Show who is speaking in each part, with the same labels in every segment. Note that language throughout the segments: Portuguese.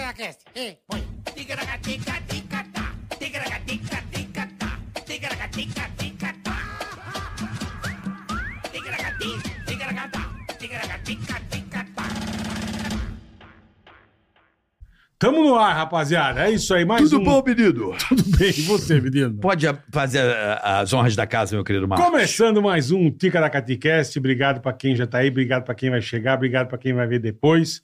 Speaker 1: podcast. Ei, põe. Ticaragatica-ticatá. Ticaragatica-ticatá. Ticaragatica-ticatá. Ticaragati, ticaragatá. Ticaragatica-ticatá.
Speaker 2: Tamo no ar, rapaziada. É isso aí. Mais
Speaker 3: Tudo
Speaker 2: um.
Speaker 3: bom, menino?
Speaker 2: Tudo bem. E você, menino?
Speaker 3: Pode a- fazer a- as honras da casa, meu querido Marcos.
Speaker 2: Começando mais um Ticaracaticast. Obrigado pra quem já tá aí, obrigado pra quem vai chegar, obrigado pra quem vai ver depois.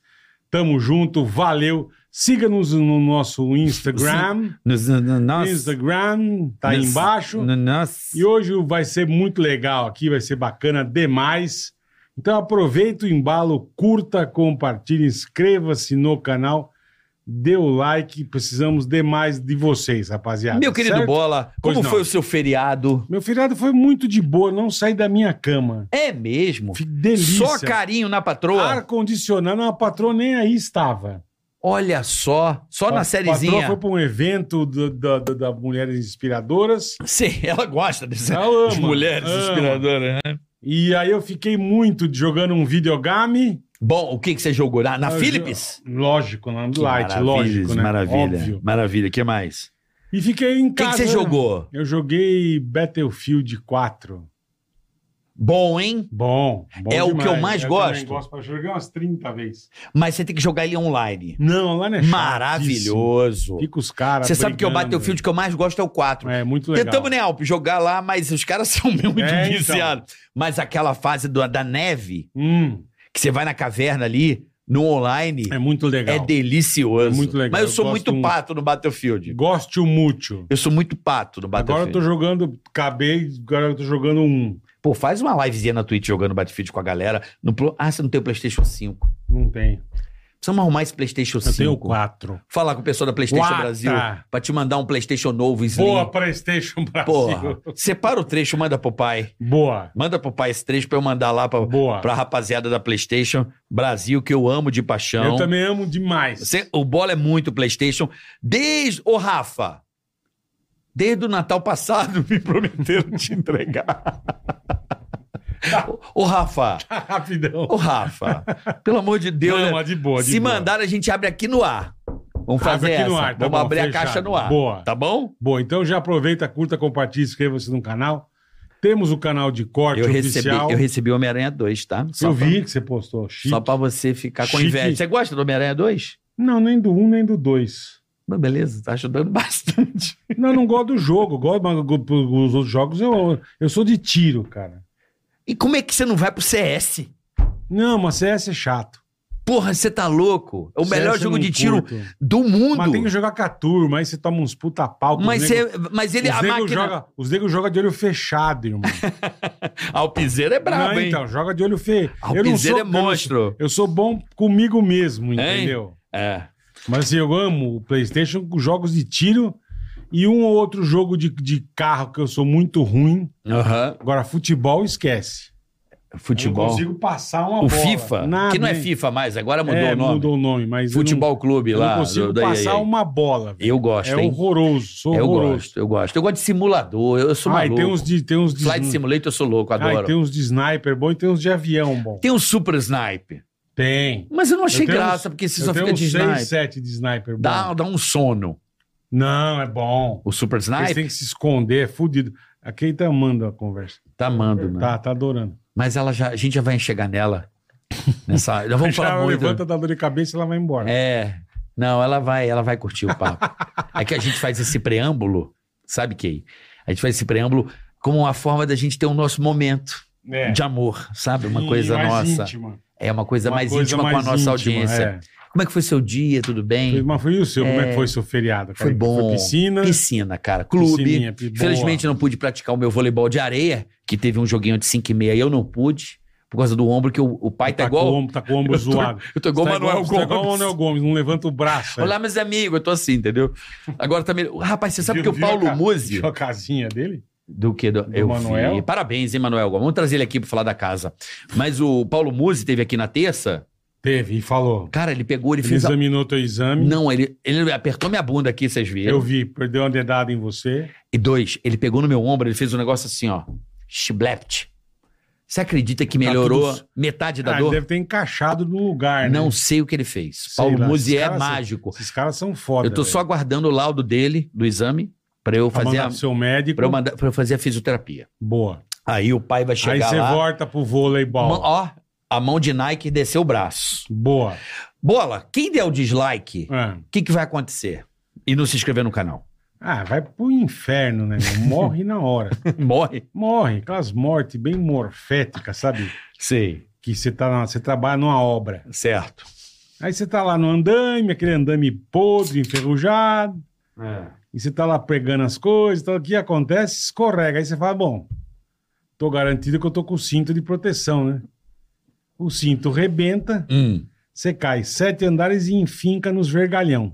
Speaker 2: Tamo junto, valeu. Siga-nos no nosso Instagram.
Speaker 3: Nos, no- no- nós-
Speaker 2: Instagram, tá aí
Speaker 3: nos-
Speaker 2: embaixo.
Speaker 3: no- nós-
Speaker 2: E hoje vai ser muito legal aqui, vai ser bacana demais. Então aproveita o embalo, curta, compartilhe, inscreva-se no canal, dê o like, precisamos demais de vocês, rapaziada.
Speaker 3: Meu querido
Speaker 2: certo?
Speaker 3: Bola,
Speaker 2: Pois
Speaker 3: como
Speaker 2: não.
Speaker 3: foi o seu feriado?
Speaker 2: Meu feriado foi muito de boa, não saí da minha cama.
Speaker 3: É mesmo?
Speaker 2: Que delícia.
Speaker 3: Só carinho na patroa?
Speaker 2: Ar-condicionado, a patroa nem aí estava.
Speaker 3: Olha só, só
Speaker 2: A
Speaker 3: na
Speaker 2: patroa foi
Speaker 3: sériezinha.
Speaker 2: para um evento do- da, da- da Mulheres Inspiradoras. Ah,
Speaker 3: Sim, ela gosta dessas
Speaker 2: Ela ama,
Speaker 3: mulheres
Speaker 2: ama.
Speaker 3: inspiradoras, né?
Speaker 2: E aí eu fiquei muito jogando um videogame.
Speaker 3: Bom, o que, que você jogou? Na, na
Speaker 2: Eu
Speaker 3: Philips?
Speaker 2: Lógico, na
Speaker 3: Que
Speaker 2: Light,
Speaker 3: maravilha,
Speaker 2: lógico, né?
Speaker 3: Maravilha,
Speaker 2: Óbvio.
Speaker 3: maravilha. O que mais?
Speaker 2: E fiquei em
Speaker 3: O que,
Speaker 2: casa.
Speaker 3: que você
Speaker 2: né?
Speaker 3: jogou?
Speaker 2: Eu joguei Battlefield 4.
Speaker 3: Bom, hein?
Speaker 2: Bom, bom
Speaker 3: É o que eu mais
Speaker 2: também
Speaker 3: gosto.
Speaker 2: gosto. Eu joguei umas 30 vezes.
Speaker 3: Mas você tem que jogar ele online.
Speaker 2: Não, lá não é chatíssimo.
Speaker 3: Maravilhoso.
Speaker 2: Fica os caras
Speaker 3: Você sabe que o
Speaker 2: brigando.
Speaker 3: Battlefield que eu mais gosto é o 4.
Speaker 2: É, muito legal.
Speaker 3: Tentamos, né, Alp, jogar lá, mas os caras são muito
Speaker 2: É, então.
Speaker 3: viciados. Mas aquela fase do- da neve,
Speaker 2: Hum,
Speaker 3: que você vai na caverna ali, no online,
Speaker 2: é muito
Speaker 3: é,
Speaker 2: legal.
Speaker 3: delicioso.
Speaker 2: É muito legal.
Speaker 3: Mas eu
Speaker 2: Eu
Speaker 3: sou
Speaker 2: gosto
Speaker 3: muito
Speaker 2: muito.
Speaker 3: pato no Battlefield.
Speaker 2: Goste o mútil.
Speaker 3: Eu sou muito pato no
Speaker 2: Agora eu
Speaker 3: Battlefield.
Speaker 2: tô jogando, acabei, agora eu tô jogando um.
Speaker 3: Pô, faz uma livezinha na Twitch jogando Battlefield com a galera. No... Plo- Ah, você não tem o PlayStation 5.
Speaker 2: Não tenho.
Speaker 3: Precisamos arrumar esse PlayStation
Speaker 2: Eu
Speaker 3: 5.
Speaker 2: tenho quatro.
Speaker 3: Falar com o pessoal da PlayStation
Speaker 2: Quatro.
Speaker 3: Brasil pra te mandar um PlayStation novo, Slim.
Speaker 2: Boa, PlayStation Brasil.
Speaker 3: Porra, separa o trecho, manda pro pai.
Speaker 2: Boa,
Speaker 3: Manda pro pai esse trecho pra eu mandar lá pra,
Speaker 2: boa.
Speaker 3: pra rapaziada da PlayStation Brasil, que eu amo de paixão.
Speaker 2: Eu também amo demais.
Speaker 3: Você- o Bola é muito PlayStation. Desde. Ô, Rafa! Desde o Natal passado me prometeram te entregar. Ô, Rafa!
Speaker 2: Rapidão.
Speaker 3: Ô, Rafa! Pelo amor de Deus.
Speaker 2: Não,
Speaker 3: né?
Speaker 2: mas de boa, de
Speaker 3: Se
Speaker 2: boa.
Speaker 3: mandar, a gente abre aqui no ar. Vamos fazer
Speaker 2: Abre aqui
Speaker 3: essa.
Speaker 2: no ar, tá
Speaker 3: Vamos
Speaker 2: bom,
Speaker 3: abrir a
Speaker 2: fechado.
Speaker 3: caixa no ar.
Speaker 2: Boa.
Speaker 3: Tá bom?
Speaker 2: Bom, então já aproveita, curta, compartilha, inscreva-se no canal. Temos o canal de corte
Speaker 3: Eu recebi,
Speaker 2: oficial.
Speaker 3: eu recebi Homem-Aranha 2, tá? Só
Speaker 2: Eu
Speaker 3: pra-
Speaker 2: vi que você postou. Chique.
Speaker 3: Só pra você ficar com
Speaker 2: Chique.
Speaker 3: inveja. Você gosta do Homem-Aranha 2?
Speaker 2: Não, nem do 1, um, nem do 2.
Speaker 3: Mas beleza, tá ajudando bastante.
Speaker 2: Não, eu não gosto do jogo. Gosto, mas go- go- os outros jogos eu, eu sou de tiro, cara.
Speaker 3: E como é que você não vai pro CS?
Speaker 2: Não, mas CS é chato.
Speaker 3: Porra, você tá louco? É o melhor
Speaker 2: CS eu
Speaker 3: jogo
Speaker 2: não
Speaker 3: de tiro
Speaker 2: curto.
Speaker 3: do
Speaker 2: Mas tem que
Speaker 3: mundo.
Speaker 2: jogar com a turma, aí você toma uns puta pau. que
Speaker 3: Mas,
Speaker 2: os nego-
Speaker 3: cê- mas ele,
Speaker 2: os
Speaker 3: a
Speaker 2: nego
Speaker 3: máquina...
Speaker 2: joga, os nego joga de olho fechado, irmão.
Speaker 3: Alpizeiro é brabo,
Speaker 2: não,
Speaker 3: hein?
Speaker 2: então, joga de olho feio. Eu não sou,
Speaker 3: Alpizeiro é
Speaker 2: eu não sou-
Speaker 3: monstro.
Speaker 2: Eu sou bom comigo mesmo, entendeu?
Speaker 3: É.
Speaker 2: Mas assim, eu amo o PlayStation com jogos de tiro e um ou outro jogo de, de carro que eu sou muito ruim.
Speaker 3: Aham.
Speaker 2: Agora, futebol, esquece. Eu não
Speaker 3: Futebol.
Speaker 2: consigo passar uma
Speaker 3: O
Speaker 2: bola.
Speaker 3: FIFA,
Speaker 2: Nada,
Speaker 3: que não é
Speaker 2: hein?
Speaker 3: FIFA mais, agora mudou
Speaker 2: É,
Speaker 3: o nome.
Speaker 2: mudou o nome, mas eu
Speaker 3: Futebol Clube
Speaker 2: não, eu
Speaker 3: lá.
Speaker 2: não consigo
Speaker 3: do- da
Speaker 2: passar
Speaker 3: EA.
Speaker 2: uma bola. velho.
Speaker 3: Eu gosto,
Speaker 2: é
Speaker 3: hein?
Speaker 2: horroroso, sou
Speaker 3: Eu
Speaker 2: horroroso.
Speaker 3: gosto, eu gosto. Eu gosto de simulador, eu sou
Speaker 2: Ah, e
Speaker 3: maluco.
Speaker 2: tem uns de, tem uns de
Speaker 3: Flight
Speaker 2: sni-
Speaker 3: Simulator eu sou louco,
Speaker 2: Ah, e
Speaker 3: adoro.
Speaker 2: tem uns de sniper bom e tem uns de avião bom.
Speaker 3: Tem um Super Snipe.
Speaker 2: Tem.
Speaker 3: Mas eu não achei
Speaker 2: Eu tenho
Speaker 3: graça, porque você
Speaker 2: Eu
Speaker 3: só
Speaker 2: tenho
Speaker 3: fica de
Speaker 2: uns
Speaker 3: Snipe.
Speaker 2: 6, 7 de sniper bom.
Speaker 3: Dá, dá um sono.
Speaker 2: Não, é bom.
Speaker 3: O Super
Speaker 2: Eles
Speaker 3: Snipe
Speaker 2: têm que se esconder, é fudido. A Kay tá amando a conversa.
Speaker 3: tá amando, né?
Speaker 2: Tá, tá adorando.
Speaker 3: Mas ela já, a gente já vai chegar nela. Nessa, nós vamos
Speaker 2: Já
Speaker 3: falar
Speaker 2: ela
Speaker 3: muito.
Speaker 2: levanta, dá dor de cabeça e ela vai embora.
Speaker 3: É. Não, ela vai, ela vai curtir o papo. é que a gente faz esse preâmbulo, sabe, Key? A gente faz esse preâmbulo como uma forma da gente ter o nosso momento
Speaker 2: É.
Speaker 3: de amor, sabe? Uma
Speaker 2: E
Speaker 3: coisa
Speaker 2: mais
Speaker 3: nossa.
Speaker 2: Íntima.
Speaker 3: É uma coisa mais íntima com a nossa audiência. Como é que foi seu dia? Tudo
Speaker 2: é.
Speaker 3: bem?
Speaker 2: Mas foi e o seu? Como é
Speaker 3: É.
Speaker 2: que foi seu feriado? cara?
Speaker 3: Foi bom.
Speaker 2: Foi piscina,
Speaker 3: Piscina, cara. Clube.
Speaker 2: piscininha, pi- boa.
Speaker 3: Infelizmente não pude praticar o meu voleibol de areia, que teve um joguinho de 5 e meia e eu não pude, por causa do ombro, que o, o pai tá,
Speaker 2: Tá, com o
Speaker 3: igual.
Speaker 2: ombro, tá com o ombro
Speaker 3: Eu tô-
Speaker 2: zoado.
Speaker 3: Eu tô igual o
Speaker 2: Tá
Speaker 3: Manuel
Speaker 2: Tá igual o
Speaker 3: Gomes.
Speaker 2: Manuel Gomes, não levanta o braço. é.
Speaker 3: Olá, meus amigos, eu tô assim, entendeu? Agora também. Rapaz, você sabe
Speaker 2: Viu-
Speaker 3: que o
Speaker 2: viu a
Speaker 3: Paulo
Speaker 2: ca-
Speaker 3: Musi.
Speaker 2: Viu a casinha dele?
Speaker 3: Do que? Do, eu
Speaker 2: Manuel?
Speaker 3: vi. Parabéns, hein, Manuel? Gomes. Vamos trazer ele aqui pra falar da casa. Mas o Paulo Musi teve aqui na terça.
Speaker 2: Teve, e falou.
Speaker 3: Cara, ele pegou, ele
Speaker 2: Ele
Speaker 3: fez. A...
Speaker 2: examinou teu exame.
Speaker 3: Não, ele, ele apertou minha bunda aqui, vocês viram.
Speaker 2: Eu vi, perdeu uma dedada em você.
Speaker 3: E dois, ele pegou no meu ombro, ele fez um negócio assim, ó. Chiblept. Você acredita que melhorou
Speaker 2: Tá tudo-
Speaker 3: metade
Speaker 2: Ah,
Speaker 3: da
Speaker 2: ele
Speaker 3: dor?
Speaker 2: deve ter encaixado no lugar, né?
Speaker 3: Não sei o que ele fez.
Speaker 2: Sei
Speaker 3: Paulo
Speaker 2: lá, assim,
Speaker 3: Musi
Speaker 2: esses
Speaker 3: é
Speaker 2: caras são-
Speaker 3: mágico.
Speaker 2: Esses caras são foda.
Speaker 3: eu tô
Speaker 2: velho.
Speaker 3: só aguardando o laudo dele, do exame, pra eu
Speaker 2: Pra
Speaker 3: fazer
Speaker 2: mandar
Speaker 3: a,
Speaker 2: pro seu médico.
Speaker 3: pra eu mandar- pra eu fazer a fisioterapia.
Speaker 2: Boa.
Speaker 3: Aí o pai vai
Speaker 2: Aí
Speaker 3: chegar
Speaker 2: você
Speaker 3: lá.
Speaker 2: volta pro voleibol.
Speaker 3: mão- ó, a mão de Nike desceu o braço.
Speaker 2: Boa.
Speaker 3: Bola, quem der o dislike, o
Speaker 2: Ah.
Speaker 3: que, que vai acontecer? E não se inscrever no canal.
Speaker 2: Ah, vai pro inferno, né? meu? Morre na hora.
Speaker 3: Morre.
Speaker 2: Morre, aquelas mortes bem morféticas, sabe?
Speaker 3: Sei.
Speaker 2: Que você tá na- você trabalha numa obra.
Speaker 3: Certo.
Speaker 2: Aí você tá lá no andame, aquele andame podre, enferrujado, e você tá lá pregando as coisas, então o que acontece? Escorrega. Aí você fala, bom, tô garantido que eu tô com o cinto de proteção, né? O cinto rebenta,
Speaker 3: Hum.
Speaker 2: você cai sete andares e enfinca nos vergalhão.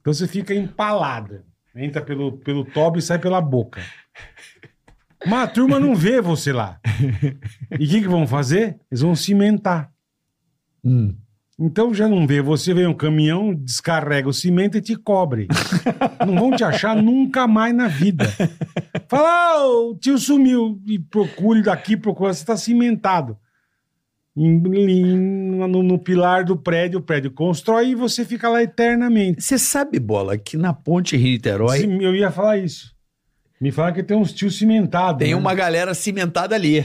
Speaker 2: então você fica empalada. Entra pelo, pelo toba e sai pela boca. Mas a turma não vê você lá. E o que, que vão fazer? Eles vão cimentar.
Speaker 3: Hum.
Speaker 2: Então já não vê você, vem um caminhão, descarrega o cimento e te cobre. não vão te achar nunca mais na vida. Fala, ah, o tio sumiu, e procure daqui, procura, você está cimentado. Em- em- no, no pilar do prédio, o prédio constrói e você fica lá eternamente.
Speaker 3: Você sabe, Bola, que na ponte Rio-Niterói
Speaker 2: Cim- Eu ia falar isso. Me falaram que tem uns tios cimentados.
Speaker 3: tem
Speaker 2: né?
Speaker 3: uma galera cimentada ali.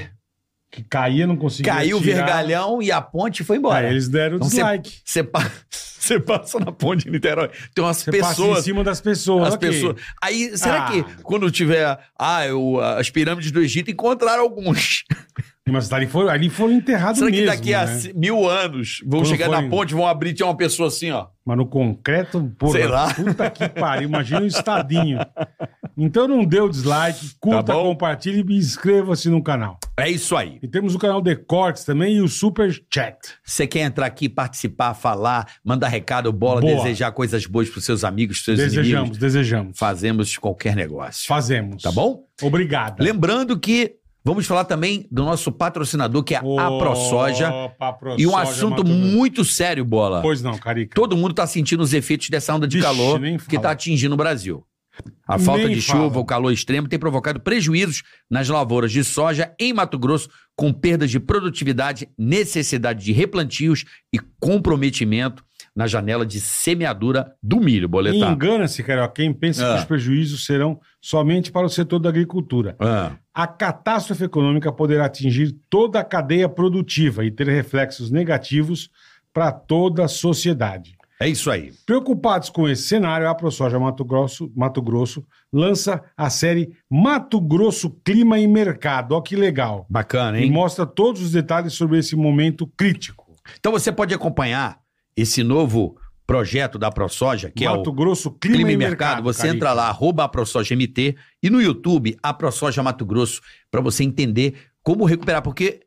Speaker 2: Que caía, não conseguia.
Speaker 3: Caiu o
Speaker 2: tirar.
Speaker 3: vergalhão e a ponte foi embora.
Speaker 2: Aí eles deram
Speaker 3: Então,
Speaker 2: dislike.
Speaker 3: Você pa- você passa na ponte de Niterói, tem umas
Speaker 2: Você passa em
Speaker 3: pessoas.
Speaker 2: cima das pessoas.
Speaker 3: As
Speaker 2: ok.
Speaker 3: pessoas. Aí, será
Speaker 2: Ah.
Speaker 3: que quando tiver ah, eu, as pirâmides do Egito encontraram alguns?
Speaker 2: Mas ali foram, ali foram enterrados
Speaker 3: será que
Speaker 2: mesmo.
Speaker 3: daqui a
Speaker 2: né?
Speaker 3: ci- mil anos vão
Speaker 2: Quando
Speaker 3: chegar
Speaker 2: forem-
Speaker 3: na ponte, vão abrir e tinha uma pessoa assim, ó.
Speaker 2: Mas no concreto, porra,
Speaker 3: Sei lá.
Speaker 2: puta que pariu, imagina o estadinho. Então não dê o dislike, curta,
Speaker 3: Tá bom?
Speaker 2: compartilhe e inscreva-se no canal.
Speaker 3: É isso aí.
Speaker 2: E temos o canal de cortes também e o Super Chat.
Speaker 3: Você quer entrar aqui, participar, falar, mandar recado, bola,
Speaker 2: Boa.
Speaker 3: desejar coisas boas pros seus amigos, pros seus
Speaker 2: desejamos,
Speaker 3: inimigos?
Speaker 2: desejamos.
Speaker 3: Fazemos qualquer negócio.
Speaker 2: Fazemos.
Speaker 3: Tá bom?
Speaker 2: Obrigado.
Speaker 3: Lembrando que vamos falar também do nosso patrocinador, que é a ProSoja.
Speaker 2: Opa, ProSoja,
Speaker 3: E um
Speaker 2: Mato
Speaker 3: assunto
Speaker 2: Grosso.
Speaker 3: muito sério, Bola.
Speaker 2: Pois não, Carica.
Speaker 3: Todo mundo está sentindo os efeitos dessa onda de
Speaker 2: Vixe,
Speaker 3: calor
Speaker 2: nem fala.
Speaker 3: que está atingindo o Brasil. A falta
Speaker 2: Nem
Speaker 3: de
Speaker 2: fala.
Speaker 3: chuva, o calor extremo, tem provocado prejuízos nas lavouras de soja em Mato Grosso, com perdas de produtividade, necessidade de replantios e comprometimento na janela de semeadura do milho,
Speaker 2: E
Speaker 3: boletar.
Speaker 2: Engana-se, Carioca, quem pensa
Speaker 3: Ah.
Speaker 2: que os prejuízos serão somente para o setor da agricultura.
Speaker 3: Ah,
Speaker 2: A catástrofe econômica poderá atingir toda a cadeia produtiva e ter reflexos negativos para toda a sociedade.
Speaker 3: é isso aí.
Speaker 2: Preocupados com esse cenário, a ProSoja Mato Grosso, Mato Grosso lança a série Mato Grosso Clima e Mercado. Olha que legal.
Speaker 3: Bacana,
Speaker 2: E
Speaker 3: hein?
Speaker 2: mostra todos os detalhes sobre esse momento crítico.
Speaker 3: Então você pode acompanhar esse novo projeto da ProSoja, que é o
Speaker 2: Mato Grosso Clima,
Speaker 3: Clima
Speaker 2: e
Speaker 3: e
Speaker 2: Mercado.
Speaker 3: Mercado, você
Speaker 2: Carica.
Speaker 3: entra lá, arroba a ProSoja MT e no YouTube, a ProSoja Mato Grosso, pra você entender como recuperar, porque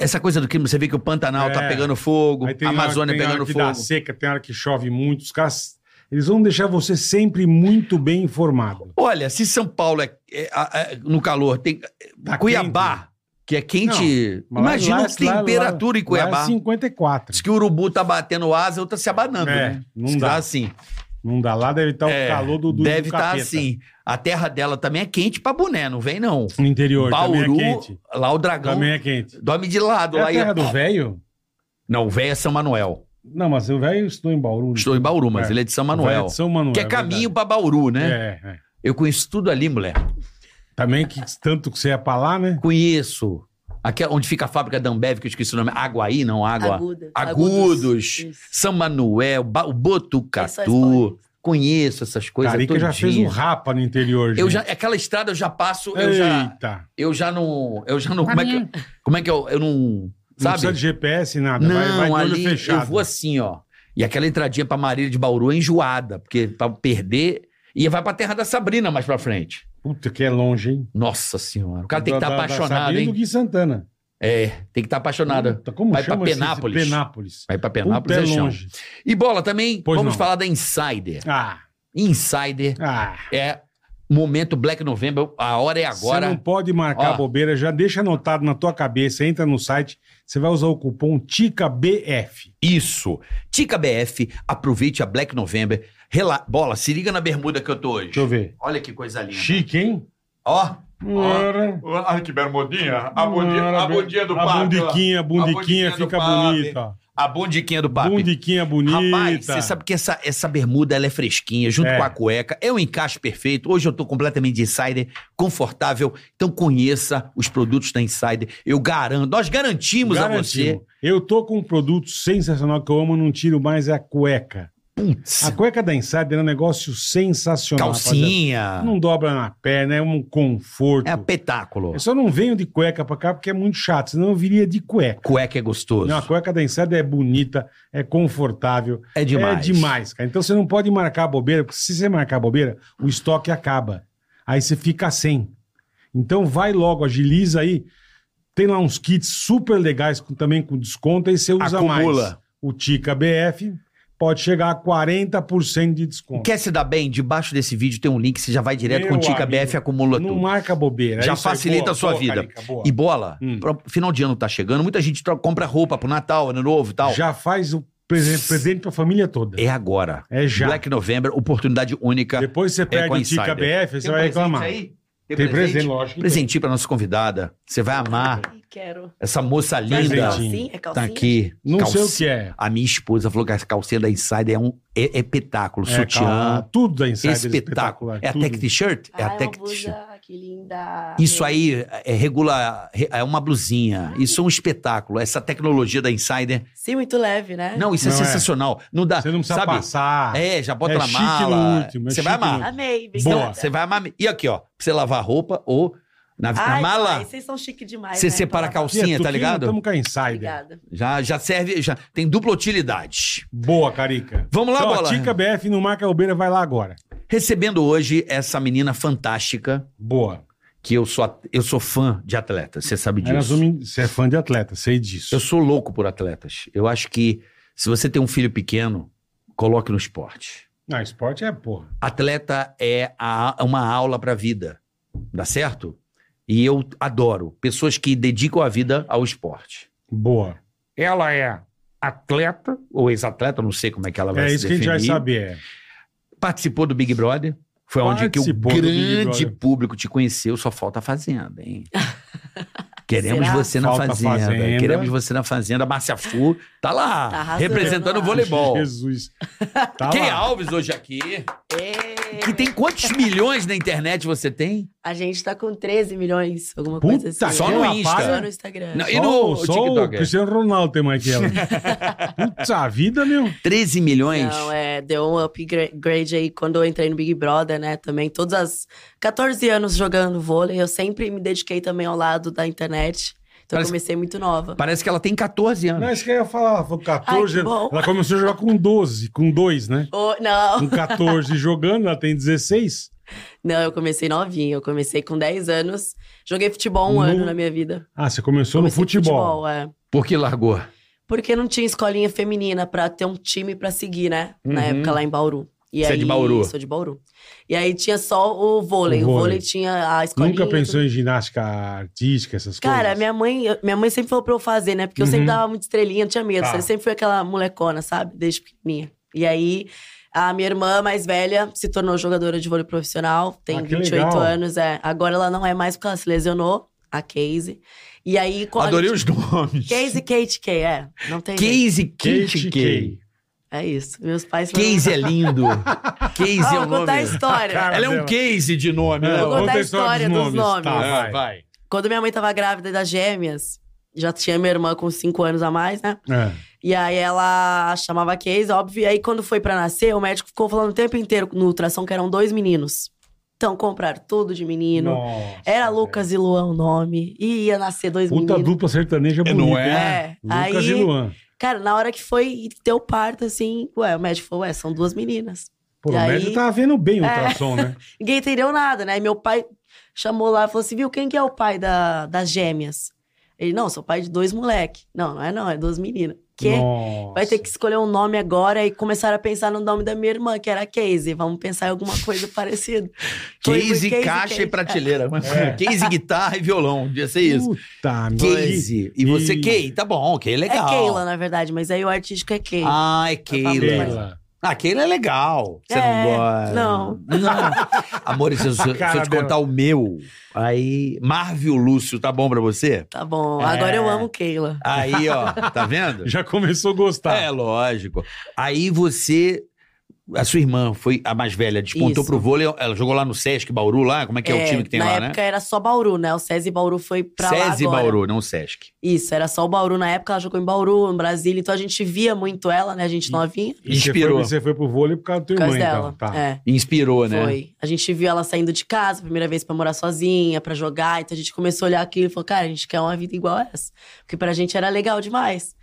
Speaker 3: essa coisa do clima, você vê que o Pantanal
Speaker 2: É.
Speaker 3: tá pegando fogo,
Speaker 2: Aí tem
Speaker 3: a
Speaker 2: hora-
Speaker 3: Amazônia
Speaker 2: tem
Speaker 3: pegando
Speaker 2: hora que
Speaker 3: fogo.
Speaker 2: dá seca, tem hora que chove muito. Os caras, eles vão deixar você sempre muito bem informado.
Speaker 3: Olha, se São Paulo é, é- é- é- no calor, tem
Speaker 2: Tá
Speaker 3: Cuiabá,
Speaker 2: quente.
Speaker 3: que é quente,
Speaker 2: Mas lá-
Speaker 3: imagina
Speaker 2: lá- é
Speaker 3: a temperatura
Speaker 2: lá-
Speaker 3: em Cuiabá.
Speaker 2: Lá é 54.
Speaker 3: Diz que o urubu tá batendo asa, outra se abanando,
Speaker 2: É,
Speaker 3: né?
Speaker 2: não
Speaker 3: Diz que
Speaker 2: dá.
Speaker 3: assim.
Speaker 2: Não dá lá, deve estar
Speaker 3: É,
Speaker 2: o calor do, do
Speaker 3: deve
Speaker 2: do
Speaker 3: estar
Speaker 2: capeta.
Speaker 3: assim. A terra dela também é quente pra boné, não vem não.
Speaker 2: No interior
Speaker 3: Bauru, então,
Speaker 2: também é quente.
Speaker 3: lá o dragão
Speaker 2: Também é quente.
Speaker 3: dorme de lado.
Speaker 2: É
Speaker 3: lá
Speaker 2: a
Speaker 3: e-
Speaker 2: terra do velho?
Speaker 3: Não, o véio é São Manuel.
Speaker 2: Não, mas o velho estudou em Bauru.
Speaker 3: Estou em Bauru, mas
Speaker 2: É.
Speaker 3: ele é de São
Speaker 2: O velho
Speaker 3: Manuel.
Speaker 2: é de São Manuel.
Speaker 3: que é
Speaker 2: é
Speaker 3: caminho pra Bauru, né?
Speaker 2: verdade. É, é.
Speaker 3: Eu conheço tudo ali, mulher.
Speaker 2: Também que tanto que você ia pra lá, né?
Speaker 3: Conheço. Aqui é onde fica a fábrica da Ambev, que eu esqueci o nome. Aguaí, não, água.
Speaker 4: Aguda.
Speaker 3: Agudos.
Speaker 4: Isso.
Speaker 3: São Manuel, Ba- o
Speaker 4: Lençóis
Speaker 3: Botucatu.
Speaker 4: Paulista.
Speaker 3: Conheço essas coisas
Speaker 2: Carica já fez um
Speaker 3: todinhas.
Speaker 2: rapa no interior,
Speaker 3: é, eu
Speaker 2: gente.
Speaker 3: já, aquela estrada eu já passo, eu já,
Speaker 2: Eita.
Speaker 3: eu já não, eu já não, como é que, eu- como é que eu, eu não,
Speaker 2: Não
Speaker 3: sabe?
Speaker 2: precisa de GPS, nada.
Speaker 3: Não,
Speaker 2: vai, vai de olho
Speaker 3: ali
Speaker 2: fechado.
Speaker 3: eu vou assim, ó. E aquela entradinha pra Marília de Bauru é enjoada, porque pra perder. E vai pra terra da Sabrina mais pra frente.
Speaker 2: Puta, que é longe, hein?
Speaker 3: Nossa senhora. O cara tem que
Speaker 2: Da- da-
Speaker 3: estar
Speaker 2: da
Speaker 3: apaixonado,
Speaker 2: Sabrina do
Speaker 3: hein?
Speaker 2: Gui Santana.
Speaker 3: É, tem que estar apaixonado.
Speaker 2: Puta, como
Speaker 3: Vai pra
Speaker 2: chama esse-
Speaker 3: Penápolis.
Speaker 2: Penápolis.
Speaker 3: Vai pra
Speaker 2: Puta,
Speaker 3: Penápolis,
Speaker 2: é
Speaker 3: é chão.
Speaker 2: longe.
Speaker 3: E bola também,
Speaker 2: Pois
Speaker 3: vamos
Speaker 2: não.
Speaker 3: falar da Insider.
Speaker 2: Ah,
Speaker 3: Insider
Speaker 2: ah.
Speaker 3: é momento Black November, a hora é
Speaker 2: Você não
Speaker 3: agora.
Speaker 2: pode marcar
Speaker 3: Ó.
Speaker 2: bobeira, já deixa anotado na tua cabeça, entra no site, você vai usar o cupom TICABF.
Speaker 3: Isso. Tica BF, aproveite a Black November. Rela... Bola, se liga na bermuda que eu tô hoje.
Speaker 2: Deixa eu ver.
Speaker 3: Olha que coisa linda.
Speaker 2: Chique, hein?
Speaker 3: Ó,
Speaker 2: Ora,
Speaker 4: Olha que bermudinha. A, bundi,
Speaker 2: ora,
Speaker 4: a bundinha do
Speaker 2: a
Speaker 4: papi.
Speaker 2: bundiquinha, bundiquinha
Speaker 4: bundiquinha do
Speaker 2: fica
Speaker 4: papi.
Speaker 2: bonita.
Speaker 3: A bundiquinha do papi.
Speaker 2: Bundiquinha bonita.
Speaker 3: Rapaz, você sabe que essa, essa bermuda ela é fresquinha, junto
Speaker 2: É.
Speaker 3: com a cueca. É um encaixe perfeito. Hoje eu tô completamente de insider, confortável. Então conheça os produtos da Insider. Eu garanto, nós garantimos a você.
Speaker 2: Garantimos. Eu tô com um produto sensacional que eu amo, não tiro mais é a cueca.
Speaker 3: Putz,
Speaker 2: A cueca da Insider é um negócio sensacional. rapaziada.
Speaker 3: calcinha.
Speaker 2: Não dobra na perna, é um conforto.
Speaker 3: É um petáculo.
Speaker 2: Eu só não venho de cueca pra cá porque é muito chato, senão eu viria de cueca.
Speaker 3: Cueca é gostoso.
Speaker 2: Não, a cueca da Insider é bonita, é confortável.
Speaker 3: É demais.
Speaker 2: É demais, cara. Então você não pode marcar bobeira, porque se você marcar bobeira, o estoque acaba. Aí você fica sem. Então vai logo, agiliza aí. Tem lá uns kits super legais com- também com desconto, aí você usa
Speaker 3: Acumula.
Speaker 2: mais. O Tica BF pode chegar a 40% de desconto.
Speaker 3: Quer se dar bem? Debaixo desse vídeo tem um link, você já vai direto
Speaker 2: Meu
Speaker 3: com o Tica
Speaker 2: amigo,
Speaker 3: BF e acumula
Speaker 2: Não
Speaker 3: tudo.
Speaker 2: marca bobeira.
Speaker 3: Já
Speaker 2: É isso aí.
Speaker 3: facilita
Speaker 2: Boa,
Speaker 3: a sua
Speaker 2: boa,
Speaker 3: vida.
Speaker 2: Carica, boa.
Speaker 3: E bola,
Speaker 2: Hum.
Speaker 3: pro- final de ano tá chegando, muita gente tro- compra roupa pro Natal, Ano Novo e tal.
Speaker 2: Já faz o presen- presente pra família toda.
Speaker 3: É agora.
Speaker 2: É já.
Speaker 3: Black November, oportunidade única.
Speaker 2: Depois você perde
Speaker 3: com a
Speaker 2: o Tica
Speaker 3: Insider.
Speaker 2: BF, você vai reclamar.
Speaker 3: um Tem,
Speaker 2: Tem
Speaker 3: presente?
Speaker 2: presente, lógico. que tem.
Speaker 3: Presentinho pra nossa convidada. Você vai amar.
Speaker 5: Ai, Quero.
Speaker 3: Essa moça
Speaker 5: É
Speaker 3: linda
Speaker 2: Presentinho.
Speaker 5: calcinha?
Speaker 3: tá
Speaker 5: É calcinha?
Speaker 3: aqui.
Speaker 2: Não sei o
Speaker 3: Calcinha.
Speaker 2: que é.
Speaker 3: A minha esposa falou que essa calcinha da Insider é um é, é espetáculo.
Speaker 2: É, calma,
Speaker 3: Sutiã,
Speaker 2: tudo da Insider
Speaker 3: espetáculo.
Speaker 2: espetacular,
Speaker 3: É a
Speaker 2: tudo.
Speaker 3: tech t-shirt?
Speaker 5: Ah,
Speaker 3: É
Speaker 5: é
Speaker 3: a
Speaker 5: uma
Speaker 3: tech t-shirt.
Speaker 5: blusa, que linda.
Speaker 3: Isso aí é regula, é uma blusinha. Isso é um espetáculo. Essa tecnologia da Insider.
Speaker 5: Sim, muito leve, né?
Speaker 3: Não, isso é
Speaker 2: Não é.
Speaker 3: sensacional. Não dá,
Speaker 2: Você não precisa
Speaker 3: sabe?
Speaker 2: passar.
Speaker 3: É, já bota
Speaker 2: É
Speaker 3: na
Speaker 2: chique no
Speaker 3: mala.
Speaker 2: último, é
Speaker 3: Você vai
Speaker 2: chique no
Speaker 3: amar.
Speaker 2: último.
Speaker 5: Amei,
Speaker 2: Boa.
Speaker 5: obrigada.
Speaker 3: Você vai amar. E aqui, ó, pra você lavar a roupa ou na, na
Speaker 5: Ai,
Speaker 3: mala,
Speaker 5: pai, Vocês são chique demais.
Speaker 3: você
Speaker 5: né?
Speaker 3: separa a
Speaker 5: Então,
Speaker 3: calcinha, tá ligado?
Speaker 2: Estamos é com a Insider.
Speaker 5: Obrigada.
Speaker 3: Já, já serve, já tem dupla utilidade.
Speaker 2: Boa, Carica.
Speaker 3: Vamos lá,
Speaker 2: Então,
Speaker 3: bola.
Speaker 2: Tica BF no Marca Albeira vai lá agora.
Speaker 3: Recebendo hoje essa menina fantástica,
Speaker 2: Boa.
Speaker 3: que eu sou, at- eu sou fã de atleta, você sabe
Speaker 2: Aí nós
Speaker 3: disso.
Speaker 2: vamos- Você é fã de atleta, sei disso.
Speaker 3: Eu sou louco por atletas. Eu acho que se você tem um filho pequeno, coloque no esporte.
Speaker 2: Não, esporte é porra.
Speaker 3: Atleta é a- é uma aula pra vida. Dá certo? E eu adoro pessoas que dedicam a vida ao esporte.
Speaker 2: Boa.
Speaker 3: Ela é atleta, ou ex-atleta, não sei como é que ela vai
Speaker 2: É
Speaker 3: se
Speaker 2: isso que a gente vai
Speaker 3: definir.
Speaker 2: saber.
Speaker 3: Participou do Big Brother. Foi onde que o
Speaker 2: Participou do Big
Speaker 3: grande
Speaker 2: Brother.
Speaker 3: público te conheceu, só falta a Fazenda, hein? Queremos
Speaker 5: Será?
Speaker 3: você na
Speaker 2: Falta a
Speaker 3: fazenda.
Speaker 2: Fazenda.
Speaker 3: Queremos você na Fazenda. Márcia Fu tá lá,
Speaker 5: Tá arrasando
Speaker 3: representando o
Speaker 5: lá.
Speaker 3: voleibol.
Speaker 2: Jesus. Tá
Speaker 3: Key
Speaker 2: lá.
Speaker 3: Alves hoje aqui.
Speaker 5: Ê,
Speaker 3: Que tem quantos milhões na internet você tem?
Speaker 5: É. A gente tá com 13 milhões, alguma
Speaker 2: Puta,
Speaker 5: coisa assim.
Speaker 3: só no
Speaker 2: que
Speaker 3: Insta.
Speaker 2: rapaz.
Speaker 5: Só no Instagram.
Speaker 3: Não, e
Speaker 2: Só-
Speaker 3: no
Speaker 2: só o
Speaker 3: TikTok? é?
Speaker 2: Cristiano Ronaldo tem mais que ela. Putz, a vida, meu.
Speaker 3: 13 milhões?
Speaker 5: Não, é, deu um upgrade aí quando eu entrei no Big Brother, né? Também, todas as 14 anos jogando vôlei, eu sempre me dediquei também ao lado da internet. Então, eu
Speaker 3: Parece-
Speaker 5: comecei muito nova.
Speaker 3: Parece que ela tem 14 anos.
Speaker 2: Não, isso que eu ia falar. Ela falou 14.
Speaker 5: Ai, que bom.
Speaker 2: ela começou a jogar com 12, com 2, né?
Speaker 5: Ô, não,
Speaker 2: Com 14 jogando, ela tem 16.
Speaker 5: não, eu comecei novinha. Eu comecei com 10 anos. Joguei futebol um
Speaker 2: No-
Speaker 5: ano na minha vida.
Speaker 2: Ah, você começou no
Speaker 5: Comecei
Speaker 2: futebol.
Speaker 5: é.
Speaker 3: Por que largou?
Speaker 5: Porque não tinha escolinha feminina pra ter um time pra seguir, né? Na
Speaker 3: Uhum.
Speaker 5: época lá em Bauru. E
Speaker 3: Você é
Speaker 5: aí,
Speaker 3: de Bauru?
Speaker 5: Sou de Bauru. E aí tinha só o vôlei.
Speaker 2: O
Speaker 5: O vôlei,
Speaker 2: vôlei.
Speaker 5: tinha a escolinha.
Speaker 2: Nunca
Speaker 5: tudo
Speaker 2: pensou em ginástica artística, essas coisas?
Speaker 5: Cara, minha mãe, eu- minha mãe sempre falou pra eu fazer, né? Porque eu sempre
Speaker 2: Uhum.
Speaker 5: dava muito estrelinha, não tinha medo.
Speaker 2: Tá.
Speaker 5: Eu sempre fui aquela molecona, sabe? Desde pequenininha. E aí, a minha irmã mais velha se tornou jogadora de vôlei profissional. Tem
Speaker 2: Ah, que
Speaker 5: 28
Speaker 2: legal.
Speaker 5: anos, é. Agora ela não é mais porque ela se lesionou, a Casey. E aí... com é a-
Speaker 3: Adorei os nomes.
Speaker 5: Casey, Kate, Kay, é. Não tem jeito.
Speaker 3: Casey Kate
Speaker 2: Kate
Speaker 3: Kay.
Speaker 2: Kay.
Speaker 5: É isso. Meus pais... foram-
Speaker 3: Case é lindo. Case
Speaker 5: Ah,
Speaker 3: é o
Speaker 5: vou contar a
Speaker 3: nome.
Speaker 5: história.
Speaker 2: Cara,
Speaker 3: Ela é um
Speaker 2: dela.
Speaker 3: case de nome. né?
Speaker 5: É, Vou contar
Speaker 2: conta
Speaker 5: a história dos nomes.
Speaker 2: Tá,
Speaker 3: É,
Speaker 2: vai.
Speaker 3: vai.
Speaker 5: Quando minha mãe tava grávida das gêmeas, já tinha minha irmã com 5 anos a mais, né?
Speaker 2: É.
Speaker 5: E aí ela chamava a Case, óbvio. E aí quando foi pra nascer, o médico ficou falando o tempo inteiro no ultrassom que eram dois meninos. Então compraram tudo de menino.
Speaker 2: Nossa,
Speaker 5: Era
Speaker 2: velho.
Speaker 5: Lucas e Luan o nome. E ia nascer dois
Speaker 2: Puta
Speaker 5: meninos.
Speaker 2: dupla sertaneja
Speaker 3: É,
Speaker 2: bonita.
Speaker 3: não
Speaker 2: hein?
Speaker 5: É.
Speaker 2: Lucas
Speaker 5: aí,
Speaker 2: e Luan.
Speaker 5: cara, na hora que foi ter o parto, assim, ué, o médico falou, ué, são duas meninas.
Speaker 2: Pô,
Speaker 5: E
Speaker 2: o
Speaker 5: aí- É,
Speaker 2: médico tava vendo bem o ultrassom, né?
Speaker 5: Ninguém entendeu nada, né? E meu pai chamou lá e falou assim, viu, quem que é o pai da, das gêmeas? Ele, não, sou pai de dois moleque. Não, não é não, é duas meninas. Que?
Speaker 2: Nossa.
Speaker 5: Vai ter que escolher um nome agora e começaram a pensar no nome da minha irmã, que era Casey. Vamos pensar em alguma coisa parecida. Foi- foi
Speaker 3: Case, caixa
Speaker 5: Casey.
Speaker 3: e prateleira.
Speaker 2: É.
Speaker 3: Case, guitarra e violão. Devia ser isso.
Speaker 2: Puta, merda.
Speaker 3: Case. E você,
Speaker 2: E-
Speaker 3: Kay? Tá bom, Kay,
Speaker 5: Uh, É
Speaker 3: legal.
Speaker 5: Keila, na verdade, mas aí o artístico é Kay.
Speaker 3: Ah, é
Speaker 5: Keila.
Speaker 3: Keila.
Speaker 2: Keila.
Speaker 3: Aquele é legal. Você
Speaker 5: É,
Speaker 3: não gosta?
Speaker 5: não.
Speaker 3: Não. Amor, se eu, se eu
Speaker 2: Cara
Speaker 3: te
Speaker 2: dela.
Speaker 3: contar o meu, aí. Marvel Lúcio, tá bom pra você?
Speaker 5: Tá bom.
Speaker 3: É.
Speaker 5: Agora eu amo Keila.
Speaker 3: Aí, ó, tá vendo?
Speaker 2: Já começou a
Speaker 5: Tá.
Speaker 2: gostar.
Speaker 3: É, lógico. Aí você. A sua irmã foi a mais velha, despontou
Speaker 5: Isso.
Speaker 3: pro vôlei, ela jogou lá no Sesc Bauru, lá? Como é que é, o time que tem
Speaker 5: na
Speaker 3: lá,
Speaker 5: época
Speaker 3: né?
Speaker 5: era só Bauru, né? O SESI Bauru foi pra lá
Speaker 3: SESI
Speaker 5: agora.
Speaker 3: Bauru, não Sesc.
Speaker 5: Isso, era só o Bauru na época, ela jogou em Bauru, em Brasília, então a gente via muito ela, né? A
Speaker 3: Hum.
Speaker 5: gente novinha,
Speaker 2: E você
Speaker 3: Inspirou.
Speaker 2: foi- Você foi, pro vôlei por causa da tua
Speaker 5: por causa
Speaker 2: irmã,
Speaker 5: dela.
Speaker 2: então. Tá.
Speaker 5: É,
Speaker 3: Inspirou, né?
Speaker 5: foi. A gente viu ela saindo de casa, primeira vez pra morar sozinha, pra jogar, então a gente começou a olhar aquilo e falou, cara, a gente quer uma vida igual essa. Porque pra gente era legal demais.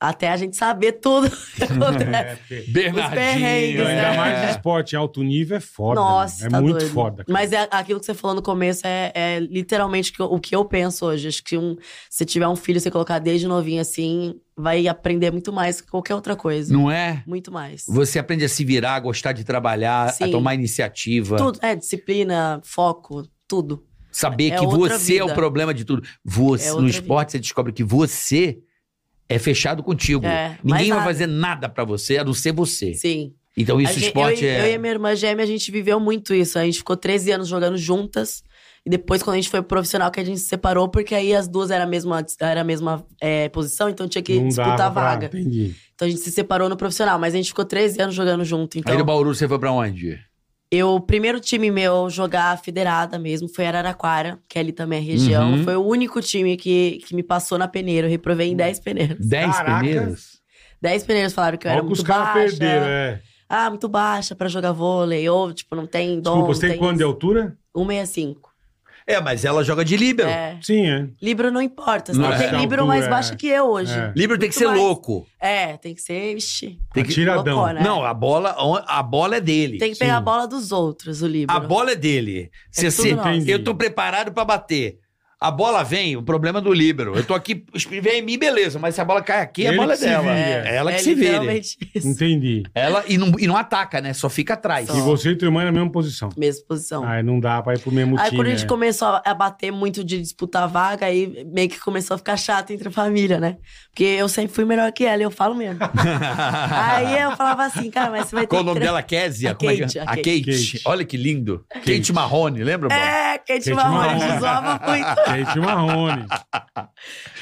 Speaker 5: Até a gente saber tudo que acontece.
Speaker 2: É, porque-
Speaker 5: perrengues,
Speaker 3: Bernardinho.
Speaker 5: né?
Speaker 2: Ainda
Speaker 5: É.
Speaker 2: mais esporte em alto nível é foda.
Speaker 5: Nossa,
Speaker 2: né? É
Speaker 5: tá
Speaker 2: muito
Speaker 5: doido.
Speaker 2: foda. cara.
Speaker 5: Mas é aquilo que você falou no começo é, é literalmente o que eu- o que eu penso hoje. Acho que um, se tiver um filho, você colocar desde novinho assim, vai aprender muito mais que qualquer outra coisa.
Speaker 3: Não é?
Speaker 5: Muito mais.
Speaker 3: Você aprende a se virar, a gostar de trabalhar, a
Speaker 5: Sim.
Speaker 3: tomar iniciativa.
Speaker 5: Tudo, é, disciplina, foco, tudo.
Speaker 3: Saber
Speaker 5: É
Speaker 3: que
Speaker 5: outra
Speaker 3: você é o
Speaker 5: vida.
Speaker 3: problema de tudo. Você,
Speaker 5: É outra
Speaker 3: no esporte, você descobre que você é fechado contigo.
Speaker 5: É, mais
Speaker 3: Ninguém vai
Speaker 5: nada.
Speaker 3: fazer nada pra você, a não ser você.
Speaker 5: Sim.
Speaker 3: Então
Speaker 5: A
Speaker 3: isso,
Speaker 5: gente-
Speaker 3: esporte
Speaker 5: eu, e-
Speaker 3: é...
Speaker 5: eu e a minha irmã gêmea, a gente viveu muito isso. A gente ficou 13 anos jogando juntas. E depois, quando a gente foi pro profissional, que a gente se separou, porque aí as duas eram a mesma, era a mesma é, posição, então tinha que
Speaker 2: Não
Speaker 5: disputar a
Speaker 2: dava pra-
Speaker 5: vaga.
Speaker 2: Entendi.
Speaker 5: Então a gente se separou no profissional, mas a gente ficou 13 anos jogando junto. Então,
Speaker 3: Aí no Bauru você foi pra onde?
Speaker 5: eu, o primeiro time meu jogar federada mesmo foi Araraquara, que é ali também a região.
Speaker 3: Uhum.
Speaker 5: Foi o único time que, que me passou na peneira. Eu reprovei em 10 peneiras.
Speaker 3: Dez
Speaker 2: Caraca.
Speaker 3: primeiros?
Speaker 5: 10 peneiras falaram que eu
Speaker 2: Olha
Speaker 5: era
Speaker 2: o que os
Speaker 5: muito
Speaker 2: caras
Speaker 5: baixa.
Speaker 2: perderam, é.
Speaker 5: Ah, muito baixa pra jogar vôlei. Ou, tipo, não tem dom.
Speaker 2: Desculpa,
Speaker 5: não
Speaker 2: você tem quanto de
Speaker 5: isso.
Speaker 2: altura?
Speaker 5: 165.
Speaker 3: É, mas ela joga de líbero.
Speaker 5: É.
Speaker 2: Sim, é.
Speaker 5: Libro não importa. Você
Speaker 3: Não,
Speaker 5: tem que ter
Speaker 2: é.
Speaker 5: Libro mais
Speaker 2: É.
Speaker 5: baixa que eu hoje.
Speaker 2: É.
Speaker 3: Líbero tem que ser
Speaker 5: Muito mais.
Speaker 3: louco.
Speaker 5: É, tem que ser. Ixi.
Speaker 3: Tem que-
Speaker 2: Tiradão.
Speaker 5: loucona, né?
Speaker 3: Não, a bola, a bola é dele.
Speaker 5: Tem que pegar
Speaker 2: sim.
Speaker 5: a bola dos outros, o Libro.
Speaker 3: A bola é dele. Se,
Speaker 5: tudo
Speaker 3: se-
Speaker 5: nosso.
Speaker 3: eu tô preparado pra bater. A bola vem, o problema é do líbero. Eu tô aqui, vem em mim, beleza, mas se a bola cai aqui, a
Speaker 2: Ele
Speaker 3: bola é
Speaker 2: que se
Speaker 3: dela.
Speaker 2: vire,
Speaker 3: É,
Speaker 2: é.
Speaker 3: ela que
Speaker 5: é
Speaker 3: se vire.
Speaker 5: literalmente isso.
Speaker 2: Entendi.
Speaker 3: Ela e não, e não ataca, né? Só fica atrás.
Speaker 5: Só.
Speaker 2: E você e tua irmã na mesma posição.
Speaker 5: Mesma posição.
Speaker 2: Aí não dá pra ir pro mesmo
Speaker 5: Aí
Speaker 2: time.
Speaker 5: quando a
Speaker 3: é.
Speaker 5: gente
Speaker 2: né?
Speaker 5: começou a a bater muito de disputar vaga, aí meio que começou a ficar chato entre a família, né? Porque eu sempre fui melhor que ela, eu falo mesmo. aí eu falava assim, cara, mas você vai ter
Speaker 3: Qual o
Speaker 5: que
Speaker 3: nome
Speaker 5: treinar-
Speaker 3: dela? Kézia?
Speaker 5: A
Speaker 3: Como é que-
Speaker 5: Kate, a
Speaker 3: A Kate.
Speaker 2: Kate.
Speaker 3: Olha que lindo. Kate, Marrone, lembra, Bob?
Speaker 5: É, Kate
Speaker 2: Kate
Speaker 5: Marrone
Speaker 2: Marrone.
Speaker 5: me zoava muito.
Speaker 2: Kate Marrone.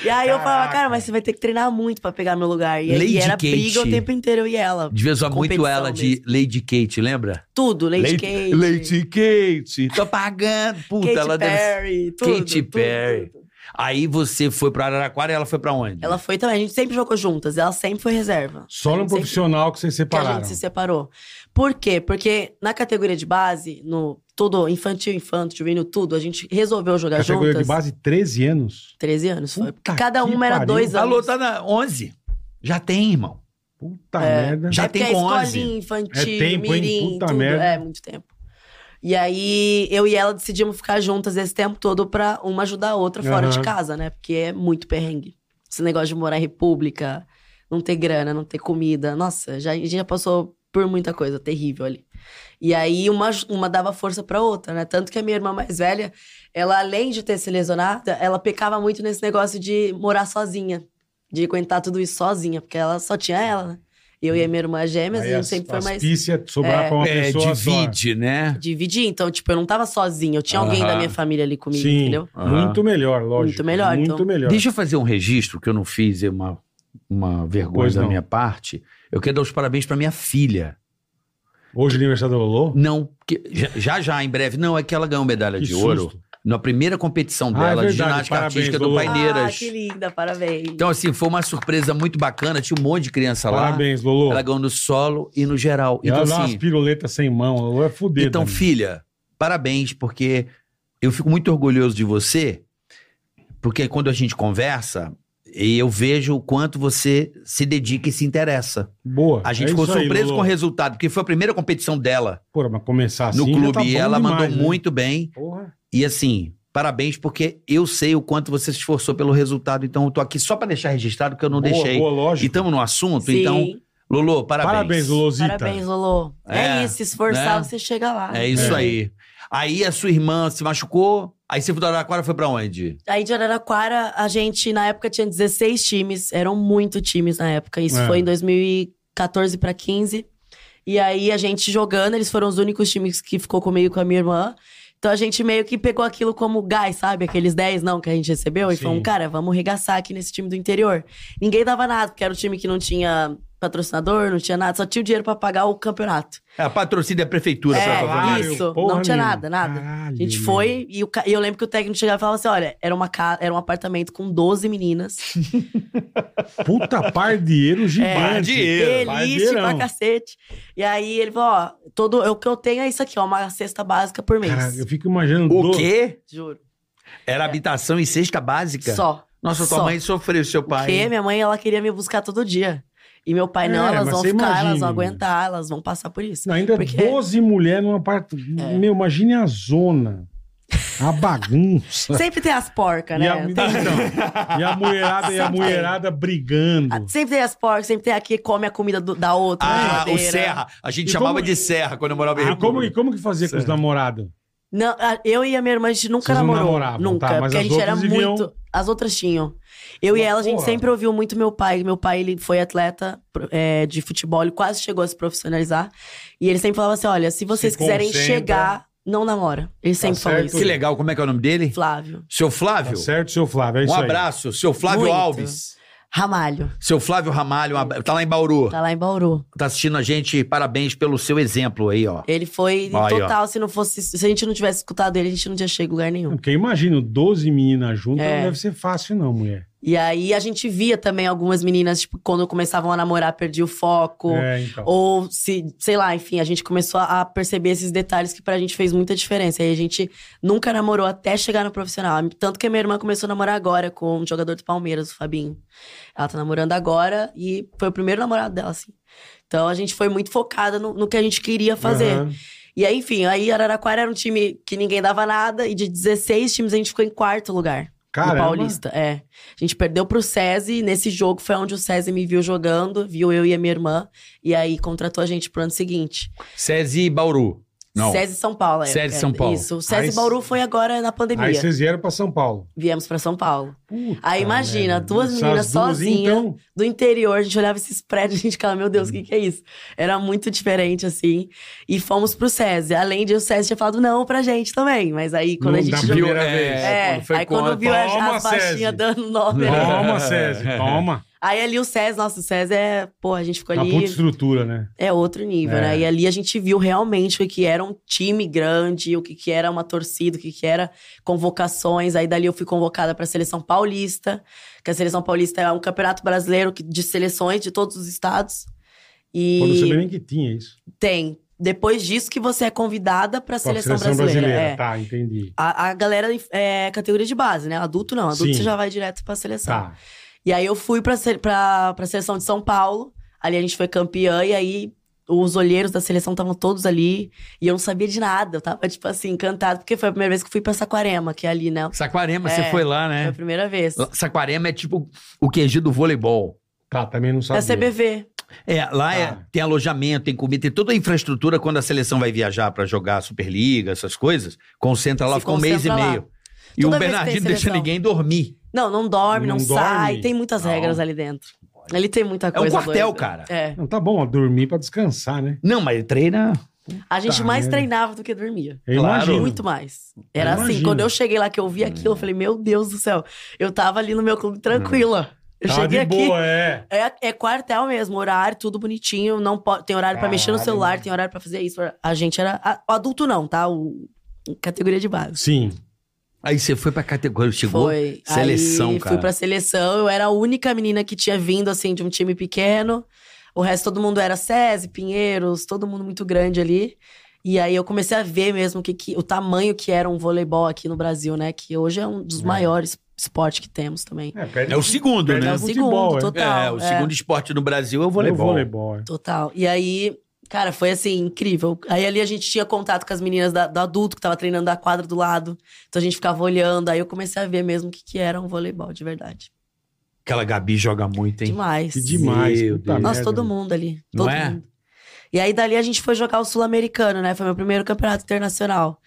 Speaker 5: E aí eu falava, cara, mas você vai ter que treinar muito pra pegar meu lugar. E, e
Speaker 3: Lady
Speaker 5: era
Speaker 3: Kate.
Speaker 5: briga o tempo inteiro, eu e ela.
Speaker 3: Devia zoar muito
Speaker 5: Competição
Speaker 3: ela de Lady Kate, lembra?
Speaker 5: Tudo, Lady, Kate.
Speaker 3: Lady Kate. Tô pagando. Puta,
Speaker 5: Katy
Speaker 3: ela deve ser.
Speaker 5: Perry, tudo.
Speaker 3: Katy
Speaker 5: tudo,
Speaker 3: Perry.
Speaker 5: tudo.
Speaker 3: Aí você foi pra Araraquara e ela foi pra onde?
Speaker 5: Ela foi também, a gente sempre jogou juntas, ela sempre foi reserva.
Speaker 2: Só no
Speaker 5: Sempre-
Speaker 2: profissional que vocês
Speaker 5: que a
Speaker 2: separaram.
Speaker 5: gente se separou. Por quê? Porque na categoria de base, no tudo infantil, infanto, juvenil, tudo, a gente resolveu jogar
Speaker 2: Categoria
Speaker 5: juntas.
Speaker 2: de base, 13 anos.
Speaker 5: 13 anos foi.
Speaker 2: Puta
Speaker 5: Cada
Speaker 2: que
Speaker 5: uma era
Speaker 2: pariu.
Speaker 5: dois anos.
Speaker 3: Alô, tá na 11. Já tem, irmão.
Speaker 2: Puta
Speaker 5: É.
Speaker 2: merda.
Speaker 3: Já
Speaker 5: é porque
Speaker 3: tem
Speaker 5: é
Speaker 3: com 11.
Speaker 5: escolinha infantil,
Speaker 2: É tempo, hein?
Speaker 5: mirim,
Speaker 2: Puta
Speaker 5: tudo.
Speaker 2: merda.
Speaker 5: É, muito tempo. E aí, eu e ela decidimos ficar juntas esse tempo todo pra uma ajudar a outra fora
Speaker 2: Aham.
Speaker 5: de casa, né? Porque é muito perrengue. Esse negócio de morar em república, não ter grana, não ter comida. Nossa, já, a gente já passou por muita coisa terrível ali. E aí, uma, aj- uma dava força pra outra, né? Tanto que a minha irmã mais velha, ela além de ter se lesionado, ela pecava muito nesse negócio de morar sozinha. De aguentar tudo isso sozinha, porque ela só tinha ela, né? Eu e a minha irmã gêmeas, a
Speaker 2: Aí
Speaker 5: gente
Speaker 2: as-
Speaker 5: sempre foi
Speaker 2: as
Speaker 5: mais
Speaker 2: pícias sobraram
Speaker 5: É.
Speaker 2: pra uma
Speaker 3: É,
Speaker 2: pessoa
Speaker 3: divide, né?
Speaker 5: dividir. Então, tipo, eu não tava sozinha, eu tinha alguém
Speaker 3: Aham.
Speaker 5: da minha família ali
Speaker 2: só.
Speaker 5: comigo,
Speaker 2: Sim,
Speaker 5: entendeu?
Speaker 3: Aham.
Speaker 2: muito melhor, lógico.
Speaker 5: Muito melhor,
Speaker 2: Muito
Speaker 5: então.
Speaker 2: melhor.
Speaker 3: Deixa eu fazer um registro que eu não fiz, é uma, uma vergonha
Speaker 2: Pois
Speaker 3: da
Speaker 2: não.
Speaker 3: minha parte. Eu quero dar os parabéns pra minha filha.
Speaker 2: Hoje, aniversário do Lolo?
Speaker 3: Não, porque já, já já, em breve. Não, é que ela ganhou medalha de ouro na primeira competição
Speaker 2: Ah,
Speaker 3: dela
Speaker 2: é
Speaker 3: de
Speaker 2: verdade.
Speaker 3: ginástica
Speaker 2: Parabéns,
Speaker 3: artística do
Speaker 2: Lulu.
Speaker 5: Ah,
Speaker 3: Paineiras.
Speaker 5: que linda, parabéns.
Speaker 3: então, assim, foi uma surpresa muito bacana. Tinha um monte de criança
Speaker 2: Parabéns, Lolo.
Speaker 3: lá. Ela
Speaker 2: Ela,
Speaker 3: ganhou no solo e no geral. Então,
Speaker 2: dá
Speaker 3: assim,
Speaker 2: umas piruletas sem mão, Lolo é fuder.
Speaker 3: Então,
Speaker 2: também.
Speaker 3: filha, parabéns, porque eu fico muito orgulhoso de você, porque quando a gente conversa, e eu vejo o quanto você se dedica e se interessa.
Speaker 2: Boa.
Speaker 3: A gente
Speaker 2: é
Speaker 3: ficou
Speaker 2: isso aí,
Speaker 3: surpreso
Speaker 2: Lolo.
Speaker 3: com o resultado, porque foi a primeira competição dela
Speaker 2: Porra, mas começar assim
Speaker 3: no
Speaker 2: já
Speaker 3: clube
Speaker 2: tá
Speaker 3: e
Speaker 2: bom
Speaker 3: ela
Speaker 2: demais, né?
Speaker 3: mandou muito bem.
Speaker 2: Porra.
Speaker 3: E assim, parabéns, porque eu sei o quanto você se esforçou pelo resultado. Então, eu tô aqui só pra deixar registrado que eu não
Speaker 2: Boa,
Speaker 3: deixei.
Speaker 2: Boa,
Speaker 3: E
Speaker 2: lógico.
Speaker 3: estamos no assunto,
Speaker 5: Sim.
Speaker 3: então, Lolo, parabéns.
Speaker 2: Parabéns, Lolosita.
Speaker 5: Parabéns, Lolo. É,
Speaker 3: É,
Speaker 5: isso, se esforçar,
Speaker 3: né?
Speaker 5: você chega lá.
Speaker 3: É isso
Speaker 2: É.
Speaker 3: aí. Aí a sua irmã se machucou, aí você foi do Araraquara foi pra onde?
Speaker 5: Aí de Araraquara, a gente na época tinha 16 times, eram muito times na época. Isso
Speaker 2: É.
Speaker 5: foi em 2014 pra 15. E aí a gente jogando, eles foram os únicos times que ficou comigo e com a minha irmã. Então a gente meio que pegou aquilo como gás, sabe? Aqueles 10 não que a gente recebeu e
Speaker 2: Sim.
Speaker 5: falamos, cara, vamos regaçar aqui nesse time do interior. Ninguém dava nada, porque era um time que não tinha patrocinador, não tinha nada, só tinha o dinheiro pra pagar o campeonato.
Speaker 6: É, patrocínio da prefeitura,
Speaker 5: É,
Speaker 6: provavelmente.
Speaker 5: isso. não tinha nada, nada. A gente foi e, o ca- e eu lembro que o técnico chegava e falava assim: olha, era, uma ca... era um apartamento com 12 meninas.
Speaker 2: Puta pardieiro gigante.
Speaker 6: Pardieiro,
Speaker 5: Elite É, pra
Speaker 2: pardieirão.
Speaker 5: cacete. E aí ele falou: ó, todo... o que eu tenho é isso aqui, ó, uma cesta básica por mês.
Speaker 2: Cara, eu fico imaginando.
Speaker 6: O
Speaker 2: do-
Speaker 6: quê?
Speaker 5: Juro.
Speaker 6: Era habitação e cesta básica?
Speaker 5: Só.
Speaker 6: Nossa, tua
Speaker 5: Só.
Speaker 6: mãe sofreu, seu pai.
Speaker 5: Porque minha mãe, ela queria me buscar todo dia. E meu pai, não,
Speaker 2: É,
Speaker 5: elas
Speaker 2: mas
Speaker 5: vão
Speaker 2: você
Speaker 5: ficar, elas
Speaker 2: imagina,
Speaker 5: vão aguentar, elas vão passar por isso.
Speaker 2: Não, ainda
Speaker 5: Porque- É.
Speaker 2: 12 mulheres num apartamento. Meu, imagine a zona. A bagunça.
Speaker 5: Sempre tem as porcas,
Speaker 2: E
Speaker 5: né?
Speaker 2: a, então, e a mulherada, e a
Speaker 5: Sempre.
Speaker 2: mulherada brigando.
Speaker 5: Tem- Sempre tem as porcas, sempre tem a que come a comida do- da outra. né? na
Speaker 6: Ah, o
Speaker 5: geladeira.
Speaker 6: Serra. A gente
Speaker 2: E
Speaker 6: chamava
Speaker 2: como-
Speaker 6: de Serra quando eu morava em
Speaker 2: Ah, como, e
Speaker 6: República.
Speaker 2: como que fazia com os namorados?
Speaker 5: Não, a- eu e a minha irmã, a gente nunca
Speaker 2: Vocês não
Speaker 5: namorou.
Speaker 2: namoravam,
Speaker 5: nunca.
Speaker 2: tá, mas
Speaker 5: porque a
Speaker 2: as
Speaker 5: gente era
Speaker 2: outras deviam-
Speaker 5: muito. As outras tinham. Eu e
Speaker 2: Mas,
Speaker 5: ela, a gente
Speaker 2: porra.
Speaker 5: sempre ouviu muito meu pai. Meu pai, ele foi atleta pro- é, de futebol, ele quase chegou a se profissionalizar. E ele sempre falava assim: olha, se vocês
Speaker 2: Se
Speaker 5: quiserem
Speaker 2: concentra. Tá
Speaker 5: chegar, não namora. Ele sempre falou
Speaker 2: certo.
Speaker 5: isso.
Speaker 6: Que legal, como é que é o nome dele?
Speaker 5: Flávio.
Speaker 6: Seu
Speaker 2: Tá
Speaker 6: Flávio?
Speaker 2: certo, seu Flávio? É isso
Speaker 6: um
Speaker 2: aí.
Speaker 6: abraço. Seu Flávio
Speaker 5: Muito.
Speaker 6: Alves.
Speaker 5: Ramalho,
Speaker 6: Seu Flávio Ramalho, um abra- tá lá em Bauru.
Speaker 5: tá lá em Bauru.
Speaker 6: Tá assistindo a gente, parabéns pelo seu exemplo aí, ó.
Speaker 5: Ele foi
Speaker 6: Aí, ó.
Speaker 5: total, se não fosse. Se a gente não tivesse escutado ele, a gente não tinha chego em lugar nenhum.
Speaker 2: Porque eu imagino, 12 meninas juntas
Speaker 5: É.
Speaker 2: não deve ser fácil, não, mulher.
Speaker 5: E aí a gente via também algumas meninas, tipo, quando começavam a namorar, perdia o foco.
Speaker 2: É, então.
Speaker 5: Ou se, sei lá, enfim, a gente começou a perceber esses detalhes que pra gente fez muita diferença. E a gente nunca namorou até chegar no profissional. Tanto que a minha irmã começou a namorar agora com um jogador do Palmeiras, o Fabinho. Ela tá namorando agora e foi o primeiro namorado dela, assim. Então a gente foi muito focada no, no que a gente queria fazer. um
Speaker 2: Aham.
Speaker 5: E aí, enfim, aí Araraquara era um time que ninguém dava nada. E de 16 times a gente ficou em quarto lugar.
Speaker 2: Caramba.
Speaker 5: No Paulista, é. A gente perdeu pro SESI. Nesse jogo foi onde o SESI me viu jogando, viu eu e a minha irmã. E aí contratou a gente pro ano seguinte.
Speaker 6: César e Bauru. Não.
Speaker 5: SESI São Paulo. é,
Speaker 6: SESI
Speaker 5: é,
Speaker 6: São Paulo.
Speaker 5: Isso. O SESI
Speaker 2: Aí-
Speaker 5: Bauru foi agora na pandemia.
Speaker 2: Aí vocês vieram pra São Paulo.
Speaker 5: Viemos pra São Paulo.
Speaker 2: Puta
Speaker 5: Aí imagina,
Speaker 2: merda.
Speaker 5: duas
Speaker 2: Essas
Speaker 5: meninas sozinhas.
Speaker 2: Então,
Speaker 5: Do interior, a gente olhava esses prédios e a gente ficava, meu Deus, o
Speaker 2: Uhum.
Speaker 5: que que é isso? Era muito diferente, assim. E fomos pro SESI. Além disso, o SESI tinha falado não pra gente também. Mas aí, quando
Speaker 2: Não
Speaker 5: a gente
Speaker 2: dá
Speaker 5: jogou...
Speaker 2: primeira
Speaker 6: Viu, é,
Speaker 2: vez.
Speaker 5: É,
Speaker 6: quando foi
Speaker 5: aí quando
Speaker 6: contra-
Speaker 5: viu as,
Speaker 2: Toma,
Speaker 5: as baixinhas
Speaker 2: Sesi.
Speaker 5: dando nome, né?
Speaker 2: Toma, César, toma.
Speaker 5: Aí ali o César, nossa, o César é. Pô, a gente ficou
Speaker 2: Uma puta
Speaker 5: ali.
Speaker 2: estrutura, né?
Speaker 5: É outro nível,
Speaker 2: É.
Speaker 5: né? E ali a gente viu realmente o que era um time grande, o que, que era uma torcida, o que, que era convocações. Aí dali eu fui convocada pra Seleção Paulista, que a Seleção Paulista é um campeonato brasileiro que- de seleções de todos os estados. E
Speaker 2: Quando eu sabia nem que tinha isso.
Speaker 5: tem. Depois disso que você é convidada pra
Speaker 2: Pra
Speaker 5: Seleção, Brasileira. é.
Speaker 2: Tá, entendi.
Speaker 5: A, a galera é categoria de base, né? Adulto não, adulto
Speaker 2: Sim.
Speaker 5: você já vai direto pra seleção.
Speaker 2: Tá.
Speaker 5: E aí eu fui pra, se- pra, pra seleção de São Paulo. Ali a gente foi campeã e aí os olheiros da seleção estavam todos ali. E eu não sabia de nada. Eu tava, tipo assim, encantada. Porque foi a primeira vez que eu fui pra Saquarema, que é ali, né?
Speaker 6: Saquarema,
Speaker 5: É.
Speaker 6: você foi lá,
Speaker 5: Foi a
Speaker 6: né?
Speaker 5: primeira vez.
Speaker 6: Saquarema é tipo o QG do voleibol.
Speaker 2: Tá, também não sabia.
Speaker 5: Da CBV.
Speaker 6: É, lá é-
Speaker 2: Tá.
Speaker 6: tem alojamento, tem comida, tem toda a infraestrutura quando a seleção vai viajar pra jogar Superliga, essas coisas, concentra lá,
Speaker 5: Se
Speaker 6: fica um mês e
Speaker 5: concentra lá.
Speaker 6: meio. E
Speaker 5: Toda
Speaker 6: o
Speaker 5: vez que tem
Speaker 6: Bernardino não deixa
Speaker 5: seleção.
Speaker 6: ninguém dormir.
Speaker 5: Não, não dorme, não,
Speaker 2: Não
Speaker 5: sai.
Speaker 2: dorme?
Speaker 5: Tem muitas
Speaker 6: Não.
Speaker 5: regras ali dentro. Ele tem muita
Speaker 6: É um
Speaker 5: coisa.
Speaker 6: quartel,
Speaker 5: doida.
Speaker 6: cara.
Speaker 5: É.
Speaker 2: Não, tá bom, ó, dormir pra descansar, né?
Speaker 6: Não, mas ele treina.
Speaker 5: A gente
Speaker 2: Tá,
Speaker 5: mais
Speaker 2: né?
Speaker 5: treinava do que dormia.
Speaker 2: Eu
Speaker 6: Claro.
Speaker 2: imagino.
Speaker 5: Muito mais. Era assim,
Speaker 2: Imagino.
Speaker 5: quando eu cheguei lá, que eu vi aquilo, eu falei, meu Deus do céu. Eu tava ali no meu clube tranquila. Eu
Speaker 2: Tava
Speaker 5: cheguei
Speaker 2: Tá de
Speaker 5: aqui.
Speaker 2: boa, é.
Speaker 5: É, é quartel mesmo, horário, tudo bonitinho. Não pode, tem horário pra
Speaker 2: Caralho,
Speaker 5: mexer no celular,
Speaker 2: né?
Speaker 5: tem horário pra fazer isso. A gente era. a- o adulto não, tá? O, categoria de base.
Speaker 2: Sim.
Speaker 6: Aí você foi pra categoria, chegou.
Speaker 5: Foi.
Speaker 6: Seleção,
Speaker 5: Aí
Speaker 6: cara.
Speaker 5: fui pra seleção. Eu era a única menina que tinha vindo, assim, de um time pequeno. O resto, todo mundo era SESI, Pinheiros, todo mundo muito grande ali. E aí eu comecei a ver mesmo o que, que- o tamanho que era um voleibol aqui no Brasil, né? Que hoje é um dos
Speaker 2: É.
Speaker 5: maiores esportes que temos também.
Speaker 2: É, perde-
Speaker 6: É o segundo,
Speaker 2: perde
Speaker 6: né?
Speaker 5: É o
Speaker 2: futebol,
Speaker 5: segundo,
Speaker 2: é.
Speaker 5: total.
Speaker 6: é, o segundo esporte no Brasil é o
Speaker 2: é o
Speaker 6: voleibol.
Speaker 2: voleibol. é.
Speaker 5: Total. E aí, cara, foi assim, incrível. Aí ali a gente tinha contato com as meninas da- do adulto que tava treinando da quadra do lado. Então a gente ficava olhando. Aí eu comecei a ver mesmo o que, que era um voleibol, de verdade.
Speaker 6: Aquela Gabi joga muito, hein?
Speaker 5: Demais.
Speaker 2: Que demais.
Speaker 6: Meu
Speaker 2: puta
Speaker 6: Deus.
Speaker 5: Nossa,
Speaker 2: merda.
Speaker 5: todo mundo ali.
Speaker 6: Não
Speaker 5: Todo
Speaker 6: é?
Speaker 5: mundo. E aí dali a gente foi jogar o Sul-Americano, né? Foi meu primeiro campeonato internacional.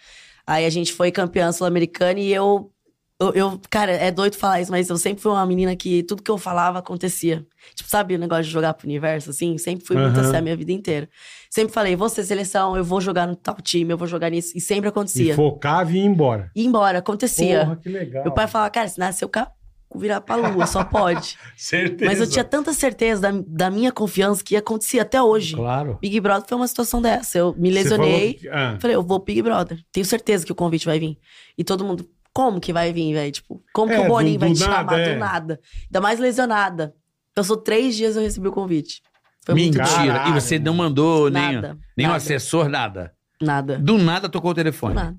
Speaker 5: Aí a gente foi campeã sul-americana e eu Eu, eu- cara, é doido falar isso, mas eu sempre fui uma menina que tudo que eu falava acontecia. Tipo, sabe o negócio de jogar pro universo, assim? Sempre fui muito
Speaker 2: Aham.
Speaker 5: assim a minha vida inteira. Sempre falei, vou ser seleção, eu vou jogar no tal time, eu vou jogar nisso. E
Speaker 2: E
Speaker 5: sempre acontecia.
Speaker 2: focava e ia embora.
Speaker 5: E embora, acontecia.
Speaker 2: Porra, que legal.
Speaker 5: Meu pai falava, cara, se nasceu cá, virar pra lua, só pode.
Speaker 2: Certeza.
Speaker 5: mas eu tinha tanta certeza da, da minha confiança que acontecia até hoje.
Speaker 2: Claro.
Speaker 5: Big Brother foi uma situação dessa. Eu me
Speaker 2: Você falou
Speaker 5: lesionei.
Speaker 2: que- ah,
Speaker 5: Falei, eu vou pro Big Brother. Tenho certeza que o convite vai vir. E todo mundo, como que vai vir, velho? Tipo, como
Speaker 2: É,
Speaker 5: que o
Speaker 2: do-
Speaker 5: Boninho
Speaker 2: do
Speaker 5: vai te
Speaker 2: nada,
Speaker 5: chamar
Speaker 2: é.
Speaker 5: do nada? Ainda mais lesionada. Passou três dias eu recebi o convite. Foi muito
Speaker 3: Mentira.
Speaker 5: doido.
Speaker 2: Caralho.
Speaker 3: E você não mandou nem,
Speaker 5: Nada.
Speaker 3: nem um
Speaker 5: nada,
Speaker 3: assessor, nada.
Speaker 5: Nada.
Speaker 3: Do nada tocou o telefone.
Speaker 5: Nada.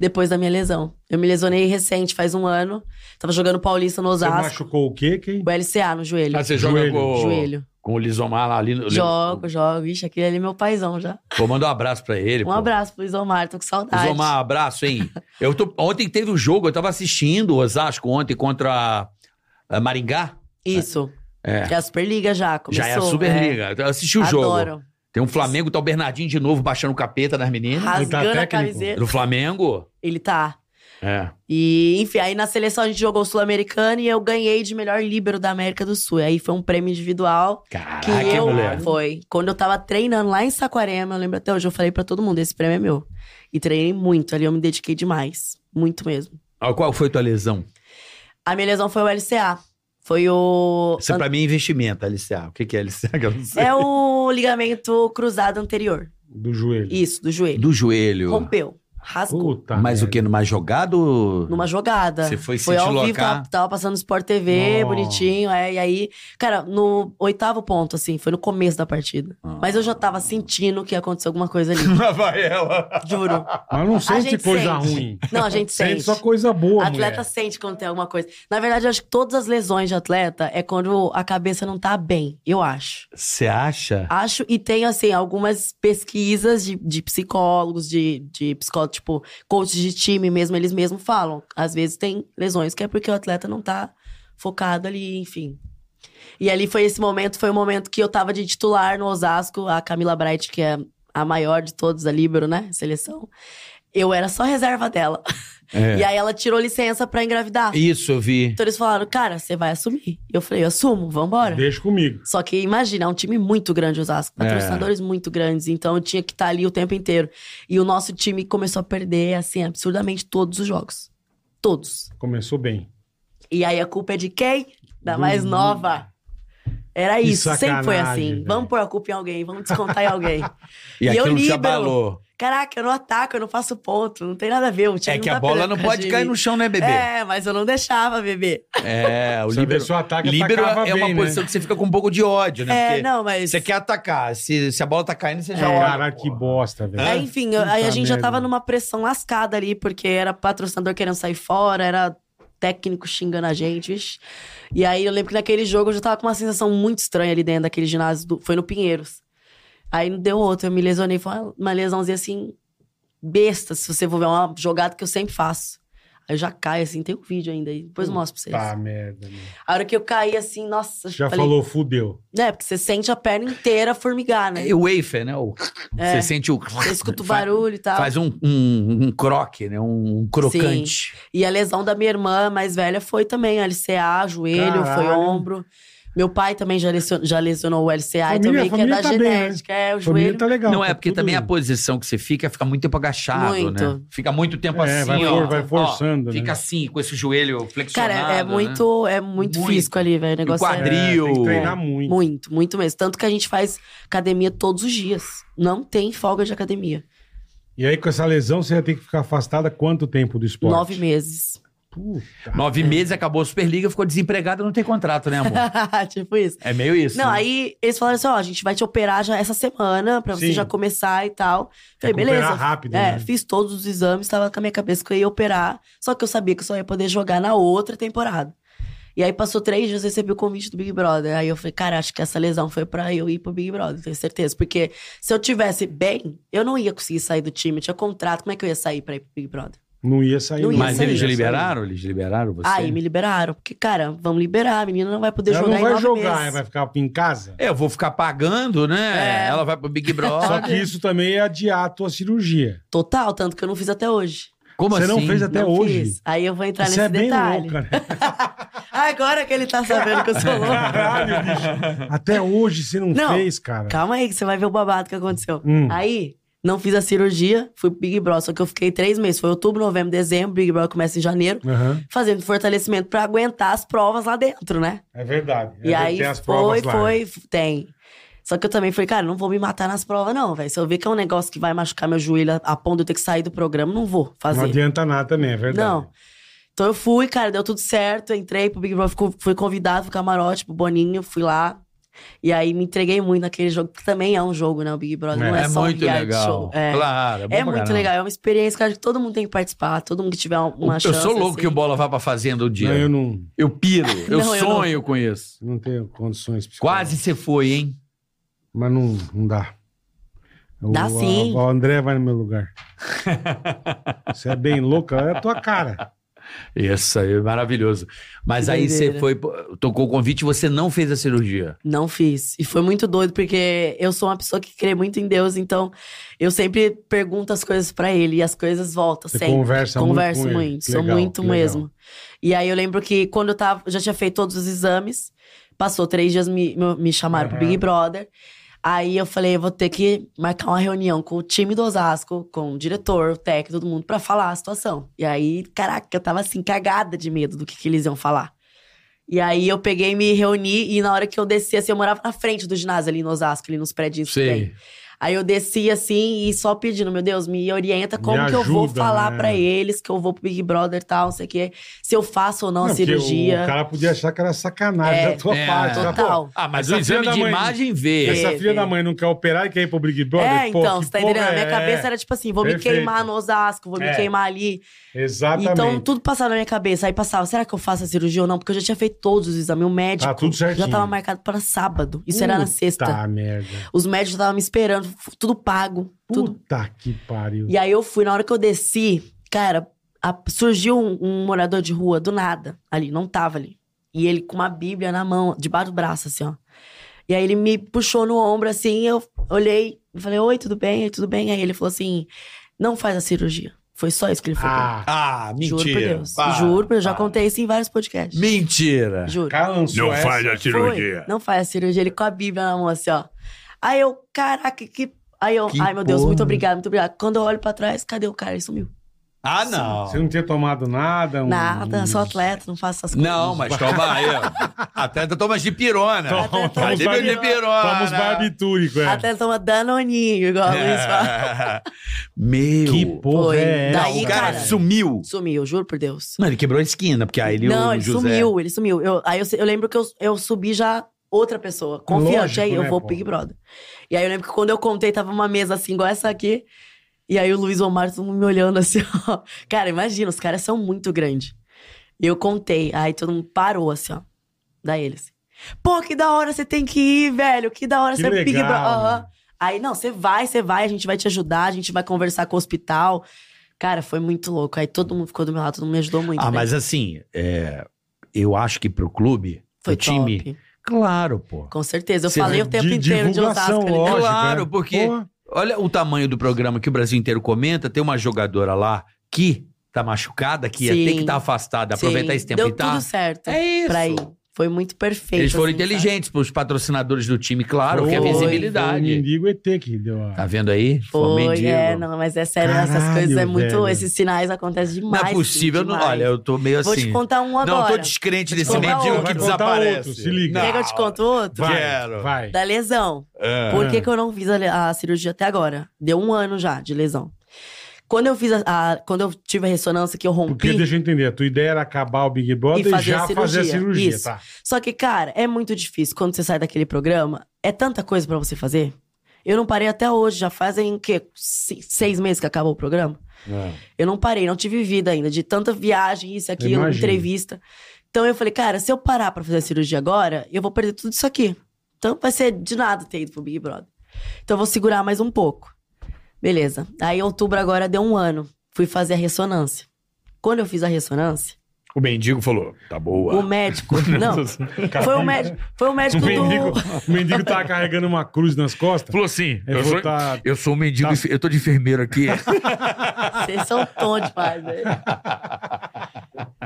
Speaker 5: Depois da minha lesão. Eu me lesionei recente, faz um ano. Tava jogando Paulista no
Speaker 2: Você
Speaker 5: Osasco.
Speaker 2: machucou é, o quê, quem?
Speaker 5: O LCA no joelho.
Speaker 3: Ah, você joga
Speaker 2: Joelho.
Speaker 3: com, o-
Speaker 5: Joelho.
Speaker 3: com o Lisomar lá ali. no-
Speaker 5: Jogo, jogo. Ixi, aquele ali é meu paizão já.
Speaker 3: Pô, manda um abraço pra ele.
Speaker 5: Um
Speaker 3: pô.
Speaker 5: abraço pro Isomar, tô com saudade.
Speaker 3: Isomar, abraço, hein? Eu tô, ontem teve um jogo, eu tava assistindo o Osasco ontem contra a Maringá.
Speaker 5: Isso.
Speaker 3: É.
Speaker 5: É a Superliga já, começou.
Speaker 3: Já é a Superliga. Eu assisti o jogo.
Speaker 5: Adoro.
Speaker 3: Tem um Flamengo, tá o Bernardinho de novo baixando o capeta nas meninas.
Speaker 2: Ele tá
Speaker 5: Rasgando a
Speaker 2: técnico?
Speaker 5: camiseta.
Speaker 3: Do Flamengo?
Speaker 5: Ele tá.
Speaker 3: É.
Speaker 5: E, enfim, aí na seleção a gente jogou o Sul-Americano e eu ganhei de melhor líbero da América do Sul. E aí foi um prêmio individual que
Speaker 3: Caraca,
Speaker 5: eu
Speaker 3: moleque.
Speaker 5: foi. Quando eu tava treinando lá em Saquarema, eu lembro até hoje, eu falei pra todo mundo, esse prêmio é meu. E treinei muito, ali eu me dediquei demais. Muito mesmo.
Speaker 3: Ah, Qual foi tua lesão?
Speaker 5: A minha lesão foi o LCA. Foi o.
Speaker 6: Isso pra mim é investimento, LCA. O que, que é LCA? Que eu não sei.
Speaker 5: É o ligamento cruzado anterior.
Speaker 2: Do joelho.
Speaker 5: Isso, do joelho.
Speaker 6: Do joelho.
Speaker 5: Rompeu. Rasgou.
Speaker 2: Puta.
Speaker 6: Mas o
Speaker 2: merda.
Speaker 6: que? Numa jogada? ou-
Speaker 5: Tá. Numa jogada.
Speaker 6: Você foi se
Speaker 5: ao vivo,
Speaker 6: deslocar?
Speaker 5: tava, tava passando no Sport TV,
Speaker 2: Nossa.
Speaker 5: bonitinho. É, e aí, cara, no oitavo ponto, assim, foi no começo da partida. Mas eu já tava sentindo que ia acontecer alguma coisa ali.
Speaker 4: Lá vai ela.
Speaker 5: juro.
Speaker 2: Mas não sente
Speaker 5: gente
Speaker 2: coisa
Speaker 5: sente.
Speaker 2: ruim.
Speaker 5: Não, a gente
Speaker 2: Sente
Speaker 5: sente.
Speaker 2: só coisa boa,
Speaker 5: atleta
Speaker 2: mulher.
Speaker 5: sente quando tem alguma coisa. Na verdade, eu acho que todas as lesões de atleta é quando a cabeça não tá bem, eu acho.
Speaker 6: Você acha?
Speaker 5: Acho, e tem, assim, algumas pesquisas de, de psicólogos, de, de psicólogos, tipo, coaches de time mesmo, eles mesmos falam. Às vezes tem lesões que é porque o atleta não tá focado ali, enfim. E ali foi esse momento, foi o momento que eu tava de titular no Osasco, a Camila Bright, que é a maior de todos, a Líbero, né? Seleção. Eu era só reserva dela.
Speaker 6: É.
Speaker 5: E aí ela tirou licença pra engravidar.
Speaker 6: Isso, eu vi.
Speaker 5: Então eles falaram, cara, você vai assumir. E eu falei, eu assumo, vambora.
Speaker 2: Deixa comigo.
Speaker 5: Só né? que imagina, é um time muito grande, Osasco.
Speaker 6: É.
Speaker 5: Patrocinadores muito grandes. Então eu tinha que estar ali o tempo inteiro. E o nosso time começou a perder, assim, absurdamente todos os jogos. Todos.
Speaker 2: Começou bem.
Speaker 5: E aí a culpa é de quem? Da
Speaker 2: Do-
Speaker 5: mais nova. Era
Speaker 2: Que
Speaker 5: isso, sempre foi
Speaker 2: sacanagem,
Speaker 5: assim.
Speaker 2: velho.
Speaker 5: Vamos pôr a culpa em alguém, vamos descontar em alguém.
Speaker 6: E,
Speaker 5: E eu
Speaker 6: aquilo te
Speaker 5: líbero.
Speaker 6: abalou.
Speaker 5: Caraca, eu não ataco, eu não faço ponto, não tem nada a ver. O time
Speaker 6: É que
Speaker 5: não
Speaker 6: a
Speaker 5: tá
Speaker 6: bola
Speaker 5: perdendo
Speaker 6: não
Speaker 5: por causa
Speaker 6: pode
Speaker 5: de
Speaker 6: cair
Speaker 5: mim.
Speaker 6: no chão, né, bebê?
Speaker 5: É, mas eu não deixava, bebê.
Speaker 6: É, o
Speaker 2: Se a
Speaker 6: líbero...
Speaker 2: pessoa ataca,
Speaker 6: Líbero
Speaker 2: atacava
Speaker 6: é uma
Speaker 2: bem,
Speaker 6: posição
Speaker 2: né?
Speaker 6: que você fica com um pouco de ódio, né?
Speaker 5: É,
Speaker 6: Porque
Speaker 5: não, É. mas.
Speaker 6: Você quer atacar. Se, se a bola tá caindo, você já olha.
Speaker 2: Caralho, É, que bosta, velho.
Speaker 5: Aí, É, enfim, eu- aí
Speaker 2: É? Puta
Speaker 5: a gente já
Speaker 2: merda.
Speaker 5: tava numa pressão lascada ali, porque era patrocinador querendo sair fora, era técnico xingando a gente, vixe. E aí eu lembro que naquele jogo eu já tava com uma sensação muito estranha ali dentro daquele ginásio, do- foi no Pinheiros. Aí não deu outro, eu me lesionei, foi uma- uma lesãozinha assim, besta, se você for ver, é uma jogada que eu sempre faço. Aí eu já caio assim, tem um vídeo ainda aí, depois eu mostro pra vocês.
Speaker 2: Tá, merda. meu.
Speaker 5: A hora que eu caí assim, nossa,
Speaker 2: Já
Speaker 5: falei,
Speaker 2: falou, fudeu.
Speaker 5: né, porque você sente a perna inteira formigar, né?
Speaker 6: É o wafer, né? O-
Speaker 5: É.
Speaker 6: Você sente o...
Speaker 5: Você escuta o barulho e tal.
Speaker 6: Faz um, um, um croque, né? Um crocante.
Speaker 5: E a lesão da minha irmã mais velha foi também LCA, joelho,
Speaker 2: Caralho.
Speaker 5: foi ombro. Meu pai também já lesionou, já lesionou o LCA
Speaker 2: Família-
Speaker 5: também, que é
Speaker 2: família
Speaker 5: da
Speaker 2: tá bem, né?
Speaker 5: genética, é o
Speaker 2: Família
Speaker 5: joelho.
Speaker 2: tá legal.
Speaker 6: Não,
Speaker 2: tá
Speaker 6: é porque
Speaker 2: tudo-
Speaker 6: também a posição que você fica, fica muito tempo agachado,
Speaker 5: Muito.
Speaker 6: né? Fica muito tempo
Speaker 2: É,
Speaker 6: assim,
Speaker 2: vai,
Speaker 6: ó.
Speaker 2: for- vai forçando,
Speaker 6: Ó,
Speaker 2: né?
Speaker 6: Fica assim, com esse joelho flexionado.
Speaker 5: Cara,
Speaker 6: né?
Speaker 5: é muito, é muito,
Speaker 6: Muito.
Speaker 5: físico ali, velho. O negócio
Speaker 2: É,
Speaker 5: é
Speaker 6: quadril.
Speaker 2: tem que treinar muito.
Speaker 5: muito, muito mesmo. Tanto que a gente faz academia todos os dias. Não tem folga de academia.
Speaker 2: E aí, com essa lesão, você ia ter que ficar afastada quanto tempo do esporte?
Speaker 5: Nove meses.
Speaker 2: Puta.
Speaker 6: Nove meses, acabou a Superliga, ficou desempregado, não tem contrato, né, amor?
Speaker 5: tipo isso.
Speaker 6: É meio isso.
Speaker 5: Não,
Speaker 6: né?
Speaker 5: aí eles falaram assim: ó, a gente vai te operar já essa semana, pra você
Speaker 2: Sim.
Speaker 5: já começar e tal. Falei,
Speaker 2: Recuperar
Speaker 5: beleza.
Speaker 2: rápido,
Speaker 5: É,
Speaker 2: né?
Speaker 5: fiz todos os exames, tava com a minha cabeça que eu ia operar, só que eu sabia que eu só ia poder jogar na outra temporada. E aí passou três dias, eu recebi o convite do Big Brother. Aí eu falei, cara, acho que essa lesão foi pra eu ir pro Big Brother, tenho certeza. Porque se eu tivesse bem, eu não ia conseguir sair do time, eu tinha contrato, como é que eu ia sair pra ir pro Big Brother?
Speaker 2: Não ia sair.
Speaker 5: Não ia
Speaker 6: Mas
Speaker 5: sair.
Speaker 6: eles
Speaker 5: Isso aí.
Speaker 6: liberaram? Eles liberaram você?
Speaker 5: Aí me liberaram, porque, cara, vamos liberar, a menina não vai poder
Speaker 2: Ela
Speaker 5: jogar
Speaker 2: não
Speaker 5: em
Speaker 2: vai
Speaker 5: nove
Speaker 2: jogar, né?
Speaker 5: meses.
Speaker 2: vai ficar em casa.
Speaker 6: É, eu vou ficar pagando, né?
Speaker 5: É.
Speaker 6: Ela vai pro Big Brother.
Speaker 2: Só que isso também é adiar a tua cirurgia.
Speaker 5: Total, tanto que eu não fiz até hoje.
Speaker 3: Como
Speaker 2: Você
Speaker 3: assim?
Speaker 2: não fez até
Speaker 5: Não
Speaker 2: hoje.
Speaker 5: fiz. Aí eu vou entrar
Speaker 2: Você
Speaker 5: nesse
Speaker 2: é bem
Speaker 5: detalhe.
Speaker 2: louca, né?
Speaker 5: Agora que ele tá sabendo que eu sou louca.
Speaker 2: Caralho, bicho. Até hoje você não,
Speaker 5: Não.
Speaker 2: fez, cara.
Speaker 5: Calma aí, que você vai ver o babado que aconteceu.
Speaker 2: É. Hum.
Speaker 5: Aí, não fiz a cirurgia, fui pro Big Brother, só que eu fiquei três meses. Foi outubro, novembro, dezembro, Big Brother começa em janeiro.
Speaker 2: Aham.
Speaker 5: Fazendo fortalecimento pra aguentar as provas lá dentro, né?
Speaker 2: É verdade.
Speaker 5: E
Speaker 2: É,
Speaker 5: aí
Speaker 2: tem as
Speaker 5: foi,
Speaker 2: provas lá.
Speaker 5: foi, f- tem. Só que eu também falei, cara, não vou me matar nas provas, não, velho. Se eu ver que é um negócio que vai machucar meu joelho a- a ponto de eu ter que sair do programa, não vou fazer.
Speaker 2: Não adianta nada também, é verdade.
Speaker 5: Não. Então eu fui, cara, deu tudo certo. Entrei pro Big Brother, fico- fui convidado pro camarote, pro Boninho, fui lá. E aí me entreguei muito naquele jogo, que também é um jogo, né? O Big Brother não é,
Speaker 3: É
Speaker 5: só um
Speaker 3: muito
Speaker 5: reality
Speaker 3: legal.
Speaker 5: show. É,
Speaker 3: Claro, bom
Speaker 5: É
Speaker 3: pra
Speaker 5: muito
Speaker 3: caramba.
Speaker 5: legal, é uma experiência que eu acho que todo mundo tem que participar, todo mundo que tiver uma
Speaker 3: eu
Speaker 5: chance.
Speaker 3: sou louco
Speaker 5: assim.
Speaker 3: que o Bola vá pra fazenda um dia.
Speaker 2: Não,
Speaker 3: eu...
Speaker 2: eu não,
Speaker 3: piro, eu
Speaker 5: Não, eu
Speaker 3: sonho com isso.
Speaker 2: não tenho condições psicológicas.
Speaker 3: Quase você foi, hein?
Speaker 2: Mas não, não dá. O,
Speaker 5: Dá
Speaker 2: a-
Speaker 5: sim.
Speaker 2: O André vai no meu lugar. Você é bem louca, é a tua cara.
Speaker 3: Isso aí, maravilhoso. Mas
Speaker 5: Que
Speaker 3: aí
Speaker 5: doideira.
Speaker 3: você foi, pô, tocou o convite e você não fez a cirurgia.
Speaker 5: Não fiz. E foi muito doido, porque eu sou uma pessoa que crê muito em Deus, então eu sempre pergunto as coisas pra ele e as coisas voltam,
Speaker 2: Você
Speaker 5: sempre.
Speaker 2: conversa muito
Speaker 5: Converso
Speaker 2: com ele.
Speaker 5: muito,
Speaker 2: Que
Speaker 5: sou
Speaker 2: legal,
Speaker 5: muito
Speaker 2: que legal.
Speaker 5: mesmo. E aí eu lembro que quando eu tava, já tinha feito todos os exames, passou três dias, me, me- me chamaram pro
Speaker 2: Aham.
Speaker 5: Big Brother. Aí eu falei, eu vou ter que marcar uma reunião com o time do Osasco, com o diretor, o técnico, todo mundo, pra falar a situação. E aí, caraca, eu tava assim, cagada de medo do que, que eles iam falar. E aí eu peguei, e me reuni, e na hora que eu desci, assim, eu morava na frente do ginásio ali no Osasco, ali nos prédios que tem.
Speaker 3: Sei.
Speaker 5: Aí eu desci assim e só pedindo, meu Deus, me orienta
Speaker 2: Me
Speaker 5: como que eu vou
Speaker 2: ajuda,
Speaker 5: falar
Speaker 2: né?
Speaker 5: pra eles que eu vou pro Big Brother e tal, não sei o quê. Se eu faço ou não, a
Speaker 2: porque O,
Speaker 5: cirurgia.
Speaker 2: cara podia achar que era sacanagem
Speaker 5: É,
Speaker 2: da tua
Speaker 3: é,
Speaker 2: parte. Fala,
Speaker 5: Total.
Speaker 3: Ah, mas
Speaker 2: Essa
Speaker 3: o exame
Speaker 2: filha da
Speaker 3: de
Speaker 2: mãe-
Speaker 3: imagem vê.
Speaker 2: Pô, essa
Speaker 5: É,
Speaker 2: filha
Speaker 5: é.
Speaker 2: da mãe não quer operar e quer ir pro Big Brother?
Speaker 5: É,
Speaker 2: Pô,
Speaker 5: então,
Speaker 2: que
Speaker 5: você tá
Speaker 2: porra
Speaker 5: entendendo? A minha
Speaker 2: é?
Speaker 5: cabeça era tipo assim, vou me
Speaker 2: Perfeito.
Speaker 5: queimar no Osasco, vou
Speaker 2: É.
Speaker 5: me queimar ali.
Speaker 2: Exatamente.
Speaker 5: Então, tudo passava na minha cabeça. Aí passava, será que eu faço a cirurgia ou não? Porque eu já tinha feito todos os exames. O médico
Speaker 2: Tá tudo certinho.
Speaker 5: já tava marcado pra sábado. Isso era na
Speaker 2: Puta
Speaker 5: sexta.
Speaker 2: merda.
Speaker 5: Os médicos já estavam me esperando, f- tudo pago, tudo
Speaker 2: Puta que pariu.
Speaker 5: E aí eu fui, na hora que eu desci, cara, a- surgiu um, um morador de rua do nada ali, não tava ali. E ele com uma Bíblia na mão, debaixo do braço, assim, ó. E aí ele me puxou no ombro, assim, eu olhei e falei, oi, tudo bem? Oi, tudo bem? Aí ele falou assim, não faz a cirurgia. Foi só isso que ele falou.
Speaker 2: Ah,
Speaker 6: Ah, mentira.
Speaker 5: Juro por Deus.
Speaker 6: Para,
Speaker 5: Juro, eu já
Speaker 6: para.
Speaker 5: contei isso em vários podcasts.
Speaker 6: Mentira.
Speaker 5: Juro.
Speaker 2: cara lançou essa.
Speaker 4: a
Speaker 5: Foi. Não faz a cirurgia, ele com a Bíblia na mão, assim, ó. Aí eu, caraca, que. Aí eu,
Speaker 6: Que
Speaker 5: ai meu Deus,
Speaker 6: porra.
Speaker 5: muito obrigado, muito obrigado. Quando eu olho pra trás, cadê o cara? Ele sumiu.
Speaker 6: Ah, não.
Speaker 2: Você não tinha tomado nada? um-
Speaker 5: Nada, sou atleta, não faço essas coisas.
Speaker 6: Não, mas toma aí. ó. Atleta toma de pirona.
Speaker 2: Toma,
Speaker 6: Toma,
Speaker 2: toma
Speaker 6: de
Speaker 2: os barbi-
Speaker 6: pirona.
Speaker 2: Toma os barbitúrico, é.
Speaker 5: Atleta toma danoninho, igual a
Speaker 6: É.
Speaker 5: Luiz fala.
Speaker 6: Meu.
Speaker 2: Que porra
Speaker 5: Foi.
Speaker 2: é essa?
Speaker 5: Daí,
Speaker 6: o cara,
Speaker 5: cara.
Speaker 6: sumiu.
Speaker 5: Sumiu, juro por Deus.
Speaker 6: Não, ele quebrou a esquina, porque aí ele
Speaker 5: não,
Speaker 6: o
Speaker 5: ele
Speaker 6: José...
Speaker 5: sumiu, ele sumiu. Eu, aí eu, eu lembro que eu, eu subi já outra pessoa, confiante.
Speaker 2: Lógico,
Speaker 5: aí eu
Speaker 2: né,
Speaker 5: vou
Speaker 2: pô?
Speaker 5: pro Big Brother. E aí eu lembro que quando eu contei, tava uma mesa assim, igual essa aqui. E aí o Luiz Omar, todo mundo me olhando assim, ó. Cara, imagina, os caras são muito grandes. E eu contei, aí todo mundo parou assim, ó. Daí ele assim, pô, que da hora você tem que ir, velho. Que da hora
Speaker 2: Que
Speaker 5: você é Big
Speaker 2: legal,
Speaker 5: Brother. Aham.
Speaker 2: mano.
Speaker 5: Aí, não, você vai, você vai, a gente vai te ajudar, a gente vai conversar com o hospital. Cara, foi muito louco. Aí todo mundo ficou do meu lado, todo mundo me ajudou muito.
Speaker 6: Ah,
Speaker 5: né?
Speaker 6: mas assim, é, eu acho que pro clube,
Speaker 5: Foi
Speaker 6: pro time...
Speaker 5: top.
Speaker 6: Claro, pô.
Speaker 5: Com certeza. Eu
Speaker 6: Você
Speaker 5: falei o
Speaker 2: de-
Speaker 5: tempo inteiro de
Speaker 2: divulgação,
Speaker 5: Osasco. ali
Speaker 2: lógico,
Speaker 5: dentro.
Speaker 6: Claro,
Speaker 2: é.
Speaker 6: porque-
Speaker 2: Porra.
Speaker 6: Olha o tamanho do programa que o Brasil inteiro comenta. Tem uma jogadora lá que tá machucada, que ia
Speaker 5: Sim.
Speaker 6: ter que estar afastada,
Speaker 5: Sim,
Speaker 6: aproveitar esse tempo
Speaker 5: Deu
Speaker 6: e tá.
Speaker 5: tudo certo.
Speaker 6: É isso.
Speaker 5: Pra ir. Foi muito perfeito.
Speaker 6: Eles foram
Speaker 5: assim,
Speaker 6: inteligentes pros patrocinadores do time, claro, que é
Speaker 2: Foi,
Speaker 6: visibilidade.
Speaker 2: Foi o mendigo ET que deu a...
Speaker 6: Tá vendo aí?
Speaker 5: sabe? Foi,
Speaker 6: mendigo.
Speaker 5: é, não, mas é sério, essas
Speaker 2: Caralho,
Speaker 5: coisas é muito.
Speaker 2: velho.
Speaker 5: Esses sinais acontecem
Speaker 6: Não
Speaker 5: demais.
Speaker 6: é possível.
Speaker 5: sim,
Speaker 6: não-
Speaker 5: demais.
Speaker 6: olha, eu tô meio
Speaker 5: Vou
Speaker 6: assim.
Speaker 5: te contar um agora.
Speaker 6: não, eu tô descrente desse
Speaker 5: Vou te contar
Speaker 6: mendigo
Speaker 5: outro.
Speaker 6: que
Speaker 2: Vai contar outro,
Speaker 6: desaparece.
Speaker 2: se liga.
Speaker 5: Quer que eu te conto outro?
Speaker 2: Vai,
Speaker 6: Quero.
Speaker 2: vai.
Speaker 5: Da lesão.
Speaker 6: É.
Speaker 5: Por que, que eu não fiz a, le- a cirurgia até agora? Deu um ano já de lesão. Quando eu fiz a. a- quando eu tive a ressonância que eu rompi.
Speaker 2: Porque, deixa eu entender, a tua ideia era acabar o Big Brother e,
Speaker 5: um E fazer
Speaker 2: já
Speaker 5: a cirurgia,
Speaker 2: fazer a cirurgia,
Speaker 5: isso.
Speaker 2: tá?
Speaker 5: Só que, cara, é muito difícil quando você sai daquele programa. É tanta coisa pra você fazer. Eu não parei até hoje, já fazem o quê? Se- Seis meses que acabou o programa? Eu não parei, não tive vida ainda, de tanta viagem, isso, aquilo,
Speaker 2: Imagino.
Speaker 5: entrevista. Então eu falei, cara, se eu parar pra fazer a cirurgia agora, eu vou perder tudo isso aqui. Então vai ser de nada ter ido pro Big Brother. Então eu vou segurar mais um pouco. Beleza. Aí, outubro agora deu um ano. Fui fazer a ressonância. Quando eu fiz a ressonância,
Speaker 6: O mendigo falou, tá boa.
Speaker 5: O médico. Não. Foi o médico, foi o
Speaker 2: O
Speaker 5: médico
Speaker 2: mendigo,
Speaker 5: do.
Speaker 2: o mendigo tá carregando uma cruz nas costas.
Speaker 6: Falou assim,
Speaker 2: Eu
Speaker 6: eu, sou,
Speaker 2: vou tá-
Speaker 6: eu sou um mendigo, eu tô de enfermeiro aqui.
Speaker 5: Vocês são tom demais, velho.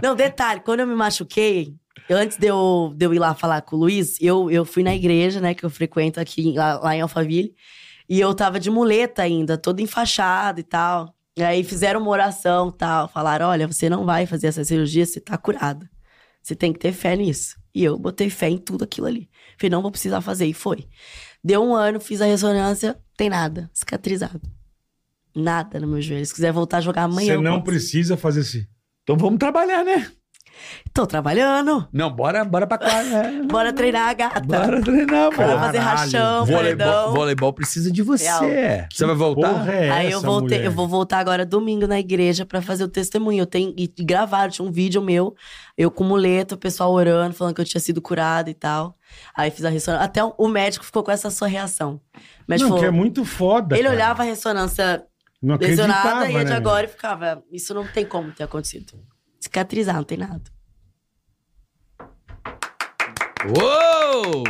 Speaker 5: Não, detalhe, quando eu me machuquei, eu- antes de eu, de eu ir lá falar com o Luiz, eu, eu fui na igreja, né, que eu frequento aqui, lá, lá em Alphaville. E eu tava de muleta ainda, toda enfaixada e tal. E aí fizeram uma oração e tal. Falaram: olha, você não vai fazer essa cirurgia, você tá curada. Você tem que ter fé nisso. E eu botei fé em tudo aquilo ali. Falei, não vou precisar fazer. E foi. Deu um ano, fiz a ressonância, tem nada, cicatrizado. Nada no meu joelho. Se quiser voltar a jogar amanhã.
Speaker 2: Você
Speaker 5: eu
Speaker 2: não
Speaker 5: volto.
Speaker 2: precisa fazer assim.
Speaker 3: Então vamos trabalhar, né?
Speaker 5: Tô trabalhando.
Speaker 3: Não, bora, bora pra cá, né?
Speaker 5: Bora treinar a
Speaker 6: Tá.
Speaker 5: gata.
Speaker 3: Bora treinar, pô.
Speaker 5: Bora fazer
Speaker 2: Caralho,
Speaker 5: rachão,
Speaker 3: Voleibol,
Speaker 5: paredão.
Speaker 3: voleibol precisa de você.
Speaker 5: Real.
Speaker 3: Você vai voltar?
Speaker 2: Porra, é
Speaker 5: Aí eu
Speaker 2: essa,
Speaker 5: voltei,
Speaker 2: mulher?
Speaker 5: eu vou voltar agora domingo na igreja pra fazer o testemunho. Eu tenho e gravaram, tinha um vídeo meu, eu com muleta, o pessoal orando, falando que eu tinha sido curada e tal. Aí fiz a ressonância. Até o médico ficou com essa sua reação. O médico
Speaker 2: Não, que é
Speaker 5: falou,
Speaker 2: muito foda.
Speaker 5: ele
Speaker 2: cara.
Speaker 5: olhava a ressonância
Speaker 2: não acreditava,
Speaker 5: lesionada e a de
Speaker 2: né,
Speaker 5: agora e ficava, isso não tem como ter acontecido. Cicatrizar, não tem nada.
Speaker 3: Uou!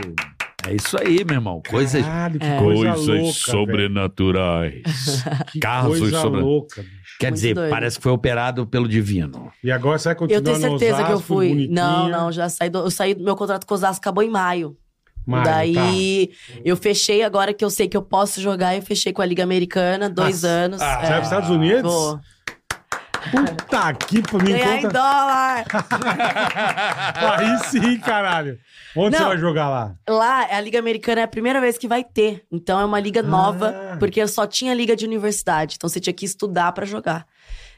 Speaker 7: É isso aí, meu irmão.
Speaker 2: meu?
Speaker 7: Coisas.
Speaker 2: Caralho, que
Speaker 5: É.
Speaker 2: coisa louca, velho.
Speaker 6: sobrenaturais.
Speaker 2: Que
Speaker 6: casos
Speaker 2: coisa
Speaker 6: sobre-
Speaker 2: louca, bicho.
Speaker 3: Quer
Speaker 5: Muito
Speaker 3: dizer,
Speaker 5: doido.
Speaker 3: parece que foi operado pelo divino.
Speaker 2: E agora você vai continuar
Speaker 5: Eu tenho
Speaker 2: no
Speaker 5: certeza que eu
Speaker 2: Osasco,
Speaker 5: fui.
Speaker 2: bonitinha.
Speaker 5: Não, não, já saí do, eu saí do meu contrato com o Osasco acabou em maio.
Speaker 2: Mário, tá.
Speaker 5: Daí eu fechei agora que eu sei que eu posso jogar, eu fechei com a Liga Americana, dois
Speaker 2: Ah,
Speaker 5: anos. É.
Speaker 2: tá. Você vai pros Estados Unidos?
Speaker 5: Vou.
Speaker 2: Puta que pa- me
Speaker 5: Ganhar então. em
Speaker 2: conta.
Speaker 5: dólar.
Speaker 2: Aí sim, caralho. Onde
Speaker 5: Não.
Speaker 2: você vai jogar lá?
Speaker 5: Lá, a Liga Americana é a primeira vez que vai ter. Então é uma
Speaker 2: Ah.
Speaker 5: liga nova, porque só tinha liga de universidade. Então você tinha que estudar pra jogar.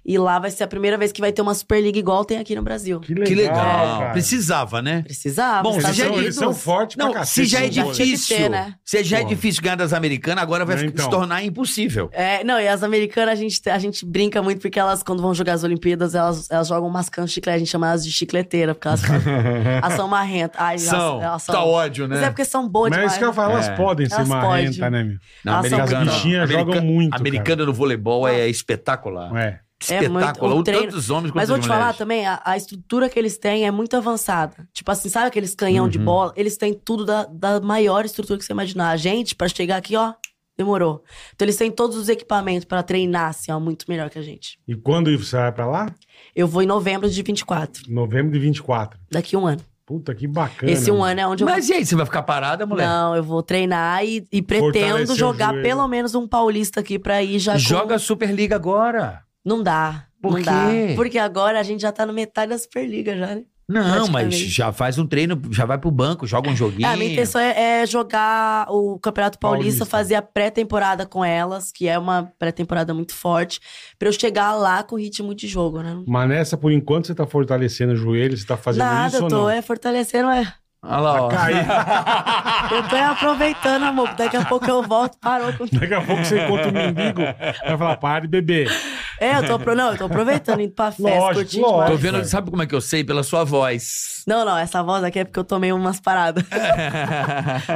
Speaker 5: E lá vai ser a primeira vez que vai ter uma Superliga igual tem aqui no Brasil.
Speaker 2: Que legal.
Speaker 3: que legal.
Speaker 2: cara.
Speaker 3: Precisava, né?
Speaker 5: Precisava.
Speaker 3: Bom,
Speaker 2: Eles
Speaker 5: os
Speaker 3: você
Speaker 5: Estados
Speaker 3: já
Speaker 2: são,
Speaker 3: é
Speaker 2: eles são
Speaker 5: Unidos.
Speaker 2: fortes pra
Speaker 3: Não, se
Speaker 2: cacete.
Speaker 3: já é
Speaker 2: no vôlei.
Speaker 5: tinha que
Speaker 3: difícil,
Speaker 5: ter, né?
Speaker 3: se já é
Speaker 2: Porra.
Speaker 3: difícil ganhar das americanas, agora vai
Speaker 2: Né,
Speaker 3: ficar-
Speaker 2: então?
Speaker 3: se tornar impossível.
Speaker 5: É, não, e as americanas, a gente, a gente brinca muito porque elas, quando vão jogar as Olimpíadas, elas, elas jogam umas canas de chiclete. A gente chama elas de chicleteira, porque elas,
Speaker 2: Uhum.
Speaker 5: elas são marrentas. Ai, elas-
Speaker 3: São,
Speaker 5: Elas, são.
Speaker 3: tá ódio, né?
Speaker 5: Mas é porque são boas
Speaker 2: Mas é
Speaker 5: demais.
Speaker 2: isso que eu falo, elas
Speaker 3: É.
Speaker 2: podem ser
Speaker 5: Elas
Speaker 2: marrenta,
Speaker 5: podem.
Speaker 2: né, meu?
Speaker 3: Não,
Speaker 5: Elas são
Speaker 3: americana,
Speaker 5: As
Speaker 2: bichinhas jogam muito, cara.
Speaker 3: Americana no voleibol é espetacular.
Speaker 2: É.
Speaker 5: É muito,
Speaker 3: Espetacular.
Speaker 5: Ah. o
Speaker 3: Ou
Speaker 5: treino-
Speaker 3: Tantos homens quanto
Speaker 5: Mas vou te falar
Speaker 3: mulheres.
Speaker 5: também, a, a estrutura que eles têm é muito avançada. Tipo assim, sabe aqueles canhão
Speaker 3: Uhum.
Speaker 5: de bola? Eles têm tudo da, da maior estrutura que você imaginar. A gente, pra chegar aqui, ó, demorou. Então eles têm todos os equipamentos pra treinar, assim, ó, muito melhor que a gente.
Speaker 2: E quando você vai pra lá?
Speaker 5: Eu vou em novembro de 24,
Speaker 2: Novembro de 24.
Speaker 5: daqui um ano.
Speaker 2: Puta, que bacana.
Speaker 5: Esse um
Speaker 2: mano.
Speaker 5: ano é onde eu
Speaker 3: Mas e aí, você vai ficar parada, mulher?
Speaker 5: Não, eu vou treinar e, e
Speaker 2: Fortalecer
Speaker 5: pretendo
Speaker 2: o
Speaker 5: jogar
Speaker 2: joelho.
Speaker 5: pelo menos um paulista aqui pra ir já. com-
Speaker 3: Joga a Superliga agora.
Speaker 5: Não dá.
Speaker 3: Por
Speaker 5: não dá.
Speaker 3: quê?
Speaker 5: Porque agora a gente já tá no metade da Superliga já, né?
Speaker 3: Não, mas
Speaker 5: Praticamente.
Speaker 3: já faz um treino, já vai pro banco, joga um joguinho.
Speaker 5: Ah, a minha intenção é, é jogar o Campeonato Paulista,
Speaker 2: Paulista.
Speaker 5: fazer a pré-temporada com elas, que é uma pré-temporada muito forte, pra eu chegar lá com ritmo de jogo, né?
Speaker 2: Mas nessa, por enquanto, você tá fortalecendo o joelho, você tá fazendo
Speaker 5: Nada,
Speaker 2: isso
Speaker 5: eu
Speaker 2: ou
Speaker 5: tô
Speaker 2: não?
Speaker 5: é, fortalecendo, é.
Speaker 3: Olha
Speaker 2: Ah,
Speaker 3: lá, ó.
Speaker 2: Cair.
Speaker 5: Eu tô é, aproveitando, amor. Daqui a pouco eu volto, parou com
Speaker 2: Daqui a pouco você encontra o mendigo, vai falar, para de beber.
Speaker 5: É, eu tô, apro- não, eu tô aproveitando, indo pra festa,
Speaker 2: Lógico,
Speaker 5: curtindo demais.
Speaker 3: Tô
Speaker 2: lógico.
Speaker 3: vendo,
Speaker 2: Vai.
Speaker 3: sabe como é que eu sei? Pela sua voz.
Speaker 5: Não, não, essa voz aqui é porque eu tomei umas paradas.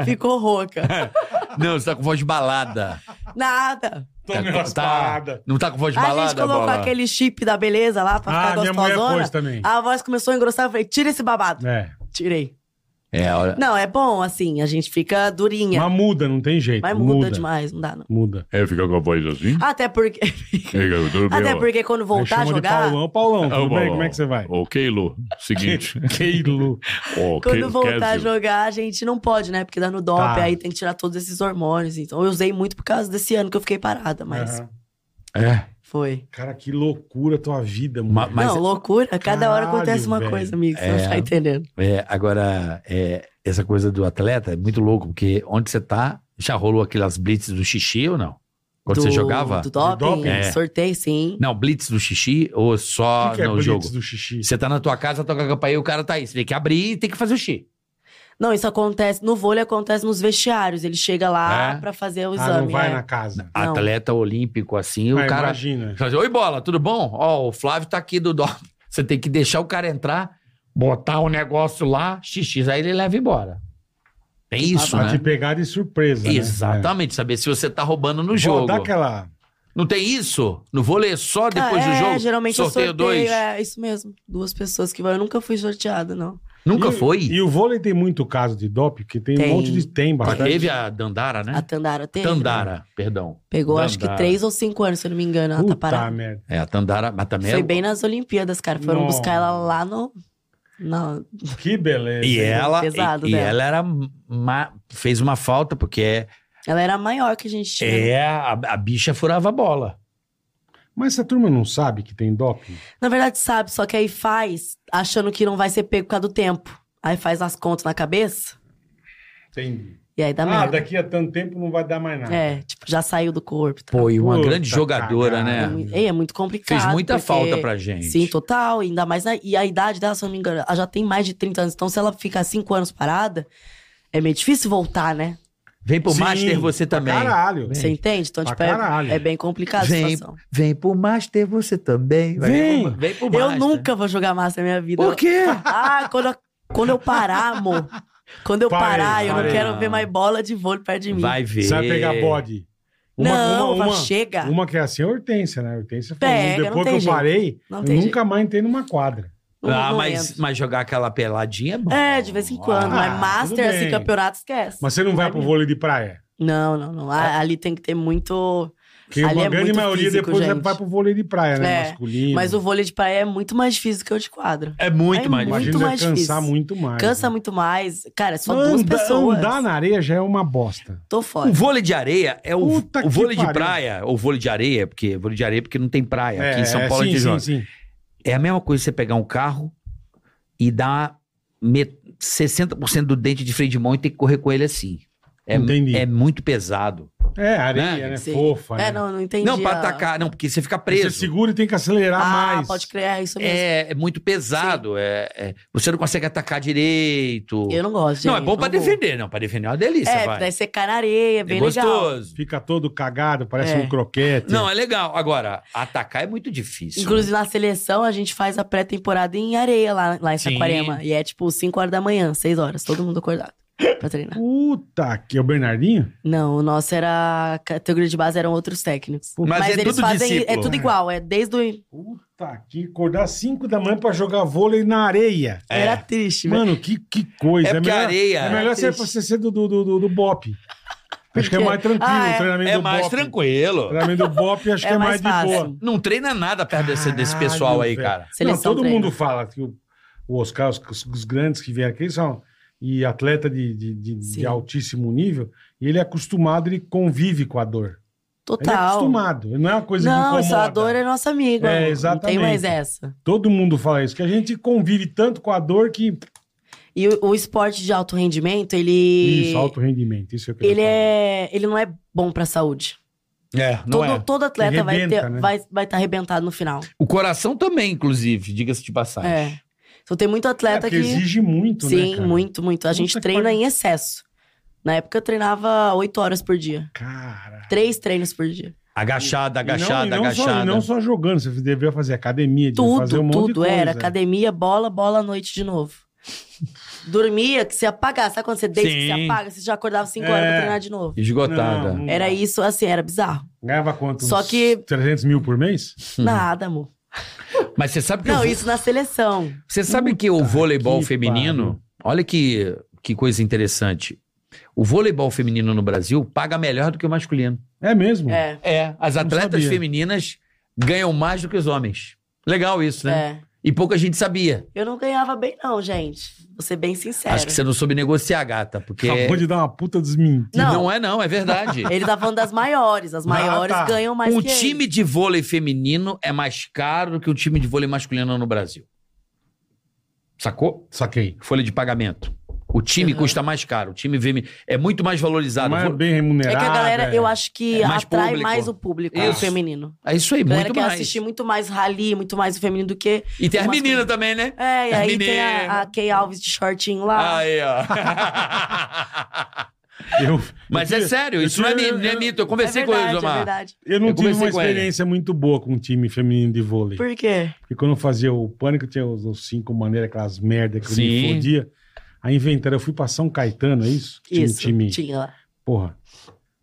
Speaker 5: Ficou rouca.
Speaker 3: Não, você tá com voz de balada.
Speaker 5: Nada.
Speaker 2: Tome
Speaker 3: Tá-
Speaker 2: umas
Speaker 3: tá-
Speaker 2: paradas.
Speaker 3: Não tá com voz de
Speaker 5: a
Speaker 3: balada,
Speaker 5: gente colocou
Speaker 3: bola?
Speaker 5: aquele chip da beleza lá pra
Speaker 2: Ah,
Speaker 5: ficar
Speaker 2: minha mulher pôs
Speaker 5: gostosona. Ah,
Speaker 2: também.
Speaker 5: A voz começou a engrossar, eu falei, tira esse babado.
Speaker 2: É.
Speaker 5: Tirei.
Speaker 3: É, olha.
Speaker 5: Não, é bom assim, a gente fica durinha.
Speaker 2: Mas muda, não tem jeito.
Speaker 5: Mas muda,
Speaker 2: muda
Speaker 5: demais, não dá não.
Speaker 2: Muda.
Speaker 6: É, fica com a voz assim.
Speaker 5: Até porque... Até porque quando
Speaker 2: Aí
Speaker 5: voltar a
Speaker 2: chama de
Speaker 5: jogar...
Speaker 2: Paulão. Paulão, tudo bem?
Speaker 6: Paulão.
Speaker 2: Como é que você vai?
Speaker 6: Ô, Keilo, seguinte.
Speaker 2: Keilo.
Speaker 6: Ô,
Speaker 5: Quando
Speaker 6: Keilo,
Speaker 5: voltar a
Speaker 6: Kézio,
Speaker 5: jogar, a gente não pode, né? Porque dá no dop,
Speaker 2: Tá.
Speaker 5: aí tem que tirar todos esses hormônios. Então, eu usei muito por causa desse ano que eu fiquei parada, mas
Speaker 2: Aham.
Speaker 3: É.
Speaker 5: foi.
Speaker 2: Cara, que loucura a tua vida, mano.
Speaker 3: Ma- mas-
Speaker 5: não, loucura. Cada hora
Speaker 2: é- Caralho,
Speaker 5: acontece uma
Speaker 2: velho.
Speaker 5: coisa, amigo. Você
Speaker 3: É.
Speaker 5: não tá entendendo.
Speaker 3: É, agora, é, essa coisa do atleta é muito louco, porque onde você tá, já rolou aquelas blitz do xixi ou não? Quando você
Speaker 5: Do-
Speaker 3: jogava?
Speaker 5: Do doping,
Speaker 2: Do doping?
Speaker 5: É. sorteio, sim.
Speaker 3: Não, blitz do xixi ou
Speaker 2: O
Speaker 3: só
Speaker 2: que, que é
Speaker 3: no
Speaker 2: blitz
Speaker 3: jogo?
Speaker 2: do xixi?
Speaker 3: Você tá na tua casa, toca a campainha e o cara tá aí. Você tem que abrir e tem que fazer o xixi.
Speaker 5: Não, isso acontece. No vôlei acontece nos vestiários. Ele chega lá
Speaker 3: É?
Speaker 5: pra fazer o
Speaker 2: Ah,
Speaker 5: exame.
Speaker 2: não vai
Speaker 5: é.
Speaker 2: na casa.
Speaker 5: Não.
Speaker 3: Atleta olímpico, assim,
Speaker 2: Ah,
Speaker 3: o cara.
Speaker 2: Imagina.
Speaker 3: Fala assim, Oi, bola, tudo bom? Ó, o Flávio tá aqui do dó. Você tem que deixar o cara entrar, botar o negócio lá, xixi, aí ele leva embora.
Speaker 5: Ah,
Speaker 3: É isso,
Speaker 2: pra
Speaker 3: né?
Speaker 2: te pegar de surpresa. né?
Speaker 3: Exatamente, saber se você tá roubando no
Speaker 2: É. Vou
Speaker 3: jogo.
Speaker 2: dar aquela...
Speaker 3: Não tem isso? Não vou ler só depois
Speaker 5: Ah,
Speaker 3: do
Speaker 5: é,
Speaker 3: jogo?
Speaker 5: geralmente eu
Speaker 3: sorteio dois.
Speaker 5: É, isso mesmo. Duas pessoas que vão. Eu nunca fui sorteada, não.
Speaker 3: Nunca
Speaker 2: E-
Speaker 3: foi?
Speaker 2: E o vôlei tem muito caso de doping, porque tem,
Speaker 5: Tem.
Speaker 2: um monte de. Tem
Speaker 3: Mas
Speaker 2: bastante.
Speaker 3: teve a Dandara, né?
Speaker 5: A Tandara teve. né?
Speaker 3: Tandara, perdão.
Speaker 5: Pegou, acho que
Speaker 2: Tandara.
Speaker 5: três ou cinco anos, se eu não me engano. Ela tá
Speaker 2: Puta
Speaker 5: parada.
Speaker 2: merda.
Speaker 3: É, a Tandara, mas também...
Speaker 5: Foi bem nas Olimpíadas, cara. Foram
Speaker 2: Nossa.
Speaker 5: buscar ela lá no. na-
Speaker 2: Que beleza.
Speaker 3: E ela,
Speaker 5: pesado
Speaker 3: e, e
Speaker 5: dela.
Speaker 3: ela era ma- fez uma falta, porque é,
Speaker 5: Ela era a maior que a gente tinha.
Speaker 3: é a, a bicha furava a bola.
Speaker 2: Mas essa turma não sabe que tem doping?
Speaker 5: Na verdade, sabe, só que aí faz, achando que não vai ser pego por causa do tempo. Aí faz as contas na cabeça
Speaker 2: Entendi.
Speaker 5: e aí dá
Speaker 2: ah,
Speaker 5: merda.
Speaker 2: daqui a tanto tempo não vai dar mais nada.
Speaker 5: É, tipo, já saiu do corpo. Tá?
Speaker 3: Pô, e uma
Speaker 2: Puta
Speaker 3: grande jogadora,
Speaker 5: É,
Speaker 2: cagada.
Speaker 3: né?
Speaker 5: muito- é muito complicado.
Speaker 3: Fez muita
Speaker 5: porque-
Speaker 3: falta pra gente.
Speaker 5: Sim, total. Ainda mais na... E a idade dela, se eu não me engano, ela já tem mais de 30 anos. Então, se ela ficar 5 anos parada, é meio difícil voltar, né?
Speaker 3: Vem pro
Speaker 2: Sim,
Speaker 3: Master você
Speaker 2: pra
Speaker 3: também.
Speaker 2: Caralho.
Speaker 5: Você entende? Então,
Speaker 2: Pra
Speaker 5: tipo, é,
Speaker 2: caralho.
Speaker 5: é bem complicada a
Speaker 3: Vem.
Speaker 5: situação.
Speaker 6: Vem pro Master você também. vai.
Speaker 2: Vem.
Speaker 3: Vem pro
Speaker 5: Eu
Speaker 2: né?
Speaker 3: Master.
Speaker 5: nunca vou jogar massa na minha vida.
Speaker 6: Por quê?
Speaker 5: Ah, quando eu, quando eu parar, amor. Quando eu
Speaker 2: Parei,
Speaker 5: parar, eu não
Speaker 2: parei.
Speaker 5: quero ver mais bola de vôlei perto de mim.
Speaker 3: Vai ver.
Speaker 2: Você vai pegar bode. Uma-
Speaker 5: não,
Speaker 2: uma-
Speaker 5: vai-
Speaker 2: uma-
Speaker 5: chega.
Speaker 2: Uma que é assim é a Hortência, né? A Hortência falou,
Speaker 5: Pega, não
Speaker 2: depois que
Speaker 5: tem
Speaker 2: eu
Speaker 5: jeito.
Speaker 2: parei,
Speaker 5: Não
Speaker 2: eu
Speaker 5: tem
Speaker 2: nunca mais entrei numa quadra.
Speaker 5: Não-
Speaker 3: Ah,
Speaker 5: não
Speaker 3: mas,
Speaker 5: entro.
Speaker 3: mas jogar aquela peladinha é bom.
Speaker 5: É, de vez em quando.
Speaker 2: Ah,
Speaker 5: mas
Speaker 2: tudo
Speaker 5: Master,
Speaker 2: bem.
Speaker 5: assim, campeonato, esquece.
Speaker 2: Mas você não vai
Speaker 5: Vai
Speaker 2: pro
Speaker 5: mesmo.
Speaker 2: vôlei de praia.
Speaker 5: Não, não, não. A- Ali tem que ter muito...
Speaker 2: Porque
Speaker 5: Ali
Speaker 2: uma
Speaker 5: é
Speaker 2: grande
Speaker 5: muito
Speaker 2: maioria
Speaker 5: físico,
Speaker 2: depois
Speaker 5: gente.
Speaker 2: vai pro vôlei de praia, né?
Speaker 5: É,
Speaker 2: Masculino.
Speaker 5: Mas o vôlei de praia é muito mais difícil que o de quadra.
Speaker 3: É muito
Speaker 5: É
Speaker 3: mais
Speaker 2: Imagina
Speaker 5: muito
Speaker 3: difícil.
Speaker 2: deve
Speaker 5: mais
Speaker 2: cansar
Speaker 5: difícil.
Speaker 2: muito mais.
Speaker 5: Cansa
Speaker 2: né?
Speaker 5: muito mais. Cara, é só
Speaker 2: Anda-
Speaker 5: duas pessoas.
Speaker 2: Andar
Speaker 3: né?
Speaker 2: na areia já é uma bosta.
Speaker 5: Tô
Speaker 3: O
Speaker 5: fora.
Speaker 3: vôlei de areia é o,
Speaker 2: Puta
Speaker 3: o
Speaker 2: que
Speaker 3: vôlei de
Speaker 2: pariu.
Speaker 3: praia, ou vôlei de areia, porque vôlei de areia é porque não tem praia. Aqui em São Paulo
Speaker 2: É,
Speaker 3: a
Speaker 2: sim,
Speaker 3: gente
Speaker 2: sim,
Speaker 3: joga.
Speaker 2: sim.
Speaker 3: É a mesma coisa você pegar um carro e dar met- 60% do dente de freio de mão e ter que correr com ele assim. É,
Speaker 2: Entendi.
Speaker 3: é muito pesado.
Speaker 2: É, areia,
Speaker 3: Né?
Speaker 2: né?
Speaker 5: Sim.
Speaker 2: Fofa.
Speaker 5: É,
Speaker 2: né?
Speaker 5: não, não entendi.
Speaker 3: não, pra
Speaker 5: a-
Speaker 3: atacar, não, porque você fica
Speaker 2: Você
Speaker 3: preso.
Speaker 2: segura e tem que acelerar
Speaker 5: Ah,
Speaker 2: mais.
Speaker 5: pode crer, é isso mesmo.
Speaker 3: É, é muito pesado. É, é- você não consegue atacar direito.
Speaker 5: Eu não gosto, gente.
Speaker 3: Não, é bom pra
Speaker 5: vou.
Speaker 3: defender, não. Pra defender é uma delícia,
Speaker 5: É,
Speaker 3: vai.
Speaker 5: daí você cai na areia, é bem
Speaker 3: é
Speaker 5: legal.
Speaker 3: gostoso.
Speaker 2: Fica todo cagado, parece
Speaker 5: É.
Speaker 2: um croquete.
Speaker 3: Não, é legal. Agora, atacar é muito difícil.
Speaker 5: Inclusive, na seleção, a gente faz a pré-temporada em areia lá, lá em
Speaker 3: Sim.
Speaker 5: Saquarema. E é tipo 5 horas da manhã, 6 horas, todo mundo acordado pra treinar.
Speaker 2: Puta que é o Bernardinho?
Speaker 5: Não, o nosso era. A categoria de base eram outros técnicos.
Speaker 3: Mas é tudo discípulo.
Speaker 5: É tudo igual, é desde o.
Speaker 2: Puta que acordar 5 da manhã pra jogar vôlei na areia.
Speaker 5: Era triste, velho.
Speaker 2: Mano, que, que coisa.
Speaker 3: É porque
Speaker 2: melhor,
Speaker 3: areia
Speaker 2: É melhor
Speaker 5: é
Speaker 2: você,
Speaker 5: triste.
Speaker 2: você ser do, do, do, do, do Bop. Acho que é
Speaker 5: quê?
Speaker 2: mais tranquilo
Speaker 5: Ah, é.
Speaker 2: o treinamento
Speaker 3: É
Speaker 2: do
Speaker 3: mais
Speaker 2: Bop. O
Speaker 3: tranquilo.
Speaker 2: treinamento do Bop acho
Speaker 5: É
Speaker 2: que é mais,
Speaker 5: mais
Speaker 2: de
Speaker 5: fácil.
Speaker 2: boa.
Speaker 3: Não treina nada perto desse, desse
Speaker 2: Caralho,
Speaker 3: pessoal aí,
Speaker 2: velho.
Speaker 3: cara.
Speaker 5: Seleção
Speaker 2: Não, todo
Speaker 5: treina.
Speaker 2: mundo fala que o, o Oscar, os, os- os grandes que vieram aqui são e atleta de, de, de- de
Speaker 5: Sim.
Speaker 2: altíssimo nível, e ele é acostumado, ele convive com a dor. Ele é
Speaker 5: Total.
Speaker 2: acostumado, não é uma coisa que
Speaker 5: não,
Speaker 2: incomoda.
Speaker 5: só a dor é nossa amiga.
Speaker 2: É,
Speaker 5: amor.
Speaker 2: exatamente.
Speaker 5: Não tem mais essa.
Speaker 2: Todo mundo fala isso, que a gente convive tanto com a dor que...
Speaker 5: E o, o esporte de alto rendimento, ele.
Speaker 2: Isso, alto rendimento, isso é o que eu
Speaker 5: Ele
Speaker 2: falo.
Speaker 5: é. Ele não é bom pra saúde.
Speaker 3: É, não
Speaker 5: todo,
Speaker 3: é.
Speaker 5: todo atleta vai
Speaker 2: Arrebenta,
Speaker 5: ter,
Speaker 2: né?
Speaker 5: vai vai tá arrebentado no final.
Speaker 3: O coração também, inclusive, diga-se de passagem.
Speaker 5: É. Então tem muito
Speaker 2: É,
Speaker 5: atleta
Speaker 2: porque
Speaker 5: que.
Speaker 2: exige muito, né,
Speaker 5: Sim,
Speaker 2: cara?
Speaker 5: muito, muito. A
Speaker 2: Puta
Speaker 5: gente
Speaker 2: que
Speaker 5: treina
Speaker 2: pariu.
Speaker 5: em excesso. Na época eu treinava oito horas por dia.
Speaker 2: Cara...
Speaker 5: Três treinos por dia.
Speaker 3: Agachada,
Speaker 2: E não-
Speaker 3: agachada,
Speaker 2: e não, só-
Speaker 3: agachada.
Speaker 2: e não só jogando, você devia fazer academia, devia fazer
Speaker 5: Tudo,
Speaker 2: um monte de
Speaker 5: tudo.
Speaker 2: coisa.
Speaker 5: Era academia, bola, bola à noite de novo. Dormia, que se apagar. Sabe quando você deita, que
Speaker 3: Sim.
Speaker 5: se apaga? Você já acordava cinco
Speaker 2: É.
Speaker 5: horas pra treinar de novo.
Speaker 3: Esgotada.
Speaker 2: Não, não
Speaker 5: Era
Speaker 2: dá.
Speaker 5: isso, assim, era bizarro.
Speaker 2: Ganhava quanto?
Speaker 5: Só
Speaker 2: Uns
Speaker 5: que-
Speaker 2: 300 mil por mês?
Speaker 3: Hum.
Speaker 5: Nada, amor.
Speaker 3: Mas você sabe que
Speaker 5: Não,
Speaker 3: o,
Speaker 5: isso na seleção.
Speaker 3: você sabe que o
Speaker 2: Puta
Speaker 3: voleibol
Speaker 2: que
Speaker 3: feminino,
Speaker 2: pariu.
Speaker 3: olha que, que coisa interessante. O voleibol feminino no Brasil paga melhor do que o masculino.
Speaker 2: É mesmo?
Speaker 5: É,
Speaker 3: É, as
Speaker 2: Não
Speaker 3: atletas
Speaker 2: sabia.
Speaker 3: femininas ganham mais do que os homens. Legal isso, né?
Speaker 5: é.
Speaker 3: E pouca gente sabia.
Speaker 5: Eu não ganhava bem, não, gente. Vou ser bem sincero.
Speaker 3: Acho que você não soube negociar, gata, porque
Speaker 2: Acabou de dar uma puta desmentida.
Speaker 3: não.
Speaker 5: Não.
Speaker 3: é não, é verdade.
Speaker 5: Ele tá falando das maiores. As maiores
Speaker 2: tá.
Speaker 5: ganham mais
Speaker 3: um
Speaker 5: que ele.
Speaker 3: Ah, time de vôlei feminino é mais caro do que um time de vôlei masculino no Brasil. Sacou?
Speaker 2: Saquei.
Speaker 3: Folha de pagamento. O time
Speaker 5: Uhum.
Speaker 3: custa mais caro. O time VM é muito mais valorizado.
Speaker 2: Mas é
Speaker 3: Vo-
Speaker 2: bem
Speaker 5: É que
Speaker 2: remunerado.
Speaker 5: a galera,
Speaker 2: é.
Speaker 5: eu acho que
Speaker 3: É mais
Speaker 5: atrai
Speaker 3: público.
Speaker 5: mais o público
Speaker 3: Isso.
Speaker 5: o feminino.
Speaker 3: É isso aí,
Speaker 5: A galera
Speaker 3: muito
Speaker 5: quer
Speaker 3: mais.
Speaker 5: assistir muito mais rally, muito mais o feminino do que.
Speaker 3: E tem as
Speaker 5: o masculino.
Speaker 3: meninas também, né?
Speaker 5: É, e
Speaker 3: As
Speaker 5: aí tem
Speaker 3: meninas.
Speaker 5: a, a Kay Alves de shortinho lá.
Speaker 3: Aí, ó.
Speaker 2: Eu-
Speaker 3: Mas
Speaker 2: eu
Speaker 3: é
Speaker 2: tive-
Speaker 3: sério,
Speaker 2: eu
Speaker 3: isso não é,
Speaker 2: tive-
Speaker 3: mito, não é mito. Eu
Speaker 5: é
Speaker 3: conversei com
Speaker 5: verdade,
Speaker 3: eles,
Speaker 5: é
Speaker 3: Omar.
Speaker 5: verdade.
Speaker 2: Eu não
Speaker 3: Eu
Speaker 2: tive uma
Speaker 3: conversei com ele.
Speaker 2: experiência muito boa com um time feminino de vôlei.
Speaker 5: Por quê?
Speaker 2: Porque quando eu fazia o pânico, tinha os, os cinco maneiras, aquelas merda que eu me
Speaker 3: Sim.
Speaker 2: fodia. Aí inventaram, eu fui pra São Caetano, é isso? Tinha um
Speaker 5: Isso,
Speaker 2: time.
Speaker 5: tinha lá.
Speaker 2: Porra.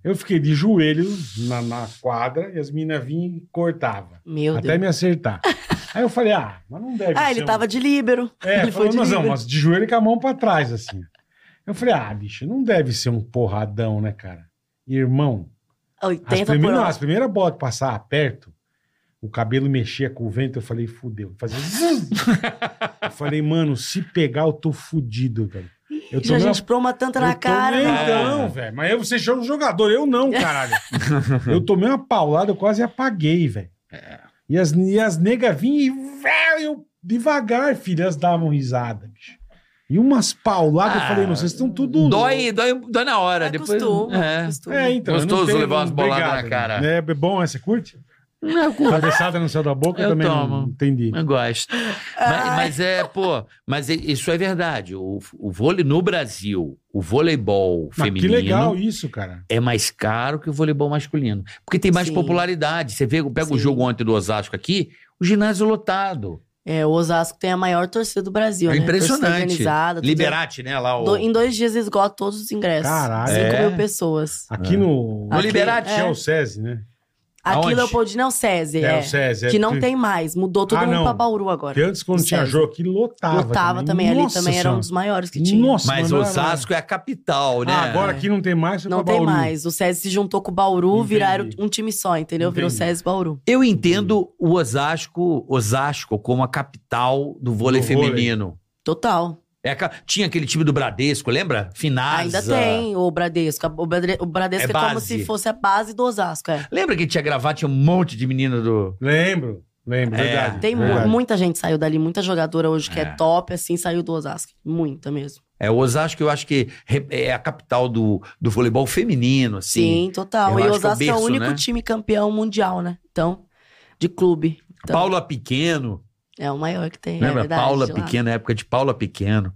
Speaker 2: Eu fiquei de joelho na, na quadra e as meninas vinham e cortavam.
Speaker 5: Meu
Speaker 2: até
Speaker 5: Deus.
Speaker 2: me acertar. Aí eu falei, ah, mas não deve
Speaker 5: Ah,
Speaker 2: ser
Speaker 5: ele
Speaker 2: um-
Speaker 5: tava de líbero.
Speaker 2: É,
Speaker 5: ele
Speaker 2: falou,
Speaker 5: foi de
Speaker 2: mas, não,
Speaker 5: líbero.
Speaker 2: mas de joelho e com a mão pra trás, assim. Eu falei, ah, bicho, não deve ser um porradão, né, cara? Irmão, as
Speaker 5: 80 por
Speaker 2: primeiras,
Speaker 5: hora.
Speaker 2: as primeiras bolas que passava perto, o cabelo mexia com o vento, eu falei, fudeu. Fazia... zzz. eu falei, mano, se pegar, eu tô fudido, velho. Eu
Speaker 5: Já a
Speaker 2: tomei uma
Speaker 5: gente proma tanta
Speaker 2: eu
Speaker 5: na cara. né?
Speaker 2: Tomei,
Speaker 5: mano.
Speaker 8: É.
Speaker 2: então, velho. Mas aí você chama o jogador, eu não, caralho. eu tomei uma paulada, eu quase apaguei, velho.
Speaker 8: É.
Speaker 2: E as, e as nega vinham e, velho, eu- devagar, filho, elas davam risada, bicho. E umas pauladas, Ah, eu falei, não, vocês estão tudo.
Speaker 8: Dói, dói, dói na hora.
Speaker 5: É,
Speaker 8: depois.
Speaker 5: costuma,
Speaker 8: É.
Speaker 5: costuma.
Speaker 2: É, então. eu não
Speaker 8: Gostoso
Speaker 2: tenho-
Speaker 8: levar umas boladas
Speaker 2: obrigado.
Speaker 8: na cara.
Speaker 2: É, é bom, é? Você curte?
Speaker 8: Não, eu curto,
Speaker 2: Atravessada Tá no céu da boca, eu,
Speaker 8: Eu
Speaker 2: também não
Speaker 8: tomo.
Speaker 2: entendi.
Speaker 8: eu gosto.
Speaker 5: Ah,
Speaker 8: Mas, mas é, pô, mas i- isso é verdade. O, o vôlei no Brasil, o voleibol
Speaker 2: Mas que
Speaker 8: feminino
Speaker 2: legal isso, cara.
Speaker 8: é mais caro que o voleibol masculino. Porque tem mais
Speaker 5: Sim.
Speaker 8: popularidade. Você vê, pega o
Speaker 5: Sim.
Speaker 8: jogo ontem do Osasco aqui, o ginásio lotado.
Speaker 5: É, o Osasco tem a maior torcida do Brasil,
Speaker 3: É
Speaker 5: né?
Speaker 3: impressionante.
Speaker 5: Torcida organizada. tudo.
Speaker 3: Liberati, né? Lá o...
Speaker 5: Do- em dois dias esgota todos os ingressos.
Speaker 2: Caralho.
Speaker 5: 5
Speaker 3: É.
Speaker 5: mil pessoas.
Speaker 2: Aqui no.
Speaker 5: No Liberati.
Speaker 2: É o SESI, né?
Speaker 5: Aqui
Speaker 3: Aonde?
Speaker 5: em Leopoldina é o
Speaker 2: É,
Speaker 5: SESI, é.
Speaker 2: o SESI. é
Speaker 5: que não
Speaker 2: tri-
Speaker 5: tem mais. Mudou todo
Speaker 2: Ah,
Speaker 5: mundo
Speaker 2: não.
Speaker 5: pra Bauru agora.
Speaker 2: Porque antes, quando tinha
Speaker 5: Sério.
Speaker 2: jogo aqui, lotava.
Speaker 5: Lotava também. Ali
Speaker 2: Nossa
Speaker 5: também era um
Speaker 2: Senhora.
Speaker 5: dos maiores que tinha.
Speaker 2: Nossa,
Speaker 3: Mas
Speaker 2: mano, era-
Speaker 3: Osasco é a capital, né?
Speaker 2: Ah, agora aqui não tem mais, foi
Speaker 5: Não
Speaker 2: pra
Speaker 5: tem
Speaker 2: Bauru.
Speaker 5: mais. O SESI se juntou com o Bauru,
Speaker 2: Entendi.
Speaker 5: viraram um time só, entendeu? Virou
Speaker 2: Entendi.
Speaker 5: SESI Bauru.
Speaker 2: Hum.
Speaker 3: Eu entendo o Osasco, Osasco como a capital do vôlei
Speaker 2: Do vôlei.
Speaker 3: feminino.
Speaker 5: Total.
Speaker 3: É a ca- tinha aquele time do Bradesco, lembra? Finasa.
Speaker 5: Ainda tem o Bradesco. O Bradre- o Bradesco
Speaker 3: É
Speaker 5: é, como
Speaker 3: base.
Speaker 5: se fosse a base do Osasco, é.
Speaker 3: Lembra que tinha gravado, tinha um monte de menina do...
Speaker 2: Lembro, lembro,
Speaker 3: É.
Speaker 2: verdade.
Speaker 5: Tem mu-
Speaker 2: verdade.
Speaker 5: muita gente saiu dali, muita jogadora hoje que é.
Speaker 3: É.
Speaker 5: top, assim, saiu do Osasco. Muita mesmo.
Speaker 3: É, o Osasco eu acho que re- é a capital do, do voleibol feminino, assim.
Speaker 5: Sim, total.
Speaker 3: Eu
Speaker 5: e
Speaker 3: acho
Speaker 5: o
Speaker 3: que é o
Speaker 5: Osasco é o
Speaker 3: berço,
Speaker 5: único
Speaker 3: né?
Speaker 5: time campeão mundial, né? Então, de clube. Então,
Speaker 3: Paula Pequeno,
Speaker 5: É o maior que tem, é
Speaker 3: lembra?
Speaker 5: verdade.
Speaker 3: Paula
Speaker 5: de lá.
Speaker 3: Pequeno, a época de Paula Pequeno.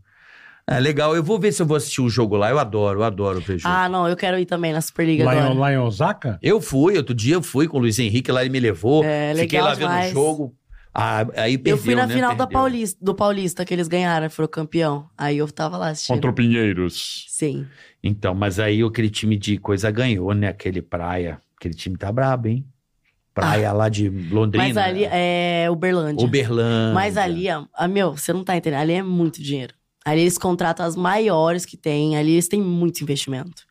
Speaker 3: É legal, eu vou ver se eu vou assistir o jogo lá, eu adoro, eu adoro ver jogo.
Speaker 5: Ah, não, eu quero ir também na Superliga
Speaker 2: Lá
Speaker 5: agora.
Speaker 2: em, lá em Osaka?
Speaker 3: Eu fui, outro dia eu fui com o Luiz Henrique lá, ele me levou.
Speaker 5: É,
Speaker 3: fiquei
Speaker 5: legal
Speaker 3: lá vendo o
Speaker 5: demais.
Speaker 3: jogo. Ah, aí perdeu,
Speaker 5: eu fui na
Speaker 3: né?
Speaker 5: final da
Speaker 3: Perdeu.
Speaker 5: Paulista, do Paulista que eles ganharam, foram campeão. Aí eu tava lá assistindo.
Speaker 6: Contra o Pinheiros.
Speaker 5: Sim.
Speaker 3: Então, mas aí aquele time de coisa ganhou, né? Aquele praia. Aquele time tá brabo, hein? Praia lá de Londrina.
Speaker 5: Mas ali
Speaker 2: né?
Speaker 5: é Uberlândia.
Speaker 3: Uberlândia.
Speaker 5: Mas ali, a, a- meu, você não tá entendendo. Ali é muito dinheiro. Ali eles contratam as maiores que tem. Ali eles têm muito investimento.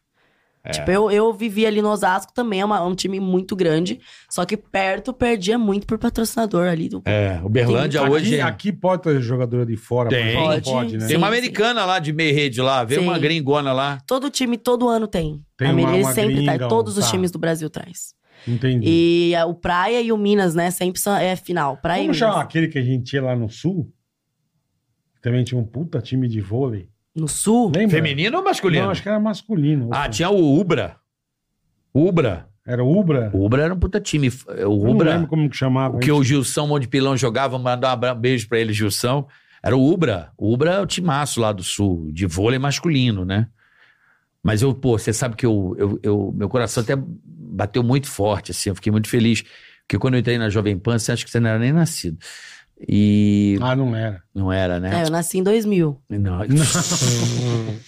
Speaker 2: É.
Speaker 5: Tipo, eu, eu vivi ali no Osasco também, é uma- um time muito grande. Só que perto perdia muito por patrocinador ali do.
Speaker 3: É, Uberlândia
Speaker 2: aqui,
Speaker 3: hoje. é-
Speaker 2: aqui pode ter jogadora de fora,
Speaker 3: Tem.
Speaker 2: por exemplo,
Speaker 5: Pode.
Speaker 2: né?
Speaker 3: Tem uma
Speaker 5: Sim, sim.
Speaker 3: americana lá de meia rede lá, vê uma
Speaker 5: Sim.
Speaker 3: gringona lá.
Speaker 5: Todo time, todo ano tem.
Speaker 2: Tem
Speaker 5: A
Speaker 2: uma-
Speaker 5: Eles
Speaker 2: uma
Speaker 5: sempre
Speaker 2: gringa,
Speaker 5: trazem. Todos os
Speaker 2: tá.
Speaker 5: times do Brasil traz.
Speaker 2: Entendi.
Speaker 5: E a- o Praia e o Minas, né? Sempre são, é final. Praia
Speaker 2: Vamos
Speaker 5: e Minas.
Speaker 2: chamar aquele que a gente ia lá no Sul? Também tinha um puta time de vôlei.
Speaker 5: No sul?
Speaker 2: Lembra?
Speaker 3: Feminino ou masculino?
Speaker 2: Não, acho que era masculino. assim.
Speaker 3: Ah, tinha o Ubra. Ubra.
Speaker 2: Era o Ubra?
Speaker 3: O Ubra era um puta time.
Speaker 2: Eu
Speaker 3: O
Speaker 2: Não
Speaker 3: Ubra.
Speaker 2: lembro como que chamava.
Speaker 3: O que o Gilson Monte Pilão jogava, mandar um abra- beijo pra ele, Gilson. Era o Ubra. O Ubra é o timaço lá do sul, de vôlei masculino, né? Mas eu, pô, você sabe que eu, eu, eu- meu coração até bateu muito forte, assim, eu fiquei muito feliz. Porque quando eu entrei na Jovem Pan, você acha que você não era nem nascido. E
Speaker 2: Ah, não era.
Speaker 3: não era, né?
Speaker 5: É, eu nasci em 2000.
Speaker 3: Não.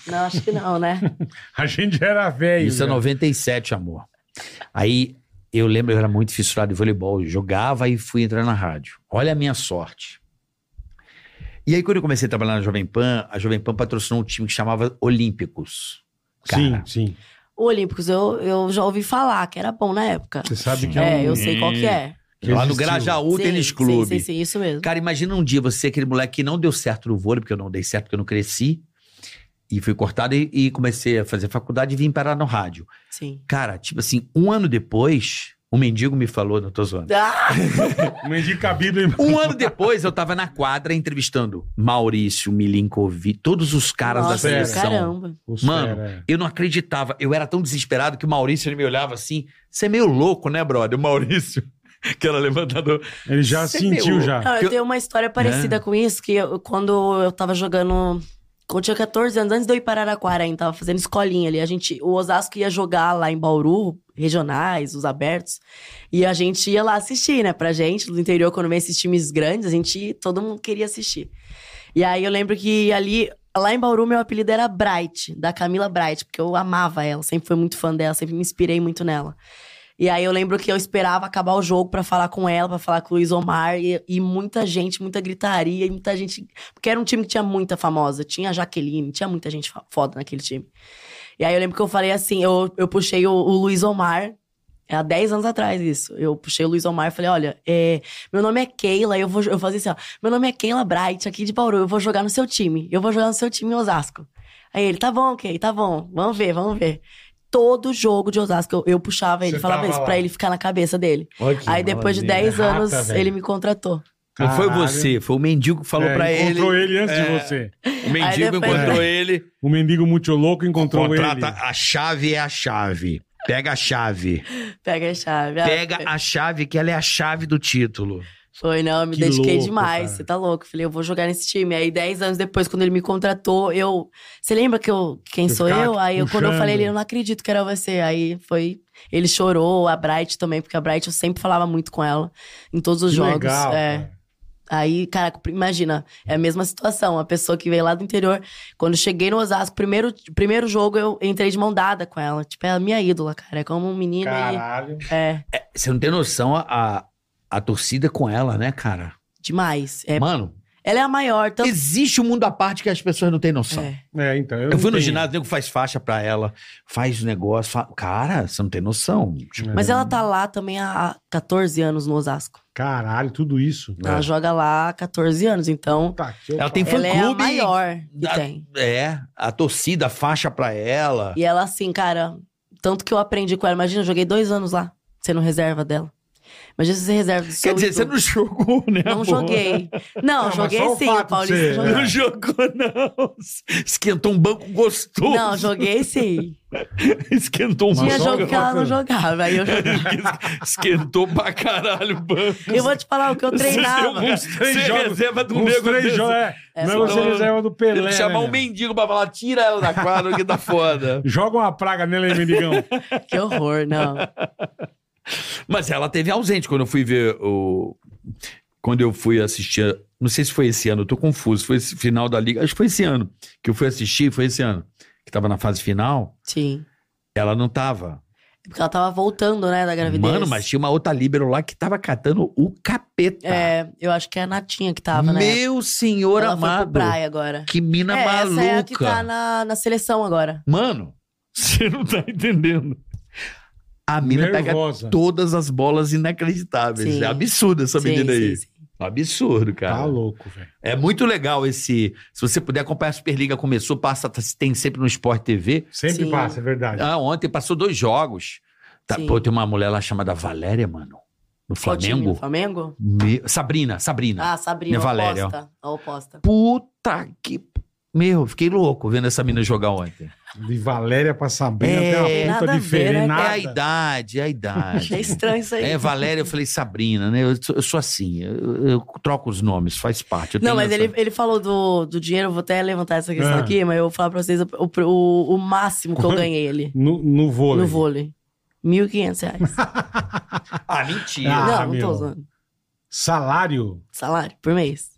Speaker 5: Não, acho que não, né?
Speaker 2: a gente era velho.
Speaker 3: Isso é
Speaker 2: né?
Speaker 3: 97, amor. Aí eu lembro, eu era muito fissurado em voleibol, eu jogava e fui entrar na rádio. Olha a minha sorte. E aí, quando eu comecei a trabalhar na Jovem Pan, a Jovem Pan patrocinou um time que chamava Olímpicos. Cara,
Speaker 2: Sim, sim.
Speaker 5: O Olímpicos, eu, eu já ouvi falar que era bom na época.
Speaker 2: Você sabe que é, um...
Speaker 5: É, eu sei qual que é.
Speaker 2: que
Speaker 3: lá no
Speaker 2: existiu.
Speaker 3: Grajaú
Speaker 5: Sim,
Speaker 3: Tênis Clube.
Speaker 5: Sim, sim, sim, isso mesmo.
Speaker 3: Cara, imagina um dia você, aquele moleque que não deu certo no vôlei, porque eu não dei certo, porque eu não cresci. E fui cortado e, e comecei a fazer faculdade e vim parar no rádio.
Speaker 5: Sim.
Speaker 3: Cara, tipo assim, um ano depois, o mendigo me falou, não tô zoando.
Speaker 5: Ah,
Speaker 2: Um mendigo Bíblia.
Speaker 3: Um ano depois, eu tava na quadra entrevistando Maurício, Milinkovic, todos os caras da
Speaker 5: nossa,
Speaker 3: seleção.
Speaker 5: caramba.
Speaker 3: Mano,
Speaker 2: é.
Speaker 3: Eu não acreditava. Eu era tão desesperado que o Maurício ele me olhava assim. Você é meio louco, né, brother? O Maurício, que era levantador.
Speaker 2: ele já
Speaker 3: você
Speaker 2: sentiu
Speaker 3: pegou.
Speaker 2: já.
Speaker 5: Não,
Speaker 3: que eu- É.
Speaker 5: eu tenho uma história parecida com isso, que eu- quando eu tava jogando. Quando eu tinha 14 anos, antes de eu ir para Araraquara ainda, tava fazendo escolinha ali. A gente, o Osasco ia jogar lá em Bauru, regionais, os abertos. E a gente ia lá assistir, né? Pra gente, do interior, quando vem esses times grandes, a gente, todo mundo queria assistir. E aí eu lembro que ali Lá em Bauru, meu apelido era Bright, da Camila Bright, porque eu amava ela, sempre fui muito fã dela, sempre me inspirei muito nela. E aí eu lembro que eu esperava acabar o jogo pra falar com ela, pra falar com o Luiz Omar, e, e muita gente, muita gritaria, e muita gente. Porque era um time que tinha muita famosa, tinha a Jaqueline, tinha muita gente fa- foda naquele time. E aí eu lembro que eu falei assim, eu, eu puxei o, o Luiz Omar, é há 10 anos atrás isso. Eu puxei o Luiz Omar e falei, olha, é, meu nome é Keila, eu vou jo- eu fazia assim, ó, meu nome é Keila Bright, aqui de Bauru, eu vou jogar no seu time. Eu vou jogar no seu time em Osasco. Aí ele, tá bom, Kay, tá bom, vamos ver, vamos ver. Todo jogo de Osasco, eu, eu puxava ele,
Speaker 2: Você
Speaker 5: falava
Speaker 2: tava
Speaker 5: isso
Speaker 2: lá.
Speaker 5: pra ele ficar na cabeça dele. Aí depois de 10
Speaker 2: Rata,
Speaker 5: anos,
Speaker 2: velho.
Speaker 5: ele me contratou.
Speaker 3: Não foi
Speaker 2: Caralho.
Speaker 3: você, foi o mendigo que falou
Speaker 2: É,
Speaker 3: pra ele.
Speaker 2: Encontrou ele antes
Speaker 3: É.
Speaker 2: de você.
Speaker 3: O mendigo
Speaker 5: Aí depois-
Speaker 3: encontrou ele.
Speaker 2: O mendigo muito louco encontrou
Speaker 3: Contrata
Speaker 2: ele.
Speaker 3: a chave é a chave. Pega a chave.
Speaker 5: Pega a chave. ah,
Speaker 3: Pega a chave que ela é a chave do título.
Speaker 5: Foi, não, eu me
Speaker 2: Que
Speaker 5: dediquei
Speaker 2: louco,
Speaker 5: demais.
Speaker 2: cara.
Speaker 5: Você tá louco? Falei, eu vou jogar nesse time. Aí, 10 anos depois, quando ele me contratou, eu. Você lembra que eu quem
Speaker 2: Você
Speaker 5: sou
Speaker 2: ficava
Speaker 5: eu? Aí eu, quando eu
Speaker 2: puxando.
Speaker 5: falei, ele, eu não acredito que era você. Aí foi. Ele chorou, a Bright também, porque a Bright eu sempre falava muito com ela em todos os
Speaker 2: Que
Speaker 5: jogos.
Speaker 2: legal,
Speaker 5: é.
Speaker 2: cara.
Speaker 5: Aí, caraca, imagina, é a mesma situação. A pessoa que veio lá do interior, quando eu cheguei no Osasco, primeiro, primeiro jogo eu entrei de mão dada com ela. Tipo, é a minha ídola, cara. É como um menino
Speaker 2: Caralho.
Speaker 5: e. É,
Speaker 3: Você não tem noção a, a, a torcida com ela, né, cara?
Speaker 5: demais. É,
Speaker 3: Mano,
Speaker 5: ela é a maior, tanto.
Speaker 3: existe um mundo à parte que as pessoas não têm noção.
Speaker 5: É.
Speaker 2: É, então. Eu,
Speaker 3: Eu
Speaker 2: não
Speaker 3: fui no
Speaker 2: tenho.
Speaker 3: ginásio, o nego faz faixa pra ela, faz o negócio. fa- Cara, você não tem noção. Tipo,
Speaker 5: Mas ela tá lá também há 14 anos no Osasco.
Speaker 2: Caralho, tudo isso.
Speaker 5: Ela joga lá há 14 anos, então
Speaker 2: Tá, que
Speaker 3: Ela tem fã
Speaker 5: ela é a
Speaker 3: clube.
Speaker 5: maior que
Speaker 3: da- Ah.
Speaker 5: tem.
Speaker 3: É, a torcida, a faixa pra ela.
Speaker 5: E ela assim, cara, tanto que eu aprendi com ela. Imagina, eu joguei dois anos lá, sendo reserva dela. Imagina se você reserva do seu
Speaker 3: Quer dizer, você
Speaker 5: ídolo.
Speaker 3: não jogou, né?
Speaker 5: Não
Speaker 3: amor?
Speaker 5: joguei. É. Não,
Speaker 2: mas
Speaker 5: joguei
Speaker 2: só o
Speaker 5: sim,
Speaker 2: fato
Speaker 5: o
Speaker 2: de
Speaker 5: Paulista
Speaker 2: você-
Speaker 5: jogou.
Speaker 3: Não jogou, não. Esquentou um banco gostoso.
Speaker 5: Não, joguei sim.
Speaker 3: Esquentou um
Speaker 2: Mas
Speaker 5: Tinha
Speaker 2: só
Speaker 5: jogo
Speaker 2: o
Speaker 5: que ela não
Speaker 2: fato-
Speaker 5: jogava, aí eu joguei.
Speaker 3: banco. Esquentou pra caralho o banco.
Speaker 5: Eu vou te falar o que eu treinava.
Speaker 2: três
Speaker 3: Você
Speaker 2: jogos,
Speaker 3: reserva de um
Speaker 2: Uns
Speaker 3: nego
Speaker 2: três
Speaker 3: desse.
Speaker 2: jogos. É.
Speaker 5: É,
Speaker 2: não,
Speaker 5: só-
Speaker 2: você reserva do Pelé.
Speaker 3: Tem que chamar
Speaker 2: né,
Speaker 3: um
Speaker 2: meu?
Speaker 3: mendigo pra falar, tira ela da quadra que tá foda.
Speaker 2: Joga uma praga nela aí, mendigão.
Speaker 5: Que horror, não.
Speaker 3: Mas ela teve ausente quando eu fui ver o. Quando eu fui assistir. Não sei se foi esse ano, eu tô confuso. Foi esse final da Liga. Acho que foi esse ano. Que eu fui assistir, foi esse ano. Que tava na fase final.
Speaker 5: Sim.
Speaker 3: Ela não tava.
Speaker 5: Porque ela tava voltando, né, da gravidez.
Speaker 3: Mano, mas tinha uma outra líbero lá que tava catando o capeta.
Speaker 5: É, eu acho que é a Natinha que tava, né?
Speaker 3: Meu senhor
Speaker 5: Ela foi pro
Speaker 3: amado.
Speaker 5: praia agora.
Speaker 3: Que mina
Speaker 5: é,
Speaker 3: maluca.
Speaker 5: essa é a que tá na, na seleção agora.
Speaker 3: Mano, você não tá entendendo. A mina pega
Speaker 2: Nervosa.
Speaker 3: todas as bolas inacreditáveis.
Speaker 5: Sim.
Speaker 3: É absurdo essa
Speaker 5: Sim,
Speaker 3: menina aí.
Speaker 5: sim, sim.
Speaker 3: Absurdo, cara.
Speaker 2: Tá louco, velho.
Speaker 3: É muito legal esse. Se você puder acompanhar a Superliga, começou, passa, tá, tem sempre no Sport TV.
Speaker 2: Sempre
Speaker 5: Sim.
Speaker 2: passa, é verdade.
Speaker 3: Ah, ontem passou dois jogos. Tá,
Speaker 5: Sim.
Speaker 3: pô, tem uma mulher lá chamada Valéria, mano. No
Speaker 5: Qual time?
Speaker 3: Flamengo.
Speaker 5: Flamengo?
Speaker 3: Me- Sabrina, Sabrina.
Speaker 5: Ah, Sabrina,
Speaker 3: Minha Valéria,
Speaker 5: a oposta. A oposta.
Speaker 3: Puta que. Meu, fiquei louco vendo essa mina jogar ontem.
Speaker 2: De Valéria pra Sabrina
Speaker 3: É,
Speaker 2: tem uma
Speaker 5: nada
Speaker 2: puta
Speaker 5: a ver,
Speaker 2: diferente.
Speaker 5: né,
Speaker 3: É a
Speaker 2: Nada.
Speaker 3: idade, é a idade.
Speaker 5: É estranho isso aí.
Speaker 3: É, Valéria, eu falei Sabrina, né? Eu sou, eu sou assim, eu, eu troco os nomes, faz parte. eu
Speaker 5: Não,
Speaker 3: tenho
Speaker 5: mas
Speaker 3: essa-
Speaker 5: ele, ele falou do, do dinheiro, eu vou até levantar essa questão
Speaker 3: É.
Speaker 2: Ah.
Speaker 5: aqui, mas eu vou falar pra vocês o, o, o máximo que
Speaker 2: Quanto?
Speaker 5: eu ganhei ali
Speaker 2: No, no vôlei.
Speaker 5: no vôlei. R$ 1.500 reais.
Speaker 3: Ah, mentira.
Speaker 2: Ah,
Speaker 5: não, não
Speaker 2: meu.
Speaker 5: tô usando.
Speaker 2: Salário.
Speaker 5: Salário por mês.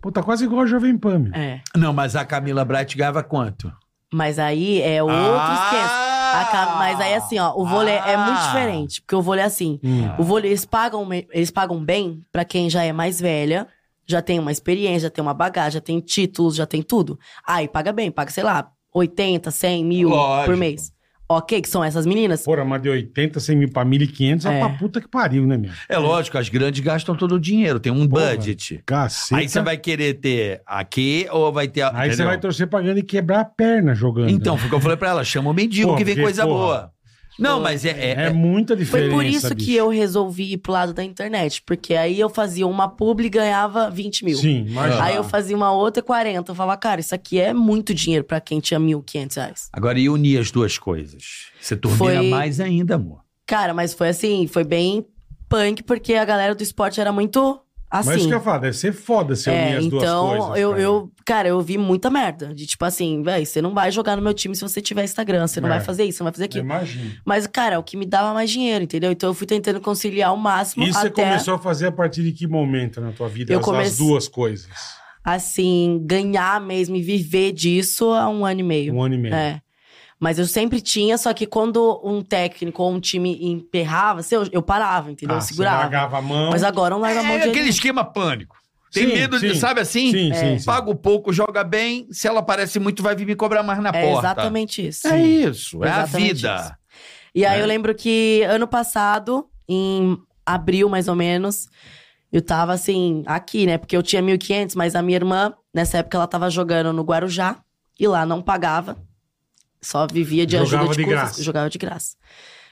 Speaker 2: Pô, tá quase igual a Jovem Pan, meu.
Speaker 5: É.
Speaker 3: Não, mas a Camila Bright ganhava quanto?
Speaker 5: Mas aí é outro
Speaker 2: Ah!
Speaker 5: esquema. A ca- Mas aí, assim, ó, o vôlei é muito
Speaker 3: Ah.
Speaker 5: diferente. Porque o vôlei é assim.
Speaker 2: Hum.
Speaker 5: O vôlei, eles pagam, me- eles pagam bem pra quem já é mais velha, já tem uma experiência, já tem uma bagagem, já tem títulos, já tem tudo. Aí paga bem, paga, sei lá, 80, 100 mil
Speaker 3: Lógico.
Speaker 5: por mês. Ok, que são essas meninas.
Speaker 2: Porra, mas de 80, 100 mil pra 1.500 é,
Speaker 5: É.
Speaker 2: pra puta que pariu, né, meu?
Speaker 3: É lógico, as grandes gastam todo o dinheiro, tem um
Speaker 2: Porra.
Speaker 3: budget.
Speaker 2: Caceta.
Speaker 3: Aí você vai querer ter aqui ou vai ter.
Speaker 2: Aí você
Speaker 3: entendeu?
Speaker 2: vai torcer pra grana e quebrar a perna jogando.
Speaker 3: Então, foi o que eu falei pra ela: chama o mendigo
Speaker 2: Porra,
Speaker 3: que vem
Speaker 2: porque,
Speaker 3: coisa
Speaker 2: porra.
Speaker 3: boa. Não, mas é.
Speaker 2: é,
Speaker 3: é- é-
Speaker 2: muita diferença.
Speaker 5: Foi por isso
Speaker 2: bicho.
Speaker 5: que eu resolvi ir pro lado da internet. Porque aí eu fazia uma publi e ganhava 20 mil.
Speaker 2: Sim, Ah. mas.
Speaker 5: Aí eu fazia uma outra 40. Eu falava, cara, isso aqui é muito dinheiro pra quem tinha 1.500 reais.
Speaker 3: Agora, e unir as duas coisas? Você torneira
Speaker 5: Foi-
Speaker 3: mais ainda, amor.
Speaker 5: Cara, mas foi assim, foi bem punk, porque a galera do esporte era muito assim.
Speaker 2: Mas isso que eu ia falar, deve ser foda se eu unir as duas
Speaker 5: então,
Speaker 2: coisas.
Speaker 5: eu,
Speaker 2: cara.
Speaker 5: eu, cara, eu vi muita merda. De tipo assim, velho, você não vai jogar no meu time se você tiver Instagram, você não
Speaker 2: É.
Speaker 5: vai fazer isso, você não vai fazer aquilo.
Speaker 2: Imagina.
Speaker 5: Mas, cara, é o que me dava mais dinheiro, entendeu? Então eu fui tentando conciliar o máximo
Speaker 2: E você
Speaker 5: até.
Speaker 2: começou a fazer a partir de que momento na tua vida
Speaker 5: Eu
Speaker 2: as, as
Speaker 5: comecei-
Speaker 2: duas coisas?
Speaker 5: assim, ganhar mesmo e viver disso há um ano e meio.
Speaker 2: Um ano e meio.
Speaker 5: É. Mas eu sempre tinha, só que quando um técnico ou um time emperrava, assim, eu, eu parava, entendeu?
Speaker 2: Ah,
Speaker 5: eu
Speaker 2: você
Speaker 5: segurava.
Speaker 2: largava a mão.
Speaker 5: Mas agora eu não largo a mão de É.
Speaker 3: É aquele
Speaker 5: ninguém.
Speaker 3: esquema pânico. Tem
Speaker 2: Sim,
Speaker 3: medo, de,
Speaker 2: sim.
Speaker 3: sabe assim?
Speaker 2: Sim, sim, sim.
Speaker 3: Pago pouco, joga bem. Se ela aparece muito, vai vir me cobrar mais na
Speaker 5: É
Speaker 3: porta.
Speaker 5: exatamente isso.
Speaker 3: É isso. É
Speaker 5: Exatamente
Speaker 3: a
Speaker 5: isso.
Speaker 3: vida.
Speaker 5: E aí
Speaker 3: né?
Speaker 5: eu lembro que ano passado, em abril mais ou menos, eu tava assim, aqui, né? Porque eu tinha 1.500, mas a minha irmã, nessa época, ela tava jogando no Guarujá. E lá não pagava. Só vivia de
Speaker 2: Jogava
Speaker 5: ajuda de,
Speaker 2: de
Speaker 5: custos.
Speaker 2: graça.
Speaker 5: Jogava de graça.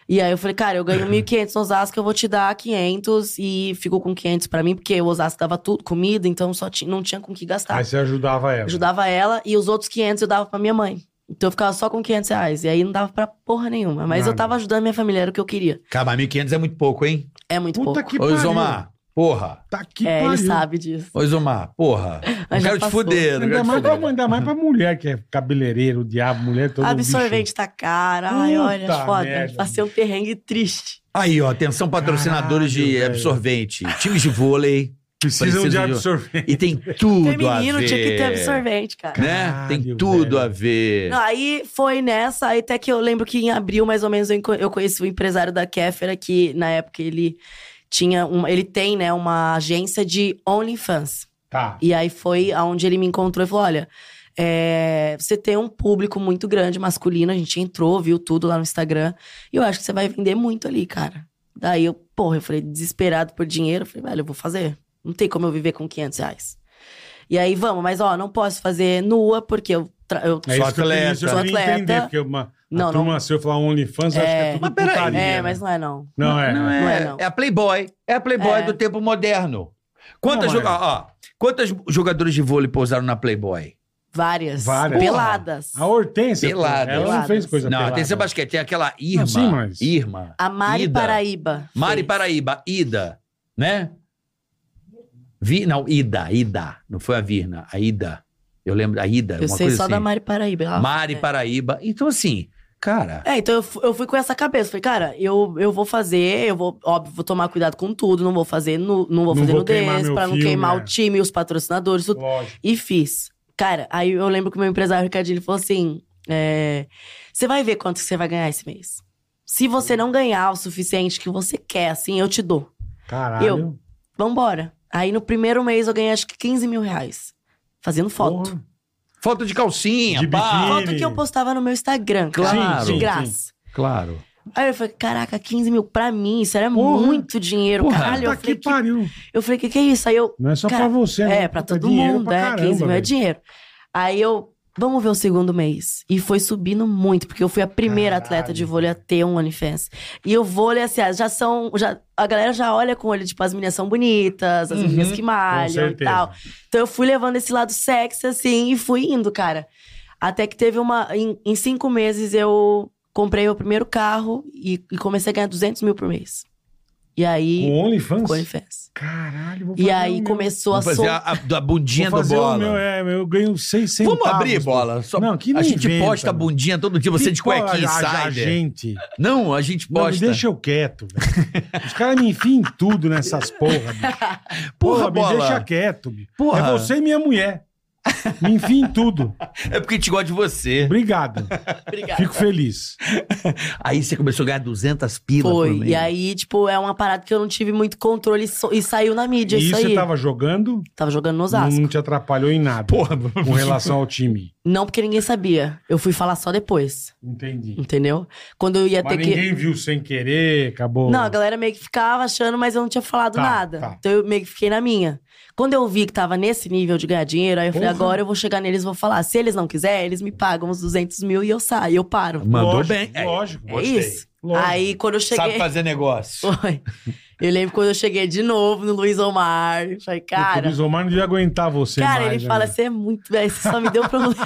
Speaker 5: E aí eu falei, cara, eu ganho 1.500 no Osasco, eu vou te dar 500. E ficou com 500 pra mim, porque o Osasco dava tudo, comida, então só ti- não tinha com o que gastar.
Speaker 2: Aí você ajudava ela.
Speaker 5: Ajudava ela e os outros 500 eu dava pra minha mãe. Então eu ficava só com 500 reais. E aí não dava pra porra nenhuma. Mas eu
Speaker 2: Nada.
Speaker 5: tava ajudando minha família, era o que eu queria.
Speaker 3: Cara, mas 1.500 é muito pouco, hein?
Speaker 5: É muito
Speaker 2: Puta
Speaker 5: pouco.
Speaker 2: que
Speaker 3: Ô,
Speaker 2: pariu.
Speaker 3: Isomar, porra.
Speaker 2: Tá que
Speaker 5: é,
Speaker 2: pariu.
Speaker 5: ele sabe disso.
Speaker 3: Ô, Isomar, porra. Não
Speaker 5: já
Speaker 3: quero te
Speaker 5: passou.
Speaker 3: fuder, não
Speaker 2: Ainda
Speaker 3: quero te
Speaker 2: mais, pra,
Speaker 3: fuder.
Speaker 2: ainda mais pra mulher que é cabeleireiro, diabo, mulher todo
Speaker 5: Absorvente tá cara. Ai, olha,
Speaker 2: Puta
Speaker 5: foda.
Speaker 2: merda.
Speaker 5: Passei um perrengue triste.
Speaker 3: Aí, ó, atenção, patrocinadores
Speaker 2: Caralho,
Speaker 3: de
Speaker 2: velho.
Speaker 3: absorvente, times de vôlei.
Speaker 2: bicho. Precisam de
Speaker 3: Precisa de-
Speaker 2: absorvente.
Speaker 3: E tem tudo a
Speaker 5: Feminino
Speaker 3: ver.
Speaker 5: tinha que ter absorvente, cara.
Speaker 3: Né? Tem
Speaker 2: Caralho,
Speaker 3: tudo
Speaker 2: velho.
Speaker 3: a ver.
Speaker 5: Não, aí foi nessa, aí até que eu lembro que em abril, mais ou menos, eu enco- eu conheci o empresário da Kéfera, que na época ele tinha uma. Ele tem, né, uma agência de OnlyFans.
Speaker 2: Tá.
Speaker 5: E aí foi aonde ele me encontrou e falou: olha, é, você tem um público muito grande, masculino, a gente entrou, viu tudo lá no Instagram. E eu acho que você vai vender muito ali, cara. Daí eu, porra, eu falei, desesperado por dinheiro, eu falei, velho, eu vou fazer. Não tem como eu viver com 500 reais. E aí, vamos, mas ó, não posso fazer nua, porque eu, tra- eu
Speaker 2: É
Speaker 3: Sou
Speaker 2: isso que eu queria- isso eu queria
Speaker 5: atleta. Sou atleta.
Speaker 2: entender, porque uma,
Speaker 5: Não,
Speaker 2: a
Speaker 5: não.
Speaker 2: turma, se eu falar OnlyFans, eu acho que é
Speaker 5: É.
Speaker 2: tudo
Speaker 3: Mas peraí.
Speaker 2: putaria.
Speaker 5: É,
Speaker 2: né?
Speaker 5: mas não é não.
Speaker 2: Não é.
Speaker 3: Não é,
Speaker 5: Não é, não.
Speaker 3: é a Playboy. É a Playboy
Speaker 5: É.
Speaker 3: do tempo moderno. Quantas,
Speaker 2: Não, é.
Speaker 3: joga-
Speaker 2: mas-
Speaker 3: ó, quantas jogadoras de vôlei pousaram na Playboy?
Speaker 5: Várias.
Speaker 2: Várias.
Speaker 5: Peladas.
Speaker 2: A Hortência, pô,
Speaker 3: Pelada.
Speaker 2: ela não fez coisa
Speaker 3: não,
Speaker 2: pelada.
Speaker 3: tem esse basquete, tem aquela Irma.
Speaker 2: Não, sim, mas-
Speaker 3: Irma.
Speaker 5: A Mari
Speaker 3: Ida.
Speaker 5: Paraíba.
Speaker 3: Mari
Speaker 5: fez.
Speaker 3: Paraíba, Ida, né? Vi, não, Ida, Ida. Não foi a Virna, a Ida. Eu lembro, a
Speaker 2: É
Speaker 3: Ida,
Speaker 5: Eu
Speaker 3: uma
Speaker 5: sei
Speaker 3: coisa
Speaker 5: só
Speaker 3: assim.
Speaker 5: da Mari Paraíba. ela-
Speaker 3: Mari
Speaker 5: é.
Speaker 3: Paraíba. Então, assim, cara,
Speaker 5: É, então eu, fu- eu fui com essa cabeça. Falei, cara, eu, eu vou fazer, eu vou, óbvio, vou tomar cuidado com tudo, não vou fazer no, não vou
Speaker 2: Não
Speaker 5: fazer
Speaker 2: vou
Speaker 5: no
Speaker 2: queimar
Speaker 5: dance,
Speaker 2: meu
Speaker 5: pra não
Speaker 2: filme,
Speaker 5: queimar
Speaker 2: é.
Speaker 5: o time, os patrocinadores, tudo.
Speaker 2: Lógico.
Speaker 5: E fiz. Cara, aí eu lembro que o meu empresário Ricardinho ele falou assim: é, você vai ver quanto que você vai ganhar esse mês. Se você não ganhar o suficiente que você quer, assim, eu te dou
Speaker 2: Caralho.
Speaker 5: Eu- vambora. Aí no primeiro mês eu ganhei acho que 15 mil reais. Fazendo foto.
Speaker 2: Porra.
Speaker 3: foto de calcinha,
Speaker 2: De
Speaker 3: pá.
Speaker 2: biquíni.
Speaker 5: Foto que eu postava no meu Instagram, cara.
Speaker 3: Claro.
Speaker 5: De
Speaker 2: Sim,
Speaker 5: graça.
Speaker 3: Claro.
Speaker 5: Aí eu falei, caraca, 15 mil pra mim, isso era
Speaker 2: Porra.
Speaker 5: muito dinheiro,
Speaker 3: Porra,
Speaker 5: caralho. Eu
Speaker 2: Puta
Speaker 5: falei,
Speaker 2: que
Speaker 5: que,
Speaker 2: pariu.
Speaker 5: eu falei, que que é isso? Aí eu,
Speaker 2: Não é só
Speaker 5: Cara,
Speaker 2: pra você.
Speaker 5: é,
Speaker 2: né?
Speaker 5: pra
Speaker 2: Puta,
Speaker 5: todo
Speaker 2: dinheiro
Speaker 5: mundo,
Speaker 2: pra
Speaker 5: é,
Speaker 2: caramba,
Speaker 5: 15 mil é
Speaker 2: velho.
Speaker 5: dinheiro. Aí eu, vamos ver o segundo mês. E foi subindo muito, porque eu fui a primeira
Speaker 2: Caralho.
Speaker 5: atleta de vôlei a ter um OnlyFans. E o vôlei, assim, ah, já são, já, a galera já olha com olho, tipo, as meninas são bonitas, as meninas que malham e
Speaker 2: Uhum. certeza.
Speaker 5: tal. Então eu fui levando esse lado sexy, assim, e fui indo, cara. Até que teve uma. Em, em cinco meses eu comprei meu primeiro carro e, e comecei a ganhar 200 mil por mês. E
Speaker 2: Com
Speaker 5: aí.
Speaker 2: OnlyFans?
Speaker 5: Com OnlyFans.
Speaker 2: Caralho, vou fazer
Speaker 5: E aí
Speaker 2: o meu.
Speaker 5: começou a
Speaker 3: Vamos fazer
Speaker 5: soltar.
Speaker 3: a, a- da bundinha
Speaker 2: Vou
Speaker 3: do
Speaker 2: fazer o
Speaker 3: bola.
Speaker 2: meu, é, eu ganho 6 centavos.
Speaker 3: Vamos abrir,
Speaker 2: pô.
Speaker 3: bola. Só-
Speaker 2: Não, que
Speaker 3: a
Speaker 2: nem
Speaker 3: gente
Speaker 2: inventa,
Speaker 3: posta a
Speaker 2: mano.
Speaker 3: bundinha todo dia, você
Speaker 2: Que
Speaker 3: de cuequinha
Speaker 2: bola, a- a
Speaker 3: insider.
Speaker 2: gente.
Speaker 3: Não, a gente
Speaker 2: Não, me
Speaker 3: posta.
Speaker 2: deixa eu quieto, velho. Os caras me enfiam em tudo nessas porra, bicho.
Speaker 3: Porra,
Speaker 2: Porra,
Speaker 3: bola.
Speaker 2: me deixa quieto, bicho.
Speaker 3: Porra.
Speaker 2: É você e minha mulher. Me enfia em tudo.
Speaker 3: É porque a gente gosta de você.
Speaker 2: Obrigado.
Speaker 5: Obrigada.
Speaker 2: Fico feliz.
Speaker 3: Aí você começou a ganhar 200 pilas por
Speaker 5: Foi.
Speaker 3: mês.
Speaker 5: E aí, tipo, é uma parada que eu não tive muito controle e, so- e saiu na
Speaker 2: E
Speaker 5: mídia é isso,
Speaker 2: isso
Speaker 5: aí.
Speaker 2: você tava Hum. jogando,
Speaker 5: Tava jogando nos
Speaker 2: não,
Speaker 5: Osasco.
Speaker 2: não te atrapalhou em nada
Speaker 3: Porra,
Speaker 2: com relação ao time.
Speaker 5: Não porque ninguém sabia. Eu fui falar só depois.
Speaker 2: Entendi.
Speaker 5: Entendeu? Quando eu ia
Speaker 2: Mas
Speaker 5: ter que.
Speaker 2: ninguém viu sem querer, acabou.
Speaker 5: Não, a galera meio que ficava achando, mas eu não tinha falado
Speaker 2: Tá,
Speaker 5: nada.
Speaker 2: tá.
Speaker 5: Então eu meio que fiquei na minha. Quando eu vi que tava nesse nível de ganhar dinheiro, aí eu falei,
Speaker 2: Porra.
Speaker 5: agora eu vou chegar neles e vou falar. Se eles não quiserem, eles me pagam uns 200 mil e eu saio, eu paro.
Speaker 3: Mandou
Speaker 2: Lógico,
Speaker 3: bem. É,
Speaker 2: Lógico.
Speaker 5: é
Speaker 2: Gostei.
Speaker 5: isso.
Speaker 2: Lógico.
Speaker 5: Aí quando eu cheguei.
Speaker 3: Sabe fazer negócio.
Speaker 5: Foi. Eu lembro quando eu cheguei de novo no Luiz Omar. eu Falei,
Speaker 2: Porque
Speaker 5: cara.
Speaker 2: O Zomar não devia aguentar você
Speaker 5: Cara,
Speaker 2: mais,
Speaker 5: ele
Speaker 2: né,
Speaker 5: fala,
Speaker 2: meu?
Speaker 5: você é muito. velho, Você só me deu problema.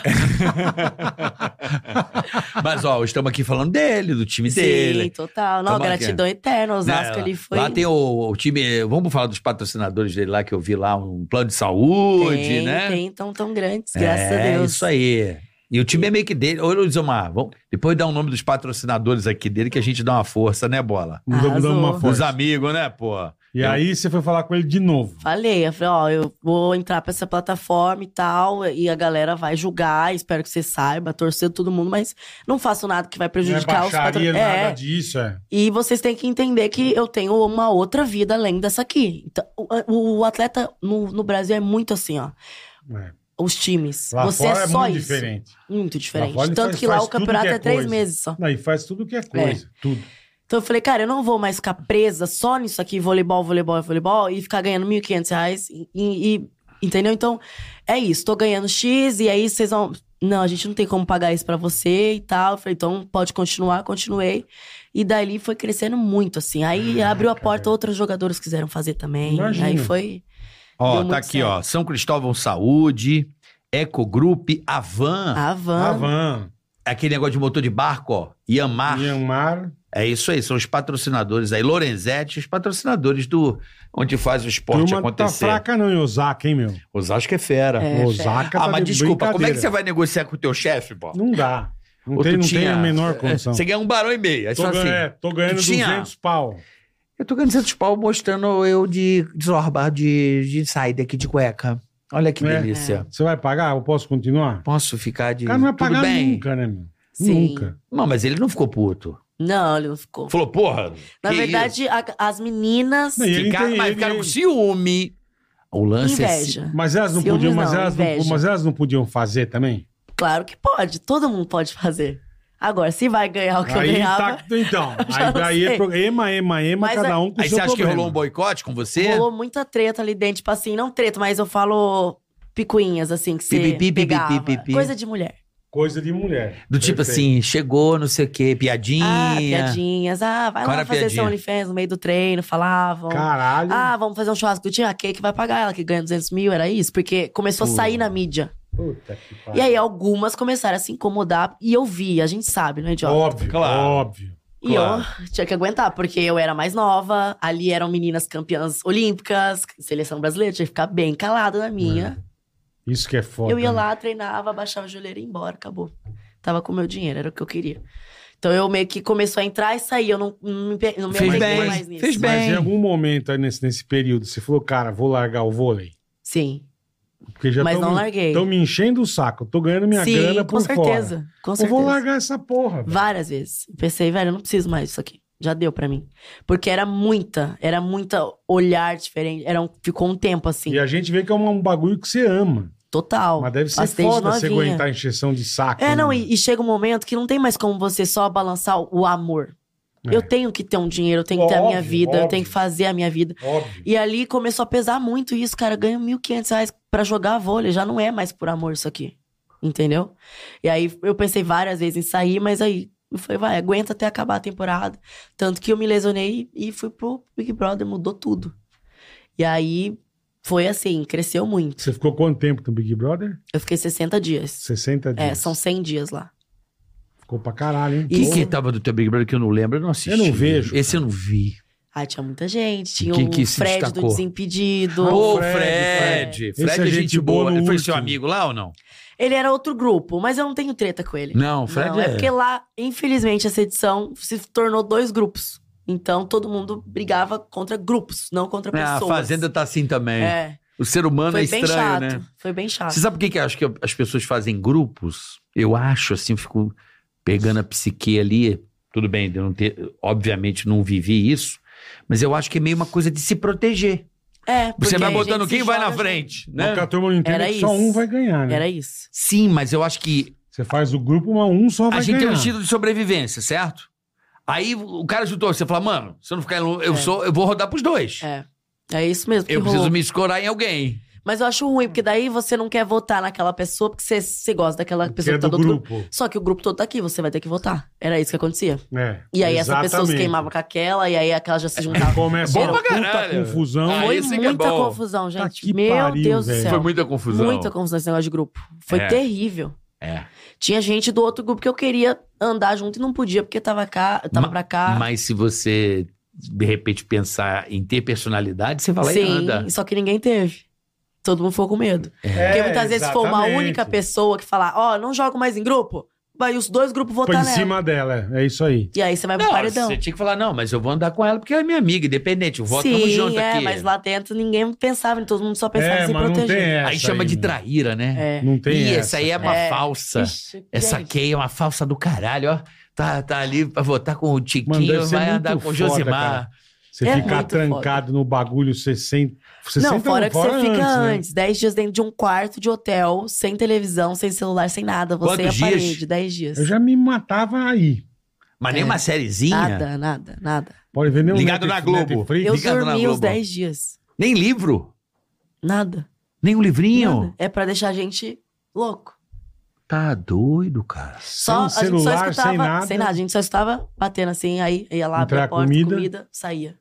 Speaker 3: Mas, ó, estamos aqui falando dele, do time
Speaker 5: Sim,
Speaker 3: dele.
Speaker 5: total. Não,
Speaker 3: Toma
Speaker 5: gratidão eterna. Osasco
Speaker 3: Né,
Speaker 5: ali foi.
Speaker 3: Lá tem o, o time. Vamos falar dos patrocinadores dele lá que eu vi lá, um plano de saúde,
Speaker 5: tem,
Speaker 3: né?
Speaker 5: tem tão, tão grandes, graças
Speaker 3: é,
Speaker 5: a Deus.
Speaker 3: Isso aí. E o time é meio que dele. Ô, Luiz Omar, vamos depois dá o nome dos patrocinadores aqui dele que a gente dá uma força, né, bola?
Speaker 2: Mudou, mudou
Speaker 5: Arrasou.
Speaker 2: uma
Speaker 5: Os É.
Speaker 3: Os
Speaker 2: força.
Speaker 3: amigos, né, pô?
Speaker 2: E aí você foi falar com ele de novo.
Speaker 5: Falei, eu falei, ó, eu vou entrar pra essa plataforma e tal, e a galera vai julgar, espero que você saiba, torcer todo mundo, mas não faço nada que vai
Speaker 2: Não é
Speaker 5: prejudicar os
Speaker 2: baixaria,
Speaker 5: patrocinadores.
Speaker 2: nada
Speaker 5: É,
Speaker 2: disso, é.
Speaker 5: e vocês têm que entender que eu tenho uma outra vida além dessa aqui. Então, o, o atleta no, no Brasil é muito assim, ó.
Speaker 2: É.
Speaker 5: Os times.
Speaker 2: Lá
Speaker 5: Você
Speaker 2: fora
Speaker 5: é
Speaker 2: é
Speaker 5: só
Speaker 2: muito
Speaker 5: isso.
Speaker 2: diferente.
Speaker 5: Muito diferente.
Speaker 2: Lá fora ele
Speaker 5: Tanto
Speaker 2: faz-
Speaker 5: que lá
Speaker 2: faz tudo
Speaker 5: o
Speaker 2: que
Speaker 5: campeonato
Speaker 2: é
Speaker 5: é, três
Speaker 2: coisa.
Speaker 5: meses só.
Speaker 2: Não, e faz tudo que é coisa. Tudo.
Speaker 5: Então eu falei, cara, eu não vou mais ficar presa só nisso aqui, voleibol, voleibol, voleibol, e ficar ganhando R$ 1.500 reais. E, e- entendeu? Então, é isso. Tô ganhando X, e aí vocês vão... Não, a gente não tem como pagar isso pra você e tal. Eu falei, então pode continuar, continuei. E dali foi crescendo muito, assim. Aí
Speaker 2: Ah,
Speaker 5: abriu a porta, outros jogadores quiseram fazer também.
Speaker 2: Imagino.
Speaker 5: Aí foi... Deu
Speaker 3: Ó,
Speaker 5: muito
Speaker 3: tá aqui,
Speaker 5: certo.
Speaker 3: ó. São Cristóvão Saúde, Ecogroup, Avan.
Speaker 5: A van.
Speaker 2: Avan,
Speaker 3: Aquele negócio de motor de barco, ó.
Speaker 5: Ah.
Speaker 3: Yamar.
Speaker 2: Myanmar.
Speaker 3: É isso aí, são os patrocinadores aí. Lorenzetti, os patrocinadores do... Onde faz o esporte
Speaker 2: Turma tá
Speaker 3: acontecer.
Speaker 2: fraca não em Osaka, hein, meu?
Speaker 3: Osasco é fera.
Speaker 5: É,
Speaker 2: Osaka tá
Speaker 3: Ah, mas
Speaker 2: de
Speaker 3: desculpa, como é que você
Speaker 2: brincadeira.
Speaker 3: vai negociar com o teu chefe, pô?
Speaker 2: Não dá. Não,
Speaker 3: Ou
Speaker 2: tem,
Speaker 3: tu
Speaker 2: não tem
Speaker 3: tinha-
Speaker 2: a menor condição.
Speaker 3: Você ganha um barão e meio. Aí
Speaker 2: Tô,
Speaker 3: só
Speaker 2: ganha-
Speaker 3: assim.
Speaker 2: é, tô ganhando
Speaker 3: Tu tinha-
Speaker 2: 200 pau.
Speaker 3: Eu tô ganhando 200 pau mostrando eu de desorba, de, de saída aqui de cueca. Olha que
Speaker 2: É.
Speaker 3: delícia.
Speaker 2: Você vai pagar? Eu posso continuar?
Speaker 3: Posso ficar de.
Speaker 2: O cara não vai
Speaker 3: Tudo
Speaker 2: pagar
Speaker 3: bem.
Speaker 2: nunca, né, meu?
Speaker 5: Sim.
Speaker 2: Nunca.
Speaker 3: Não, mas ele não ficou puto.
Speaker 5: Não, ele não ficou.
Speaker 3: Falou, porra.
Speaker 5: Na
Speaker 3: que
Speaker 5: verdade, a- as meninas...
Speaker 2: Não, e ele
Speaker 3: Ficaram,
Speaker 2: tem-
Speaker 3: mas
Speaker 2: ele-
Speaker 3: ficaram com ciúme. O lance é.
Speaker 5: Inveja.
Speaker 2: Mas elas não
Speaker 5: Ciúmes
Speaker 2: podiam, mas,
Speaker 5: não,
Speaker 2: elas não,
Speaker 5: inveja.
Speaker 2: mas elas não podiam fazer também?
Speaker 5: Claro que pode, todo mundo pode fazer. Agora, se vai ganhar o que eu
Speaker 2: Aí
Speaker 5: ganhava,
Speaker 2: tá. Então,
Speaker 5: Já não
Speaker 2: aí, aí é
Speaker 5: sei.
Speaker 2: pro- ema, ema, ema,
Speaker 5: Mas
Speaker 2: cada um com o
Speaker 3: Aí
Speaker 2: seu
Speaker 3: você acha que
Speaker 2: problema.
Speaker 3: rolou um boicote com você?
Speaker 5: rolou muita treta ali dentro, tipo assim, não treta, mas eu falo picuinhas, assim, que você
Speaker 3: Pi, pi, pi, pi,
Speaker 5: pegava.
Speaker 3: pi, pi, pi.
Speaker 5: Coisa de mulher.
Speaker 2: Coisa de mulher.
Speaker 3: Do tipo assim, chegou, não sei o quê, piadinha.
Speaker 5: Ah, piadinhas. Ah, vai
Speaker 3: Qual era
Speaker 5: lá
Speaker 3: a
Speaker 5: fazer
Speaker 3: piadinha?
Speaker 5: seu OnlyFans no meio do treino, falavam.
Speaker 2: Caralho.
Speaker 5: Ah, vamos fazer um churrasco do Tia Kay que vai pagar ela, que ganha 200 mil, era isso? Porque começou a sair na mídia.
Speaker 2: Puta que pariu.
Speaker 5: E aí, algumas começaram a se incomodar. E eu vi, a gente sabe, não é, idiota?
Speaker 2: Óbvio,
Speaker 3: Claro.
Speaker 2: óbvio.
Speaker 5: E
Speaker 3: Claro.
Speaker 5: eu tinha que aguentar, porque eu era mais nova, ali eram meninas campeãs olímpicas, seleção brasileira, tinha que ficar bem calada na minha.
Speaker 2: Isso que é foda.
Speaker 5: eu ia
Speaker 2: né?
Speaker 5: lá, treinava, baixava a joelheira e ia embora, acabou. Tava com o meu dinheiro, era o que eu queria. Então eu meio que começou a entrar e sair, eu não, não me, pe- não me
Speaker 3: Fez
Speaker 5: aguentei
Speaker 3: bem,
Speaker 5: mais nisso.
Speaker 3: fez bem.
Speaker 2: Mas em algum momento aí nesse, nesse período, você falou, cara, vou largar o vôlei.
Speaker 5: Sim,
Speaker 2: Porque já
Speaker 5: mas
Speaker 2: tão
Speaker 5: não
Speaker 2: me-
Speaker 5: larguei.
Speaker 2: Estão me enchendo o saco. Eu tô ganhando minha
Speaker 5: Sim,
Speaker 2: grana
Speaker 5: com
Speaker 2: por fora.
Speaker 5: certeza, com
Speaker 2: Eu
Speaker 5: certeza.
Speaker 2: vou largar essa porra. velho.
Speaker 5: Várias vezes. Pensei, velho, eu não preciso mais disso aqui. Já deu pra mim. Porque era muita, era muita olhar diferente. Era um- ficou um tempo assim,
Speaker 2: E a gente vê que é um, um bagulho que você ama.
Speaker 5: total.
Speaker 2: Mas deve ser
Speaker 5: Bastante
Speaker 2: foda você
Speaker 5: novinha.
Speaker 2: aguentar a encheção de saco.
Speaker 5: É, não,
Speaker 2: né?
Speaker 5: e, e chega um momento que não tem mais como você só balançar o- o amor.
Speaker 2: É.
Speaker 5: Eu tenho que ter um dinheiro, eu tenho que ter a minha
Speaker 2: Óbvio,
Speaker 5: vida, eu tenho
Speaker 2: óbvio.
Speaker 5: que fazer a minha vida.
Speaker 2: Óbvio.
Speaker 5: E ali começou a pesar muito isso, cara. Eu ganho 1.500 reais pra jogar vôlei, já não é mais por amor isso aqui. Entendeu? E aí eu pensei várias vezes em sair, mas aí eu falei, vai, aguenta até acabar a temporada. Tanto que eu me lesionei e fui pro Big Brother, mudou tudo. E aí foi assim, cresceu muito.
Speaker 2: Você ficou quanto tempo no Big Brother?
Speaker 5: Eu fiquei 60 dias.
Speaker 2: 60 dias.
Speaker 5: É, são 100 dias lá.
Speaker 2: Ficou pra caralho, hein?
Speaker 3: O que,
Speaker 5: Isso.
Speaker 3: que tava do teu Big Brother que eu não lembro? Eu não assisti.
Speaker 2: Eu não vejo.
Speaker 3: Esse eu não vi.
Speaker 5: Ah, tinha muita gente. Tinha
Speaker 3: Quem que
Speaker 5: o
Speaker 3: se
Speaker 5: Fred
Speaker 3: destacou?
Speaker 5: do Desimpedido.
Speaker 3: Ô,
Speaker 2: o Fred,
Speaker 3: Fred. Fred,
Speaker 2: Fred. Esse é
Speaker 3: é gente,
Speaker 2: gente boa
Speaker 3: boa.
Speaker 2: no
Speaker 3: Ele foi seu
Speaker 2: último.
Speaker 3: amigo lá ou não?
Speaker 5: Ele era outro grupo, mas eu não tenho treta com ele.
Speaker 3: Não, Fred
Speaker 5: Não, é
Speaker 3: é...
Speaker 5: porque lá, infelizmente, essa edição se tornou dois grupos. Então, todo mundo brigava contra grupos, não contra
Speaker 3: Ah, a
Speaker 5: pessoas.
Speaker 3: Fazenda tá assim também.
Speaker 5: É,
Speaker 3: O ser humano
Speaker 5: foi
Speaker 3: é
Speaker 5: bem
Speaker 3: estranho,
Speaker 5: chato.
Speaker 3: né?
Speaker 5: Foi bem chato.
Speaker 3: Você sabe por que, que eu acho que as pessoas fazem grupos? Eu acho, assim, eu fico pegando a psique ali. Tudo bem, eu não ter, obviamente não vivi isso, mas eu acho que é meio uma coisa de se proteger.
Speaker 5: É,
Speaker 3: Você
Speaker 5: porque
Speaker 3: vai
Speaker 5: a gente
Speaker 3: botando
Speaker 5: se
Speaker 3: quem vai
Speaker 5: joga assim.
Speaker 3: na frente,
Speaker 2: Né?
Speaker 3: né?
Speaker 2: Porque a turma não entende
Speaker 5: Era
Speaker 2: que só
Speaker 5: isso.
Speaker 2: um vai ganhar,
Speaker 5: junto.
Speaker 2: né?
Speaker 5: Era isso.
Speaker 3: Sim, mas eu acho que
Speaker 2: Você faz o grupo, mas um só vai
Speaker 3: a gente
Speaker 2: ganhar.
Speaker 3: tem um estilo de sobrevivência, certo? Aí o cara juntou, você fala, mano, se eu não ficar em lu- eu
Speaker 5: É.
Speaker 3: sou, eu vou rodar pros dois.
Speaker 5: É. É isso mesmo. que
Speaker 3: Eu preciso
Speaker 5: rolou.
Speaker 3: me escorar em alguém.
Speaker 5: Mas eu acho ruim, porque daí você não quer votar naquela pessoa, porque você, você gosta daquela
Speaker 2: que
Speaker 5: pessoa
Speaker 2: é
Speaker 5: que tá
Speaker 2: do
Speaker 5: do outro grupo.
Speaker 2: grupo.
Speaker 5: Só que o grupo todo tá aqui, você vai ter que votar. Era isso que acontecia.
Speaker 2: É,
Speaker 5: E aí essa pessoa se
Speaker 2: exatamente.
Speaker 5: queimava com aquela, e aí aquela já se juntava.
Speaker 2: Começa
Speaker 5: Bom
Speaker 2: uma
Speaker 3: pra
Speaker 2: puta
Speaker 3: caralho.
Speaker 2: confusão.
Speaker 3: Ah,
Speaker 5: Foi
Speaker 3: esse que é
Speaker 5: muita
Speaker 3: bom.
Speaker 5: confusão,
Speaker 2: Tá
Speaker 5: gente.
Speaker 2: que
Speaker 5: Meu
Speaker 2: pariu,
Speaker 5: Deus
Speaker 2: velho.
Speaker 5: do céu.
Speaker 2: Foi
Speaker 3: muita confusão.
Speaker 5: Muita confusão esse negócio de grupo. Foi
Speaker 3: É.
Speaker 5: terrível.
Speaker 3: É.
Speaker 5: Tinha gente do outro grupo que eu queria andar junto e não podia, porque tava cá, tava
Speaker 3: Ma-
Speaker 5: pra cá.
Speaker 3: Mas se você, de repente, pensar em ter personalidade, você vai lá e anda.
Speaker 5: Sim, só que ninguém teve.
Speaker 2: É,
Speaker 5: Todo mundo ficou com medo. Porque muitas vezes se for uma única pessoa que falar, ó, não jogo mais em grupo, vai os dois grupos
Speaker 2: Foi
Speaker 5: votar
Speaker 2: em
Speaker 5: nela.
Speaker 2: cima dela, é isso aí.
Speaker 5: E aí você vai pro
Speaker 3: Não,
Speaker 5: um paredão.
Speaker 3: você tinha que falar, não, mas eu vou andar com ela porque ela é minha amiga, independente. Eu voto, tamo
Speaker 5: Sim,
Speaker 3: junto
Speaker 5: é,
Speaker 3: aqui.
Speaker 5: mas lá dentro ninguém pensava, todo mundo só pensava em
Speaker 2: É,
Speaker 5: se
Speaker 2: mas não tem
Speaker 5: proteger.
Speaker 2: essa
Speaker 3: Aí chama de
Speaker 2: né?
Speaker 3: traíra, né?
Speaker 5: É.
Speaker 2: Não tem
Speaker 3: Ih, essa,
Speaker 2: essa.
Speaker 3: aí é uma
Speaker 5: É.
Speaker 3: falsa.
Speaker 5: Ixi,
Speaker 3: Essa
Speaker 5: gente.
Speaker 3: aqui é uma falsa do caralho, ó. Tá, tá ali pra votar com o
Speaker 2: Mano, deve
Speaker 3: Tiquinho,
Speaker 2: ser
Speaker 3: vai
Speaker 2: muito
Speaker 3: andar com o
Speaker 2: foda,
Speaker 3: Josimar.
Speaker 2: Você
Speaker 5: É
Speaker 2: ficar
Speaker 5: muito
Speaker 2: trancado no bagulho 60. 60
Speaker 5: Não, fora que você fica
Speaker 2: né?
Speaker 5: antes. Dez dias dentro de um quarto de hotel, sem televisão, sem celular, sem nada. Você
Speaker 3: Quantos
Speaker 5: e a
Speaker 3: dias?
Speaker 5: parede, dez dias.
Speaker 2: Eu já me matava aí.
Speaker 3: Mas nem
Speaker 5: É.
Speaker 3: uma sériezinha,
Speaker 5: Nada, nada, nada.
Speaker 2: Pode ver nem o
Speaker 3: Ligado
Speaker 2: Netflix,
Speaker 3: na Globo.
Speaker 2: Netflix.
Speaker 5: Eu
Speaker 3: ligado na
Speaker 5: dormi
Speaker 3: Globo.
Speaker 5: os dez dias.
Speaker 3: nem livro,
Speaker 5: Nada.
Speaker 3: nem um livrinho.
Speaker 5: nada. É pra deixar a gente louco.
Speaker 3: Tá doido, cara.
Speaker 5: Só,
Speaker 2: Sem
Speaker 5: a gente só
Speaker 2: celular, sem
Speaker 5: escutava.
Speaker 2: nada.
Speaker 5: A gente só estava batendo assim, aí ia lá, abria
Speaker 2: Entrar
Speaker 5: a porta,
Speaker 2: comida.
Speaker 5: comida. saía.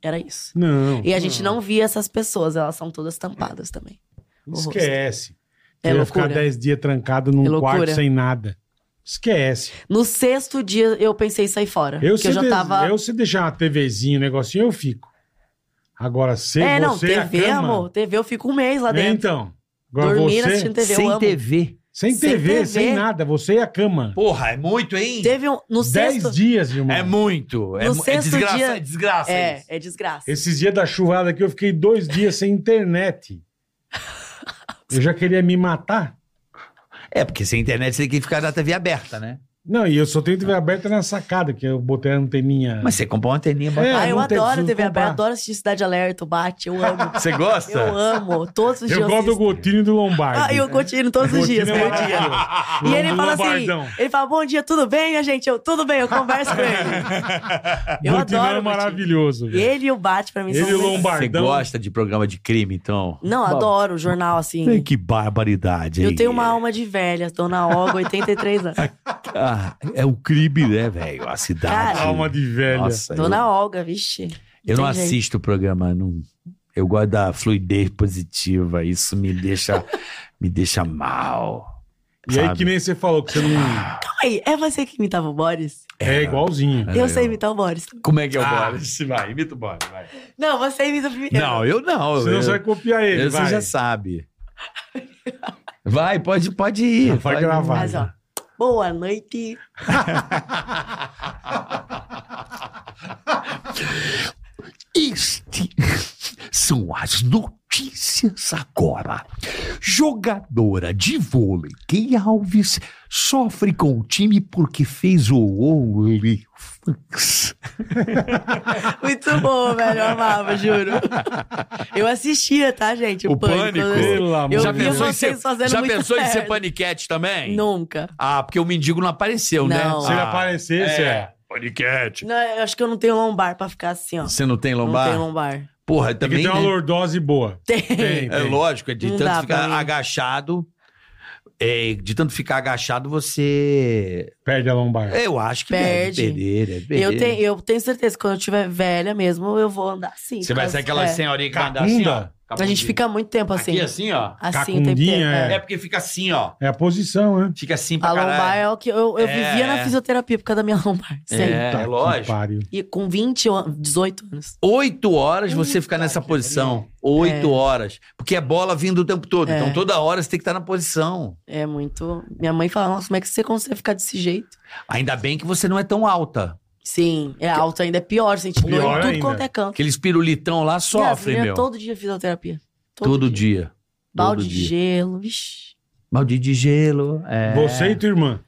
Speaker 5: Era isso.
Speaker 2: Não.
Speaker 5: E a gente não via essas pessoas, elas são todas tampadas também. O rosto.
Speaker 2: Esquece.
Speaker 5: Uhum. É
Speaker 2: eu ia
Speaker 5: loucura.
Speaker 2: ficar 10 dias trancado num
Speaker 5: É loucura.
Speaker 2: quarto sem nada. Esquece.
Speaker 5: No sexto dia eu pensei em sair fora.
Speaker 2: Eu,
Speaker 5: porque
Speaker 2: se
Speaker 5: eu já
Speaker 2: de-
Speaker 5: tava.
Speaker 2: eu se deixar uma TVzinha, um negocinho, eu fico. Agora, se
Speaker 5: é, não,
Speaker 2: você a
Speaker 5: TV,
Speaker 2: cama...
Speaker 5: amor. TV, eu fico um mês lá
Speaker 2: É,
Speaker 5: dentro.
Speaker 2: então. Agora
Speaker 5: dormindo
Speaker 2: você...
Speaker 5: assistindo TV, eu
Speaker 3: Sem
Speaker 5: amo.
Speaker 3: TV.
Speaker 2: Sem
Speaker 5: Sem
Speaker 2: TV,
Speaker 5: TV.
Speaker 2: sem nada. Você e a cama.
Speaker 3: Porra, é muito, hein?
Speaker 5: Teve um. No
Speaker 2: 10
Speaker 5: sexto.
Speaker 2: dias, irmão.
Speaker 3: É muito. É,
Speaker 5: No
Speaker 3: mu- é
Speaker 5: sexto
Speaker 3: desgraça,
Speaker 5: dia-
Speaker 3: é desgraça. isso.
Speaker 5: É, é desgraça.
Speaker 2: Esses dias da chuvada aqui, eu fiquei dois dias sem internet. Eu já queria me matar.
Speaker 3: É, porque sem internet você tem que ficar na TV aberta, né?
Speaker 2: Não, e eu só tenho TV aberta na sacada, que eu botei a anteninha.
Speaker 3: Mas você compra uma anteninha bota-
Speaker 2: É,
Speaker 5: ah, eu
Speaker 2: não tem-
Speaker 5: adoro
Speaker 2: preciso
Speaker 5: TV aberta,
Speaker 2: comprar.
Speaker 5: adoro assistir Cidade Alerta, o Bate, eu amo.
Speaker 3: Você gosta?
Speaker 5: É. eu amo. Todos os dias.
Speaker 2: eu gosto do
Speaker 5: assisto.
Speaker 2: Gotino e do Lombardi.
Speaker 5: Ah, eu continuo todos os dias,
Speaker 2: Gotino é
Speaker 5: meu dia.
Speaker 2: maravilhoso.
Speaker 5: E ele
Speaker 2: O
Speaker 5: fala assim,
Speaker 2: Lombardão.
Speaker 5: ele fala, bom dia, tudo bem, minha gente? Eu, tudo bem, eu converso com ele. Eu
Speaker 2: Gotino
Speaker 5: adoro
Speaker 2: é
Speaker 5: o Gotino.
Speaker 2: maravilhoso. velho.
Speaker 5: Ele e o Bate pra mim
Speaker 2: Ele e o
Speaker 5: são... dois-
Speaker 3: Você
Speaker 2: Lombardão.
Speaker 3: gosta de programa de crime, então?
Speaker 5: Não, adoro jornal, assim.
Speaker 3: Ei, Que barbaridade, hein?
Speaker 5: Eu tenho uma alma de velha, Dona Olga, 83 anos.
Speaker 3: Ah, é o crime, né, velho? A cidade.
Speaker 5: Cara,
Speaker 2: Alma de velha.
Speaker 3: Nossa, eu,
Speaker 5: Dona Olga, vixe.
Speaker 3: eu não
Speaker 5: tem jeito.
Speaker 3: assisto o programa. Não, eu gosto da fluidez positiva. Isso me deixa, me deixa mal.
Speaker 2: E aí,
Speaker 3: sabe?
Speaker 2: que nem você falou que você não.
Speaker 5: Calma aí, é você que imitava o Boris?
Speaker 2: É igualzinho.
Speaker 5: eu sei imitar o Boris.
Speaker 3: Como é que é o
Speaker 2: Ah.
Speaker 3: Boris? Vai, imita o Boris, vai.
Speaker 5: Não, você imita o primeiro.
Speaker 3: Não, eu não.
Speaker 2: Senão
Speaker 3: eu,
Speaker 2: você vai copiar ele.
Speaker 3: eu-
Speaker 2: é vai.
Speaker 3: Você já sabe. Vai, pode, pode ir.
Speaker 2: Vai
Speaker 3: pode-
Speaker 2: gravar.
Speaker 5: Mas, ó, boa noite.
Speaker 3: Este são as notícias agora. Jogadora de vôlei, Key Alves, sofre com o time porque fez o OnlyFans.
Speaker 5: Muito bom, velho, eu amava, juro. Eu assistia, tá, gente? O,
Speaker 3: O Pânico.
Speaker 5: Eu assisti-
Speaker 2: Pelo amor
Speaker 5: Eu
Speaker 2: de
Speaker 5: vi
Speaker 2: Deus.
Speaker 5: vocês fazendo muito certo.
Speaker 3: paniquete também?
Speaker 5: Nunca.
Speaker 3: Ah, porque o mendigo não apareceu,
Speaker 5: Não.
Speaker 2: Se ele
Speaker 3: Ah,
Speaker 2: aparecesse, é.
Speaker 9: Paniquete.
Speaker 5: Não, eu acho que eu não tenho lombar pra ficar assim, ó.
Speaker 3: Você não tem
Speaker 5: Não
Speaker 3: lombar?
Speaker 5: tenho lombar.
Speaker 3: Porra,
Speaker 2: Tem que
Speaker 3: também.
Speaker 2: ter uma
Speaker 3: né?
Speaker 2: lordose boa.
Speaker 5: Tem.
Speaker 3: É lógico, é de
Speaker 5: Não
Speaker 3: tanto
Speaker 5: dá
Speaker 3: ficar
Speaker 5: pra mim.
Speaker 3: agachado. é, de tanto ficar agachado, você.
Speaker 2: Perde a lombar.
Speaker 3: Eu acho que
Speaker 5: Perde.
Speaker 3: deve perder. deve perder.
Speaker 5: Eu tenho, eu tenho certeza que quando eu estiver velha mesmo, eu vou andar assim.
Speaker 3: Você vai ser
Speaker 5: porque-
Speaker 3: aquela
Speaker 5: é.
Speaker 3: senhorinha que vai andar assim, ó.
Speaker 2: Cacunda
Speaker 5: A gente fica muito tempo assim.
Speaker 3: assim. Aqui assim, ó.
Speaker 5: Assim o tempo
Speaker 2: Cacundinha,
Speaker 5: inteiro.
Speaker 2: é.
Speaker 5: É.
Speaker 3: É porque fica assim, ó.
Speaker 2: é a posição, né?
Speaker 3: Fica assim pra
Speaker 5: A lombar
Speaker 3: caralho.
Speaker 5: é o que. Eu, eu
Speaker 3: É.
Speaker 5: vivia na fisioterapia por causa da minha lombar. Sempre.
Speaker 3: É,
Speaker 2: Tá que
Speaker 3: lógico.
Speaker 2: pariho.
Speaker 5: E com 20, an- 18 anos.
Speaker 3: Oito horas você ficar nessa posição. Oito horas. Porque é bola vindo o tempo todo.
Speaker 5: É.
Speaker 3: Então toda hora você tem que estar na posição.
Speaker 5: É muito. Minha mãe fala: Nossa, como é que você consegue ficar desse jeito?
Speaker 3: Ainda bem que você não é tão alta.
Speaker 5: Sim, é alto ainda, é pior. Sente dor
Speaker 2: Pior
Speaker 5: em tudo
Speaker 2: ainda.
Speaker 5: quanto é canto.
Speaker 3: Aqueles pirulitão lá sofrem,
Speaker 5: Minhas meninas
Speaker 3: meu. Todo,
Speaker 5: Todo dia
Speaker 3: dia.
Speaker 5: fisioterapia.
Speaker 3: dia.
Speaker 5: Balde
Speaker 3: Todo
Speaker 5: de
Speaker 3: dia.
Speaker 5: gelo. Vixi.
Speaker 3: Balde de gelo. É.
Speaker 2: Você e tua irmã.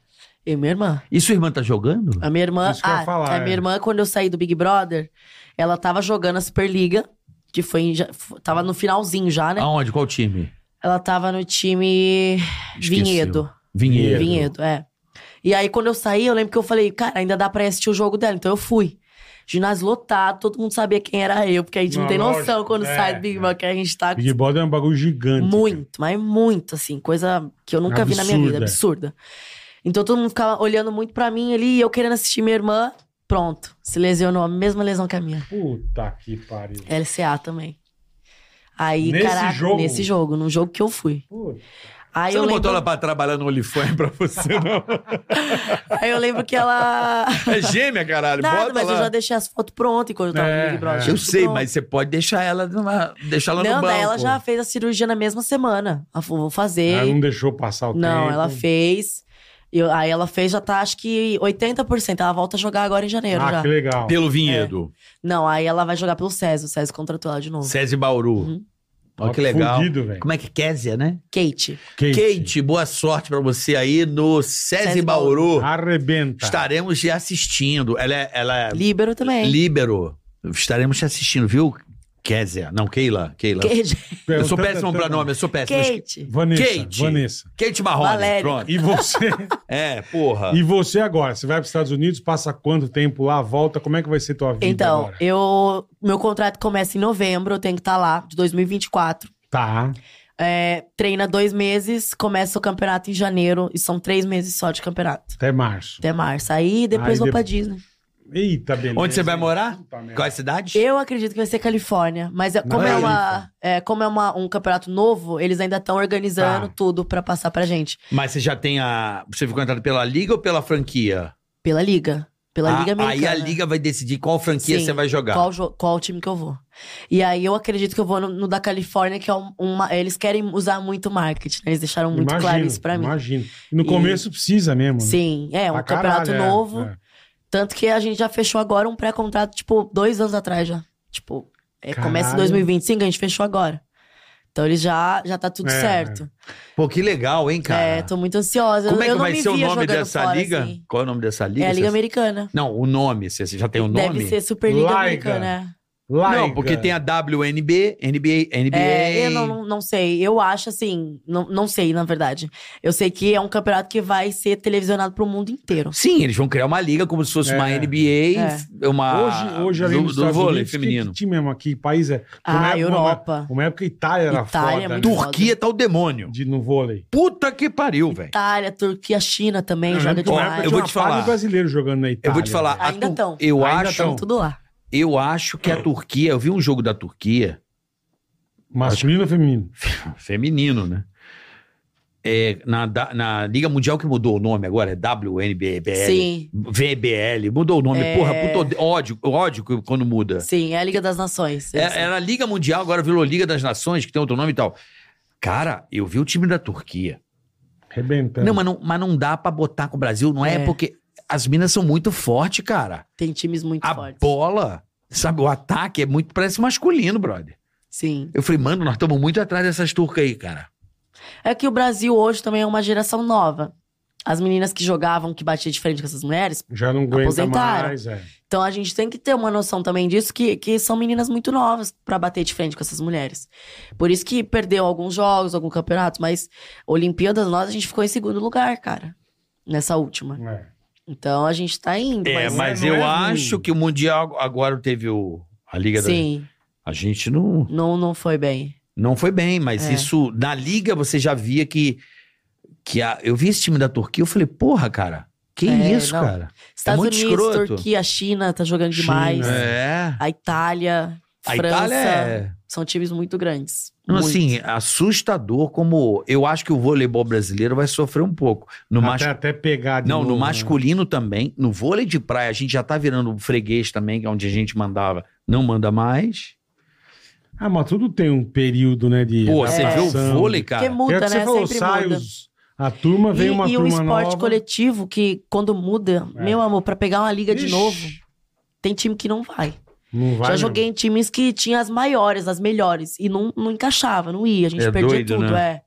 Speaker 5: Eu e minha irmã.
Speaker 3: E sua irmã tá jogando?
Speaker 5: A minha irmã.
Speaker 2: Isso que eu ia
Speaker 5: Ah,
Speaker 2: falar,
Speaker 5: a minha
Speaker 2: é.
Speaker 5: irmã, quando eu saí do Big Brother, ela tava jogando a Superliga, que foi. Em, ja- f- tava no finalzinho já, né?
Speaker 3: Aonde? Qual time?
Speaker 5: Ela tava no time
Speaker 3: Esqueceu.
Speaker 5: Vinhedo.
Speaker 3: Vinhedo.
Speaker 5: Vinhedo, é. E aí, quando eu saí, eu lembro que eu falei, cara, ainda dá pra assistir o jogo dela. Então eu fui. Ginásio lotado, todo mundo sabia quem era eu, porque a gente não,
Speaker 2: Não,
Speaker 5: tem
Speaker 2: lógico,
Speaker 5: noção quando
Speaker 2: é,
Speaker 5: sai do Big Brother, que a gente tá
Speaker 2: Big Brother é um bagulho gigante.
Speaker 5: muito, mas muito, assim, coisa que eu nunca vi na minha vida, absurda. Então todo mundo ficava olhando muito pra mim ali, e eu querendo assistir minha irmã, pronto, se lesionou, a mesma lesão que a minha.
Speaker 2: Puta que pariu.
Speaker 5: LCA também. Aí,
Speaker 2: Nesse
Speaker 5: caraca,
Speaker 2: jogo?
Speaker 5: nesse jogo, num jogo que eu fui.
Speaker 2: Puta.
Speaker 5: Aí
Speaker 3: Você
Speaker 5: eu
Speaker 3: não botou
Speaker 5: lembro-
Speaker 3: ela pra trabalhar no OnlyFans pra você, não?
Speaker 5: Aí eu lembro que ela.
Speaker 3: É gêmea, caralho.
Speaker 5: Nada,
Speaker 3: Bota
Speaker 5: mas
Speaker 3: lá.
Speaker 5: eu já deixei as fotos prontas quando eu tava
Speaker 2: É,
Speaker 5: no Big Brother.
Speaker 2: é.
Speaker 3: Eu sei,
Speaker 5: Pronto.
Speaker 3: mas você pode deixar ela numa, deixar ela
Speaker 5: Não,
Speaker 3: no banco.
Speaker 5: daí ela já
Speaker 2: Ah,
Speaker 5: fez a cirurgia na mesma semana. Ela falou, vou fazer.
Speaker 2: Ela não deixou passar o tempo.
Speaker 5: Não, ela fez. E eu- aí ela fez, já tá acho que 80%. Ela volta a jogar agora em janeiro
Speaker 2: Ah,
Speaker 5: já.
Speaker 2: que legal.
Speaker 3: Pelo Vinhedo.
Speaker 5: Não, aí ela vai jogar pelo SESI. O SESI contratou ela de novo.
Speaker 3: César e Bauru.
Speaker 5: É. Uhum.
Speaker 3: Olha que legal.
Speaker 2: Fudido, velho.
Speaker 3: Como é que Kézia, né?
Speaker 5: Kate.
Speaker 3: Kate, boa sorte pra você aí no SESI
Speaker 5: SESI
Speaker 3: Bauru. tá.
Speaker 2: Arrebenta.
Speaker 3: Estaremos te assistindo. Ela é, ela é
Speaker 5: Líbero também.
Speaker 3: líbero. Estaremos te assistindo, viu? Kézia. Não, Keila. Keila.
Speaker 5: Kate.
Speaker 3: Eu sou péssimo pra nome, eu sou péssimo. Mas-
Speaker 5: Kate.
Speaker 2: Vanessa,
Speaker 3: Kate.
Speaker 2: Vanessa.
Speaker 3: Kate Marrone.
Speaker 5: Valéria.
Speaker 3: Pronto.
Speaker 2: E você,
Speaker 3: É, porra.
Speaker 2: e você agora? Você vai para os Estados Unidos, passa quanto tempo lá, volta, como é que vai ser tua vida
Speaker 5: Então,
Speaker 2: agora?
Speaker 5: eu. Meu contrato começa em novembro, eu tenho que estar lá, de 2024.
Speaker 2: Tá.
Speaker 5: É, treina dois meses, começa o campeonato em janeiro, e são três meses só de campeonato.
Speaker 2: Até março.
Speaker 5: Até março. Aí depois
Speaker 2: Aí
Speaker 5: vou
Speaker 2: de-
Speaker 5: pra Disney.
Speaker 2: Eita, beleza.
Speaker 3: Onde você vai morar?
Speaker 2: Puta merda.
Speaker 3: Qual é a cidade?
Speaker 5: Eu acredito que vai ser Califórnia, mas é- como, é
Speaker 3: Mas-
Speaker 5: uma, é, como é uma- um campeonato novo, eles ainda estão organizando
Speaker 2: Tá.
Speaker 5: tudo pra passar pra gente.
Speaker 3: Mas você já tem a. Você foi contratado pela liga ou pela franquia?
Speaker 5: Pela Liga. Pela
Speaker 2: Ah,
Speaker 3: A-
Speaker 5: Liga
Speaker 3: Aí
Speaker 5: Americana.
Speaker 3: a liga vai decidir qual franquia
Speaker 5: Sim.
Speaker 3: você vai
Speaker 2: é
Speaker 3: jogar.
Speaker 5: Qual, jo- qual time que eu vou. E aí eu acredito que eu vou no, no da Califórnia, que é um- uma. Eles querem usar muito marketing, né? Eles deixaram muito
Speaker 2: imagino,
Speaker 5: claro isso pra mim.
Speaker 2: Imagino. E No
Speaker 5: E-
Speaker 2: começo precisa mesmo. né?
Speaker 5: Sim, é, um
Speaker 2: Pra
Speaker 5: campeonato
Speaker 2: caralho, é,
Speaker 5: novo.
Speaker 2: é.
Speaker 5: Tanto que a gente já fechou agora um pré-contrato, tipo, dois anos atrás já. Tipo, é, começa em
Speaker 2: Caralho.
Speaker 5: 2025, a gente fechou agora. Então ele já, já tá tudo
Speaker 2: É,
Speaker 5: certo.
Speaker 3: Pô, que legal, hein, cara?
Speaker 5: É, tô muito ansiosa.
Speaker 3: Como é
Speaker 5: eu
Speaker 3: que
Speaker 5: não
Speaker 3: vai
Speaker 5: me
Speaker 3: ser o
Speaker 5: via
Speaker 3: nome
Speaker 5: jogando
Speaker 3: dessa
Speaker 5: fora,
Speaker 3: liga?
Speaker 5: assim.
Speaker 3: Qual é o nome dessa liga?
Speaker 5: É a Liga
Speaker 3: Você-
Speaker 5: Americana.
Speaker 3: Não, o nome. Você você já tem o nome?
Speaker 5: Deve ser Superliga
Speaker 2: Liga.
Speaker 5: Americana. é.
Speaker 2: Laiga.
Speaker 3: Não, porque tem a WNB, NBA, NBA.
Speaker 5: É, eu não, não, não sei. Eu acho assim, não, não sei, na verdade. Eu sei que é um campeonato que vai ser televisionado pro mundo inteiro.
Speaker 3: Sim, eles vão criar uma liga como se fosse
Speaker 2: É.
Speaker 3: uma NBA,
Speaker 5: É.
Speaker 3: uma
Speaker 2: Hoje, hoje ali
Speaker 3: do,
Speaker 2: nos
Speaker 3: do
Speaker 2: Estados
Speaker 3: vôlei
Speaker 2: Unidos, que-
Speaker 3: feminino.
Speaker 2: Que, time mesmo aqui, que país é? Porque
Speaker 5: Ah,
Speaker 2: época-
Speaker 5: Europa.
Speaker 2: Uma, época Itália era
Speaker 5: Itália é
Speaker 2: foda,
Speaker 5: muito
Speaker 2: né?
Speaker 5: foda.
Speaker 3: Turquia tá o demônio.
Speaker 2: De, no vôlei.
Speaker 3: Puta que pariu, velho.
Speaker 5: Itália, Turquia, China também,
Speaker 2: Eu
Speaker 5: joga
Speaker 2: lembro que uma
Speaker 5: demais.
Speaker 2: época
Speaker 3: eu
Speaker 2: tinha
Speaker 3: vou
Speaker 2: uma
Speaker 3: te
Speaker 2: fase
Speaker 3: falar.
Speaker 2: brasileiro jogando na Itália.
Speaker 3: Eu vou te falar. a
Speaker 5: Ainda
Speaker 3: Tur-
Speaker 5: tão.
Speaker 3: Eu
Speaker 5: Ainda
Speaker 3: acho.
Speaker 5: tão tudo lá.
Speaker 3: Eu acho que a Turquia. Eu vi um jogo da Turquia,
Speaker 2: Masculino ou feminino?
Speaker 3: feminino, né? É, na, da- na Liga Mundial que mudou o nome agora, é WNBL.
Speaker 5: Sim,
Speaker 3: VBL, mudou o nome.
Speaker 5: É.
Speaker 3: Porra, puto, ódio- ódio, ódio quando muda.
Speaker 5: sim, é a Liga das Nações.
Speaker 3: É-
Speaker 5: sim, sim.
Speaker 3: Era a Liga Mundial, agora virou Liga das Nações, que tem outro nome e tal. Cara, eu vi o time da Turquia.
Speaker 2: Rebentando.
Speaker 3: Não, mas não, mas não dá pra botar com o Brasil, não é?
Speaker 5: É.
Speaker 3: Porque as minas são muito fortes, cara.
Speaker 5: Tem times muito
Speaker 3: a
Speaker 5: fortes.
Speaker 3: bola, sabe, o ataque é muito, parece masculino, brother.
Speaker 5: Sim.
Speaker 3: Eu falei, mano, nós estamos muito atrás dessas turcas aí, cara.
Speaker 5: É que o Brasil hoje também é uma geração nova. As meninas que jogavam, que batiam de frente com essas mulheres.
Speaker 2: Já não aguenta
Speaker 5: Aposentaram.
Speaker 2: mais, é.
Speaker 5: Então a gente tem que ter uma noção também disso, que, que são meninas muito novas pra bater de frente com essas mulheres. Por isso que perdeu alguns jogos, algum campeonato, mas Olimpíadas nós a gente ficou em segundo lugar, cara. Nessa última.
Speaker 2: É.
Speaker 5: Então a gente tá indo.
Speaker 3: É,
Speaker 5: mas...
Speaker 3: mas
Speaker 2: não
Speaker 3: eu
Speaker 2: é ruim.
Speaker 3: acho é que o Mundial agora teve o, a Liga da...
Speaker 5: Sim,
Speaker 3: A gente não...
Speaker 5: não, não foi bem.
Speaker 3: Não foi bem, mas
Speaker 5: É.
Speaker 3: isso na liga você já via que que a- eu vi esse time da Turquia, eu falei, porra, cara, que
Speaker 5: É,
Speaker 3: isso,
Speaker 5: não.
Speaker 3: cara?
Speaker 5: Estados
Speaker 3: muito
Speaker 5: Unidos,
Speaker 3: escroto.
Speaker 5: Turquia, China tá jogando
Speaker 2: China,
Speaker 5: demais.
Speaker 3: É.
Speaker 5: A Itália,
Speaker 3: A
Speaker 5: França.
Speaker 3: Itália é,
Speaker 5: São times muito grandes.
Speaker 3: não,
Speaker 5: muito.
Speaker 3: assim, assustador como eu acho que o voleibol brasileiro vai sofrer um pouco no
Speaker 2: Até,
Speaker 3: mas-
Speaker 2: até pegar de
Speaker 3: Não,
Speaker 2: novo,
Speaker 3: no
Speaker 2: né?
Speaker 3: masculino também, no vôlei de praia a gente já tá virando um freguês também, que é onde a gente mandava, não manda mais.
Speaker 2: Ah, mas tudo tem um período, né, de
Speaker 3: Pô, você vê o
Speaker 2: adaptação.
Speaker 3: vôlei,
Speaker 5: Porque
Speaker 3: cara.
Speaker 2: É o
Speaker 5: muda,
Speaker 2: que você
Speaker 5: né?
Speaker 2: falou,
Speaker 5: Sempre
Speaker 2: sai
Speaker 5: muda.
Speaker 2: os- a turma, vem
Speaker 5: E,
Speaker 2: uma
Speaker 5: e
Speaker 2: turma
Speaker 5: um esporte
Speaker 2: nova.
Speaker 5: coletivo que, quando muda,
Speaker 2: É.
Speaker 5: meu amor, pra pegar uma liga de
Speaker 2: Ixi,
Speaker 5: novo, tem time que não vai.
Speaker 2: Não vai
Speaker 5: Já
Speaker 2: mesmo.
Speaker 5: joguei em times que tinha as maiores, as melhores, e não, não encaixava, não ia, a gente
Speaker 3: É
Speaker 5: perdia
Speaker 3: doido,
Speaker 5: tudo,
Speaker 3: né?
Speaker 5: é.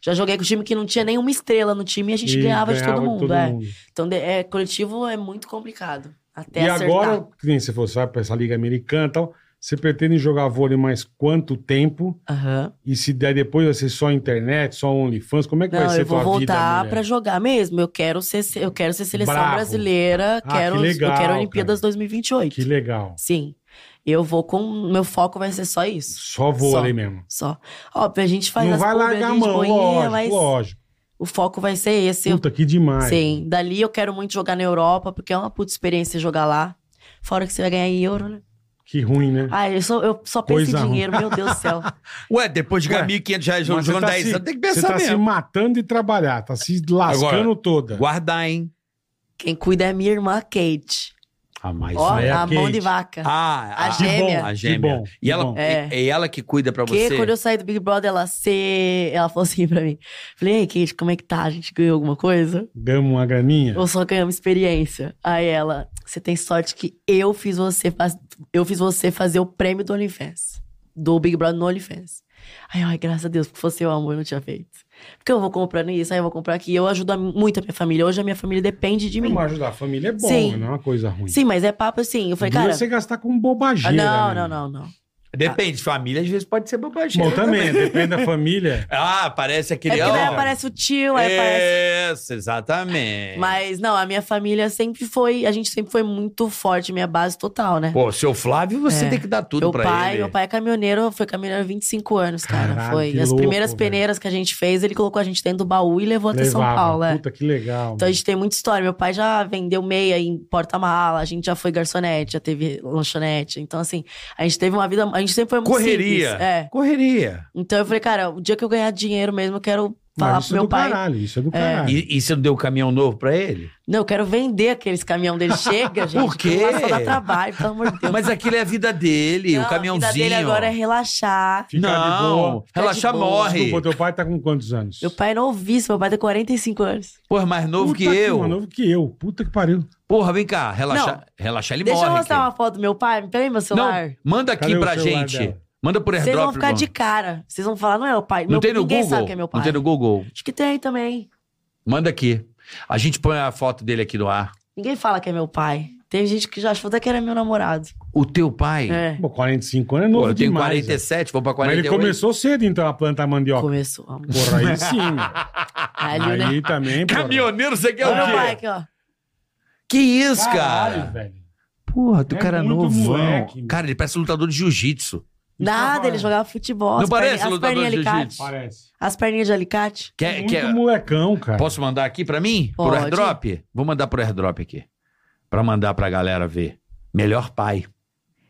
Speaker 5: Já joguei com time que não tinha nenhuma estrela no time e a gente
Speaker 2: E
Speaker 5: ganhava, de todo
Speaker 2: ganhava
Speaker 5: mundo, é. Então, de- é, coletivo é muito complicado. Até
Speaker 2: E
Speaker 5: acertar.
Speaker 2: agora, que nem você fosse para essa liga americana e tal, você pretende jogar vôlei mais quanto tempo?
Speaker 5: Aham.
Speaker 2: E se der depois vai ser só internet, só OnlyFans? Como é que vai
Speaker 5: Não,
Speaker 2: ser
Speaker 5: eu vou
Speaker 2: tua vida,
Speaker 5: voltar
Speaker 2: mulher?
Speaker 5: pra jogar mesmo. Eu quero ser, se- eu quero ser seleção
Speaker 2: Bravo.
Speaker 5: brasileira,
Speaker 2: Ah,
Speaker 5: quero,
Speaker 2: que legal,
Speaker 5: eu quero Olimpíadas
Speaker 2: cara.
Speaker 5: 2028.
Speaker 2: Que legal.
Speaker 5: Sim. Eu vou com. Meu foco vai ser só isso.
Speaker 2: Só vôlei
Speaker 5: Só.
Speaker 2: mesmo.
Speaker 5: Só. Óbvio, a gente faz
Speaker 2: não
Speaker 5: as
Speaker 2: vai
Speaker 5: pub,
Speaker 2: largar a
Speaker 5: gente
Speaker 2: mão,
Speaker 5: boinha,
Speaker 2: lógico,
Speaker 5: mas
Speaker 2: lógico.
Speaker 5: o foco vai ser esse.
Speaker 2: Puta, que demais.
Speaker 5: Sim. Dali eu quero muito jogar na Europa, porque é uma puta experiência jogar lá. Fora que você vai ganhar em euro, né?
Speaker 2: Que ruim, né?
Speaker 5: Ah, eu, só eu só penso
Speaker 2: Coisa
Speaker 5: em
Speaker 2: ruim.
Speaker 5: dinheiro, meu Deus do céu.
Speaker 3: Ué, depois de ganhar
Speaker 2: Ué,
Speaker 3: 1.500 reais
Speaker 2: Mas
Speaker 3: jogando
Speaker 2: tá
Speaker 3: 10
Speaker 2: se-
Speaker 3: anos, tem que
Speaker 2: Você
Speaker 3: pensar
Speaker 2: tá se
Speaker 3: mesmo.
Speaker 2: matando e trabalhar, tá se lascando toda.
Speaker 3: Guardar, hein?
Speaker 5: Quem cuida é minha irmã, Kate.
Speaker 2: Ah, mas
Speaker 5: Ó,
Speaker 2: aí é
Speaker 5: a mão
Speaker 2: quente.
Speaker 5: de vaca.
Speaker 3: Ah,
Speaker 5: A
Speaker 3: a,
Speaker 5: gêmea.
Speaker 2: Que bom,
Speaker 3: a
Speaker 2: que
Speaker 3: gêmea.
Speaker 2: bom,
Speaker 3: e ela,
Speaker 2: que bom.
Speaker 5: É.
Speaker 3: é. ela que cuida pra
Speaker 5: Porque
Speaker 3: você.
Speaker 5: quando eu saí do Big Brother, ela se... Ela falou assim pra mim. Falei, ei, Kate, como é que tá? A gente ganhou alguma coisa?
Speaker 2: Damos uma graninha.
Speaker 5: Ou só ganhamos experiência? Aí ela, você tem sorte que eu fiz você, faz... eu fiz você fazer o prêmio do OnlyFans. Do Big Brother no OnlyFans. Aí, ai, graças a Deus, porque fosse eu, amor, eu não tinha feito. Porque eu vou comprando isso, aí eu vou comprar aqui. Eu ajudo a- muito a minha família. Hoje a minha família depende de mim.
Speaker 2: Vamos ajudar a família é bom,
Speaker 5: Sim.
Speaker 2: não é uma coisa ruim.
Speaker 5: Sim, mas é papo assim. Eu falei,
Speaker 2: Dura
Speaker 5: cara.
Speaker 2: você gastar com
Speaker 5: ah,
Speaker 2: bobageira.
Speaker 5: não,
Speaker 2: né?
Speaker 5: não, não, não.
Speaker 3: Depende, família às vezes pode ser bobagem.
Speaker 2: Bom, também, depende da família.
Speaker 3: Ah, aparece
Speaker 5: É
Speaker 3: aquele.
Speaker 5: porque daí
Speaker 3: ó,
Speaker 5: aparece o tio, aí
Speaker 3: É,
Speaker 5: aparece.
Speaker 3: Isso,
Speaker 2: É.
Speaker 3: exatamente.
Speaker 5: Mas não, a minha família sempre foi. A gente sempre foi muito forte, minha base total, né?
Speaker 3: Pô, seu Flávio, você
Speaker 5: É.
Speaker 3: tem que dar tudo
Speaker 5: meu
Speaker 3: pra
Speaker 5: pai,
Speaker 3: ele.
Speaker 5: meu pai é caminhoneiro, foi caminhoneiro há 25 anos, cara.
Speaker 2: Caralho,
Speaker 5: foi.
Speaker 2: que
Speaker 5: E as
Speaker 2: louco,
Speaker 5: primeiras
Speaker 2: velho.
Speaker 5: peneiras que a gente fez, ele colocou a gente dentro do baú e levou até São
Speaker 2: Levava.
Speaker 5: Paulo. é.
Speaker 2: Puta, que legal.
Speaker 5: Então a gente tem muita história. Meu pai já vendeu meia em porta-mala, a gente já foi garçonete, já teve lanchonete. Então, assim, a gente teve uma vida. A gente sempre foi muito
Speaker 3: Correria.
Speaker 5: um simples, É.
Speaker 3: Correria.
Speaker 5: Então eu falei, cara, o dia que eu ganhar dinheiro mesmo, eu quero
Speaker 2: Mas
Speaker 5: falar
Speaker 2: isso
Speaker 5: pro meu
Speaker 2: é do
Speaker 5: pai.
Speaker 2: caralho, isso é do caralho.
Speaker 3: E, e você não deu o caminhão novo pra ele?
Speaker 5: Não, eu quero vender aqueles caminhão dele. Chega, gente.
Speaker 3: Por quê?
Speaker 5: Nossa, dá trabalho, pelo amor de Deus.
Speaker 3: Mas aquilo é a vida dele,
Speaker 5: Não,
Speaker 3: o caminhãozinho.
Speaker 5: A vida dele agora é relaxar.
Speaker 2: Ficar de boa.
Speaker 3: não,
Speaker 5: Ficar
Speaker 3: relaxa,
Speaker 5: de boa.
Speaker 3: morre.
Speaker 2: Desculpa, teu pai tá com quantos anos?
Speaker 5: Meu pai é novíssimo, meu pai tem 45 anos.
Speaker 3: Porra, mais novo
Speaker 2: Puta
Speaker 3: que eu.
Speaker 2: mais novo que eu. Puta que pariu.
Speaker 3: Porra, vem cá, relaxa,
Speaker 5: Não.
Speaker 3: relaxa ele
Speaker 5: Deixa
Speaker 3: morre.
Speaker 5: eu mostrar
Speaker 3: aqui.
Speaker 5: uma foto do meu pai, me pega meu celular.
Speaker 3: Não, manda aqui
Speaker 2: Cadê o
Speaker 3: pra
Speaker 2: celular
Speaker 3: gente.
Speaker 2: dela?
Speaker 3: Manda por
Speaker 5: Vocês
Speaker 3: airdrop.
Speaker 5: vão ficar
Speaker 3: irmão.
Speaker 5: de cara. Vocês vão falar, não é meu pai.
Speaker 3: Não
Speaker 5: Meu-
Speaker 3: tem no
Speaker 5: ninguém
Speaker 3: Google.
Speaker 5: sabe que é meu pai.
Speaker 3: Não tem no Google.
Speaker 5: Acho que tem também.
Speaker 3: Manda aqui. A gente põe a foto dele aqui no ar.
Speaker 5: Ninguém fala que é meu pai. Tem gente que já achou até que era meu namorado.
Speaker 3: O teu pai.
Speaker 5: É.
Speaker 2: Pô, 45 anos é
Speaker 3: Pô,
Speaker 2: novo
Speaker 3: eu tenho
Speaker 2: demais.
Speaker 3: 47, vou pra
Speaker 2: né? Mas
Speaker 3: 48.
Speaker 2: ele começou cedo, então, a plantar mandioca.
Speaker 5: Começou. amor.
Speaker 2: Porra, aí sim, meu.
Speaker 5: Caralho, né?
Speaker 2: Aí também, porra.
Speaker 3: Caminhoneiro, você quer
Speaker 5: Olha meu pai
Speaker 3: o quê?
Speaker 5: aqui, ó.
Speaker 3: Que isso,
Speaker 2: Ah. Caralho,
Speaker 3: cara?
Speaker 2: velho.
Speaker 3: Porra, tu
Speaker 2: É
Speaker 3: cara
Speaker 2: muito
Speaker 3: novão.
Speaker 2: moleque.
Speaker 3: Cara, ele parece um lutador de jiu-jitsu.
Speaker 2: tá
Speaker 5: Nada,
Speaker 2: parece.
Speaker 5: ele jogava futebol.
Speaker 3: Não
Speaker 5: as
Speaker 3: parece
Speaker 5: perninhas- as
Speaker 3: lutador
Speaker 5: perninhas
Speaker 3: de
Speaker 5: de alicate.
Speaker 3: jiu-jitsu?
Speaker 2: Parece.
Speaker 5: As perninhas de alicate.
Speaker 3: Quer,
Speaker 2: Muito
Speaker 3: quer...
Speaker 2: molecão, cara.
Speaker 3: É, Posso mandar aqui pra mim? Por
Speaker 5: Pode.
Speaker 3: airdrop? Vou mandar pro airdrop aqui. Pra mandar pra galera ver. Melhor pai.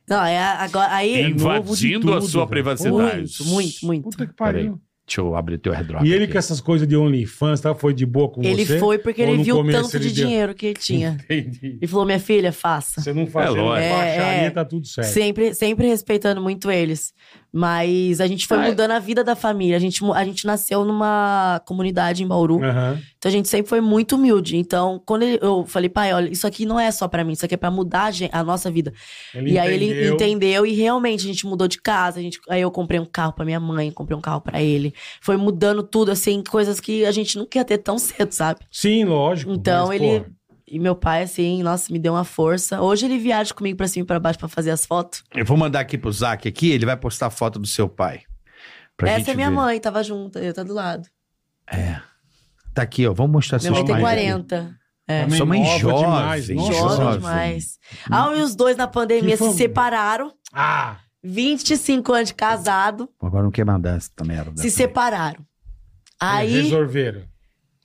Speaker 5: Não, é a- agora. Aí.
Speaker 2: É novo de
Speaker 6: Invadindo a
Speaker 2: tudo,
Speaker 6: sua
Speaker 2: velho.
Speaker 6: privacidade.
Speaker 5: Muito, muito, muito.
Speaker 2: Puta que pariu.
Speaker 3: Deixa eu abrir teu airdrop.
Speaker 2: E ele
Speaker 3: aqui.
Speaker 2: com essas coisas de OnlyFans, tá? Foi de boa com
Speaker 5: Ele
Speaker 2: você?
Speaker 5: foi porque
Speaker 2: Ou
Speaker 5: ele
Speaker 2: no
Speaker 5: viu o
Speaker 2: começo
Speaker 5: tanto
Speaker 2: ele
Speaker 5: de
Speaker 2: deu?
Speaker 5: dinheiro que ele tinha.
Speaker 2: Entendi.
Speaker 5: Ele falou: minha filha, faça.
Speaker 2: Você não faz
Speaker 6: É lógico.
Speaker 2: é, baixaria,
Speaker 5: É.
Speaker 2: tá tudo certo.
Speaker 5: Sempre, sempre respeitando muito eles. Mas a gente foi mudando a vida da família. A gente, mu- a gente nasceu numa comunidade em Bauru.
Speaker 2: Aham.
Speaker 5: Então a gente sempre foi muito humilde. Então, quando ele- eu falei, pai, olha, isso aqui não é só pra mim, isso aqui é pra mudar a, gen- a nossa vida.
Speaker 2: Ele
Speaker 5: e aí ele
Speaker 2: entendeu.
Speaker 5: entendeu e realmente a gente mudou de casa. A gente, aí eu comprei um carro pra minha mãe, comprei um carro pra ele. Foi mudando tudo, assim, coisas que a gente não quer ter tão cedo, sabe?
Speaker 2: Sim, lógico.
Speaker 5: Então
Speaker 2: mas,
Speaker 5: ele.
Speaker 2: porra,
Speaker 5: E meu pai, assim, nossa, me deu uma força. Hoje ele viaja comigo pra cima e pra baixo pra fazer as fotos.
Speaker 3: Eu vou mandar aqui pro Zac aqui, ele vai postar a foto do seu pai. Pra
Speaker 5: Essa
Speaker 3: gente
Speaker 5: é minha
Speaker 3: ver.
Speaker 5: mãe, tava junto, eu tá do lado.
Speaker 3: Tá aqui, ó. Vamos mostrar
Speaker 5: Minha
Speaker 3: seus
Speaker 5: mãe tem
Speaker 3: pais. aqui.
Speaker 5: 40. É.
Speaker 2: também
Speaker 3: Sua mãe
Speaker 2: nova
Speaker 3: jovem,
Speaker 2: demais, nossa.
Speaker 3: jovem.
Speaker 5: Jovem demais. Ah, e os dois na pandemia
Speaker 2: Que
Speaker 5: se
Speaker 2: família.
Speaker 5: separaram.
Speaker 2: Ah,
Speaker 5: 25 anos de casado,
Speaker 3: Pô, Agora não quer mandar essa merda.
Speaker 5: se separaram.
Speaker 2: eles
Speaker 5: Aí.
Speaker 2: resolveram.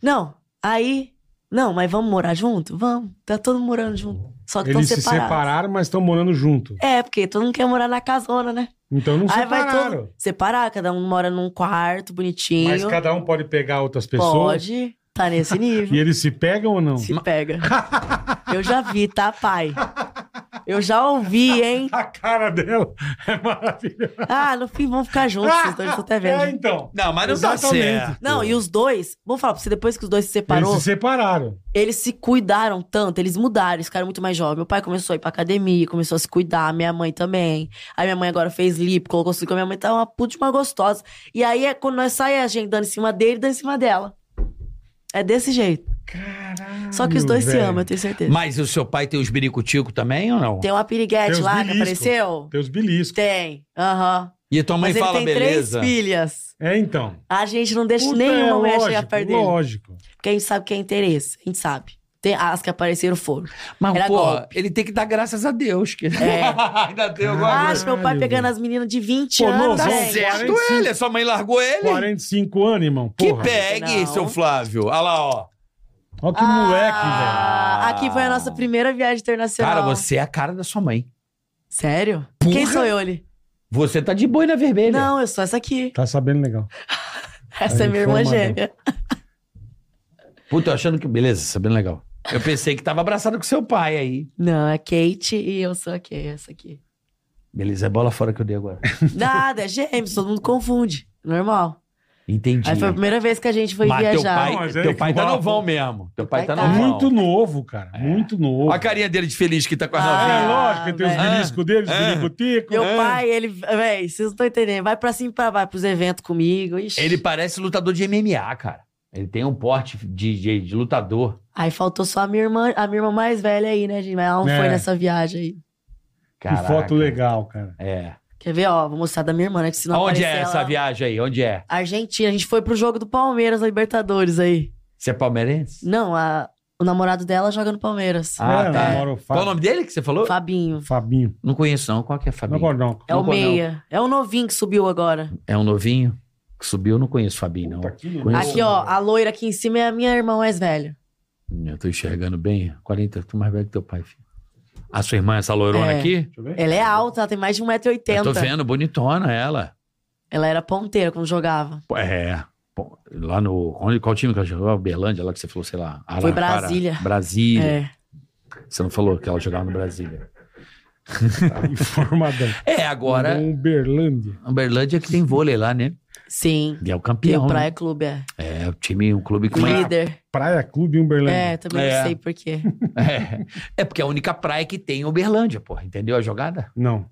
Speaker 5: Não, aí. Não, mas vamos morar junto? Vamos. Tá todo mundo morando junto. Só que estão
Speaker 2: Eles se
Speaker 5: separados.
Speaker 2: separaram, mas estão morando junto.
Speaker 5: É, porque todo mundo quer morar na casona, né?
Speaker 2: Então não
Speaker 5: aí vai
Speaker 2: separaram.
Speaker 5: todo. Separar, cada um mora num quarto bonitinho.
Speaker 2: Mas cada um pode pegar outras pessoas.
Speaker 5: Pode. Tá nesse
Speaker 2: E
Speaker 5: nível.
Speaker 2: eles se pegam ou não?
Speaker 5: Se pega. Eu já vi, tá, pai? Eu já ouvi, hein?
Speaker 2: A cara dela é maravilhosa.
Speaker 5: Ah, no fim vão ficar juntos, os dois, tô até
Speaker 2: É,
Speaker 5: vendo.
Speaker 2: então.
Speaker 3: Não, mas não tá
Speaker 2: Exatamente.
Speaker 3: certo.
Speaker 5: Não, e os dois, vou falar pra você, depois que os dois se separou,
Speaker 2: Eles se separaram.
Speaker 5: eles se cuidaram tanto, eles mudaram, eles ficaram muito mais jovens. Meu pai começou a ir pra academia, começou a se cuidar, minha mãe também. Aí minha mãe agora fez lipo, colocou silicone, minha mãe tá uma puta de uma gostosa. E aí é quando nós saímos, a gente dando em cima dele, dando em cima dela. É desse jeito. Só que os dois se
Speaker 2: velho.
Speaker 5: amam, então. eu tenho certeza.
Speaker 3: Mas o seu pai tem os biricutico também ou não?
Speaker 5: Tem uma
Speaker 2: Tem
Speaker 5: piriguete
Speaker 2: os
Speaker 5: lá que
Speaker 2: beliscos.
Speaker 5: apareceu?
Speaker 2: Tem os beliscos.
Speaker 5: Tem, aham.
Speaker 3: E a tua mãe
Speaker 5: Mas ele
Speaker 3: fala,
Speaker 5: tem
Speaker 3: beleza.
Speaker 5: três filhas.
Speaker 2: É, então.
Speaker 5: A gente não deixa nenhuma
Speaker 2: é,
Speaker 5: mulher chegar
Speaker 2: lógico,
Speaker 5: perto dele.
Speaker 2: Lógico.
Speaker 5: Porque a gente sabe que é interesse. A gente sabe. Tem, as que apareceram foram.
Speaker 3: Mas,
Speaker 5: Era
Speaker 3: pô,
Speaker 5: golpe. É.
Speaker 3: ele tem que dar graças a Deus. Que... Ainda deu
Speaker 5: Ah,
Speaker 3: agora.
Speaker 5: acho meu pai
Speaker 2: Caralho,
Speaker 5: pegando
Speaker 2: velho.
Speaker 5: as meninas de 20
Speaker 2: Pô,
Speaker 5: anos.
Speaker 2: novão,
Speaker 3: Tá
Speaker 5: velho.
Speaker 2: zero.
Speaker 3: certo ele, a sua mãe largou ele.
Speaker 2: 45 anos, irmão.
Speaker 3: Que
Speaker 2: Porra.
Speaker 3: pegue,
Speaker 5: Não.
Speaker 3: seu Flávio. Olha lá, ó.
Speaker 2: Olha que moleque, velho.
Speaker 5: Ah,
Speaker 3: velho.
Speaker 5: Aqui foi a nossa primeira viagem internacional.
Speaker 3: Cara, você é a cara da sua mãe.
Speaker 5: Sério?
Speaker 3: Porra.
Speaker 5: Quem sou eu ali?
Speaker 3: Você tá de boina vermelha.
Speaker 5: Não, eu sou essa aqui.
Speaker 2: Tá sabendo legal. é.
Speaker 5: Essa
Speaker 2: Aí
Speaker 5: é minha irmã
Speaker 2: foi uma-
Speaker 5: gêmea.
Speaker 3: Puta, eu achando que. Beleza, sabendo legal. Eu pensei que tava abraçado com seu pai aí.
Speaker 5: Não, é Kate e eu sou a Kay, essa aqui.
Speaker 3: Beleza, é bola fora que eu dei agora.
Speaker 5: Nada, é gêmeos, todo mundo confunde. Normal.
Speaker 3: Entendi.
Speaker 5: Aí foi a primeira vez que a gente foi
Speaker 3: Mas teu
Speaker 5: viajar.
Speaker 3: pai,
Speaker 2: Não, mas é
Speaker 3: teu
Speaker 2: que
Speaker 3: pai tá
Speaker 2: bola-
Speaker 3: novão mesmo. Teu pai tá
Speaker 5: pai tá.
Speaker 3: novão.
Speaker 2: Muito novo, cara. Muito novo.
Speaker 3: Olha É. a carinha dele de feliz que tá com a
Speaker 5: Ah,
Speaker 3: novinha.
Speaker 2: É, lógico, tem os
Speaker 5: velho.
Speaker 2: beliscos dele, os
Speaker 3: É.
Speaker 2: bilicoticos.
Speaker 5: Meu
Speaker 2: É.
Speaker 5: pai, ele. Véi, vocês não estão entendendo. Vai pra cima e pra baixo pros eventos comigo. Ixi.
Speaker 3: Ele parece lutador de MMA, cara. Ele tem um porte de, de- de lutador.
Speaker 5: Aí faltou só a minha irmã, a minha irmã mais velha aí, né, gente? Mas ela não
Speaker 2: É.
Speaker 5: foi nessa viagem aí.
Speaker 2: Que
Speaker 3: Caraca.
Speaker 2: foto legal, cara.
Speaker 3: É.
Speaker 5: Quer ver, ó? Vou mostrar da minha irmã, né? Que se não
Speaker 3: Onde é
Speaker 5: aparecer,
Speaker 3: essa
Speaker 5: ela-
Speaker 3: viagem aí? Onde é?
Speaker 5: Argentina, a gente foi pro jogo do Palmeiras na Libertadores aí.
Speaker 3: Você é palmeirense?
Speaker 5: Não, a- o namorado dela joga no Palmeiras.
Speaker 3: Ah,
Speaker 2: é,
Speaker 3: tá.
Speaker 2: namora o Fá-
Speaker 3: Qual o nome dele que você falou?
Speaker 5: Fabinho.
Speaker 2: Fabinho.
Speaker 3: Não conheço, não. Qual que é Fabinho?
Speaker 2: Não, pode não.
Speaker 5: É o
Speaker 3: Não, não.
Speaker 5: meia. É o novinho que subiu agora.
Speaker 3: É um novinho que subiu. Não conheço Fabinho, não.
Speaker 2: Puta, que louco.
Speaker 3: Conheço.
Speaker 5: Aqui, ó, a loira aqui em cima é a minha irmã mais velha.
Speaker 3: Hum, Eu tô enxergando bem. 40, tu mais velho que teu pai, filho. A sua irmã, essa loirona
Speaker 5: É.
Speaker 3: aqui?
Speaker 2: Deixa eu ver.
Speaker 5: Ela é alta, ela tem mais de
Speaker 3: Eu
Speaker 5: 1,80m.
Speaker 3: tô vendo, bonitona ela.
Speaker 5: Ela era ponteira quando jogava.
Speaker 3: Pô, É. Pô, Lá no. Onde, qual time que ela jogou? Berlândia, lá que você falou, sei lá.
Speaker 5: Foi
Speaker 3: Araraquara.
Speaker 5: Brasília.
Speaker 3: Brasília.
Speaker 5: É.
Speaker 3: Você não falou que ela jogava no Brasília.
Speaker 2: Tá informadão.
Speaker 3: É, agora.
Speaker 2: Mandou um Uberlândia.
Speaker 3: a Uberlândia que tem vôlei lá, né?
Speaker 5: Sim.
Speaker 3: E é o
Speaker 5: E o
Speaker 3: campeão.
Speaker 5: Praia Clube é.
Speaker 3: né? É, o time, um clube que.
Speaker 5: Líder.
Speaker 2: Praia Clube Uberlândia.
Speaker 5: É, também
Speaker 3: É.
Speaker 5: não sei porquê.
Speaker 3: É. é porque é a única praia que tem em Uberlândia, porra. Entendeu a jogada?
Speaker 2: Não.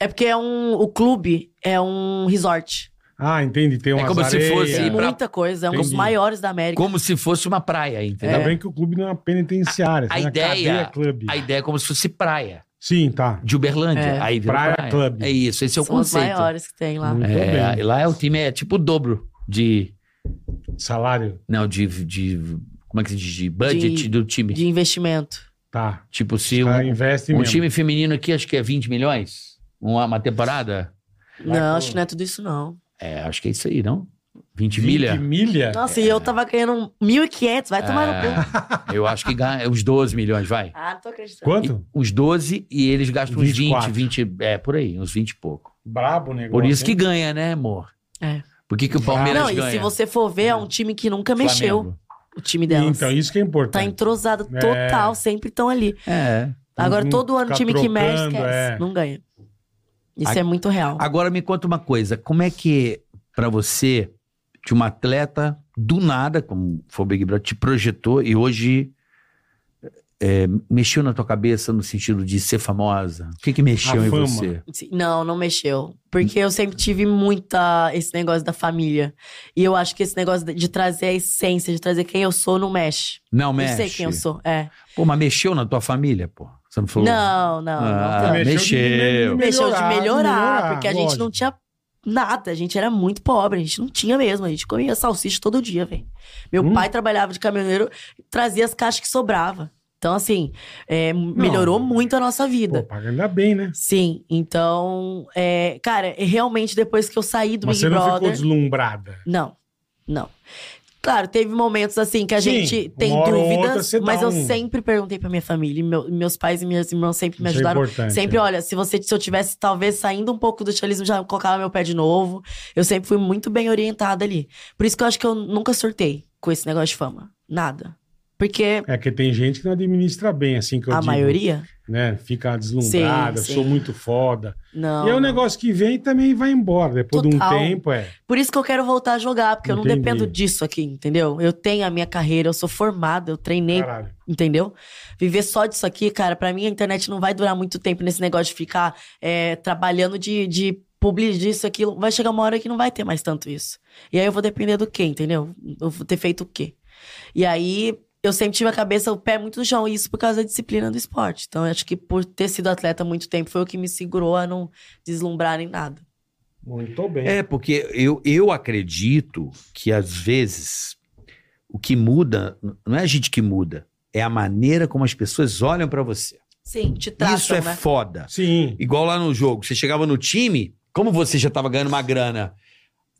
Speaker 5: É porque é um. O clube é um resort.
Speaker 2: Ah, entendi. Tem umas
Speaker 3: como se
Speaker 2: areias.
Speaker 3: fosse-
Speaker 5: Tem
Speaker 3: É, pra- é
Speaker 5: muita coisa. É um dos
Speaker 2: Entendi.
Speaker 5: maiores da América.
Speaker 3: Como se fosse uma praia,
Speaker 2: Ainda
Speaker 3: entendeu?
Speaker 2: bem que o clube não é uma penitenciária.
Speaker 3: A- a
Speaker 2: é uma
Speaker 3: ideia-
Speaker 2: cadeia clube.
Speaker 3: A ideia é como se fosse praia
Speaker 2: Sim, tá.
Speaker 3: de Uberlândia.
Speaker 5: É.
Speaker 3: Aí vira
Speaker 2: Praia
Speaker 3: praia.
Speaker 2: Club.
Speaker 3: É isso, esse é o
Speaker 5: São os
Speaker 3: conceito.
Speaker 5: maiores que tem lá.
Speaker 2: Muito
Speaker 3: É,
Speaker 2: bem.
Speaker 3: lá é o time é tipo o dobro de.
Speaker 2: Salário,
Speaker 3: Não, de. de como é que se diz? De budget
Speaker 5: De-
Speaker 3: do time.
Speaker 5: De investimento.
Speaker 2: tá.
Speaker 3: Tipo, se um,
Speaker 2: Tá, investe
Speaker 3: um
Speaker 2: mesmo.
Speaker 3: time feminino aqui, acho que é 20 milhões? Uma, uma temporada?
Speaker 2: Vai
Speaker 5: não,
Speaker 2: pro-
Speaker 5: acho que não é tudo isso, não.
Speaker 3: É, acho que é isso aí, não?
Speaker 2: 20
Speaker 3: 20, milha?
Speaker 2: milha?
Speaker 5: Nossa, e eu tava ganhando 1.500, vai tomar no Tá cu.
Speaker 3: É, eu acho que ganha uns 12 milhões, vai.
Speaker 5: Ah, não tô acreditando.
Speaker 2: Quanto?
Speaker 3: Uns 12 e eles gastam uns
Speaker 2: 24.
Speaker 3: 20, 20, é, por aí, uns 20 e pouco.
Speaker 2: Brabo o negócio.
Speaker 3: Por isso que
Speaker 2: hein?
Speaker 3: ganha, né, amor?
Speaker 5: É.
Speaker 3: Por que, que o Palmeiras
Speaker 5: Não,
Speaker 3: ganha?
Speaker 5: e se você for ver, é um time que nunca
Speaker 3: Flamengo.
Speaker 5: mexeu, o time delas.
Speaker 2: Hum. Então, isso que é
Speaker 5: Tá
Speaker 2: importante.
Speaker 5: entrosado
Speaker 2: É.
Speaker 5: total, sempre estão ali.
Speaker 3: É.
Speaker 5: Agora,
Speaker 2: Não
Speaker 5: todo ano,
Speaker 2: ficar
Speaker 5: time que mexe,
Speaker 2: trocando,
Speaker 5: esquece.
Speaker 2: é.
Speaker 5: Não ganha. Isso é muito real.
Speaker 3: Agora me conta uma coisa, como é que pra você, de uma atleta do nada, como foi o Big Brother, te projetou e hoje é, mexeu na tua cabeça no sentido de ser famosa? O que que mexeu
Speaker 2: A
Speaker 3: em
Speaker 2: fama.
Speaker 3: você?
Speaker 5: Sim, Não, não mexeu. Porque eu sempre tive muita esse negócio da família. E eu acho que esse negócio de- de trazer a essência, de trazer quem eu sou, não mexe.
Speaker 3: Não
Speaker 5: Eu
Speaker 3: mexe?
Speaker 5: sei quem eu sou. É.
Speaker 3: Pô, mas mexeu na tua família, pô? Você não falou?
Speaker 5: Não, não,
Speaker 3: Ah,
Speaker 5: não.
Speaker 3: me- mexeu.
Speaker 5: Mexeu de melhorar, porque a gente
Speaker 2: lógico.
Speaker 5: não tinha nada, a gente era muito pobre, a gente não tinha mesmo, a gente comia salsicha todo dia, velho. Meu
Speaker 2: Hum.
Speaker 5: pai trabalhava de caminhoneiro, trazia as caixas que sobrava. Então, assim, é, melhorou muito a nossa vida.
Speaker 2: Pô, paga ainda bem, né?
Speaker 5: Sim, então, é, cara, realmente depois que eu saí do
Speaker 2: Mas
Speaker 5: Big
Speaker 2: você não ficou
Speaker 5: Brother.
Speaker 2: deslumbrada.
Speaker 5: Não, não. Claro, teve momentos assim que a
Speaker 2: Sim,
Speaker 5: gente
Speaker 2: uma
Speaker 5: tem
Speaker 2: hora ou outra
Speaker 5: dúvidas,
Speaker 2: você dá
Speaker 5: mas eu
Speaker 2: um-
Speaker 5: sempre perguntei pra minha família, e meu- meus pais e minhas irmãs sempre me
Speaker 2: Isso é
Speaker 5: ajudaram.
Speaker 2: importante,
Speaker 5: sempre,
Speaker 2: né?
Speaker 5: olha, se você se eu tivesse talvez saindo um pouco do estilismo, já colocava meu pé de novo. Eu sempre fui muito bem orientada ali. Por isso que eu acho que eu nunca surtei com esse negócio de fama, nada. Porque
Speaker 2: É que tem gente que não administra bem, assim que eu
Speaker 5: a
Speaker 2: digo,
Speaker 5: maioria
Speaker 2: né? Fica deslumbrada,
Speaker 5: Sim, sim.
Speaker 2: sou muito foda.
Speaker 5: não.
Speaker 2: e é um
Speaker 5: não.
Speaker 2: negócio que vem e também vai embora. Depois de um
Speaker 5: Total.
Speaker 2: tempo, é.
Speaker 5: Por isso que eu quero voltar a jogar, porque eu não
Speaker 2: Entendi.
Speaker 5: dependo disso aqui, entendeu? Eu tenho a minha carreira, eu sou formada, eu treinei
Speaker 2: Caralho.
Speaker 5: Entendeu? Viver só disso aqui, cara, pra mim a internet não vai durar muito tempo nesse negócio de ficar é, trabalhando de, de publi disso, aquilo. Vai chegar uma hora que não vai ter mais tanto isso. E aí eu vou depender do quê, entendeu? Eu vou ter feito o quê? E aí eu sempre tive a cabeça, o pé muito no chão, e isso por causa da disciplina do esporte. Então eu acho que por ter sido atleta há muito tempo foi o que me segurou a não deslumbrar em nada.
Speaker 2: Muito bem.
Speaker 3: É, porque eu, eu acredito que às vezes o que muda, não é a gente que muda, é a maneira como as pessoas olham pra você.
Speaker 5: Sim, te tratam,
Speaker 3: Isso é
Speaker 5: né?
Speaker 3: foda.
Speaker 2: Sim.
Speaker 3: Igual lá no jogo, você chegava no time, como você já tava ganhando uma grana,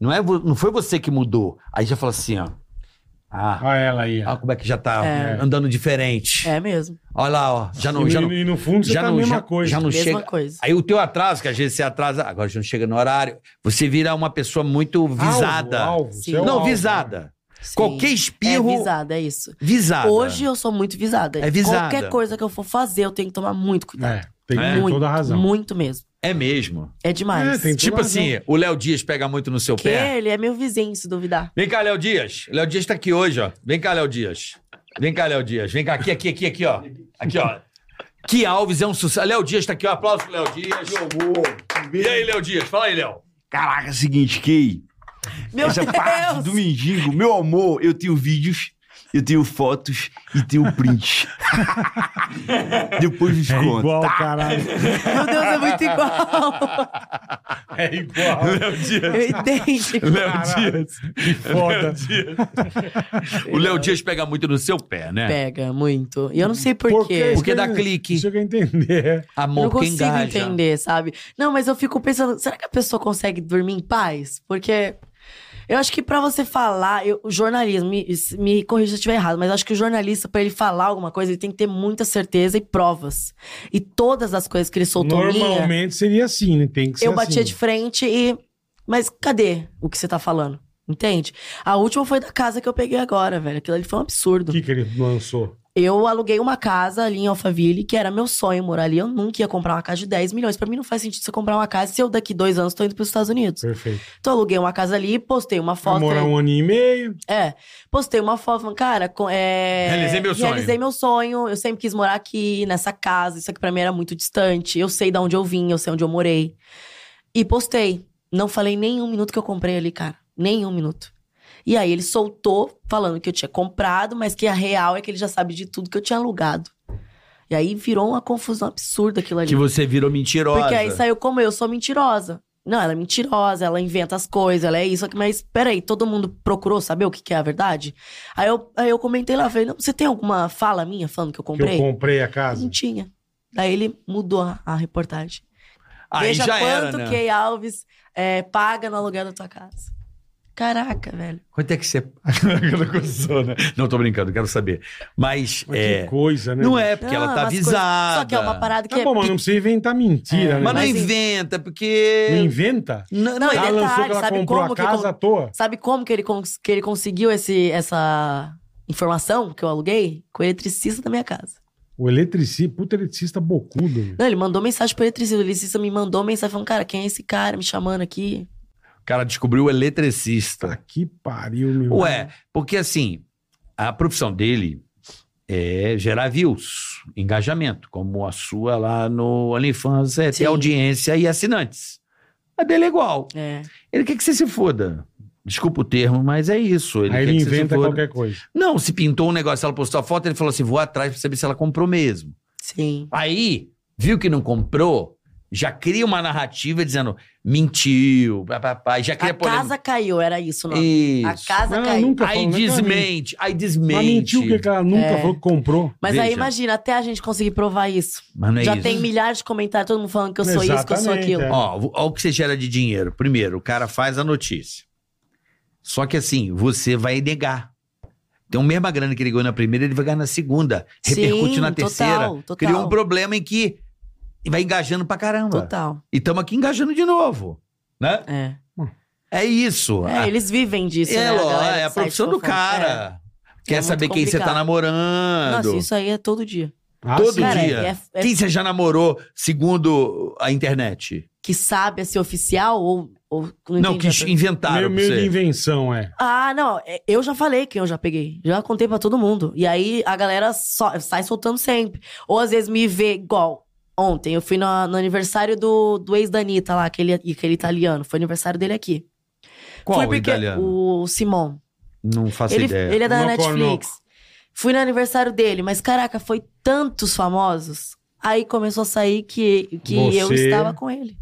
Speaker 3: não, é, vo- não foi você que mudou. Aí já fala assim, ó. Ah,
Speaker 2: Olha ela aí. ó.
Speaker 3: ah, como é que já tá
Speaker 5: É.
Speaker 3: andando diferente.
Speaker 5: É mesmo,
Speaker 3: Olha lá, ó. Já
Speaker 2: e,
Speaker 3: não,
Speaker 2: no,
Speaker 3: já não,
Speaker 2: e no fundo, você
Speaker 3: já
Speaker 2: tá
Speaker 3: não,
Speaker 2: a mesma
Speaker 3: já-
Speaker 2: coisa.
Speaker 3: já não
Speaker 5: mesma
Speaker 3: chega.
Speaker 5: coisa.
Speaker 3: Aí o teu atraso, que às vezes você atrasa, agora já não chega no horário, você vira uma pessoa muito visada.
Speaker 2: Alvo, alvo,
Speaker 5: Sim.
Speaker 2: você é o
Speaker 3: não,
Speaker 2: alvo, né?
Speaker 3: visada.
Speaker 5: Sim.
Speaker 3: Qualquer espirro.
Speaker 5: É visada, é isso.
Speaker 3: visada.
Speaker 5: Hoje eu sou muito visada.
Speaker 3: É visada.
Speaker 5: Qualquer coisa que eu for fazer, eu tenho que tomar muito cuidado.
Speaker 2: É, tem
Speaker 3: É.
Speaker 2: tem
Speaker 5: Muito,
Speaker 2: toda a razão.
Speaker 5: Muito mesmo.
Speaker 3: É mesmo.
Speaker 5: É demais.
Speaker 2: É, tem
Speaker 3: Tipo
Speaker 2: toda a
Speaker 3: assim, o Léo Dias pega muito no seu
Speaker 5: Que
Speaker 3: pé.
Speaker 5: ele é meu vizinho, se duvidar.
Speaker 3: Vem cá, Léo Dias. Léo Dias tá aqui hoje, ó. Vem cá, Léo Dias. Vem cá, Léo Dias. Vem cá, aqui, aqui, aqui, aqui, ó. Aqui, ó. Que Alves é um sucesso. Léo Dias tá aqui, ó. Aplausos pro Léo Dias. E aí, Léo Dias? Fala aí, Léo.
Speaker 10: Caraca, é o seguinte, Key.
Speaker 5: Meu
Speaker 10: essa
Speaker 5: Deus!
Speaker 3: tá
Speaker 10: parte do mendigo, meu amor, eu tenho vídeos, eu tenho fotos e tenho print. Depois nos
Speaker 2: É
Speaker 10: conto.
Speaker 2: igual, caralho.
Speaker 5: Meu Deus, é muito igual.
Speaker 2: É igual.
Speaker 3: Tá.
Speaker 5: Eu idêntico.
Speaker 2: Caralho. Que foda.
Speaker 3: O Léo Dias pega muito no seu pé, né?
Speaker 5: Pega muito. E eu não sei por,
Speaker 2: Por
Speaker 5: quê.
Speaker 2: quê?
Speaker 3: Porque dá clique.
Speaker 2: Isso eu quero entender.
Speaker 5: Eu não
Speaker 3: Amor que
Speaker 5: consigo
Speaker 3: engaja.
Speaker 5: entender, sabe? Não, mas eu fico pensando, será que a pessoa consegue dormir em paz? Porque eu acho que pra você falar, eu- o jornalismo, me, me corrija se eu estiver errado, mas eu acho que o jornalista, pra ele falar alguma coisa, ele tem que ter muita certeza e provas. E todas as coisas que ele soltou minha,
Speaker 2: Normalmente seria assim, né? Tem que ser
Speaker 5: eu batia
Speaker 2: assim.
Speaker 5: de frente e. Mas cadê o que você tá falando? Entende? A última foi da casa que eu peguei agora, velho. Aquilo ali foi um absurdo.
Speaker 2: O que, que ele lançou?
Speaker 5: Eu aluguei uma casa ali em Alphaville, que era meu sonho morar ali. Eu nunca ia comprar uma casa de 10 milhões. Pra mim não faz sentido você comprar uma casa se eu daqui dois anos tô indo pros Estados Unidos.
Speaker 2: Perfeito.
Speaker 5: Então eu aluguei uma casa ali, postei uma
Speaker 2: Vai
Speaker 5: foto.
Speaker 2: morar um ano e meio.
Speaker 5: É, postei uma foto falando, cara, co- é...
Speaker 3: Realizei meu sonho.
Speaker 5: Realizei meu sonho. Eu sempre quis morar aqui, nessa casa. Isso aqui pra mim era muito distante. Eu sei de onde eu vim, eu sei onde eu morei. E postei. Não falei nenhum minuto que eu comprei ali, cara. Nenhum minuto. E aí ele soltou falando que eu tinha comprado, mas que a real é que ele já sabe de tudo que eu tinha alugado. E aí virou uma confusão absurda aquilo ali.
Speaker 3: Que você virou mentirosa.
Speaker 5: Porque aí saiu como eu sou mentirosa. Não, ela é mentirosa, ela inventa as coisas, ela é isso. aqui, Mas peraí, todo mundo procurou saber o que, que é a verdade? Aí eu, aí eu comentei lá, falei, não, você tem alguma fala minha falando que eu
Speaker 2: Que eu
Speaker 5: comprei?
Speaker 2: comprei a
Speaker 5: Não
Speaker 2: casa.
Speaker 5: tinha. Daí ele mudou a, a reportagem.
Speaker 3: Aí
Speaker 5: Veja
Speaker 3: já era,
Speaker 5: quanto
Speaker 3: né?
Speaker 5: Key Alves é, paga no aluguel da tua casa. Caraca, velho.
Speaker 3: Quanto é que você... Aquela coisa, né?
Speaker 5: é.
Speaker 3: Não, tô brincando, quero saber. Mas,
Speaker 2: Mas
Speaker 3: é...
Speaker 2: que coisa, né?
Speaker 3: Não é, porque
Speaker 5: Não,
Speaker 3: ela tá
Speaker 5: umas coisas-
Speaker 3: avisada.
Speaker 5: Ah, Só que é uma parada que
Speaker 2: Tá
Speaker 5: é.
Speaker 2: bom, mas não precisa inventar mentira,
Speaker 5: É,
Speaker 2: né?
Speaker 3: Mas não
Speaker 5: Mas, assim,
Speaker 3: inventa, porque...
Speaker 2: Não inventa?
Speaker 5: Não, não, e
Speaker 2: ela lançou que
Speaker 5: detalhe,
Speaker 2: ela
Speaker 5: sabe
Speaker 2: comprou
Speaker 5: como
Speaker 2: a
Speaker 5: que. con-
Speaker 2: casa à toa.
Speaker 5: Sabe como que ele, cons- que ele conseguiu esse, essa informação que eu aluguei? Com o eletricista da minha casa.
Speaker 2: O eletricista, puta eletricista bocudo. meu.
Speaker 5: Não, ele mandou mensagem pro eletricista. O eletricista me mandou mensagem falando, cara, quem é esse cara me chamando aqui?
Speaker 3: O cara descobriu o eletricista.
Speaker 2: Tá que pariu, meu.
Speaker 3: Ué, porque assim, a profissão dele é gerar views, engajamento, como a sua lá no OnlyFans, é
Speaker 5: Sim.
Speaker 3: ter audiência e assinantes. A dele é igual.
Speaker 5: É.
Speaker 3: Ele quer que você se foda. Desculpa o termo, mas é isso. Ele
Speaker 2: Aí
Speaker 3: quer
Speaker 2: ele
Speaker 3: que você se
Speaker 2: inventa
Speaker 3: foda.
Speaker 2: qualquer coisa.
Speaker 3: Não, se pintou um negócio, ela postou a foto, ele falou assim: vou atrás pra saber se ela comprou mesmo.
Speaker 5: Sim.
Speaker 3: Aí, viu que não comprou, já cria uma narrativa dizendo mentiu, papapá, já cria
Speaker 5: A casa caiu, era isso, não.
Speaker 3: é Isso.
Speaker 5: A casa
Speaker 2: Mas ela
Speaker 5: caiu.
Speaker 2: nunca
Speaker 3: Aí
Speaker 2: falou, né, que ela
Speaker 3: desmente, aí desmente.
Speaker 2: Mas mentiu o que que ela nunca
Speaker 5: É.
Speaker 2: falou que comprou.
Speaker 5: Mas aí
Speaker 3: Veja.
Speaker 5: imagina, até a gente conseguir provar isso.
Speaker 3: Mas não é
Speaker 5: Já
Speaker 3: isso.
Speaker 5: tem milhares de comentários, todo mundo falando que eu sou isso, que eu sou
Speaker 2: Exatamente,
Speaker 5: aquilo.
Speaker 2: é.
Speaker 3: Ó, v- ó o que você gera de dinheiro. Primeiro, o cara faz a notícia. Só que assim, você vai negar. Então, a mesma grana que ele ganhou na primeira, ele vai ganhar na segunda. Repercute
Speaker 5: Sim,
Speaker 3: na
Speaker 5: total,
Speaker 3: terceira.
Speaker 5: total.
Speaker 3: Criou um problema em que vai engajando pra caramba.
Speaker 5: Total.
Speaker 3: E estamos aqui engajando de novo. Né?
Speaker 5: É.
Speaker 3: É isso.
Speaker 5: É, eles vivem disso.
Speaker 3: é,
Speaker 5: né,
Speaker 3: ló,
Speaker 5: galera
Speaker 3: é a
Speaker 5: do site
Speaker 3: profissão do
Speaker 5: fofão. É.
Speaker 3: cara. Quer
Speaker 5: É muito
Speaker 3: saber quem você tá
Speaker 5: complicado.
Speaker 3: namorando.
Speaker 5: Nossa, isso aí é todo dia.
Speaker 2: Ah,
Speaker 3: Todo
Speaker 2: sim.
Speaker 5: Cara,
Speaker 3: dia.
Speaker 5: é- é-
Speaker 3: Quem você já namorou, segundo a internet?
Speaker 5: Que sabe se oficial ou. ou não,
Speaker 3: Não, que
Speaker 5: entendi a pergunta.
Speaker 2: meio,
Speaker 3: inventaram pra
Speaker 2: meio de
Speaker 3: você.
Speaker 2: invenção, é.
Speaker 5: Ah, não, é- eu já falei que eu já peguei. Já contei pra todo mundo. E aí a galera só- sai soltando sempre. Ou às vezes me vê igual. Ontem eu fui na- no, aniversário do, do ex da Anitta lá, aquele, aquele italiano. Foi aniversário dele aqui.
Speaker 3: Qual
Speaker 5: Fui porque
Speaker 3: italiano?
Speaker 5: o Simon.
Speaker 3: Não faço
Speaker 5: Ele,
Speaker 3: ideia.
Speaker 5: ele é da
Speaker 2: Não
Speaker 5: Netflix.
Speaker 2: conheço.
Speaker 5: Fui no aniversário dele, mas caraca, foi tantos famosos. Aí começou a sair que, que eu
Speaker 2: Você-
Speaker 5: estava com ele.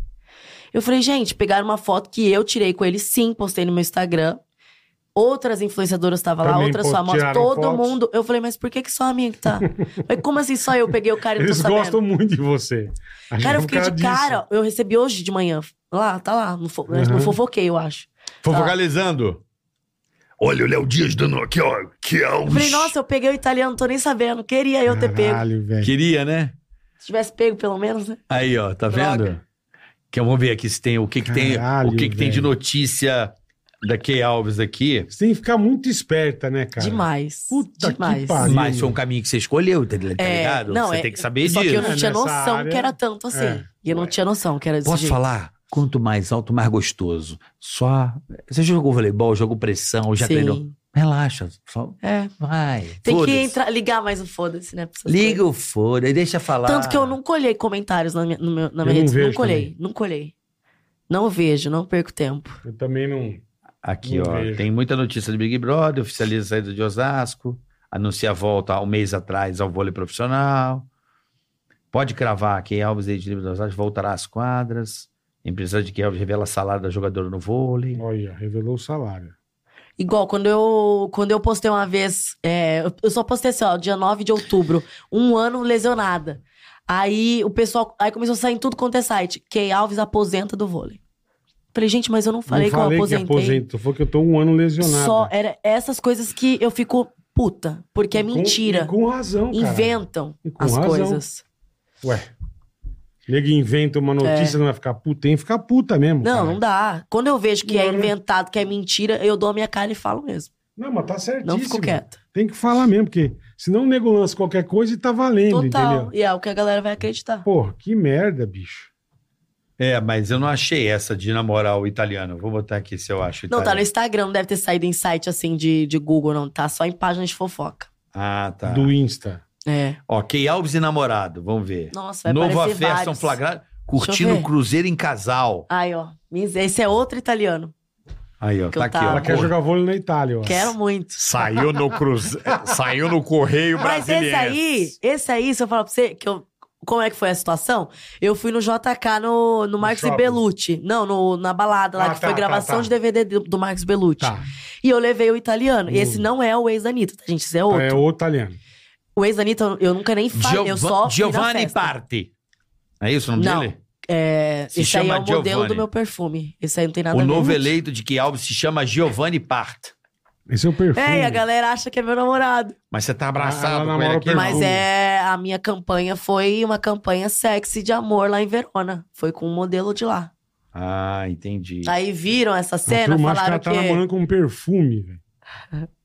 Speaker 5: Eu falei, gente, pegaram uma foto que eu tirei com ele, sim, postei no meu Instagram. Outras influenciadoras estavam lá,
Speaker 2: Também
Speaker 5: outras
Speaker 2: po-
Speaker 5: famosas,
Speaker 2: tiraram
Speaker 5: todo
Speaker 2: fotos.
Speaker 5: mundo. Eu falei, mas por que, que só a minha que tá? mas como assim só eu peguei o cara e não tô
Speaker 2: Eles
Speaker 5: sabendo?
Speaker 2: gostam muito de você. é Acho
Speaker 5: Cara, eu
Speaker 2: que por
Speaker 5: fiquei de
Speaker 2: causa
Speaker 5: cara, eu recebi hoje de manhã. Lá, tá lá, no, fo-
Speaker 2: Uhum.
Speaker 5: no fofoquei, eu acho.
Speaker 3: Fofocalizando.
Speaker 11: Olha o Léo Dias dando aqui, ó. Que
Speaker 5: Eu falei, nossa, eu peguei o italiano, não tô nem sabendo, queria eu
Speaker 2: disso.
Speaker 5: ter pego.
Speaker 2: Caralho, velho.
Speaker 3: Queria, né?
Speaker 5: Se tivesse pego, pelo menos, né?
Speaker 3: Aí, ó, tá
Speaker 5: Droga.
Speaker 3: vendo? Que eu vou ver aqui se tem o que que tem,
Speaker 2: Caralho,
Speaker 3: o que que tem de
Speaker 2: velho.
Speaker 3: notícia da Key Alves aqui.
Speaker 2: Você tem que ficar muito esperta, né, cara?
Speaker 5: Demais.
Speaker 2: Puta que
Speaker 5: demais.
Speaker 2: pariu.
Speaker 3: Mas foi um caminho que você escolheu, tá tá ligado?
Speaker 5: É, não,
Speaker 3: você
Speaker 5: é-
Speaker 3: tem que saber
Speaker 5: Só que eu
Speaker 3: disso.
Speaker 5: não
Speaker 2: É,
Speaker 5: tinha
Speaker 2: nessa
Speaker 5: noção
Speaker 2: área-
Speaker 5: que era tanto assim.
Speaker 2: É.
Speaker 5: E eu não tinha noção que era desse
Speaker 3: Posso
Speaker 5: jeito.
Speaker 3: falar? Quanto mais alto, mais gostoso. Só. Você jogou voleibol, jogou pressão, já treinou.
Speaker 5: Sim.
Speaker 3: Relaxa, só
Speaker 5: É.
Speaker 3: vai.
Speaker 5: Tem que
Speaker 3: Foda-se.
Speaker 5: entrar, ligar mais o foda-se, né? pra essas
Speaker 3: Liga o foda, e deixa falar.
Speaker 5: Tanto que eu não colhei comentários na minha, no meu- na
Speaker 2: Tá. Eu
Speaker 5: minha
Speaker 2: não
Speaker 5: rede. Não
Speaker 2: vejo
Speaker 5: colhei,
Speaker 2: também.
Speaker 5: não colhei. Não vejo, não perco tempo.
Speaker 2: Eu também não.
Speaker 3: Aqui,
Speaker 2: Não
Speaker 3: ó,
Speaker 2: vejo.
Speaker 3: tem muita notícia do Big Brother, oficializa a saída de Osasco, anuncia a volta há um mês atrás ao vôlei profissional. Pode cravar que Alves, ex-líder do Osasco, voltará às quadras. Empresa de que Alves revela salário da jogadora no vôlei.
Speaker 2: Olha, revelou o salário.
Speaker 5: Igual, quando eu, quando eu postei uma vez, é, eu- eu só postei assim, ó, dia 9 de outubro, um ano lesionada. Aí o pessoal, aí começou a sair em tudo quanto é site. Key Alves aposenta do vôlei. Falei, gente, mas eu não falei,
Speaker 2: não falei
Speaker 5: que eu
Speaker 2: que
Speaker 5: aposentei.
Speaker 2: aposento. Foi que eu tô um ano lesionado.
Speaker 5: Só era essas coisas que eu fico puta, porque é
Speaker 2: Com-
Speaker 5: mentira.
Speaker 2: e Com, razão, cara.
Speaker 5: Inventam
Speaker 2: E com
Speaker 5: as
Speaker 2: razão.
Speaker 5: coisas.
Speaker 2: Ué. Nego inventa uma notícia, não vai ficar puta. Tem que ficar puta mesmo.
Speaker 5: É. Não,
Speaker 2: cara.
Speaker 5: não dá. Quando eu vejo que é
Speaker 2: Não, né?
Speaker 5: inventado, que é mentira, eu dou a minha cara e falo mesmo.
Speaker 2: Não, mas tá certíssimo.
Speaker 5: Não fico quieta.
Speaker 2: Tem que falar mesmo, porque senão o nego lança qualquer coisa e tá valendo,
Speaker 5: Total.
Speaker 2: entendeu?
Speaker 5: E é o que a galera vai acreditar.
Speaker 2: Porra, que merda, bicho.
Speaker 3: É, mas eu não achei essa de namorar o italiano. Vou botar aqui se eu acho.
Speaker 5: Não, tá no
Speaker 3: italiano.
Speaker 5: Instagram, não deve ter saído em site assim de, de Google, não. Tá só em páginas de fofoca.
Speaker 3: Ah, tá.
Speaker 2: Do Insta.
Speaker 5: É.
Speaker 3: Ok, Alves e namorado, vamos ver.
Speaker 5: Nossa, vai
Speaker 3: Novo
Speaker 5: aparecer
Speaker 3: afé,
Speaker 5: vários.
Speaker 3: são flagrados.
Speaker 5: eu
Speaker 3: Curtindo
Speaker 5: ver.
Speaker 3: o cruzeiro em casal.
Speaker 5: Ai, ó. Mis- Esse é outro italiano.
Speaker 3: Aí, ó,
Speaker 5: Que
Speaker 3: tá
Speaker 5: eu
Speaker 3: aqui,
Speaker 5: tava.
Speaker 3: ó.
Speaker 2: Ela quer
Speaker 3: Pô,
Speaker 2: jogar vôlei na Itália, ó.
Speaker 5: Quero muito.
Speaker 6: Saiu no cruze... Saiu no correio
Speaker 5: Mas esse aí, esse aí, se eu falar pra você que eu. Como é que foi a situação? Eu fui no JK no, no Marcos e
Speaker 2: shopping.
Speaker 5: Bellucci. Não, no- na balada lá,
Speaker 2: Ah,
Speaker 5: que
Speaker 2: tá,
Speaker 5: foi
Speaker 2: tá,
Speaker 5: gravação
Speaker 2: tá.
Speaker 5: de DVD do, do Marcos Bellucci.
Speaker 2: Tá.
Speaker 5: E eu levei o italiano. E Esse
Speaker 2: Hum.
Speaker 5: não é o ex da Anitta, tá, gente? Esse é outro.
Speaker 2: É o italiano.
Speaker 5: O ex da Anitta, eu nunca nem falei. eu
Speaker 3: Giova-
Speaker 5: só. fui na
Speaker 3: Giovanni
Speaker 5: festa.
Speaker 3: Parti. É isso o nome
Speaker 5: Não,
Speaker 3: dele?
Speaker 5: É,
Speaker 3: Se
Speaker 5: esse aí é
Speaker 3: chama
Speaker 5: o modelo
Speaker 3: Giovanni.
Speaker 5: do meu perfume. Esse aí não tem nada
Speaker 3: O
Speaker 5: a ver.
Speaker 3: novo
Speaker 5: gente.
Speaker 3: eleito de que Alves se chama Giovanni Part.
Speaker 2: Esse é o perfume.
Speaker 5: É, e a galera acha que é meu namorado.
Speaker 3: Mas você tá
Speaker 2: Ah,
Speaker 3: abraçado
Speaker 2: ela
Speaker 3: com ele
Speaker 2: namora o
Speaker 3: aqui?
Speaker 5: Mas
Speaker 2: Perfume.
Speaker 5: é. A minha campanha foi uma campanha sexy de amor lá em Verona. Foi com um modelo de lá.
Speaker 3: Ah, entendi.
Speaker 5: Aí viram essa
Speaker 2: A
Speaker 5: cena,
Speaker 2: turma acha que
Speaker 5: falaram
Speaker 2: ela
Speaker 5: que.
Speaker 2: tá namorando com um perfume, velho.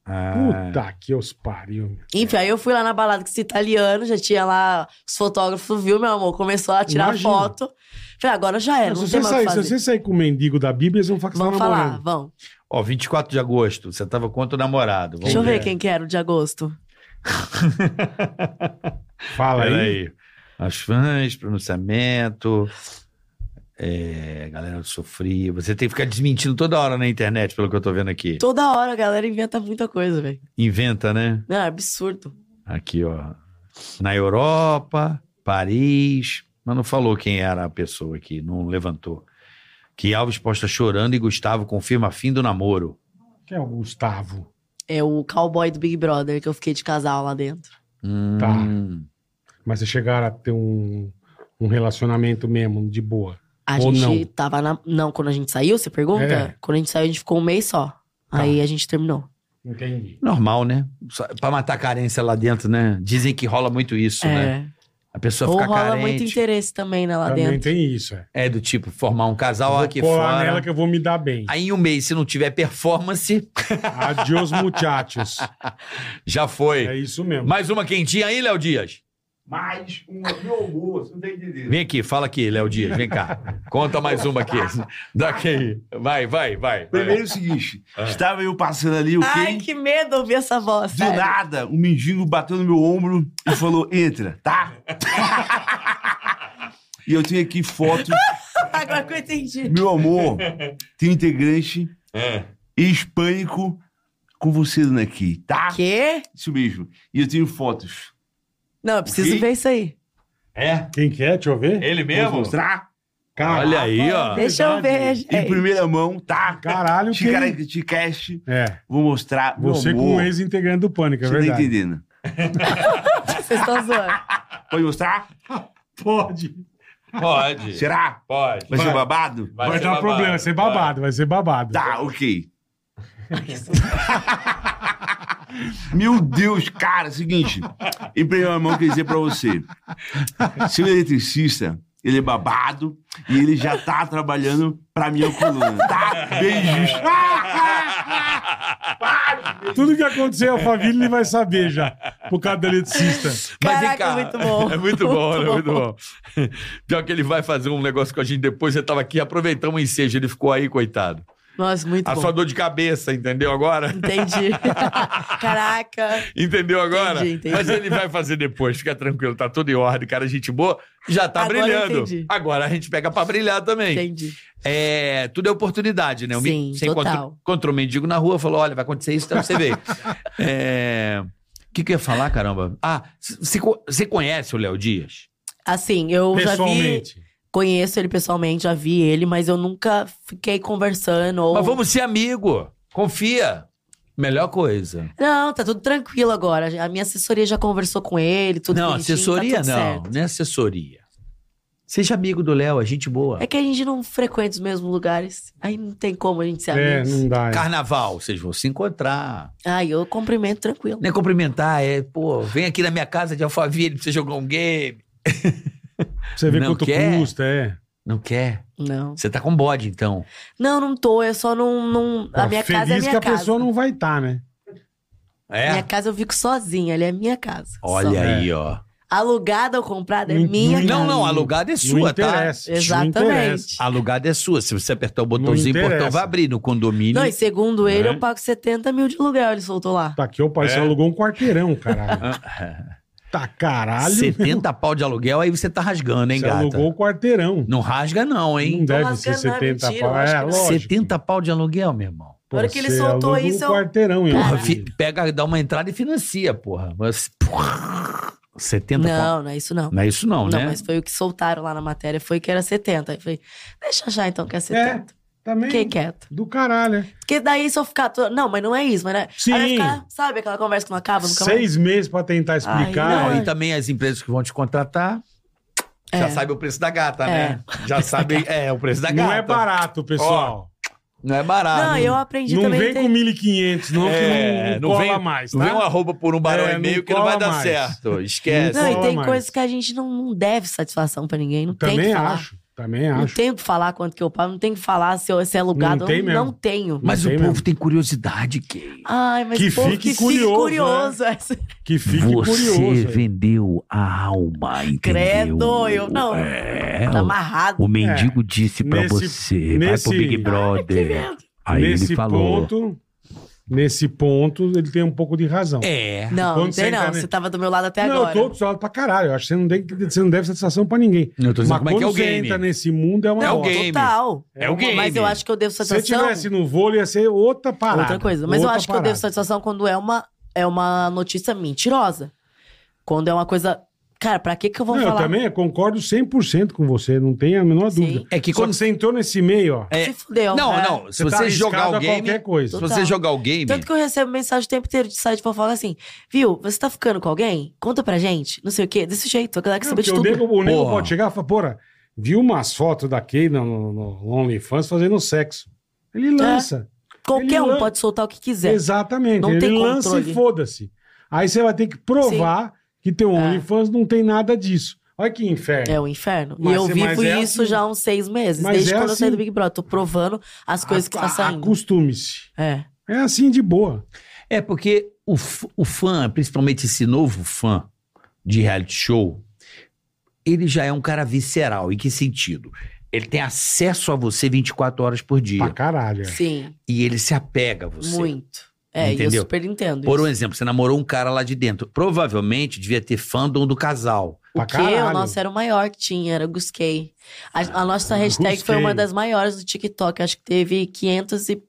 Speaker 3: Ah,
Speaker 2: Puta que os pariu. meu.
Speaker 5: Enfim, aí eu fui lá na balada com esse italiano, já tinha lá os fotógrafos, viu, meu amor? Começou a tirar
Speaker 2: Imagina.
Speaker 5: foto. Falei, agora já era,
Speaker 2: Mas
Speaker 5: É, não
Speaker 2: se,
Speaker 5: tem
Speaker 2: você
Speaker 5: mais o que
Speaker 2: sair, se
Speaker 5: fazer.
Speaker 2: você sair com o mendigo da Bíblia, eles vão falar que você tá
Speaker 5: Vamos falar,
Speaker 2: namorando.
Speaker 5: vamos.
Speaker 3: Ó, 24 de agosto, você tava com o namorado. Vamos
Speaker 5: Deixa eu ver
Speaker 3: ver.
Speaker 5: quem que era o de agosto.
Speaker 2: Fala aí.
Speaker 3: Peraí. As fãs, pronunciamento. É, a galera sofria. Você tem que ficar desmentindo toda hora na internet, pelo que eu tô vendo aqui.
Speaker 5: Toda hora a galera inventa muita coisa, velho.
Speaker 3: Inventa, né?
Speaker 5: Não, é absurdo.
Speaker 3: Aqui, ó. Na Europa, Paris. Mas não falou quem era a pessoa aqui, não levantou. Que Alves posta chorando e Gustavo confirma fim do namoro.
Speaker 2: Que é o Gustavo.
Speaker 5: É o cowboy do Big Brother que eu fiquei de casal lá dentro.
Speaker 3: Hum,
Speaker 2: Tá. Mas vocês chegaram a ter um, um relacionamento mesmo, de boa.
Speaker 5: A
Speaker 2: Ou
Speaker 5: gente
Speaker 2: não?
Speaker 5: tava na. Não, quando a gente saiu, você pergunta?
Speaker 2: É.
Speaker 5: Quando a gente saiu, a gente ficou um mês só.
Speaker 6: Tá.
Speaker 5: Aí a gente terminou.
Speaker 2: Entendi.
Speaker 3: Normal, né? Só- Pra matar a carência lá dentro, né? Dizem que rola muito isso, né?
Speaker 5: é.
Speaker 3: A
Speaker 6: Então
Speaker 3: pessoa
Speaker 5: Ou
Speaker 3: fica
Speaker 5: rola
Speaker 3: carente.
Speaker 5: muito interesse também, né, lá
Speaker 2: Também
Speaker 5: dentro.
Speaker 2: tem isso, é.
Speaker 3: É do tipo, formar um casal
Speaker 2: vou
Speaker 3: aqui
Speaker 2: colar
Speaker 3: fora.
Speaker 2: nela que eu vou me dar bem.
Speaker 3: Aí em um mês, se não tiver performance,
Speaker 2: Adios muchachos.
Speaker 3: já foi.
Speaker 2: É isso mesmo.
Speaker 3: Mais uma quentinha aí, Léo Dias.
Speaker 6: Mais um almoço, não tá tem que dizer.
Speaker 3: Vem aqui, fala aqui, Léo Dias, vem cá. Conta mais uma aqui. Daqui aí. Vai, vai, vai. vai.
Speaker 10: Primeiro é o seguinte: estava eu passando ali, o
Speaker 5: Ai,
Speaker 10: quê?
Speaker 5: que medo ouvir essa voz.
Speaker 10: Do
Speaker 5: sério.
Speaker 10: nada, um mendigo bateu no meu ombro e falou: entra, tá? e eu tenho aqui foto.
Speaker 5: Agora que eu entendi.
Speaker 10: Meu amor, tem um integrante hispânico com você, dona aqui, tá?
Speaker 5: Quê?
Speaker 10: Isso mesmo. E eu tenho fotos.
Speaker 5: Não, eu preciso
Speaker 10: Ok.
Speaker 5: ver isso aí.
Speaker 3: É?
Speaker 2: Quem quer? Deixa eu ver.
Speaker 3: Ele
Speaker 10: Vou
Speaker 3: mesmo?
Speaker 10: mostrar
Speaker 3: Olha aí,
Speaker 10: Ah,
Speaker 3: ó.
Speaker 5: Deixa eu ver, É
Speaker 2: verdade.
Speaker 5: gente.
Speaker 10: em primeira mão, tá?
Speaker 2: Caralho, quem...
Speaker 10: Chicaracticast,
Speaker 2: É,
Speaker 10: vou mostrar. meu
Speaker 2: você
Speaker 10: amor,
Speaker 2: com o ex-integrante do Pânico, é
Speaker 10: Você tá
Speaker 2: verdade.
Speaker 10: entendendo?
Speaker 5: Vocês estão zoando.
Speaker 10: Pode mostrar?
Speaker 2: Pode.
Speaker 3: Pode.
Speaker 10: Será?
Speaker 3: Pode.
Speaker 10: Vai ser babado?
Speaker 2: Vai, dar problema, vai ser babado, vai ser babado.
Speaker 10: Tá, ok. Meu Deus, cara, seguinte. Em primeira mão, eu queria dizer pra você. Seu eletricista, ele é babado e ele já tá trabalhando pra minha coluna, tá? Beijos.
Speaker 2: Tudo que acontecer em Alphaville ele vai saber já, por causa do eletricista.
Speaker 6: Mas vem
Speaker 5: Caraca,
Speaker 6: cá.
Speaker 5: muito bom.
Speaker 6: É muito bom, né?
Speaker 5: Muito
Speaker 6: Muito bom. Pior que ele vai fazer um negócio com a gente depois. Você tava aqui, aproveitamos o ensejo. Ele ficou aí, coitado.
Speaker 5: Nossa, muito
Speaker 6: A
Speaker 5: bom.
Speaker 6: sua Tá dor de cabeça, entendeu agora?
Speaker 5: Entendi. Caraca.
Speaker 6: Entendeu agora?
Speaker 5: Entendi, entendi.
Speaker 6: Mas ele vai fazer depois, fica tranquilo, tá tudo em ordem, cara, gente boa, já tá
Speaker 5: Agora eu
Speaker 6: brilhando.
Speaker 5: entendi.
Speaker 6: Agora a gente pega pra brilhar também.
Speaker 5: Entendi.
Speaker 6: É, tudo é oportunidade, né? Eu me-
Speaker 5: Sim,
Speaker 6: você
Speaker 5: total.
Speaker 6: encontrou- encontrou um mendigo na rua, falou: olha, vai acontecer isso, então você vê. É, O que, que eu ia falar, caramba? Ah, c- você co- você conhece o Léo Dias?
Speaker 5: Assim, eu já vi.
Speaker 2: Pessoalmente.
Speaker 5: Conheço ele pessoalmente, já vi ele, mas eu nunca fiquei conversando. Ou...
Speaker 6: Mas vamos ser amigo. Confia. Melhor coisa.
Speaker 5: Não, tá tudo tranquilo agora. A minha assessoria já conversou com ele, tudo
Speaker 6: não,
Speaker 5: bonitinho, tá
Speaker 6: assessoria
Speaker 5: tudo
Speaker 6: não.
Speaker 5: certo.
Speaker 6: Não é assessoria. Seja amigo do Léo, a gente boa.
Speaker 5: É que a gente não frequenta os mesmos lugares. Aí não tem como a gente ser
Speaker 2: É,
Speaker 5: amigos.
Speaker 2: não dá.
Speaker 6: Carnaval, vocês vão se encontrar.
Speaker 5: Ai, eu cumprimento tranquilo.
Speaker 6: Nem cumprimentar, é, pô, vem aqui na minha casa de Alphaville pra você jogar um game.
Speaker 2: Você vê
Speaker 6: Não
Speaker 2: quanto
Speaker 6: quer?
Speaker 2: custa, é.
Speaker 6: Não quer?
Speaker 5: Não.
Speaker 6: Você tá com bode, então.
Speaker 5: Não, não tô. Eu só não. não... A
Speaker 2: Pô,
Speaker 5: minha
Speaker 2: Tá Feliz
Speaker 5: casa é a
Speaker 2: que
Speaker 5: minha
Speaker 2: a
Speaker 5: casa.
Speaker 2: pessoa não vai estar, né?
Speaker 6: É?
Speaker 5: Minha casa eu fico sozinha, ali é minha casa.
Speaker 6: Olha
Speaker 5: Só.
Speaker 6: aí, ó.
Speaker 5: Alugada ou comprada é
Speaker 2: Não-
Speaker 5: minha
Speaker 2: não-
Speaker 5: casa.
Speaker 6: Não, não, alugada é
Speaker 2: não
Speaker 6: sua, tá?
Speaker 2: interessa. isso não interessa.
Speaker 5: Exatamente.
Speaker 6: Alugada é sua. Se você apertar o botãozinho, o
Speaker 2: interessa.
Speaker 6: portão vai abrir no condomínio.
Speaker 5: Não, e segundo ele,
Speaker 2: É.
Speaker 5: eu pago 70 mil de aluguel, ele soltou lá.
Speaker 2: Tá aqui, o pai, você alugou um quarteirão, caralho.
Speaker 6: Ah.
Speaker 2: tá caralho.
Speaker 6: 70 pau de aluguel, aí você tá rasgando, hein,
Speaker 2: Você
Speaker 6: gata?
Speaker 2: alugou o quarteirão.
Speaker 6: Não rasga, não,
Speaker 2: Não
Speaker 6: hein?
Speaker 2: deve
Speaker 5: rasgando,
Speaker 2: ser
Speaker 5: não é
Speaker 2: 70
Speaker 5: mentira, eu
Speaker 2: pau.
Speaker 5: acho
Speaker 2: É,
Speaker 5: que não.
Speaker 2: lógico.
Speaker 6: 70 pau de aluguel, meu irmão.
Speaker 2: Pô,
Speaker 5: Na hora que ele
Speaker 2: você
Speaker 5: soltou
Speaker 2: alugou
Speaker 5: isso,
Speaker 2: um
Speaker 5: eu-
Speaker 2: quarteirão, hein?
Speaker 6: Porra,
Speaker 5: Caralho.
Speaker 6: fi- pega, dá uma entrada e financia, porra. Mas, porra, 70 pau.
Speaker 5: Não, não é isso não.
Speaker 6: Não é isso, não,
Speaker 5: Não,
Speaker 6: né?
Speaker 5: mas foi o que soltaram lá na matéria, foi que era 70. Aí eu falei, deixa eu achar então que é 70.
Speaker 2: Também
Speaker 5: Fiquei quieto.
Speaker 2: do caralho, né?
Speaker 5: Porque daí se eu ficar. toda- Não, mas não é isso, mas não é...
Speaker 2: Sim.
Speaker 5: Aí vai ficar, sabe aquela conversa que não acaba nunca mais?
Speaker 2: Seis meses pra tentar explicar.
Speaker 5: Ai,
Speaker 6: Não,
Speaker 5: é.
Speaker 6: e também as empresas que vão te contratar já
Speaker 5: É.
Speaker 6: sabem o preço da gata,
Speaker 5: É.
Speaker 6: né? Já sabem, é, o preço da gata.
Speaker 2: não é barato, pessoal.
Speaker 6: Não é barato.
Speaker 5: Não, eu aprendi
Speaker 2: não
Speaker 5: também.
Speaker 2: vem
Speaker 5: tem-
Speaker 2: com 1.500, não,
Speaker 6: É,
Speaker 2: que não, não
Speaker 6: não
Speaker 2: cola
Speaker 6: vem-
Speaker 2: mais, tá?
Speaker 6: Não vem um arroba por um barão
Speaker 2: É,
Speaker 6: e meio
Speaker 2: não
Speaker 6: que não vai
Speaker 2: cola
Speaker 6: dar
Speaker 2: mais.
Speaker 6: certo. Esquece.
Speaker 5: Não, e
Speaker 2: Fala
Speaker 5: tem
Speaker 2: mais.
Speaker 5: coisas que a gente não, não deve satisfação pra ninguém. Não tem
Speaker 2: também
Speaker 5: que falar.
Speaker 2: acho, também
Speaker 5: Não
Speaker 2: acho.
Speaker 5: tenho que falar quanto que eu pago, não tenho que falar se, eu, se é alugado
Speaker 2: Não
Speaker 5: ou
Speaker 2: tem
Speaker 5: não,
Speaker 2: mesmo.
Speaker 5: tenho.
Speaker 6: mas o
Speaker 2: tem
Speaker 6: povo
Speaker 2: mesmo.
Speaker 6: tem curiosidade, Kay.
Speaker 5: Ai, mas
Speaker 2: Que
Speaker 5: o povo
Speaker 2: fique
Speaker 5: que
Speaker 2: curioso, né?
Speaker 5: curioso. é essa-
Speaker 2: Que fique
Speaker 6: Você
Speaker 2: curioso. aí.
Speaker 6: vendeu a alma, entendeu?
Speaker 5: Credo, eu não.
Speaker 6: É,
Speaker 5: Tá amarrado.
Speaker 6: o mendigo disse pra
Speaker 2: É. Nesse-
Speaker 6: você,
Speaker 2: nesse-
Speaker 6: vai pro Big
Speaker 5: Que
Speaker 6: Brother.
Speaker 5: medo.
Speaker 6: Aí
Speaker 2: nesse
Speaker 6: ele falou.
Speaker 2: ponto, nesse ponto, ele tem um pouco de razão.
Speaker 6: É.
Speaker 5: Não,
Speaker 2: Quando
Speaker 5: não
Speaker 2: você
Speaker 5: tem não.
Speaker 2: entra ne-
Speaker 5: Você tava do meu lado até
Speaker 2: não,
Speaker 5: agora.
Speaker 2: eu tô obstinado pra caralho. Eu acho que você não, tem, você não deve satisfação pra ninguém.
Speaker 6: Eu tô
Speaker 2: Mas
Speaker 6: dizendo como é
Speaker 2: quando
Speaker 6: que é o
Speaker 2: você
Speaker 6: game.
Speaker 2: entra nesse mundo, é uma
Speaker 5: Não,
Speaker 2: bosta.
Speaker 6: game.
Speaker 5: total.
Speaker 6: É o game.
Speaker 5: Mas eu acho que eu devo
Speaker 2: Se você
Speaker 5: satisfação.
Speaker 2: tivesse no vôlei, ia ser outra parada.
Speaker 5: outra coisa. Mas eu
Speaker 2: outra
Speaker 5: acho que eu devo
Speaker 2: parada.
Speaker 5: satisfação quando é uma, é uma notícia mentirosa. Quando é uma coisa. Cara, pra que que eu vou
Speaker 2: Não, eu
Speaker 5: falar?
Speaker 2: também concordo 100% com você, não tenho a menor
Speaker 5: Sim.
Speaker 2: dúvida.
Speaker 6: É que
Speaker 2: Só
Speaker 6: quando
Speaker 2: que você entrou nesse meio, ó.
Speaker 6: É.
Speaker 5: Se fudeu.
Speaker 6: Não,
Speaker 5: É.
Speaker 6: não. Se
Speaker 2: tá
Speaker 6: você
Speaker 2: arriscado
Speaker 6: jogar né?
Speaker 2: a
Speaker 6: o game.
Speaker 2: qualquer coisa.
Speaker 6: Se
Speaker 5: Total.
Speaker 6: você jogar o game.
Speaker 5: Tanto que eu recebo mensagem o tempo inteiro de site de fofoca assim, viu, você tá ficando com alguém? Conta pra gente, não sei o quê, desse jeito, a galera que
Speaker 2: Não,
Speaker 5: saber de
Speaker 2: porque o
Speaker 5: tudo.
Speaker 2: nego, o nego
Speaker 6: Porra.
Speaker 2: pode chegar e falar, porra, viu umas fotos da Kay no, no, no OnlyFans fazendo sexo.
Speaker 5: É,
Speaker 2: Ele lança. ele
Speaker 5: Qualquer um
Speaker 2: lan-
Speaker 5: pode soltar o que quiser.
Speaker 2: Exatamente.
Speaker 5: Não
Speaker 2: ele
Speaker 5: tem
Speaker 2: lança
Speaker 5: controle.
Speaker 2: e foda-se. Aí você vai ter que provar que teu OnlyFans não tem nada disso. Olha que inferno.
Speaker 5: É o inferno.
Speaker 2: Mas-
Speaker 5: e eu
Speaker 2: mas
Speaker 5: vivo
Speaker 2: é
Speaker 5: isso
Speaker 2: assim.
Speaker 5: já há uns seis meses,
Speaker 2: Mas
Speaker 5: desde
Speaker 2: é
Speaker 5: quando eu saí
Speaker 2: assim.
Speaker 5: do Big Brother. Tô provando as coisas que
Speaker 2: A-
Speaker 5: tá saindo.
Speaker 2: Acostume-se.
Speaker 5: É.
Speaker 2: É assim de boa.
Speaker 6: É porque o, f- o fã, principalmente esse novo fã de reality show, ele já é um cara visceral. Em que sentido? Ele tem acesso a você 24 horas por
Speaker 2: Pra
Speaker 6: dia.
Speaker 2: caralho. é.
Speaker 5: Sim,
Speaker 6: E ele se apega a você.
Speaker 5: muito. É, e
Speaker 6: Entendeu?
Speaker 5: eu super entendo
Speaker 6: Por um
Speaker 5: isso.
Speaker 6: exemplo, você namorou um cara lá de dentro. Provavelmente devia ter fandom do casal.
Speaker 2: Pra
Speaker 5: O que
Speaker 2: caralho.
Speaker 5: o nosso era o maior que tinha, era Gusquei. A, a nossa hashtag foi
Speaker 2: Gusquei.
Speaker 5: uma das maiores do TikTok. Acho que teve 500 e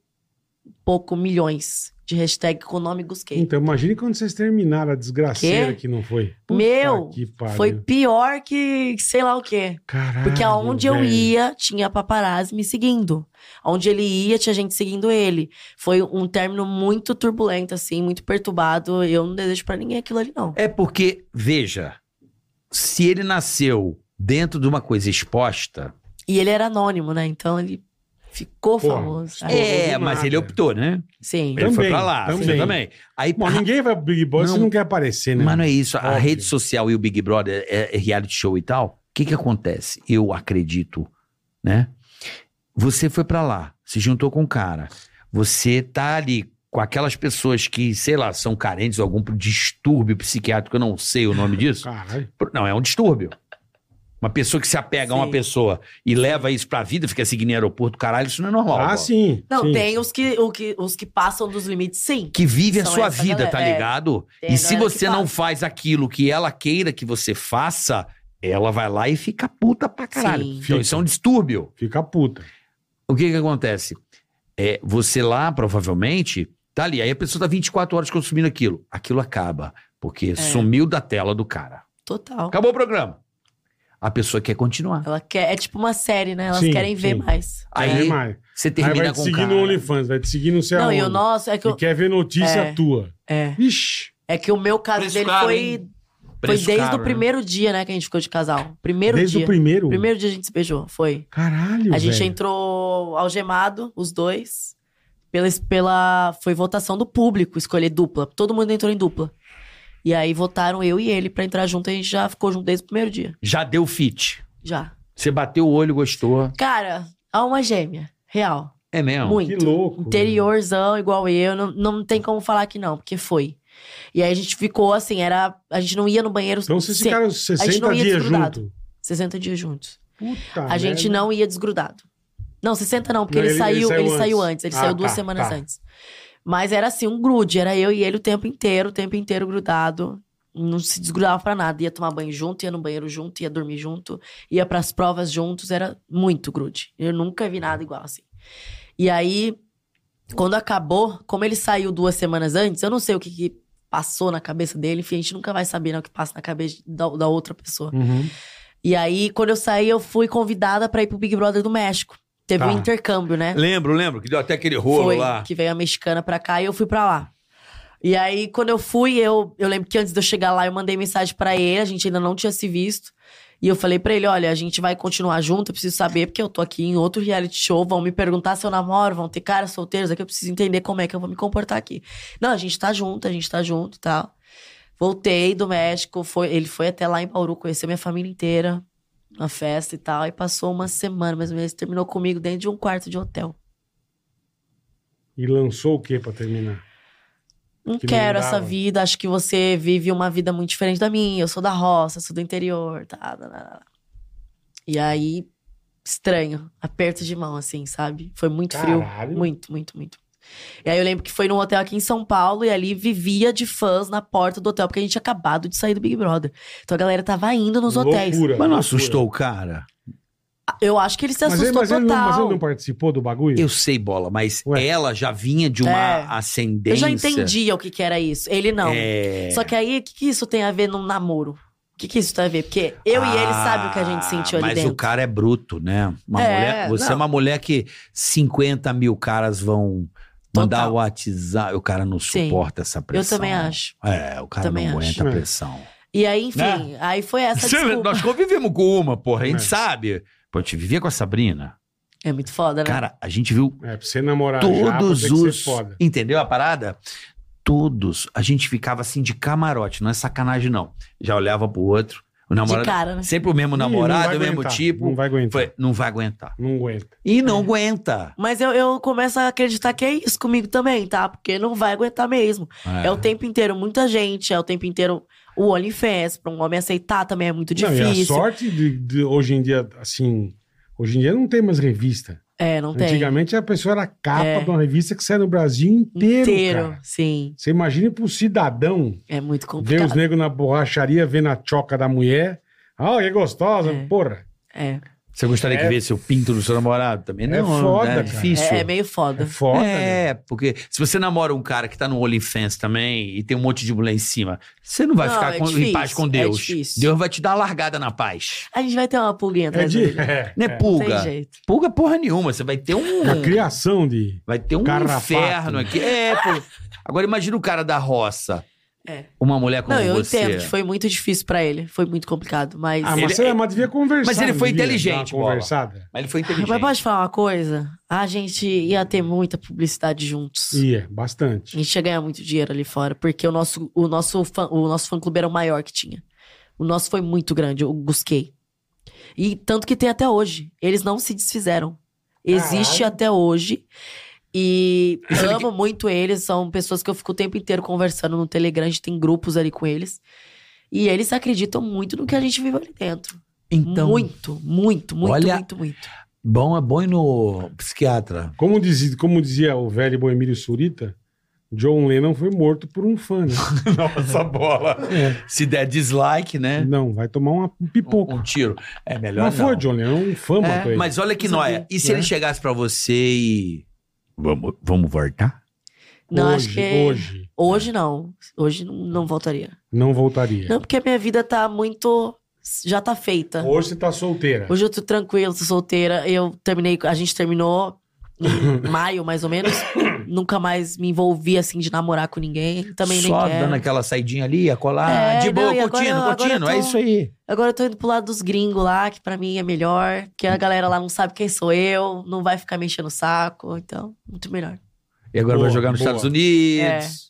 Speaker 5: pouco milhões de hashtag com o nome Gusquei.
Speaker 2: Então, imagine quando vocês terminaram a desgraceira que,
Speaker 5: É. Quê?
Speaker 2: não foi.
Speaker 5: Meu,
Speaker 2: que pariu.
Speaker 5: Foi pior que sei lá o quê.
Speaker 2: Caralho,
Speaker 5: Porque aonde eu
Speaker 2: velho.
Speaker 5: ia, tinha paparazzi me seguindo. Aonde ele ia, tinha gente seguindo ele. Foi um término muito turbulento, assim, muito perturbado. Eu não desejo pra ninguém aquilo ali, não.
Speaker 6: É porque, veja, se ele nasceu dentro de uma coisa exposta,
Speaker 5: E ele era anônimo, né? Então ele ficou
Speaker 2: Porra,
Speaker 5: famoso.
Speaker 2: Pô,
Speaker 6: é,
Speaker 2: não
Speaker 6: mas
Speaker 2: nada.
Speaker 6: ele optou, né?
Speaker 5: Sim.
Speaker 6: Ele foi
Speaker 2: Também,
Speaker 6: pra lá, você
Speaker 2: também.
Speaker 6: também. Aí,
Speaker 2: Bom, ninguém vai pro Big Brother se
Speaker 6: Não.
Speaker 2: não quer aparecer, né?
Speaker 6: Mas não é isso. A
Speaker 2: Óbvio.
Speaker 6: rede social e o Big Brother é, é reality show e tal. que que acontece? Eu acredito, né? Você foi pra lá, se juntou com o cara, você tá ali com aquelas pessoas que, sei lá, são carentes, algum distúrbio psiquiátrico, eu não sei o nome disso.
Speaker 2: Caralho.
Speaker 6: Não, é um distúrbio. Uma pessoa que se apega a é, uma
Speaker 5: Sim.
Speaker 6: pessoa e leva isso pra vida, fica seguindo em aeroporto, caralho, isso não é normal.
Speaker 2: Ah,
Speaker 6: Bola.
Speaker 2: sim.
Speaker 5: Não,
Speaker 2: sim.
Speaker 5: tem os que, o que, os que passam dos limites, sim.
Speaker 6: Que vive a
Speaker 5: São
Speaker 6: sua
Speaker 5: essa
Speaker 6: vida,
Speaker 5: galera,
Speaker 6: tá
Speaker 5: é.
Speaker 6: ligado?
Speaker 5: Tem a
Speaker 6: e se
Speaker 5: galera que
Speaker 6: você não
Speaker 5: passa.
Speaker 6: faz aquilo que ela queira que você faça, ela vai lá e fica puta pra caralho.
Speaker 5: Sim.
Speaker 6: Então isso é um distúrbio.
Speaker 2: Fica puta.
Speaker 6: O que que acontece? É, você lá, provavelmente, tá ali. Aí a pessoa tá 24 horas consumindo aquilo. Aquilo acaba,
Speaker 5: É.
Speaker 6: porque sumiu da tela do cara.
Speaker 5: Total.
Speaker 6: Acabou o programa. A pessoa quer continuar.
Speaker 5: Ela quer, é tipo uma série, né? Elas
Speaker 2: Sim,
Speaker 5: querem ver
Speaker 2: sim.
Speaker 5: mais. É.
Speaker 6: Aí
Speaker 2: Quer ver é mais.
Speaker 6: Você
Speaker 2: Aí
Speaker 6: termina
Speaker 2: vai te
Speaker 6: com o
Speaker 2: seguir
Speaker 6: cara.
Speaker 2: no OnlyFans, vai te seguir no céu.
Speaker 5: não, e o nosso é que,
Speaker 2: E
Speaker 5: eu-
Speaker 2: quer ver notícia
Speaker 5: É.
Speaker 2: tua.
Speaker 5: é,
Speaker 2: Ixi.
Speaker 5: é que o meu caso
Speaker 6: Preço
Speaker 5: dele
Speaker 6: caro,
Speaker 5: foi,
Speaker 6: hein?
Speaker 5: foi
Speaker 6: Preço
Speaker 5: desde
Speaker 6: caro,
Speaker 5: o
Speaker 6: né?
Speaker 5: primeiro dia, né, que a gente ficou de casal. Primeiro
Speaker 2: Desde o
Speaker 5: dia.
Speaker 2: primeiro?
Speaker 5: Primeiro dia a gente se beijou, foi.
Speaker 2: Caralho,
Speaker 5: A gente
Speaker 2: velho.
Speaker 5: entrou algemado, os dois. Pela, pela, foi votação do público escolher dupla. Todo mundo entrou em dupla. E aí votaram eu e ele pra entrar junto. A gente já ficou junto desde o primeiro dia.
Speaker 6: Já deu fit.
Speaker 5: Já.
Speaker 6: Você bateu o olho, gostou.
Speaker 5: Cara, alma gêmea. Real.
Speaker 6: É mesmo?
Speaker 5: Muito.
Speaker 2: Que louco.
Speaker 5: Interiorzão, igual eu. Não, não tem como falar que não, porque foi. E aí a gente ficou assim, era. A gente não ia no banheiro.
Speaker 2: Então vocês
Speaker 5: se-
Speaker 2: ficaram
Speaker 5: gente não
Speaker 2: 60
Speaker 5: ia
Speaker 2: dias
Speaker 5: desgrudado.
Speaker 2: junto.
Speaker 5: 60 dias juntos.
Speaker 2: Puta
Speaker 5: A gente
Speaker 2: merda.
Speaker 5: não ia desgrudado. Não, 60 não, porque
Speaker 2: né? Não,
Speaker 5: ele,
Speaker 2: ele- ele
Speaker 5: saiu,
Speaker 2: saiu
Speaker 5: ele
Speaker 2: antes.
Speaker 5: saiu antes, ele
Speaker 2: Ah,
Speaker 5: saiu duas
Speaker 2: tá,
Speaker 5: semanas
Speaker 2: tá.
Speaker 5: antes. Mas era assim, um grude, era eu e ele o tempo inteiro, o tempo inteiro grudado. Não se desgrudava pra nada, ia tomar banho junto, ia no banheiro junto, ia dormir junto, ia pras provas juntos, era muito grude. Eu nunca vi nada igual assim. E aí, quando acabou, como ele saiu duas semanas antes, eu não sei o que, que passou na cabeça dele, enfim, a gente nunca vai saber né, o que passa na cabeça da- da outra pessoa.
Speaker 2: Uhum.
Speaker 5: E aí, quando eu saí, eu fui convidada pra ir pro Big Brother do México. Teve
Speaker 2: Tá.
Speaker 5: um intercâmbio, né?
Speaker 6: Lembro, lembro, que deu até aquele rolo
Speaker 5: Foi,
Speaker 6: lá.
Speaker 5: que veio a mexicana pra cá e eu fui pra lá. E aí, quando eu fui, eu, eu lembro que antes de eu chegar lá, eu mandei mensagem pra ele, a gente ainda não tinha se visto. E eu falei pra ele, olha, a gente vai continuar junto, eu preciso saber, porque eu tô aqui em outro reality show, vão me perguntar se eu namoro, vão ter caras solteiros aqui, eu preciso entender como é que eu vou me comportar aqui. Não, a gente tá junto, a gente tá junto e tal. Voltei do México, foi, ele foi até lá em Bauru, conheceu minha família inteira, uma festa e tal, e passou uma semana, mas ele terminou comigo dentro de um quarto de hotel.
Speaker 2: E lançou o que pra terminar?
Speaker 5: Não
Speaker 2: Que não
Speaker 5: quero
Speaker 2: dava.
Speaker 5: essa vida, acho que você vive uma vida muito diferente da minha. Eu sou da roça, sou do interior, tá? tá, tá, tá. E aí, estranho, aperto de mão, assim, sabe? Foi muito
Speaker 2: Caralho.
Speaker 5: frio. Muito, muito, muito. E aí eu lembro que foi num hotel aqui em São Paulo e ali vivia de fãs na porta do hotel, porque a gente tinha acabado de sair do Big Brother. Então a galera tava indo nos hotéis.
Speaker 2: Loucura,
Speaker 6: Mas não
Speaker 2: É loucura.
Speaker 6: assustou o cara?
Speaker 5: Eu acho que ele se
Speaker 2: Mas ele,
Speaker 5: assustou
Speaker 2: mas ele não,
Speaker 5: total.
Speaker 2: mas ele não participou do bagulho?
Speaker 6: Eu sei, bola, mas
Speaker 2: Ué.
Speaker 6: ela já vinha de uma
Speaker 5: É.
Speaker 6: ascendência.
Speaker 5: Eu já entendia o que, que era isso. Ele não.
Speaker 6: É.
Speaker 5: Só que aí, o que, que isso tem a ver num namoro? O que, que isso tem a ver? Porque eu e ele
Speaker 6: Ah,
Speaker 5: sabem o que a gente sentiu ali
Speaker 6: mas
Speaker 5: dentro.
Speaker 6: o cara é bruto, né? Uma
Speaker 5: É,
Speaker 6: mulher- você
Speaker 5: não.
Speaker 6: é uma mulher que 50 mil caras vão mandar
Speaker 5: Total.
Speaker 6: o WhatsApp. O cara não
Speaker 5: Sim.
Speaker 6: suporta essa
Speaker 5: eu
Speaker 6: pressão.
Speaker 5: também acho.
Speaker 6: É, o cara
Speaker 5: Também
Speaker 6: não aguenta
Speaker 2: acho.
Speaker 6: a pressão.
Speaker 5: E aí, enfim,
Speaker 2: Né?
Speaker 5: aí foi essa
Speaker 6: Você-
Speaker 5: desculpa.
Speaker 6: nós convivemos com uma, porra, a gente
Speaker 2: É.
Speaker 6: sabe. Pô, eu te vivia com a Sabrina.
Speaker 5: É muito foda, né?
Speaker 6: Cara, a gente viu
Speaker 2: É, pra você namorar
Speaker 6: todos
Speaker 2: já, pra você
Speaker 6: os.
Speaker 2: ser foda.
Speaker 6: Entendeu a parada? Todos. A gente ficava assim de camarote, não é sacanagem, não. Já olhava pro outro. O namorado.
Speaker 5: De cara, né?
Speaker 6: Sempre o mesmo
Speaker 2: Ih, não vai
Speaker 6: namorado, o mesmo
Speaker 2: aguentar,
Speaker 6: tipo.
Speaker 2: Não vai aguentar.
Speaker 6: Foi, não vai aguentar.
Speaker 2: Não aguenta.
Speaker 6: E não aguenta.
Speaker 5: Mas eu, eu começo a acreditar que é isso comigo também, tá? Porque não vai aguentar mesmo. É, o tempo inteiro muita gente, é o tempo inteiro o OnlyFans. Pra um homem aceitar também é muito
Speaker 2: Não, e a
Speaker 5: difícil.
Speaker 2: sorte de, de hoje em dia, assim... Hoje em dia não tem mais revista.
Speaker 5: é, não tem.
Speaker 2: Antigamente a pessoa era capa
Speaker 5: É.
Speaker 2: de uma revista que sai no Brasil inteiro, cara.
Speaker 5: sim.
Speaker 2: Você imagina pro cidadão
Speaker 5: É muito
Speaker 2: Vê os
Speaker 5: complicado.
Speaker 2: negros na borracharia vendo a choca da mulher. Ah, que gostosa,
Speaker 5: É.
Speaker 2: porra.
Speaker 5: É.
Speaker 6: Você gostaria
Speaker 2: É.
Speaker 6: que visse o pinto do seu namorado também?
Speaker 2: É
Speaker 6: Não,
Speaker 2: foda,
Speaker 6: né? é
Speaker 2: cara.
Speaker 6: difícil.
Speaker 5: É, é meio
Speaker 2: É
Speaker 5: foda.
Speaker 2: foda. né?
Speaker 6: É, porque se você namora um cara que tá no OnlyFans também e tem um monte de mulher em cima, você não vai
Speaker 5: Não,
Speaker 6: ficar
Speaker 5: é
Speaker 6: com- em
Speaker 5: difícil,
Speaker 6: paz com
Speaker 5: é
Speaker 6: Deus.
Speaker 5: difícil.
Speaker 6: Deus vai te dar uma largada na paz.
Speaker 5: A gente vai ter uma pulguinha
Speaker 2: É
Speaker 5: atrás
Speaker 2: de.
Speaker 5: dele.
Speaker 2: é.
Speaker 6: Não é
Speaker 5: Não tem
Speaker 6: pulga.
Speaker 5: jeito.
Speaker 6: Pulga é porra nenhuma. Você vai ter um.
Speaker 2: A criação de.
Speaker 6: Vai ter um
Speaker 2: Carrapato.
Speaker 6: inferno aqui. É, pô. Agora imagina o cara da roça.
Speaker 5: É.
Speaker 6: Uma mulher como
Speaker 5: Não, eu
Speaker 6: você.
Speaker 5: entendo que foi muito difícil pra ele. Foi muito complicado, mas...
Speaker 2: Ah, mas,
Speaker 6: Ele- é-
Speaker 2: você, mas devia conversar.
Speaker 6: Mas ele
Speaker 2: não
Speaker 6: foi
Speaker 2: devia?
Speaker 6: inteligente,
Speaker 2: Dar uma
Speaker 6: Bola.
Speaker 2: Conversada?
Speaker 6: Mas ele foi inteligente.
Speaker 5: Mas pode falar uma coisa? A gente ia ter muita publicidade juntos.
Speaker 2: Ia,
Speaker 5: A
Speaker 2: bastante.
Speaker 5: gente ia ganhar muito dinheiro ali fora, porque o nosso, o nosso, fã, o nosso fã-clube era o maior que tinha. O nosso foi muito grande, eu busquei. E tanto que tem até hoje. Eles não se desfizeram. Existe até hoje. E amo muito eles. São pessoas que eu fico o tempo inteiro conversando no Telegram. A gente tem grupos ali com eles. E eles acreditam muito no que a gente vive ali dentro.
Speaker 6: Então,
Speaker 5: muito, muito, muito,
Speaker 6: Olha-
Speaker 5: muito, muito.
Speaker 6: bom é bom ir no psiquiatra.
Speaker 2: Como dizia, como dizia o velho bom Emílio Surita, John Lennon foi morto por um fã, né?
Speaker 6: Nossa bola. Se der dislike, né?
Speaker 2: Não, vai tomar uma, um pipoco.
Speaker 6: Um, um tiro. É melhor
Speaker 2: Não
Speaker 6: não. É,
Speaker 2: foi, John Lennon, um fã
Speaker 5: É.
Speaker 2: matou ele.
Speaker 6: Mas olha que
Speaker 5: Isso
Speaker 6: nóia.
Speaker 5: aqui,
Speaker 6: E se ele chegasse pra você e... Vamos, vamos voltar?
Speaker 5: Não,
Speaker 2: hoje,
Speaker 5: acho
Speaker 6: é-
Speaker 5: que. é
Speaker 2: hoje,
Speaker 5: Hoje não. Hoje não- não voltaria.
Speaker 2: não
Speaker 6: É.
Speaker 2: voltaria.
Speaker 5: Não, porque a minha vida tá muito. Já tá feita.
Speaker 2: Hoje você tá solteira.
Speaker 5: Hoje eu tô tranquila, tô solteira. Eu terminei, a gente terminou em maio, mais ou menos. Nunca mais me envolvi assim de namorar com ninguém. Também
Speaker 6: Só
Speaker 5: nem quero.
Speaker 6: dando aquela saidinha ali, a colar.
Speaker 5: É,
Speaker 6: Ah, de boa,
Speaker 5: não, e agora-
Speaker 6: curtindo,
Speaker 5: agora
Speaker 6: curtindo.
Speaker 5: eu
Speaker 6: É
Speaker 5: tô-
Speaker 6: isso aí.
Speaker 5: Agora eu tô indo pro lado dos gringos lá, que pra mim é melhor. Porque a galera lá não sabe quem sou eu, não vai ficar me enchendo o saco. Então, muito melhor.
Speaker 6: E agora
Speaker 2: Boa,
Speaker 6: vai jogar nos
Speaker 2: boa.
Speaker 6: Estados Unidos.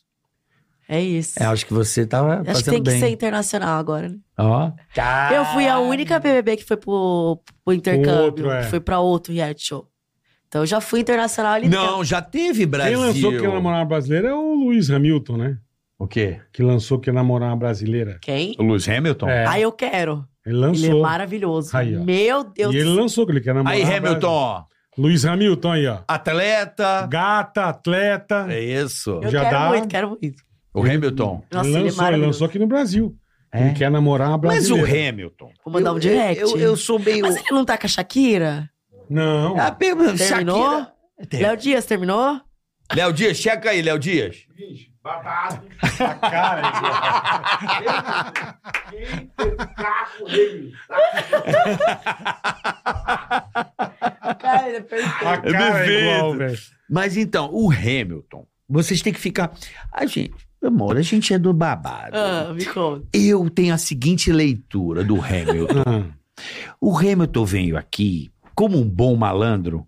Speaker 5: É isso.
Speaker 6: É, acho que você tá
Speaker 5: Acho que
Speaker 6: fazendo
Speaker 5: tem que
Speaker 6: bem.
Speaker 5: ser internacional agora, né?
Speaker 6: Ó.
Speaker 5: Eu fui a única BBB que foi pro, pro intercâmbio.
Speaker 2: outro, é.
Speaker 5: que Foi pra outro reality show. Então eu já fui internacional ali dentro.
Speaker 6: É. Não, já teve
Speaker 2: Quem
Speaker 6: Brasil.
Speaker 2: lançou que ia namorar uma brasileira é o Luiz Hamilton, né?
Speaker 6: O quê?
Speaker 2: Que lançou que ia namorar uma brasileira.
Speaker 5: Quem?
Speaker 6: O Lewis Hamilton?
Speaker 2: É,
Speaker 5: Ah, eu quero.
Speaker 2: ele
Speaker 5: Ele é
Speaker 2: lançou.
Speaker 5: maravilhoso.
Speaker 2: Aí, ó.
Speaker 5: Meu Deus
Speaker 2: e ele
Speaker 5: do céu.
Speaker 2: lançou que ele quer namorar.
Speaker 6: Aí,
Speaker 2: uma brasileira.
Speaker 6: Hamilton, Ah.
Speaker 2: Luiz Hamilton aí, ó.
Speaker 6: atleta.
Speaker 2: Gata, atleta.
Speaker 6: É isso.
Speaker 5: Eu
Speaker 2: já
Speaker 5: quero
Speaker 2: dá-
Speaker 5: muito, quero muito.
Speaker 6: O Hamilton.
Speaker 5: Nossa,
Speaker 2: ele lançou,
Speaker 5: ele, é
Speaker 2: ele
Speaker 5: maravilhoso.
Speaker 2: lançou aqui no Brasil.
Speaker 6: É.
Speaker 2: Ele quer namorar uma
Speaker 6: Mas o
Speaker 2: brasileira.
Speaker 6: Hamilton.
Speaker 5: Vou mandar um
Speaker 6: Eu-
Speaker 5: direct.
Speaker 6: Eu, eu sou meio.
Speaker 5: Mas ele não tá com a Shakira?
Speaker 2: Não.
Speaker 6: Ah, pe-
Speaker 5: Terminou?
Speaker 6: Shakira. Tem.
Speaker 5: Léo Dias terminou?
Speaker 6: Léo Dias, checa aí, Léo Dias.
Speaker 4: Bicho, babado.
Speaker 2: cara.
Speaker 4: Quem tem carro dele?
Speaker 5: Cara, ele é perfeito.
Speaker 2: A cara é igual, velho.
Speaker 6: Mas então, o Hamilton, vocês têm que ficar. A gente, amor, a gente é do babado.
Speaker 5: Ah, me conta.
Speaker 6: Eu tenho a seguinte leitura do Hamilton.
Speaker 2: Ah,
Speaker 6: O Hamilton veio aqui como um bom malandro.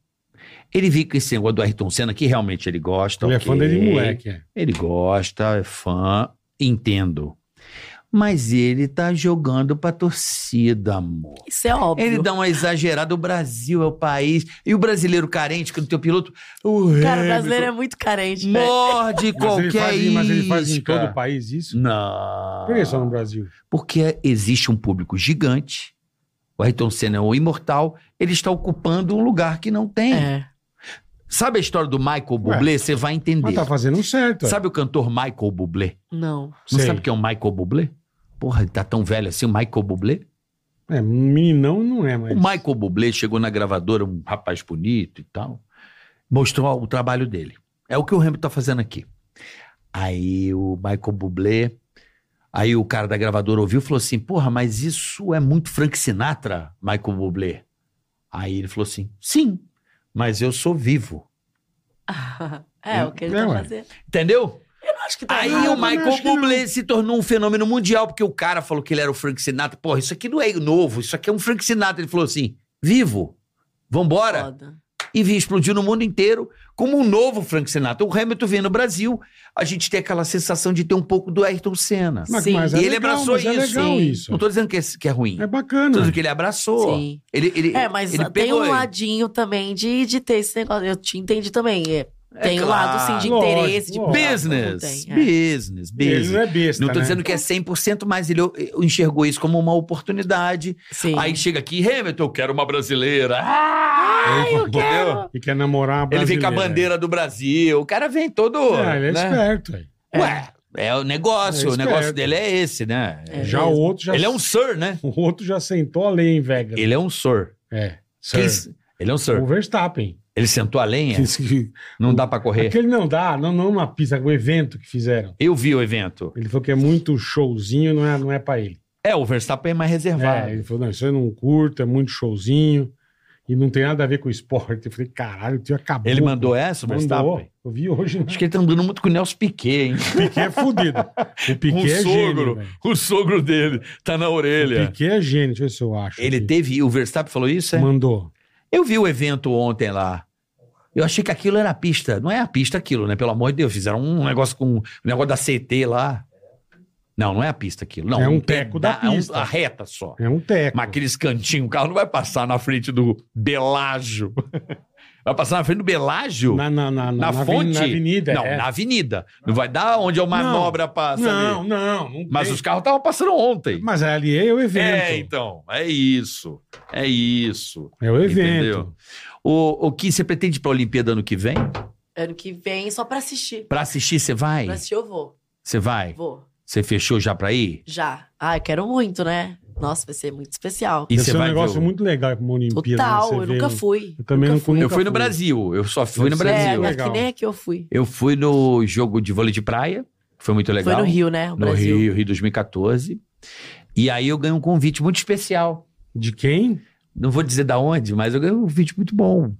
Speaker 6: Ele viu que esse negócio do Ayrton Senna, que realmente ele gosta.
Speaker 2: ele é
Speaker 6: ok.
Speaker 2: fã dele, moleque. é.
Speaker 6: Ele gosta, é fã, entendo. Mas ele tá jogando pra torcida, amor.
Speaker 5: Isso é óbvio.
Speaker 6: Ele dá uma exagerada. O Brasil é o país. E o brasileiro carente, que não tem o piloto. O
Speaker 5: Cara, o brasileiro
Speaker 6: Hamilton
Speaker 5: é muito carente, velho.
Speaker 6: Morde
Speaker 2: Mas, ele
Speaker 6: qualquer
Speaker 2: faz, mas ele faz em
Speaker 6: isca.
Speaker 2: todo o país isso?
Speaker 6: Não.
Speaker 2: Por que só no Brasil?
Speaker 6: Porque existe um público gigante. O Ayrton Senna é um imortal. Ele está ocupando um lugar que não tem.
Speaker 5: É.
Speaker 6: Sabe a história do Michael Bublé? Você vai entender.
Speaker 2: Mas tá fazendo certo. é.
Speaker 6: Sabe o cantor Michael Bublé?
Speaker 5: Não.
Speaker 6: Não
Speaker 2: Sei.
Speaker 6: sabe quem é o Michael Bublé? Porra, ele tá tão velho assim, o Michael Bublé?
Speaker 2: É, um meninão não é, mas.
Speaker 6: O Michael Bublé chegou na gravadora, um rapaz bonito e tal, mostrou o trabalho dele. É o que o Hamilton tá fazendo aqui. Aí o Michael Bublé, aí o cara da gravadora ouviu e falou assim, porra, mas isso é muito Frank Sinatra, Michael Bublé. Aí ele falou assim, sim, mas eu sou vivo.
Speaker 5: É, o que ele
Speaker 2: É,
Speaker 5: tá
Speaker 2: ué.
Speaker 5: fazendo.
Speaker 6: Entendeu?
Speaker 5: Eu não acho que tá
Speaker 6: Aí o
Speaker 5: errado.
Speaker 6: Michael Bublé se tornou um fenômeno mundial, porque o cara falou que ele era o Frank Sinatra. Porra, isso aqui não é novo, isso aqui é um Frank Sinatra. Ele falou assim, vivo, vambora.
Speaker 5: Foda.
Speaker 6: E vi- explodiu no mundo inteiro como um novo Frank Sinatra. O Hamilton veio no Brasil, a gente tem aquela sensação de ter um pouco do Ayrton Senna.
Speaker 2: Mas,
Speaker 5: Sim.
Speaker 2: mas é
Speaker 6: e ele
Speaker 2: legal,
Speaker 6: abraçou
Speaker 2: mas
Speaker 6: isso.
Speaker 2: É legal
Speaker 5: Sim.
Speaker 2: isso.
Speaker 6: Não tô dizendo que é, que é ruim.
Speaker 2: É
Speaker 6: Tô
Speaker 2: bacana.
Speaker 6: dizendo que ele abraçou.
Speaker 5: Sim.
Speaker 6: Ele, ele,
Speaker 5: É, mas
Speaker 6: ele
Speaker 5: tem
Speaker 6: pegou
Speaker 5: um
Speaker 6: ele.
Speaker 5: ladinho também de, de ter esse negócio. Eu te entendi também. é, tem um lado, sim, de
Speaker 2: claro.
Speaker 5: interesse, de
Speaker 2: Lógico,
Speaker 6: Business,
Speaker 5: Não tem, é.
Speaker 6: business,
Speaker 2: Ele
Speaker 6: business.
Speaker 2: não é besta.
Speaker 6: Não tô
Speaker 2: né?
Speaker 6: dizendo que é 100%, mas ele eh, enxergou isso como uma oportunidade.
Speaker 5: Sim.
Speaker 6: Aí chega aqui, Hamilton, eu quero uma brasileira. Ah,
Speaker 2: Ele-
Speaker 6: eu quero.
Speaker 2: E quer namorar uma
Speaker 6: Ele vem com a
Speaker 2: brasileira.
Speaker 6: bandeira do Brasil. O cara vem todo.
Speaker 2: É, ele é
Speaker 6: né?
Speaker 2: esperto. é.
Speaker 6: Ué, é o negócio.
Speaker 2: É
Speaker 6: o negócio
Speaker 2: esperto.
Speaker 6: dele é esse, né?
Speaker 5: É
Speaker 2: Já o
Speaker 5: mesmo.
Speaker 2: outro já.
Speaker 6: Ele é um sir, né?
Speaker 2: O outro já sentou além em Vegas.
Speaker 6: Ele é um sir.
Speaker 2: É.
Speaker 6: Quem-
Speaker 2: Sir.
Speaker 6: Ele é um sir.
Speaker 2: O Verstappen.
Speaker 6: Ele sentou a lenha,
Speaker 2: Que- que-
Speaker 6: não dá pra correr.
Speaker 2: Aquele não dá, não, não na pista, o evento que fizeram.
Speaker 6: Eu vi o evento.
Speaker 2: Ele falou que é muito showzinho, não é, não é pra ele.
Speaker 6: É, o Verstappen é mais reservado.
Speaker 2: É, ele falou, não, isso eu não curto, é muito showzinho e não tem nada a ver com esporte. Eu falei, caralho, o tio acabou.
Speaker 6: ele mandou essa, o
Speaker 2: Mandou.
Speaker 6: Verstappen?
Speaker 2: Eu vi hoje, né?
Speaker 6: Acho que ele tá andando muito com o Nelson Piquet, hein?
Speaker 2: O Piquet é fudido. O Piquet
Speaker 6: Um
Speaker 2: é gênio,
Speaker 6: sogro.
Speaker 2: velho.
Speaker 6: O sogro dele tá na
Speaker 2: O
Speaker 6: orelha.
Speaker 2: Piquet é gênio, deixa eu ver se eu acho.
Speaker 6: Ele
Speaker 2: aqui.
Speaker 6: teve. O Verstappen falou isso, é?
Speaker 2: Mandou.
Speaker 6: Eu vi o evento ontem lá. Eu achei que aquilo era a pista. Não é a pista aquilo, né? Pelo amor de Deus, fizeram um negócio com um negócio da CT lá. Não, não é a pista aquilo. Não,
Speaker 2: É um
Speaker 6: peda-
Speaker 2: teco da
Speaker 6: é um-
Speaker 2: pista.
Speaker 6: a reta só.
Speaker 2: É um teco.
Speaker 6: Mas aqueles cantinhos, o carro não vai passar na frente do Belágio. Vai passar na frente do Belágio?
Speaker 2: Na, na, na,
Speaker 6: na,
Speaker 2: avenida-
Speaker 6: fonte?
Speaker 2: Na avenida.
Speaker 6: Não,
Speaker 2: é.
Speaker 6: na avenida. Não vai dar onde é a manobra passa
Speaker 2: não,
Speaker 6: ali.
Speaker 2: não, não
Speaker 6: Mas
Speaker 2: tem.
Speaker 6: os carros estavam passando ontem.
Speaker 2: Mas ali é o evento.
Speaker 6: É, então. É isso. É isso.
Speaker 2: É o evento.
Speaker 6: Entendeu? O, o que você pretende ir pra Olimpíada ano que vem?
Speaker 5: Ano que vem, só pra assistir.
Speaker 6: Pra assistir, você vai?
Speaker 5: Pra assistir, eu vou.
Speaker 6: Você vai?
Speaker 5: Vou.
Speaker 6: Você fechou já pra ir?
Speaker 5: Já. Ah, eu quero muito, né? Nossa, vai ser muito especial.
Speaker 6: E
Speaker 2: Deve
Speaker 6: você
Speaker 2: ser um
Speaker 6: vai ver
Speaker 2: negócio
Speaker 6: o-
Speaker 2: muito legal pra uma Olimpíada. né?
Speaker 5: Total,
Speaker 2: Você
Speaker 5: eu
Speaker 2: vê
Speaker 5: nunca
Speaker 2: um-
Speaker 5: fui.
Speaker 2: Eu também
Speaker 5: Nunca
Speaker 2: não
Speaker 5: fui.
Speaker 2: nunca
Speaker 6: Eu fui no Brasil. Eu só fui no
Speaker 2: Deve ser
Speaker 5: É,
Speaker 6: Brasil.
Speaker 5: mas
Speaker 2: legal.
Speaker 5: que nem aqui eu fui.
Speaker 6: Eu fui no jogo de vôlei de praia, que foi muito legal.
Speaker 5: Foi no Rio, né? O
Speaker 6: No
Speaker 5: Brasil.
Speaker 6: Rio, Rio 2014. E aí eu ganhei um convite muito especial.
Speaker 2: De quem?
Speaker 6: Não vou dizer da onde, mas eu ganhei um convite muito bom.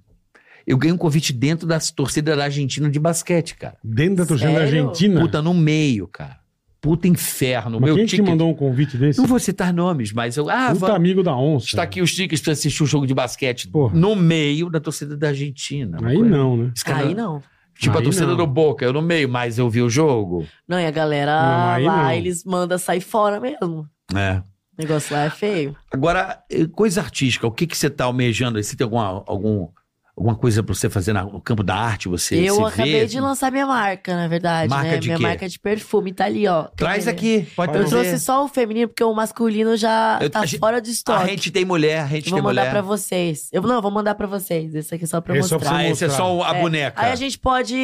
Speaker 6: Eu ganhei um convite dentro da torcida da Argentina de basquete, cara.
Speaker 2: Dentro da torcida da
Speaker 5: Sério?
Speaker 2: Argentina.
Speaker 6: Puta no meio, cara. Puta inferno.
Speaker 2: É. Mas
Speaker 6: Meu
Speaker 2: quem
Speaker 6: ticket.
Speaker 2: te mandou um convite desse?
Speaker 6: Não vou citar nomes, mas eu. Ah,
Speaker 2: Puta
Speaker 6: va-
Speaker 2: amigo da onça.
Speaker 6: está aqui os tickets pra assistir o jogo de basquete.
Speaker 2: Porra.
Speaker 6: No meio da torcida da Argentina. Uma
Speaker 2: Aí
Speaker 6: coisa-
Speaker 2: não, né?
Speaker 6: Escandal-
Speaker 5: Aí não.
Speaker 6: Tipo
Speaker 2: Aí
Speaker 6: a torcida
Speaker 2: não.
Speaker 6: do Boca, eu no meio, mas eu vi o jogo.
Speaker 5: Não, e a galera
Speaker 2: Não, aí
Speaker 5: lá,
Speaker 2: não.
Speaker 5: eles mandam sair fora mesmo.
Speaker 6: É.
Speaker 5: O negócio lá é feio.
Speaker 6: Agora, eh, coisa artística, o que, que você está almejando? aí? Você tem alguma, algum, alguma coisa para você fazer na- no campo da arte? Você se
Speaker 5: eu
Speaker 6: vê?
Speaker 5: acabei de lançar minha marca, na verdade,
Speaker 6: Marca
Speaker 5: né?
Speaker 6: de
Speaker 5: minha
Speaker 6: quê?
Speaker 5: marca de perfume, tá ali, ó.
Speaker 6: Traz
Speaker 5: Quer ver?
Speaker 6: aqui, pode
Speaker 5: Eu
Speaker 6: trazer.
Speaker 5: trouxe só o feminino, porque o masculino já
Speaker 6: Eu- a
Speaker 5: tá
Speaker 6: gente-
Speaker 5: fora de
Speaker 6: A
Speaker 5: estoque.
Speaker 6: gente tem mulher, a gente
Speaker 5: Eu vou
Speaker 6: tem
Speaker 5: mandar
Speaker 6: mulher.
Speaker 5: pra vocês. Eu, não, eu vou mandar pra vocês. Esse aqui é só pra
Speaker 2: Esse é
Speaker 5: mostrar.
Speaker 2: pra
Speaker 6: Ah,
Speaker 2: você
Speaker 6: esse é
Speaker 2: mostrar.
Speaker 6: só o- a
Speaker 5: É.
Speaker 6: boneca.
Speaker 5: Aí a gente pode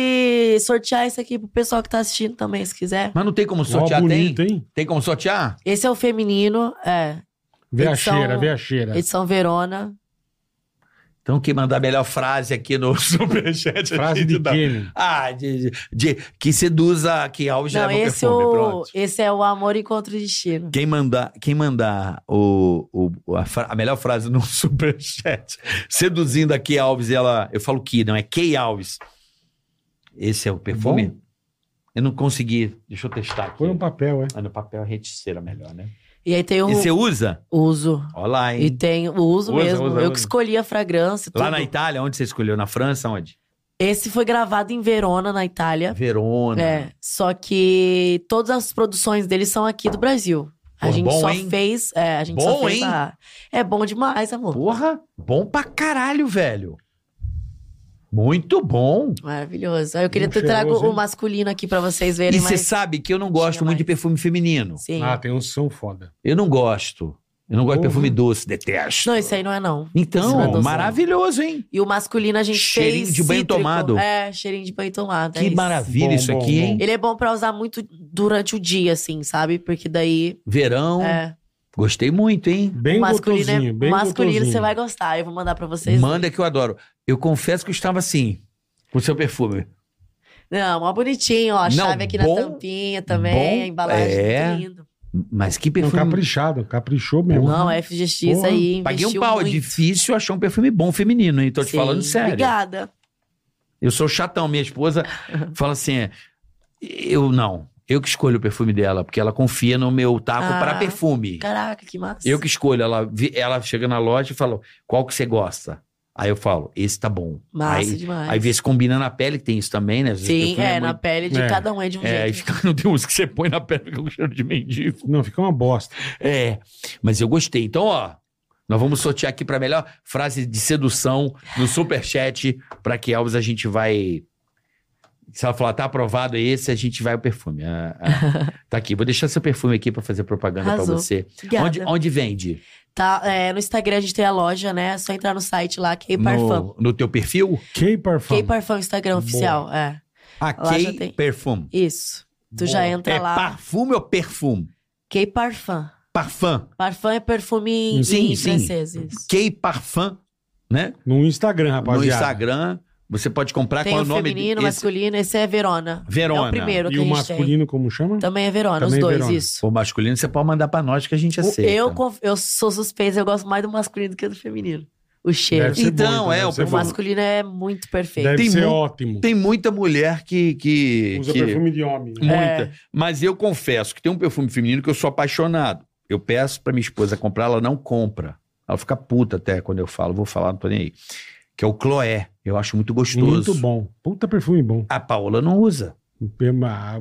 Speaker 5: sortear isso aqui pro pessoal que tá assistindo também, se quiser.
Speaker 6: Mas não tem como
Speaker 2: Ó,
Speaker 6: sortear, tem?
Speaker 2: bonito, hein?
Speaker 6: Tem como sortear?
Speaker 5: Esse é o feminino, é.
Speaker 2: Vê a
Speaker 5: Edição-
Speaker 2: cheira, vê a
Speaker 6: É.
Speaker 2: cheira.
Speaker 5: Edição Verona.
Speaker 6: Então, quem mandar a melhor frase aqui no Superchat? a
Speaker 2: Frase
Speaker 6: gente
Speaker 2: de
Speaker 6: dá.
Speaker 2: Kenny.
Speaker 6: Ah, de, de- que seduza, que alge
Speaker 5: Não,
Speaker 6: leva o
Speaker 5: esse, é
Speaker 6: perfume,
Speaker 5: o,
Speaker 6: pronto.
Speaker 5: esse é o Amor Encontro e Destino.
Speaker 6: Quem mandar, quem mandar o, o- a, fra- a melhor frase no superchat, seduzindo a Key Alves, ela. Eu falo que, não, é Key Alves. Esse é o perfume? Eu não consegui. Deixa eu testar aqui.
Speaker 2: Põe um papel, é.
Speaker 6: Ah, no papel é reticeira melhor, né?
Speaker 5: E aí tem o
Speaker 6: E você usa?
Speaker 5: uso.
Speaker 6: Olha lá,
Speaker 5: um- E
Speaker 6: hein?
Speaker 5: tem o uso
Speaker 6: Usa,
Speaker 5: mesmo.
Speaker 6: usa,
Speaker 5: eu
Speaker 6: usa.
Speaker 5: que escolhi a fragrância.
Speaker 6: Lá
Speaker 5: tudo.
Speaker 6: na Itália, onde você escolheu? Na França, onde?
Speaker 5: Esse foi gravado em Verona, na Itália.
Speaker 6: Verona.
Speaker 5: É, só que todas as produções dele são aqui do Brasil. A
Speaker 6: Pô,
Speaker 5: gente
Speaker 6: bom,
Speaker 5: só
Speaker 6: hein?
Speaker 5: fez. É, a gente
Speaker 6: Bom,
Speaker 5: só fez
Speaker 6: hein?
Speaker 5: a- É bom demais, amor.
Speaker 6: Porra, bom pra caralho, velho. Muito bom.
Speaker 5: Maravilhoso. Aí Eu queria
Speaker 2: Hum,
Speaker 5: ter trago
Speaker 2: cheiroso,
Speaker 5: o
Speaker 2: hein?
Speaker 5: masculino aqui pra vocês
Speaker 6: E
Speaker 5: verem,
Speaker 6: você
Speaker 5: mas.
Speaker 6: sabe que eu não gosto
Speaker 5: Tinha
Speaker 6: muito de
Speaker 5: mais.
Speaker 6: perfume feminino.
Speaker 5: Sim.
Speaker 2: Ah, tem um som foda.
Speaker 6: Eu não gosto. Eu não gosto de
Speaker 2: Porra.
Speaker 6: perfume doce, detesto.
Speaker 5: Não, isso aí não é Uhum. não. Isso não é
Speaker 6: Então,
Speaker 5: doce,
Speaker 6: maravilhoso, hein?
Speaker 5: E o masculino a gente
Speaker 6: Cheirinho
Speaker 5: fez.
Speaker 6: de banho
Speaker 5: cítrico.
Speaker 6: tomado.
Speaker 5: É, cheirinho de banho tomado. é
Speaker 6: que
Speaker 5: isso.
Speaker 6: maravilha
Speaker 2: Bom,
Speaker 6: isso
Speaker 2: bom,
Speaker 6: aqui,
Speaker 2: bom.
Speaker 6: hein?
Speaker 5: Ele é bom pra usar muito durante o dia, assim, sabe? Porque daí.
Speaker 6: Verão.
Speaker 5: É,
Speaker 6: Gostei muito, hein?
Speaker 2: Bem
Speaker 5: o masculino,
Speaker 2: gostosinho,
Speaker 5: é,
Speaker 2: bem
Speaker 5: o masculino
Speaker 2: gostosinho.
Speaker 5: você vai gostar. Eu vou mandar pra vocês.
Speaker 6: Manda que eu adoro. Eu confesso que eu estava assim, com seu perfume.
Speaker 5: Não, mó bonitinho, ó. A
Speaker 6: Não,
Speaker 5: chave aqui
Speaker 6: bom-
Speaker 5: na tampinha também,
Speaker 6: bom,
Speaker 5: a embalagem
Speaker 6: é.
Speaker 5: muito lindo.
Speaker 6: Mas que
Speaker 2: Não,
Speaker 6: perfume.
Speaker 2: caprichado, caprichou mesmo.
Speaker 5: Não, a FGX
Speaker 2: Porra.
Speaker 5: aí.
Speaker 6: Paguei um
Speaker 5: investiu
Speaker 6: pau. É
Speaker 5: muito.
Speaker 6: difícil achar um perfume bom feminino, hein? Tô te
Speaker 5: Sim,
Speaker 6: falando sério.
Speaker 5: Obrigada.
Speaker 6: Eu sou chatão. Minha esposa fala assim: é, eu não. Eu que escolho o perfume dela, porque ela confia no meu taco
Speaker 5: Ah,
Speaker 6: para perfume.
Speaker 5: Caraca, que massa.
Speaker 6: Eu que escolho. Ela, vi- ela chega na loja e fala: qual que você gosta? Aí eu falo: esse tá bom.
Speaker 5: Massa
Speaker 6: Aí-
Speaker 5: demais.
Speaker 6: Aí vê se combina na pele, que tem isso também, né? Às vezes
Speaker 5: Ah, Sim,
Speaker 6: perfume
Speaker 5: é, na
Speaker 6: muito-
Speaker 5: pele de
Speaker 2: É.
Speaker 5: cada um é de
Speaker 6: É,
Speaker 5: um
Speaker 6: e
Speaker 5: jeito.
Speaker 6: fica, não tem uns que você põe na pele fica com cheiro de mendigo.
Speaker 2: Não, fica uma bosta.
Speaker 6: É, mas eu gostei. Então, ó, nós vamos sortear aqui pra melhor frase de sedução no superchat pra que Elvis a gente vai... Se ela falar, tá aprovado esse, a gente vai o perfume. Ah, ah, tá aqui, vou deixar seu perfume aqui pra fazer propaganda pra
Speaker 5: Arrasou.
Speaker 6: você.
Speaker 5: Obrigada.
Speaker 6: Onde, onde vende?
Speaker 5: Tá, é, no Instagram a gente tem a loja, né? É só entrar no site lá, Key Parfum.
Speaker 6: No, no teu perfil?
Speaker 2: Que parfum.
Speaker 5: Key Parfum Instagram
Speaker 2: Boa.
Speaker 5: oficial, é. Lá já
Speaker 6: Aqui,
Speaker 5: tem.
Speaker 6: perfume.
Speaker 5: Isso. Tu já entra
Speaker 6: Ah, é
Speaker 5: lá.
Speaker 6: perfume ou perfume?
Speaker 5: Key Parfum.
Speaker 6: Parfum.
Speaker 5: Parfum é perfume em,
Speaker 6: Sim,
Speaker 5: em
Speaker 6: sim.
Speaker 5: francês, isso.
Speaker 6: Key Parfum, né?
Speaker 2: No Instagram, rapaziada.
Speaker 6: no Instagram. Você pode comprar
Speaker 5: Tem
Speaker 6: qual
Speaker 5: o
Speaker 6: é o nome
Speaker 5: feminino, o
Speaker 6: esse?
Speaker 5: masculino, esse é Verona.
Speaker 6: Verona.
Speaker 5: É o primeiro que
Speaker 2: E
Speaker 5: a
Speaker 2: o
Speaker 5: gente
Speaker 2: masculino, como chama?
Speaker 6: Tá
Speaker 5: tem. Também é Verona,
Speaker 2: Também é
Speaker 5: os dois,
Speaker 2: Verona.
Speaker 5: isso.
Speaker 6: O masculino você pode mandar pra nós que a gente aceita.
Speaker 5: Eu, conf- eu sou suspensa, eu gosto mais do masculino do que do feminino. O cheiro.
Speaker 2: Deve ser
Speaker 6: Então,
Speaker 2: bom,
Speaker 6: é,
Speaker 2: deve
Speaker 6: o
Speaker 2: ser
Speaker 5: O
Speaker 2: bom.
Speaker 5: masculino é muito perfeito.
Speaker 2: Deve
Speaker 6: Tem
Speaker 2: ser
Speaker 6: mu-
Speaker 2: ótimo.
Speaker 6: Tem muita mulher que. que,
Speaker 2: Usa
Speaker 6: que-
Speaker 2: perfume de homem. né?
Speaker 6: Muita.
Speaker 5: É.
Speaker 6: Mas eu confesso que tem um perfume feminino que eu sou apaixonado. Eu peço pra minha esposa comprar, ela não compra. Ela fica puta até quando eu falo, vou falar, não tô nem aí. Que é o Cloé. Eu acho muito gostoso.
Speaker 2: Muito bom. Puta perfume bom.
Speaker 6: A Paola não usa.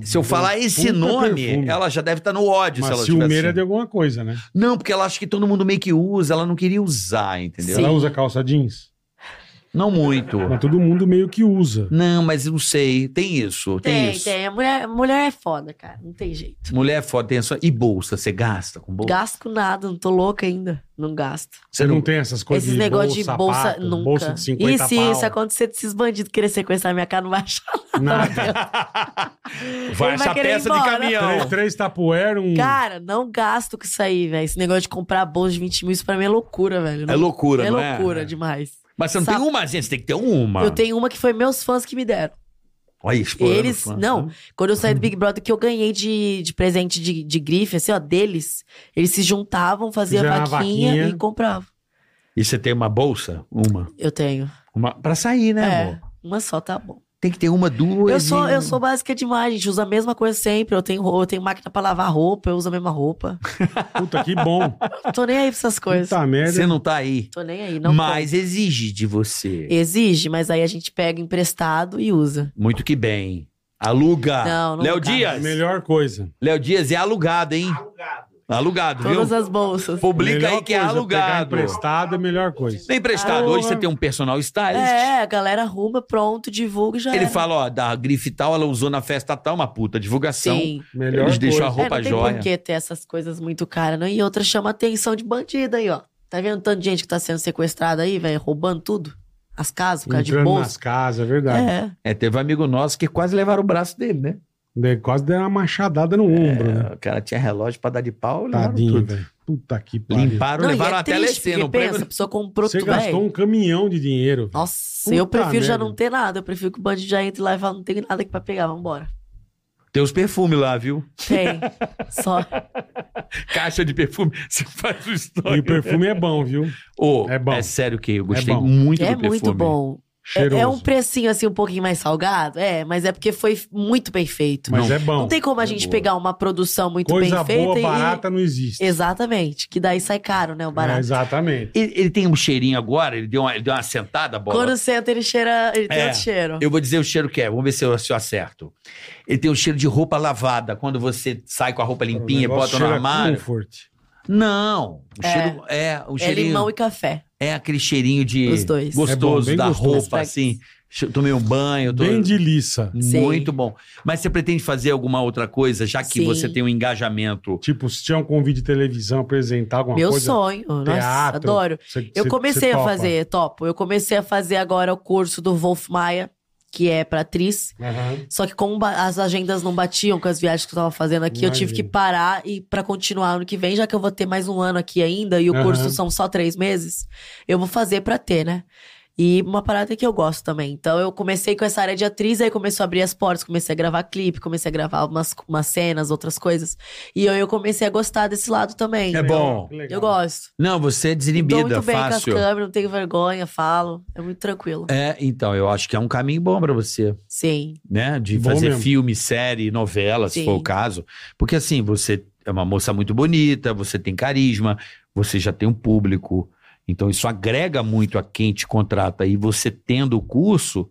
Speaker 3: Se eu falar esse nome, ela já
Speaker 6: tá
Speaker 3: deve estar no ódio
Speaker 2: Uma
Speaker 3: se ela
Speaker 2: ciumeira
Speaker 6: assim.
Speaker 3: tivesse.
Speaker 2: de alguma coisa, né?
Speaker 3: Não, porque ela acha que todo mundo meio que usa, ela não queria usar, entendeu?
Speaker 5: Sim.
Speaker 2: Ela usa calça jeans.
Speaker 3: Não muito.
Speaker 2: Mas todo mundo meio que usa.
Speaker 3: Não, mas eu não sei. Tem isso, tem,
Speaker 5: Tem,
Speaker 3: isso.
Speaker 5: tem. A mulher, a mulher é foda, cara. Não tem jeito.
Speaker 3: Mulher é foda, tem a sua... E bolsa, você gasta com bolsa?
Speaker 5: Gasto com nada, não tô louca ainda. Não gasto.
Speaker 2: Você não, tem essas coisas
Speaker 5: Esses
Speaker 2: de
Speaker 5: negócios de
Speaker 2: bolsa,
Speaker 5: bolsa,
Speaker 2: sapato,
Speaker 5: nunca.
Speaker 2: bolsa de 50
Speaker 5: e se
Speaker 2: pau.
Speaker 5: isso é acontecer desses bandidos querer sequestrar minha cara, não vai achar.
Speaker 2: Nada.
Speaker 5: vai querer ir embora.
Speaker 2: três, três tapuera, um...
Speaker 5: Cara, não gasto com isso aí, velho. Esse negócio de comprar bolsa de 20 mil, isso pra mim é loucura, velho.
Speaker 6: É loucura,
Speaker 5: É
Speaker 6: não é?
Speaker 5: loucura demais.
Speaker 6: Mas você não
Speaker 5: Sabe-
Speaker 6: tem uma, gente, você tem que ter uma.
Speaker 5: Eu tenho uma que foi meus fãs que me deram.
Speaker 6: Olha, explorando
Speaker 5: Eles-
Speaker 6: fã.
Speaker 5: não. Quando eu saí do Big Brother, que eu ganhei de, de presente de, de grife, assim, ó, deles, eles se juntavam, faziam
Speaker 2: Fizeram
Speaker 5: vaquinha,
Speaker 2: uma vaquinha.
Speaker 5: e compravam.
Speaker 6: E você tem uma bolsa? Uma.
Speaker 5: Eu tenho.
Speaker 6: Uma pra sair, né,
Speaker 5: É.
Speaker 6: amor?
Speaker 5: Uma só tá bom.
Speaker 6: Tem que ter uma, duas.
Speaker 5: Eu sou,
Speaker 6: e-
Speaker 3: né?
Speaker 5: eu sou básica demais, gente. Usa a mesma coisa sempre. Eu tenho, ro- eu tenho máquina pra lavar roupa, eu uso a mesma roupa.
Speaker 2: Puta, que bom.
Speaker 5: Não tô nem aí pra essas coisas.
Speaker 2: Puta merda.
Speaker 6: Você não tá aí.
Speaker 5: Tô nem aí, não.
Speaker 6: mas exige de você.
Speaker 5: compro. Exige, mas aí a gente pega emprestado e usa.
Speaker 6: Muito que bem. Aluga.
Speaker 5: Não, não
Speaker 6: Léo
Speaker 5: dá.
Speaker 6: Dias.
Speaker 2: Melhor coisa.
Speaker 6: Léo Dias é alugado, hein?
Speaker 4: Alugado.
Speaker 6: Alugado,
Speaker 5: Todas
Speaker 6: viu?
Speaker 5: as bolsas.
Speaker 6: Publica
Speaker 2: melhor
Speaker 6: aí que é
Speaker 2: coisa, Pegar
Speaker 6: alugado.
Speaker 2: emprestado é a melhor coisa.
Speaker 6: Nem emprestado.
Speaker 2: Ah,
Speaker 6: Hoje
Speaker 2: eu-
Speaker 6: você tem um personal stylist.
Speaker 5: É, a galera arruma, pronto, divulga e já é.
Speaker 6: Ele
Speaker 5: era.
Speaker 6: fala, ó, da grife tal, ela usou na festa tal, uma puta divulgação.
Speaker 5: Sim.
Speaker 2: Melhor
Speaker 6: Eles
Speaker 2: coisa.
Speaker 6: deixam a
Speaker 5: é,
Speaker 6: roupa
Speaker 5: não tem
Speaker 6: jóia.
Speaker 5: por que ter essas coisas muito caras, não. E outra chama atenção de bandido aí, ó. Tá vendo tanto de gente que tá sendo sequestrada aí, velho? Roubando tudo? As casas, por causa de
Speaker 2: Entrando nas
Speaker 5: bolsa.
Speaker 2: casas, é verdade.
Speaker 5: É.
Speaker 6: É, teve um amigo nosso que quase levaram o braço dele, né?
Speaker 2: Daí Quase deram uma machadada no ombro, né?
Speaker 6: O cara tinha relógio pra dar de pau, levaram
Speaker 2: Tadinho,
Speaker 6: tudo.
Speaker 2: velho. Puta que pariu.
Speaker 6: Limparam,
Speaker 5: Não, e
Speaker 6: levaram
Speaker 5: é
Speaker 6: até
Speaker 5: triste,
Speaker 6: Lestina.
Speaker 5: porque
Speaker 6: O prêmio
Speaker 5: pensa, a pessoa comprou
Speaker 2: Você
Speaker 5: tudo,
Speaker 2: gastou
Speaker 5: velho.
Speaker 2: um caminhão de dinheiro. velho.
Speaker 5: Nossa, eu
Speaker 2: Puta
Speaker 5: prefiro já
Speaker 2: merda.
Speaker 5: não ter nada. Eu prefiro que o bandido já entre lá e fale, não tem nada aqui pra pegar, vambora.
Speaker 6: Tem os perfumes lá, viu?
Speaker 5: Tem. Só.
Speaker 6: Caixa de perfume. Você faz o
Speaker 2: E
Speaker 6: estoque.
Speaker 2: o perfume é bom, viu?
Speaker 5: um
Speaker 6: Ô,
Speaker 2: É
Speaker 6: é
Speaker 2: bom.
Speaker 6: sério que eu gostei
Speaker 2: É bom.
Speaker 6: muito
Speaker 5: é
Speaker 6: do perfume.
Speaker 5: muito bom. É,
Speaker 2: Cheiroso.
Speaker 5: é um precinho, assim, um pouquinho mais salgado? É, mas é porque foi muito bem feito.
Speaker 2: Mas
Speaker 6: Não.
Speaker 2: é bom.
Speaker 5: Não tem como a
Speaker 6: É
Speaker 5: gente
Speaker 6: boa.
Speaker 5: pegar uma produção muito
Speaker 2: Coisa
Speaker 5: bem feita
Speaker 2: boa,
Speaker 5: e.
Speaker 2: barata, não existe.
Speaker 5: Exatamente. Que daí sai caro, né? O
Speaker 2: É,
Speaker 5: barato.
Speaker 2: exatamente.
Speaker 6: Ele, ele tem um cheirinho agora, ele deu uma, ele deu uma sentada, bola.
Speaker 5: Quando senta, ele cheira. Ele tem
Speaker 6: É.
Speaker 5: outro cheiro.
Speaker 6: Eu vou dizer o cheiro que é, vamos ver se eu, se eu acerto. Ele tem um cheiro de roupa lavada, quando você sai com a roupa limpinha,
Speaker 2: É, O negócio
Speaker 6: bota no
Speaker 2: cheira
Speaker 6: armário.
Speaker 2: Comfort.
Speaker 6: Não, o
Speaker 5: É.
Speaker 6: cheiro é o
Speaker 5: É
Speaker 6: cheirinho,
Speaker 5: limão e café.
Speaker 6: é aquele cheirinho de
Speaker 5: Os dois.
Speaker 2: É bom,
Speaker 6: gostoso
Speaker 2: bem
Speaker 6: da
Speaker 2: gostoso.
Speaker 6: roupa assim. Che- Tomei um banho, tô
Speaker 2: Bem de liça.
Speaker 5: Sim.
Speaker 6: muito bom. Mas você pretende fazer alguma outra coisa, já que
Speaker 5: Sim.
Speaker 6: você tem um engajamento?
Speaker 2: Tipo, se tinha um convite de televisão, apresentar alguma
Speaker 5: Meu
Speaker 2: coisa.
Speaker 5: sonho. Nossa,
Speaker 2: teatro,
Speaker 5: adoro.
Speaker 2: cê-
Speaker 5: Eu
Speaker 2: cê-
Speaker 5: comecei
Speaker 2: cê
Speaker 5: a
Speaker 2: topa.
Speaker 5: fazer, topo. Eu comecei a fazer agora o curso do Wolf Maia, que é pra atriz.
Speaker 2: Aham.
Speaker 5: Só que como ba- as agendas não batiam com as viagens que eu tava fazendo aqui, eu tive que
Speaker 2: Imagino.
Speaker 5: parar e para continuar ano que vem, já que eu vou ter mais um ano aqui ainda e o
Speaker 2: Aham.
Speaker 5: curso são só três meses, eu vou fazer pra ter, né? E uma parada que eu gosto também. Então eu comecei com essa área de atriz, aí começou a abrir as portas, comecei a gravar clipe, comecei a gravar umas, umas cenas, outras coisas. E aí eu comecei a gostar desse lado também.
Speaker 6: É bom.
Speaker 2: Legal.
Speaker 5: Eu gosto.
Speaker 6: Não, você é
Speaker 5: Dou
Speaker 6: desinibida,
Speaker 5: muito bem
Speaker 6: fácil.
Speaker 5: com as câmeras, não tenho vergonha, falo. É muito tranquilo.
Speaker 6: É, então, eu acho que é um caminho bom pra você,
Speaker 5: Sim.
Speaker 6: né? De
Speaker 2: Bom
Speaker 6: fazer
Speaker 2: mesmo.
Speaker 6: filme, série, novela, se
Speaker 5: Sim.
Speaker 6: for o caso. Porque assim, você é uma moça muito bonita, você tem carisma, você já tem um público. Então, isso agrega muito a quem te contrata. E você tendo o curso,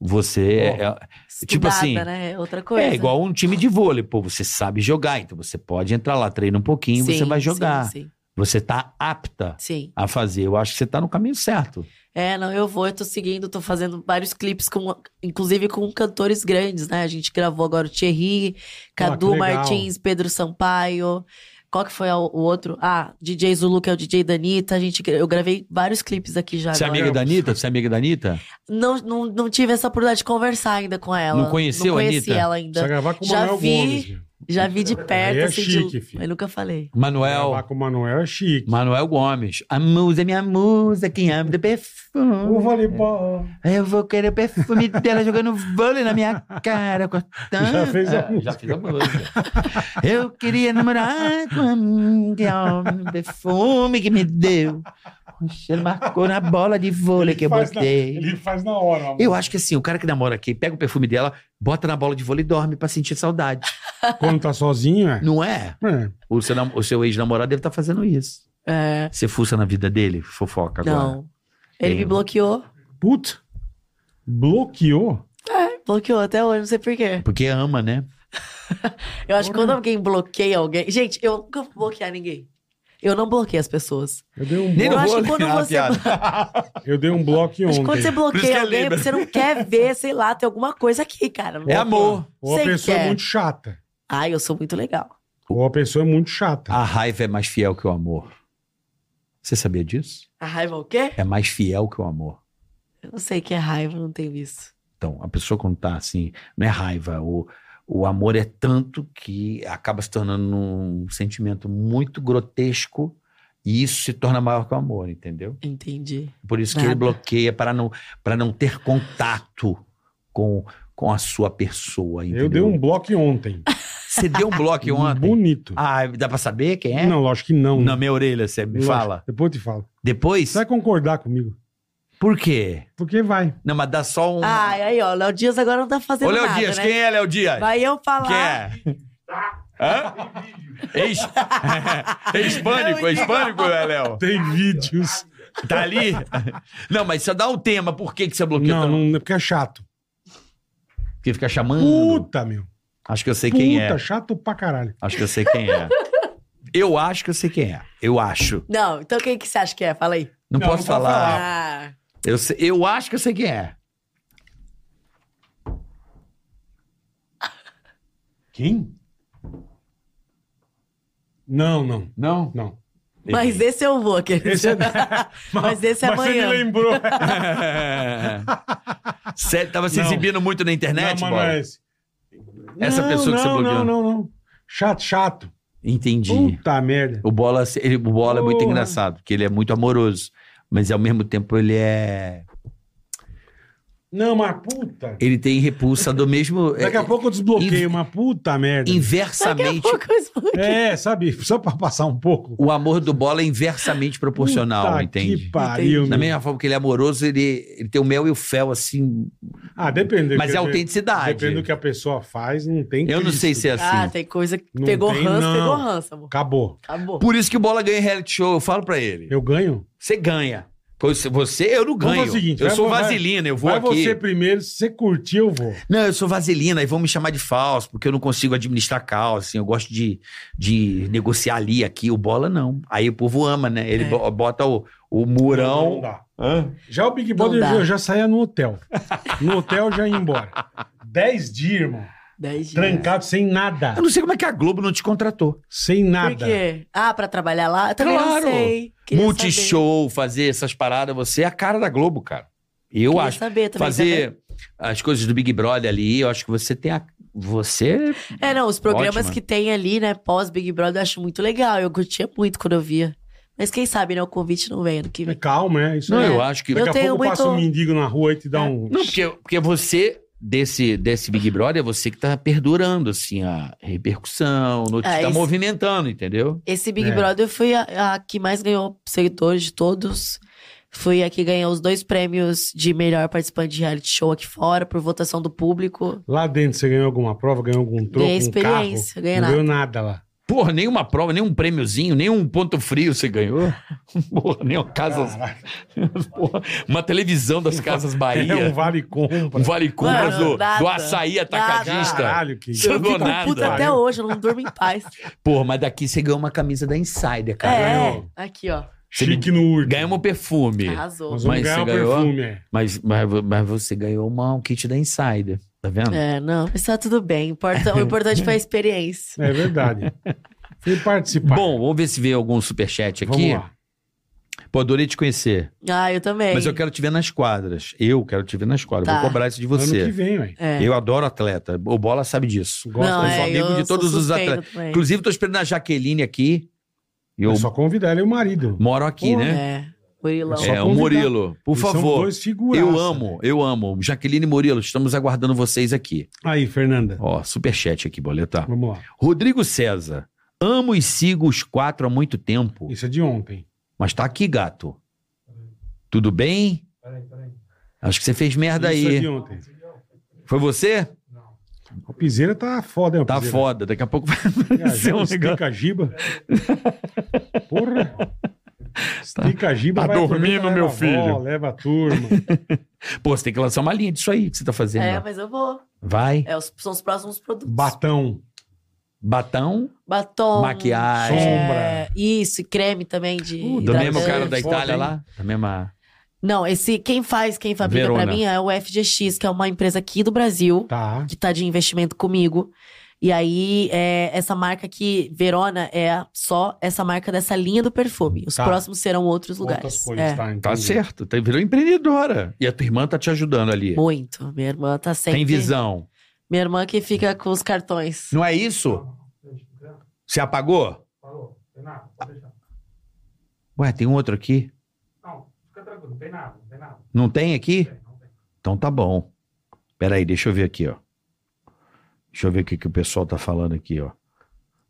Speaker 6: você
Speaker 2: Bom.
Speaker 6: é,
Speaker 5: Estudada,
Speaker 6: Tipo assim,
Speaker 5: né? Outra coisa.
Speaker 6: é igual um time de vôlei. Pô, você sabe jogar, então você pode entrar lá, treina um pouquinho, você
Speaker 5: Sim,
Speaker 6: vai
Speaker 5: sim,
Speaker 6: jogar.
Speaker 5: sim,
Speaker 6: Você tá apta
Speaker 5: sim.
Speaker 6: a fazer. Eu acho que você tá no caminho certo.
Speaker 5: É, não, eu vou, eu tô seguindo, tô fazendo vários clipes, com, inclusive com cantores grandes, né? A gente gravou agora o
Speaker 6: Ah,
Speaker 5: Thierry, Cadu
Speaker 2: que legal.
Speaker 5: Martins, Pedro Sampaio. Qual que foi a- o outro? Ah, DJ Zulu, que é o DJ da Anitta. A gente, gra- eu gravei vários clipes aqui já.
Speaker 6: Você é
Speaker 5: agora.
Speaker 6: amiga da Anitta? Você é amiga da Anitta?
Speaker 5: Não, não, não tive essa oportunidade de conversar ainda com ela.
Speaker 6: Não conheceu
Speaker 5: Não
Speaker 6: a
Speaker 5: conheci
Speaker 6: Anitta?
Speaker 5: ela
Speaker 2: Precisa
Speaker 5: ainda.
Speaker 2: gravar com o
Speaker 5: Já
Speaker 2: Manuel
Speaker 5: vi.
Speaker 2: Gomes. viu?
Speaker 5: Já vi de perto,
Speaker 2: é
Speaker 5: assim,
Speaker 2: chique,
Speaker 5: de...
Speaker 2: filho.
Speaker 5: Mas nunca falei.
Speaker 6: Manuel.
Speaker 2: Gravar com o Manuel é chique.
Speaker 6: Manuel Gomes. A musa, é minha musa, quem ama do
Speaker 5: Hum.
Speaker 2: O
Speaker 6: perfume.
Speaker 2: voleibol.
Speaker 6: Eu vou querer o perfume dela jogando vôlei na minha cara. cortando.
Speaker 2: Já fez a
Speaker 6: É,
Speaker 2: música.
Speaker 6: Já fez a música. Eu queria namorar com a minha o perfume que me deu. O cheiro marcou na bola de vôlei que eu
Speaker 2: faz na-
Speaker 6: botei.
Speaker 2: Ele faz na hora. amor.
Speaker 6: Eu acho que assim, o cara que namora aqui, pega o perfume dela, bota na bola de vôlei e dorme pra sentir saudade.
Speaker 2: Quando tá sozinho, é.
Speaker 6: Não é?
Speaker 2: É.
Speaker 6: O seu, nam- o seu ex-namorado deve estar fazendo isso.
Speaker 5: É,
Speaker 6: Você fuça na vida dele? Fofoca agora.
Speaker 5: não. Ele
Speaker 6: Tem- um-
Speaker 5: me bloqueou.
Speaker 2: Puta. Bloqueou.
Speaker 5: Bloqueou até hoje, não sei porquê.
Speaker 6: Porque ama, né?
Speaker 5: Eu acho que quando alguém bloqueia alguém. Gente, eu nunca vou bloquear ninguém. Eu não bloqueio as pessoas.
Speaker 2: Eu dei um,
Speaker 5: eu
Speaker 6: no
Speaker 5: acho
Speaker 6: vôlei,
Speaker 5: que quando
Speaker 6: na
Speaker 5: você.
Speaker 2: eu dei um bloco
Speaker 5: Acho
Speaker 2: ontem.
Speaker 5: que quando você
Speaker 6: Por isso que
Speaker 5: bloqueia
Speaker 6: é
Speaker 5: alguém, é
Speaker 6: Libra.
Speaker 5: porque você não quer ver, sei lá, tem alguma coisa aqui, cara. Não
Speaker 6: É
Speaker 5: vou-
Speaker 6: amor.
Speaker 2: Ou a
Speaker 5: Sei
Speaker 2: pessoa
Speaker 5: que
Speaker 2: é
Speaker 5: é.
Speaker 2: muito chata.
Speaker 5: Ai, eu sou muito legal.
Speaker 2: Ou a pessoa é muito chata.
Speaker 6: A raiva é mais fiel que o amor. Você sabia disso?
Speaker 5: A raiva é o quê?
Speaker 6: É mais fiel que o amor.
Speaker 5: Eu não sei o que é raiva, não tenho isso.
Speaker 6: Então, a pessoa quando tá assim, não é raiva. O, o amor é tanto que acaba se tornando um sentimento muito grotesco e isso se torna maior que o amor, entendeu?
Speaker 5: Entendi.
Speaker 6: Por isso que
Speaker 5: Nada.
Speaker 6: ele bloqueia para não, para não ter contato com, com a sua pessoa. Entendeu?
Speaker 2: eu dei um bloco ontem.
Speaker 6: Você deu um bloco ontem.
Speaker 2: Bonito.
Speaker 6: Ah, dá pra saber quem é?
Speaker 2: Não, lógico que não.
Speaker 6: Na minha orelha, você me
Speaker 2: Lógico.
Speaker 6: fala.
Speaker 2: Depois eu te falo.
Speaker 6: Depois?
Speaker 2: Você vai concordar comigo.
Speaker 6: Por quê?
Speaker 2: Porque vai.
Speaker 6: Não, mas dá só um.
Speaker 5: Ai, aí, ó, Léo Dias agora Ah, não tá fazendo
Speaker 6: Ô, Léo
Speaker 5: nada,
Speaker 6: Dias,
Speaker 5: né?
Speaker 6: quem é Léo Dias?
Speaker 5: Vai eu
Speaker 6: Quem
Speaker 5: falar.
Speaker 6: é? Hã? Ex... é hispânico, é hispânico, é, Léo?
Speaker 2: Tem vídeos.
Speaker 6: Tá ali? Não, mas só dá um tema, por que, que você bloqueou?
Speaker 2: Não,
Speaker 6: tanto?
Speaker 2: não, é porque é chato.
Speaker 6: Porque fica chamando.
Speaker 2: Puta, meu.
Speaker 6: Acho que eu sei
Speaker 2: Puta,
Speaker 6: Hum. quem é.
Speaker 2: chato pra caralho.
Speaker 6: Acho que eu sei quem é. Eu acho que eu sei quem é. Eu acho.
Speaker 5: Não, então quem que você acha que é? Fala aí.
Speaker 6: Não,
Speaker 2: Não,
Speaker 6: posso
Speaker 2: não pode
Speaker 6: falar.
Speaker 5: Ah,
Speaker 6: Eu, sei- eu acho que eu sei quem é.
Speaker 2: Quem? Não, não,
Speaker 6: Não?
Speaker 2: não.
Speaker 5: mas esse eu vou, querido.
Speaker 2: Esse é-
Speaker 5: Mas esse é
Speaker 2: Mas você
Speaker 5: amanhã.
Speaker 2: me lembrou.
Speaker 6: Sério, tava se
Speaker 2: Não.
Speaker 6: exibindo muito na internet,
Speaker 2: não, mas não
Speaker 6: Bola?
Speaker 2: é esse.
Speaker 6: Essa
Speaker 2: Não,
Speaker 6: pessoa que você
Speaker 2: não, Não,
Speaker 6: bloqueou.
Speaker 2: não, não. Chato, chato.
Speaker 6: Entendi.
Speaker 2: Puta merda.
Speaker 6: O Bola, ele, o Bola é muito
Speaker 2: Porra.
Speaker 6: engraçado, porque ele é muito amoroso. Mas ao mesmo tempo ele é.
Speaker 2: Não, mas puta.
Speaker 6: Ele tem repulsa do mesmo.
Speaker 2: Daqui a
Speaker 6: é-
Speaker 2: pouco eu desbloqueio,
Speaker 6: inv-
Speaker 2: mas puta merda.
Speaker 5: Daqui a
Speaker 6: Inversamente.
Speaker 5: pouco eu explico.
Speaker 2: É, sabe? Só pra passar um pouco.
Speaker 6: O amor do Bola é inversamente proporcional,
Speaker 2: Puta Que
Speaker 6: entende?
Speaker 2: pariu,
Speaker 6: Na
Speaker 2: meu.
Speaker 6: mesma forma que ele é amoroso, ele, ele tem o mel e o fel, assim.
Speaker 2: Ah, depende. do
Speaker 6: Mas
Speaker 2: que-
Speaker 6: é autenticidade.
Speaker 2: Depende do que a pessoa faz, não tem
Speaker 6: Eu não
Speaker 2: Cristo.
Speaker 6: sei se é assim.
Speaker 5: Ah, tem coisa que
Speaker 2: Não
Speaker 5: pegou
Speaker 2: tem,
Speaker 5: ranço,
Speaker 2: não.
Speaker 5: pegou ranço, amor.
Speaker 2: Acabou.
Speaker 5: Acabou.
Speaker 6: Por isso que o Bola ganha reality show, eu falo pra ele.
Speaker 2: Ah. Eu ganho?
Speaker 6: Você ganha. Você, você, eu não
Speaker 2: Vamos
Speaker 6: ganho.
Speaker 2: fazer o seguinte,
Speaker 6: eu
Speaker 2: vai-
Speaker 6: sou
Speaker 2: vai-
Speaker 6: vaselina, eu vou
Speaker 2: Vai
Speaker 6: aqui.
Speaker 2: você primeiro, se você curtir, eu vou.
Speaker 6: Não, eu sou vaselina e vão me chamar de falso, porque eu não consigo administrar caos, assim, eu gosto de, de negociar ali, aqui, o bola não. Aí o povo ama, né? Ele
Speaker 5: É.
Speaker 6: bo- bota o, o
Speaker 2: Não
Speaker 6: murão.
Speaker 2: dá. Já o Big Brother,
Speaker 5: dá.
Speaker 2: eu já saía no hotel. No hotel eu já ia embora. Dez dias, irmão.
Speaker 5: Dez dias.
Speaker 2: Trancado, sem nada.
Speaker 6: Eu não sei como é que a Globo não te contratou.
Speaker 2: Sem nada.
Speaker 5: Por quê? Ah, pra trabalhar lá? Eu também
Speaker 6: Claro.
Speaker 5: não sei. Queria
Speaker 6: Multishow, fazer essas paradas, você é a cara da Globo, cara. Eu
Speaker 5: saber. Queria
Speaker 6: acho.
Speaker 5: saber também.
Speaker 6: fazer as coisas do Big Brother ali, eu acho que você tem a. Você.
Speaker 5: saber. É, não, os programas
Speaker 6: Ótima.
Speaker 5: que tem ali, né, pós Big Brother, eu acho muito legal. Eu curtia muito quando eu via. Mas quem sabe, né, o convite não vem ano que
Speaker 2: É
Speaker 5: vem.
Speaker 2: Calma, é isso
Speaker 6: Não,
Speaker 2: aí.
Speaker 6: eu acho que.
Speaker 5: Eu
Speaker 2: Daqui a
Speaker 5: tenho
Speaker 2: pouco
Speaker 5: muito-
Speaker 2: passa um mendigo na rua e te dá um...
Speaker 6: Não, porque, porque você, desse, desse Big Brother, é você que tá perdurando, assim, a repercussão, no,
Speaker 5: É,
Speaker 6: tá
Speaker 5: esse-
Speaker 6: movimentando, entendeu?
Speaker 5: Esse Big
Speaker 2: É.
Speaker 5: Brother foi a, a que mais ganhou seguidores de todos. Foi a que ganhou os dois prêmios de melhor participante de reality show aqui fora, por votação do público.
Speaker 2: Lá dentro você ganhou alguma prova, ganhou algum troco,
Speaker 5: Ganhei
Speaker 2: um carro?
Speaker 5: experiência, ganhei
Speaker 2: não
Speaker 5: nada.
Speaker 2: ganhou nada lá.
Speaker 6: Porra, nenhuma prova, nenhum prêmiozinho, nenhum ponto frio você ganhou. Porra, nem uma casa. Porra, uma televisão das Casas Bahia.
Speaker 2: É um
Speaker 6: um
Speaker 2: vale-compra.
Speaker 6: vale compras
Speaker 5: Mano,
Speaker 6: do,
Speaker 5: nada.
Speaker 6: do açaí atacadista.
Speaker 2: Caralho, que...
Speaker 6: Você
Speaker 5: Eu
Speaker 6: Jogou
Speaker 5: fico
Speaker 6: nada.
Speaker 5: puta até hoje, eu não durmo em paz.
Speaker 6: Porra, mas daqui você ganhou uma camisa da Insider, cara.
Speaker 5: é,
Speaker 2: ganhou.
Speaker 5: aqui, ó.
Speaker 2: Chique no urso.
Speaker 6: Ganhamos um perfume.
Speaker 5: Arrasou.
Speaker 2: Nós vamos
Speaker 6: Mas
Speaker 2: ganhar
Speaker 6: você
Speaker 2: o
Speaker 6: ganhou?
Speaker 2: perfume, é.
Speaker 6: Mas, mas, mas você ganhou uma, um kit da Insider, tá vendo?
Speaker 5: É, não, mas tá tudo bem.
Speaker 6: É,
Speaker 5: Importa- o importante foi a experiência.
Speaker 2: É verdade. Fui participar.
Speaker 6: Bom, vamos ver se vê algum superchat
Speaker 2: Vamos
Speaker 6: aqui.
Speaker 2: lá.
Speaker 6: Pô, adorei te conhecer.
Speaker 5: Ah, eu também.
Speaker 6: Mas eu quero te ver nas quadras. Eu quero te ver nas quadras.
Speaker 5: Tá.
Speaker 6: Vou cobrar isso de
Speaker 2: Ano que
Speaker 6: você.
Speaker 2: vem, velho.
Speaker 5: É.
Speaker 6: Eu adoro atleta. O Bola sabe disso.
Speaker 2: Gosto
Speaker 6: eu
Speaker 5: não,
Speaker 2: dessa-
Speaker 6: sou
Speaker 5: é,
Speaker 6: amigo
Speaker 5: eu
Speaker 6: de todos
Speaker 5: sou
Speaker 6: os
Speaker 5: suspeita
Speaker 6: atletas.
Speaker 5: também.
Speaker 6: Inclusive, tô esperando a Jaqueline aqui. Eu
Speaker 2: É só convidar ele e o marido.
Speaker 6: moro aqui,
Speaker 2: Porra,
Speaker 6: né?
Speaker 5: É, Murilão.
Speaker 2: só
Speaker 6: É, o
Speaker 2: convidar.
Speaker 6: Murilo. Por
Speaker 2: Eles são
Speaker 6: favor.
Speaker 2: dois né? figuraça,
Speaker 6: Eu amo, eu amo. Jaqueline e Murilo, estamos aguardando vocês aqui.
Speaker 2: velho. Aí, Fernanda.
Speaker 6: Ó, superchat aqui, boleta.
Speaker 2: Vamos lá.
Speaker 6: Rodrigo César. Amo e sigo os quatro há muito tempo.
Speaker 2: Isso é de ontem.
Speaker 6: Mas tá aqui, gato. Tudo bem?
Speaker 4: Peraí, peraí.
Speaker 6: Acho que você fez merda
Speaker 2: Isso é de
Speaker 6: aí.
Speaker 2: ontem.
Speaker 6: Foi você?
Speaker 2: O Piseira tá foda, hein? o
Speaker 6: Tá
Speaker 2: Piseira.
Speaker 6: foda. Daqui a pouco vai aparecer um
Speaker 2: Viajou,
Speaker 6: negócio.
Speaker 2: Estica a giba. Porra. Estica a giba.
Speaker 6: Tá
Speaker 2: vai
Speaker 6: dormindo,
Speaker 2: aproveitar,
Speaker 6: Tá. meu
Speaker 2: leva a avó,
Speaker 6: filho.
Speaker 2: leva a turma.
Speaker 6: Pô, você tem que lançar uma linha disso aí que você tá fazendo.
Speaker 5: É,
Speaker 6: ó.
Speaker 5: mas eu vou.
Speaker 6: Vai.
Speaker 5: É, os- são os próximos produtos.
Speaker 2: Batão.
Speaker 6: Batão,
Speaker 5: Batom.
Speaker 6: maquiagem.
Speaker 5: É, isso, e creme também de.
Speaker 6: Uh, do mesmo
Speaker 5: hidratante.
Speaker 6: cara da
Speaker 2: Foda,
Speaker 6: Itália
Speaker 2: hein?
Speaker 6: lá? Da mesma.
Speaker 5: Não, esse quem faz, quem fabrica
Speaker 6: Verona.
Speaker 5: pra mim é o FGX, que é uma empresa aqui do Brasil,
Speaker 2: Tá.
Speaker 5: que tá de investimento comigo. E aí, é, essa marca aqui, Verona, é só essa marca dessa linha do perfume. Os
Speaker 2: Tá.
Speaker 5: próximos serão outros lugares.
Speaker 2: Outras coisas,
Speaker 5: é,
Speaker 2: tá?
Speaker 6: Tá
Speaker 2: entendi.
Speaker 6: certo. Tá, virou empreendedora. E a tua irmã tá te ajudando ali.
Speaker 5: Muito. Minha irmã tá sempre.
Speaker 6: Tem visão.
Speaker 5: Minha irmã que fica com os cartões.
Speaker 6: Não é isso? Você apagou?
Speaker 4: Falou, tem nada, pode deixar.
Speaker 6: Ué, tem um outro aqui?
Speaker 4: Não, fica tranquilo, não tem nada, não tem nada.
Speaker 6: Não tem aqui?
Speaker 4: Não tem, não tem.
Speaker 6: Então tá bom. Peraí, deixa eu ver aqui, ó. Deixa eu ver o que, que o pessoal tá falando aqui, ó.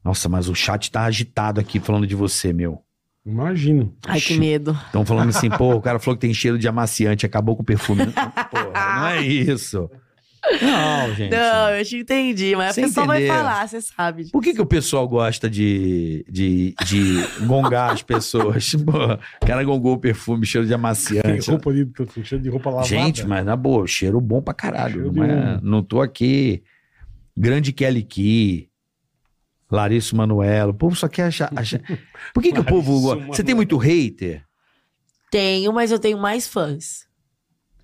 Speaker 6: Nossa, mas o chat tá agitado aqui falando de você, meu.
Speaker 2: Imagino.
Speaker 5: Ai, que medo.
Speaker 6: Estão falando assim, pô, o cara falou que tem cheiro de amaciante, acabou com o perfume. Porra, não é isso. Não, gente.
Speaker 5: Não, eu te entendi, mas
Speaker 6: Você
Speaker 5: a pessoa
Speaker 6: entendeu.
Speaker 5: vai falar, você sabe. disso.
Speaker 6: Por que, que o pessoal gosta de, de, de gongar as pessoas? Pô, o cara gongou o perfume, cheiro de
Speaker 2: Tem
Speaker 6: amaciante.
Speaker 2: roupa de, tem cheiro de roupa lavada.
Speaker 6: É, Gente, mas na boa, cheiro bom pra caralho.
Speaker 2: Cheiro
Speaker 6: Não, é-
Speaker 2: de um.
Speaker 6: não tô aqui. Grande Kelly Key, Larissa Manoela. O povo só quer achar. achar- Por que, que o povo
Speaker 2: Larissa
Speaker 6: gosta? Você tem muito hater?
Speaker 5: Tenho, mas eu tenho mais fãs.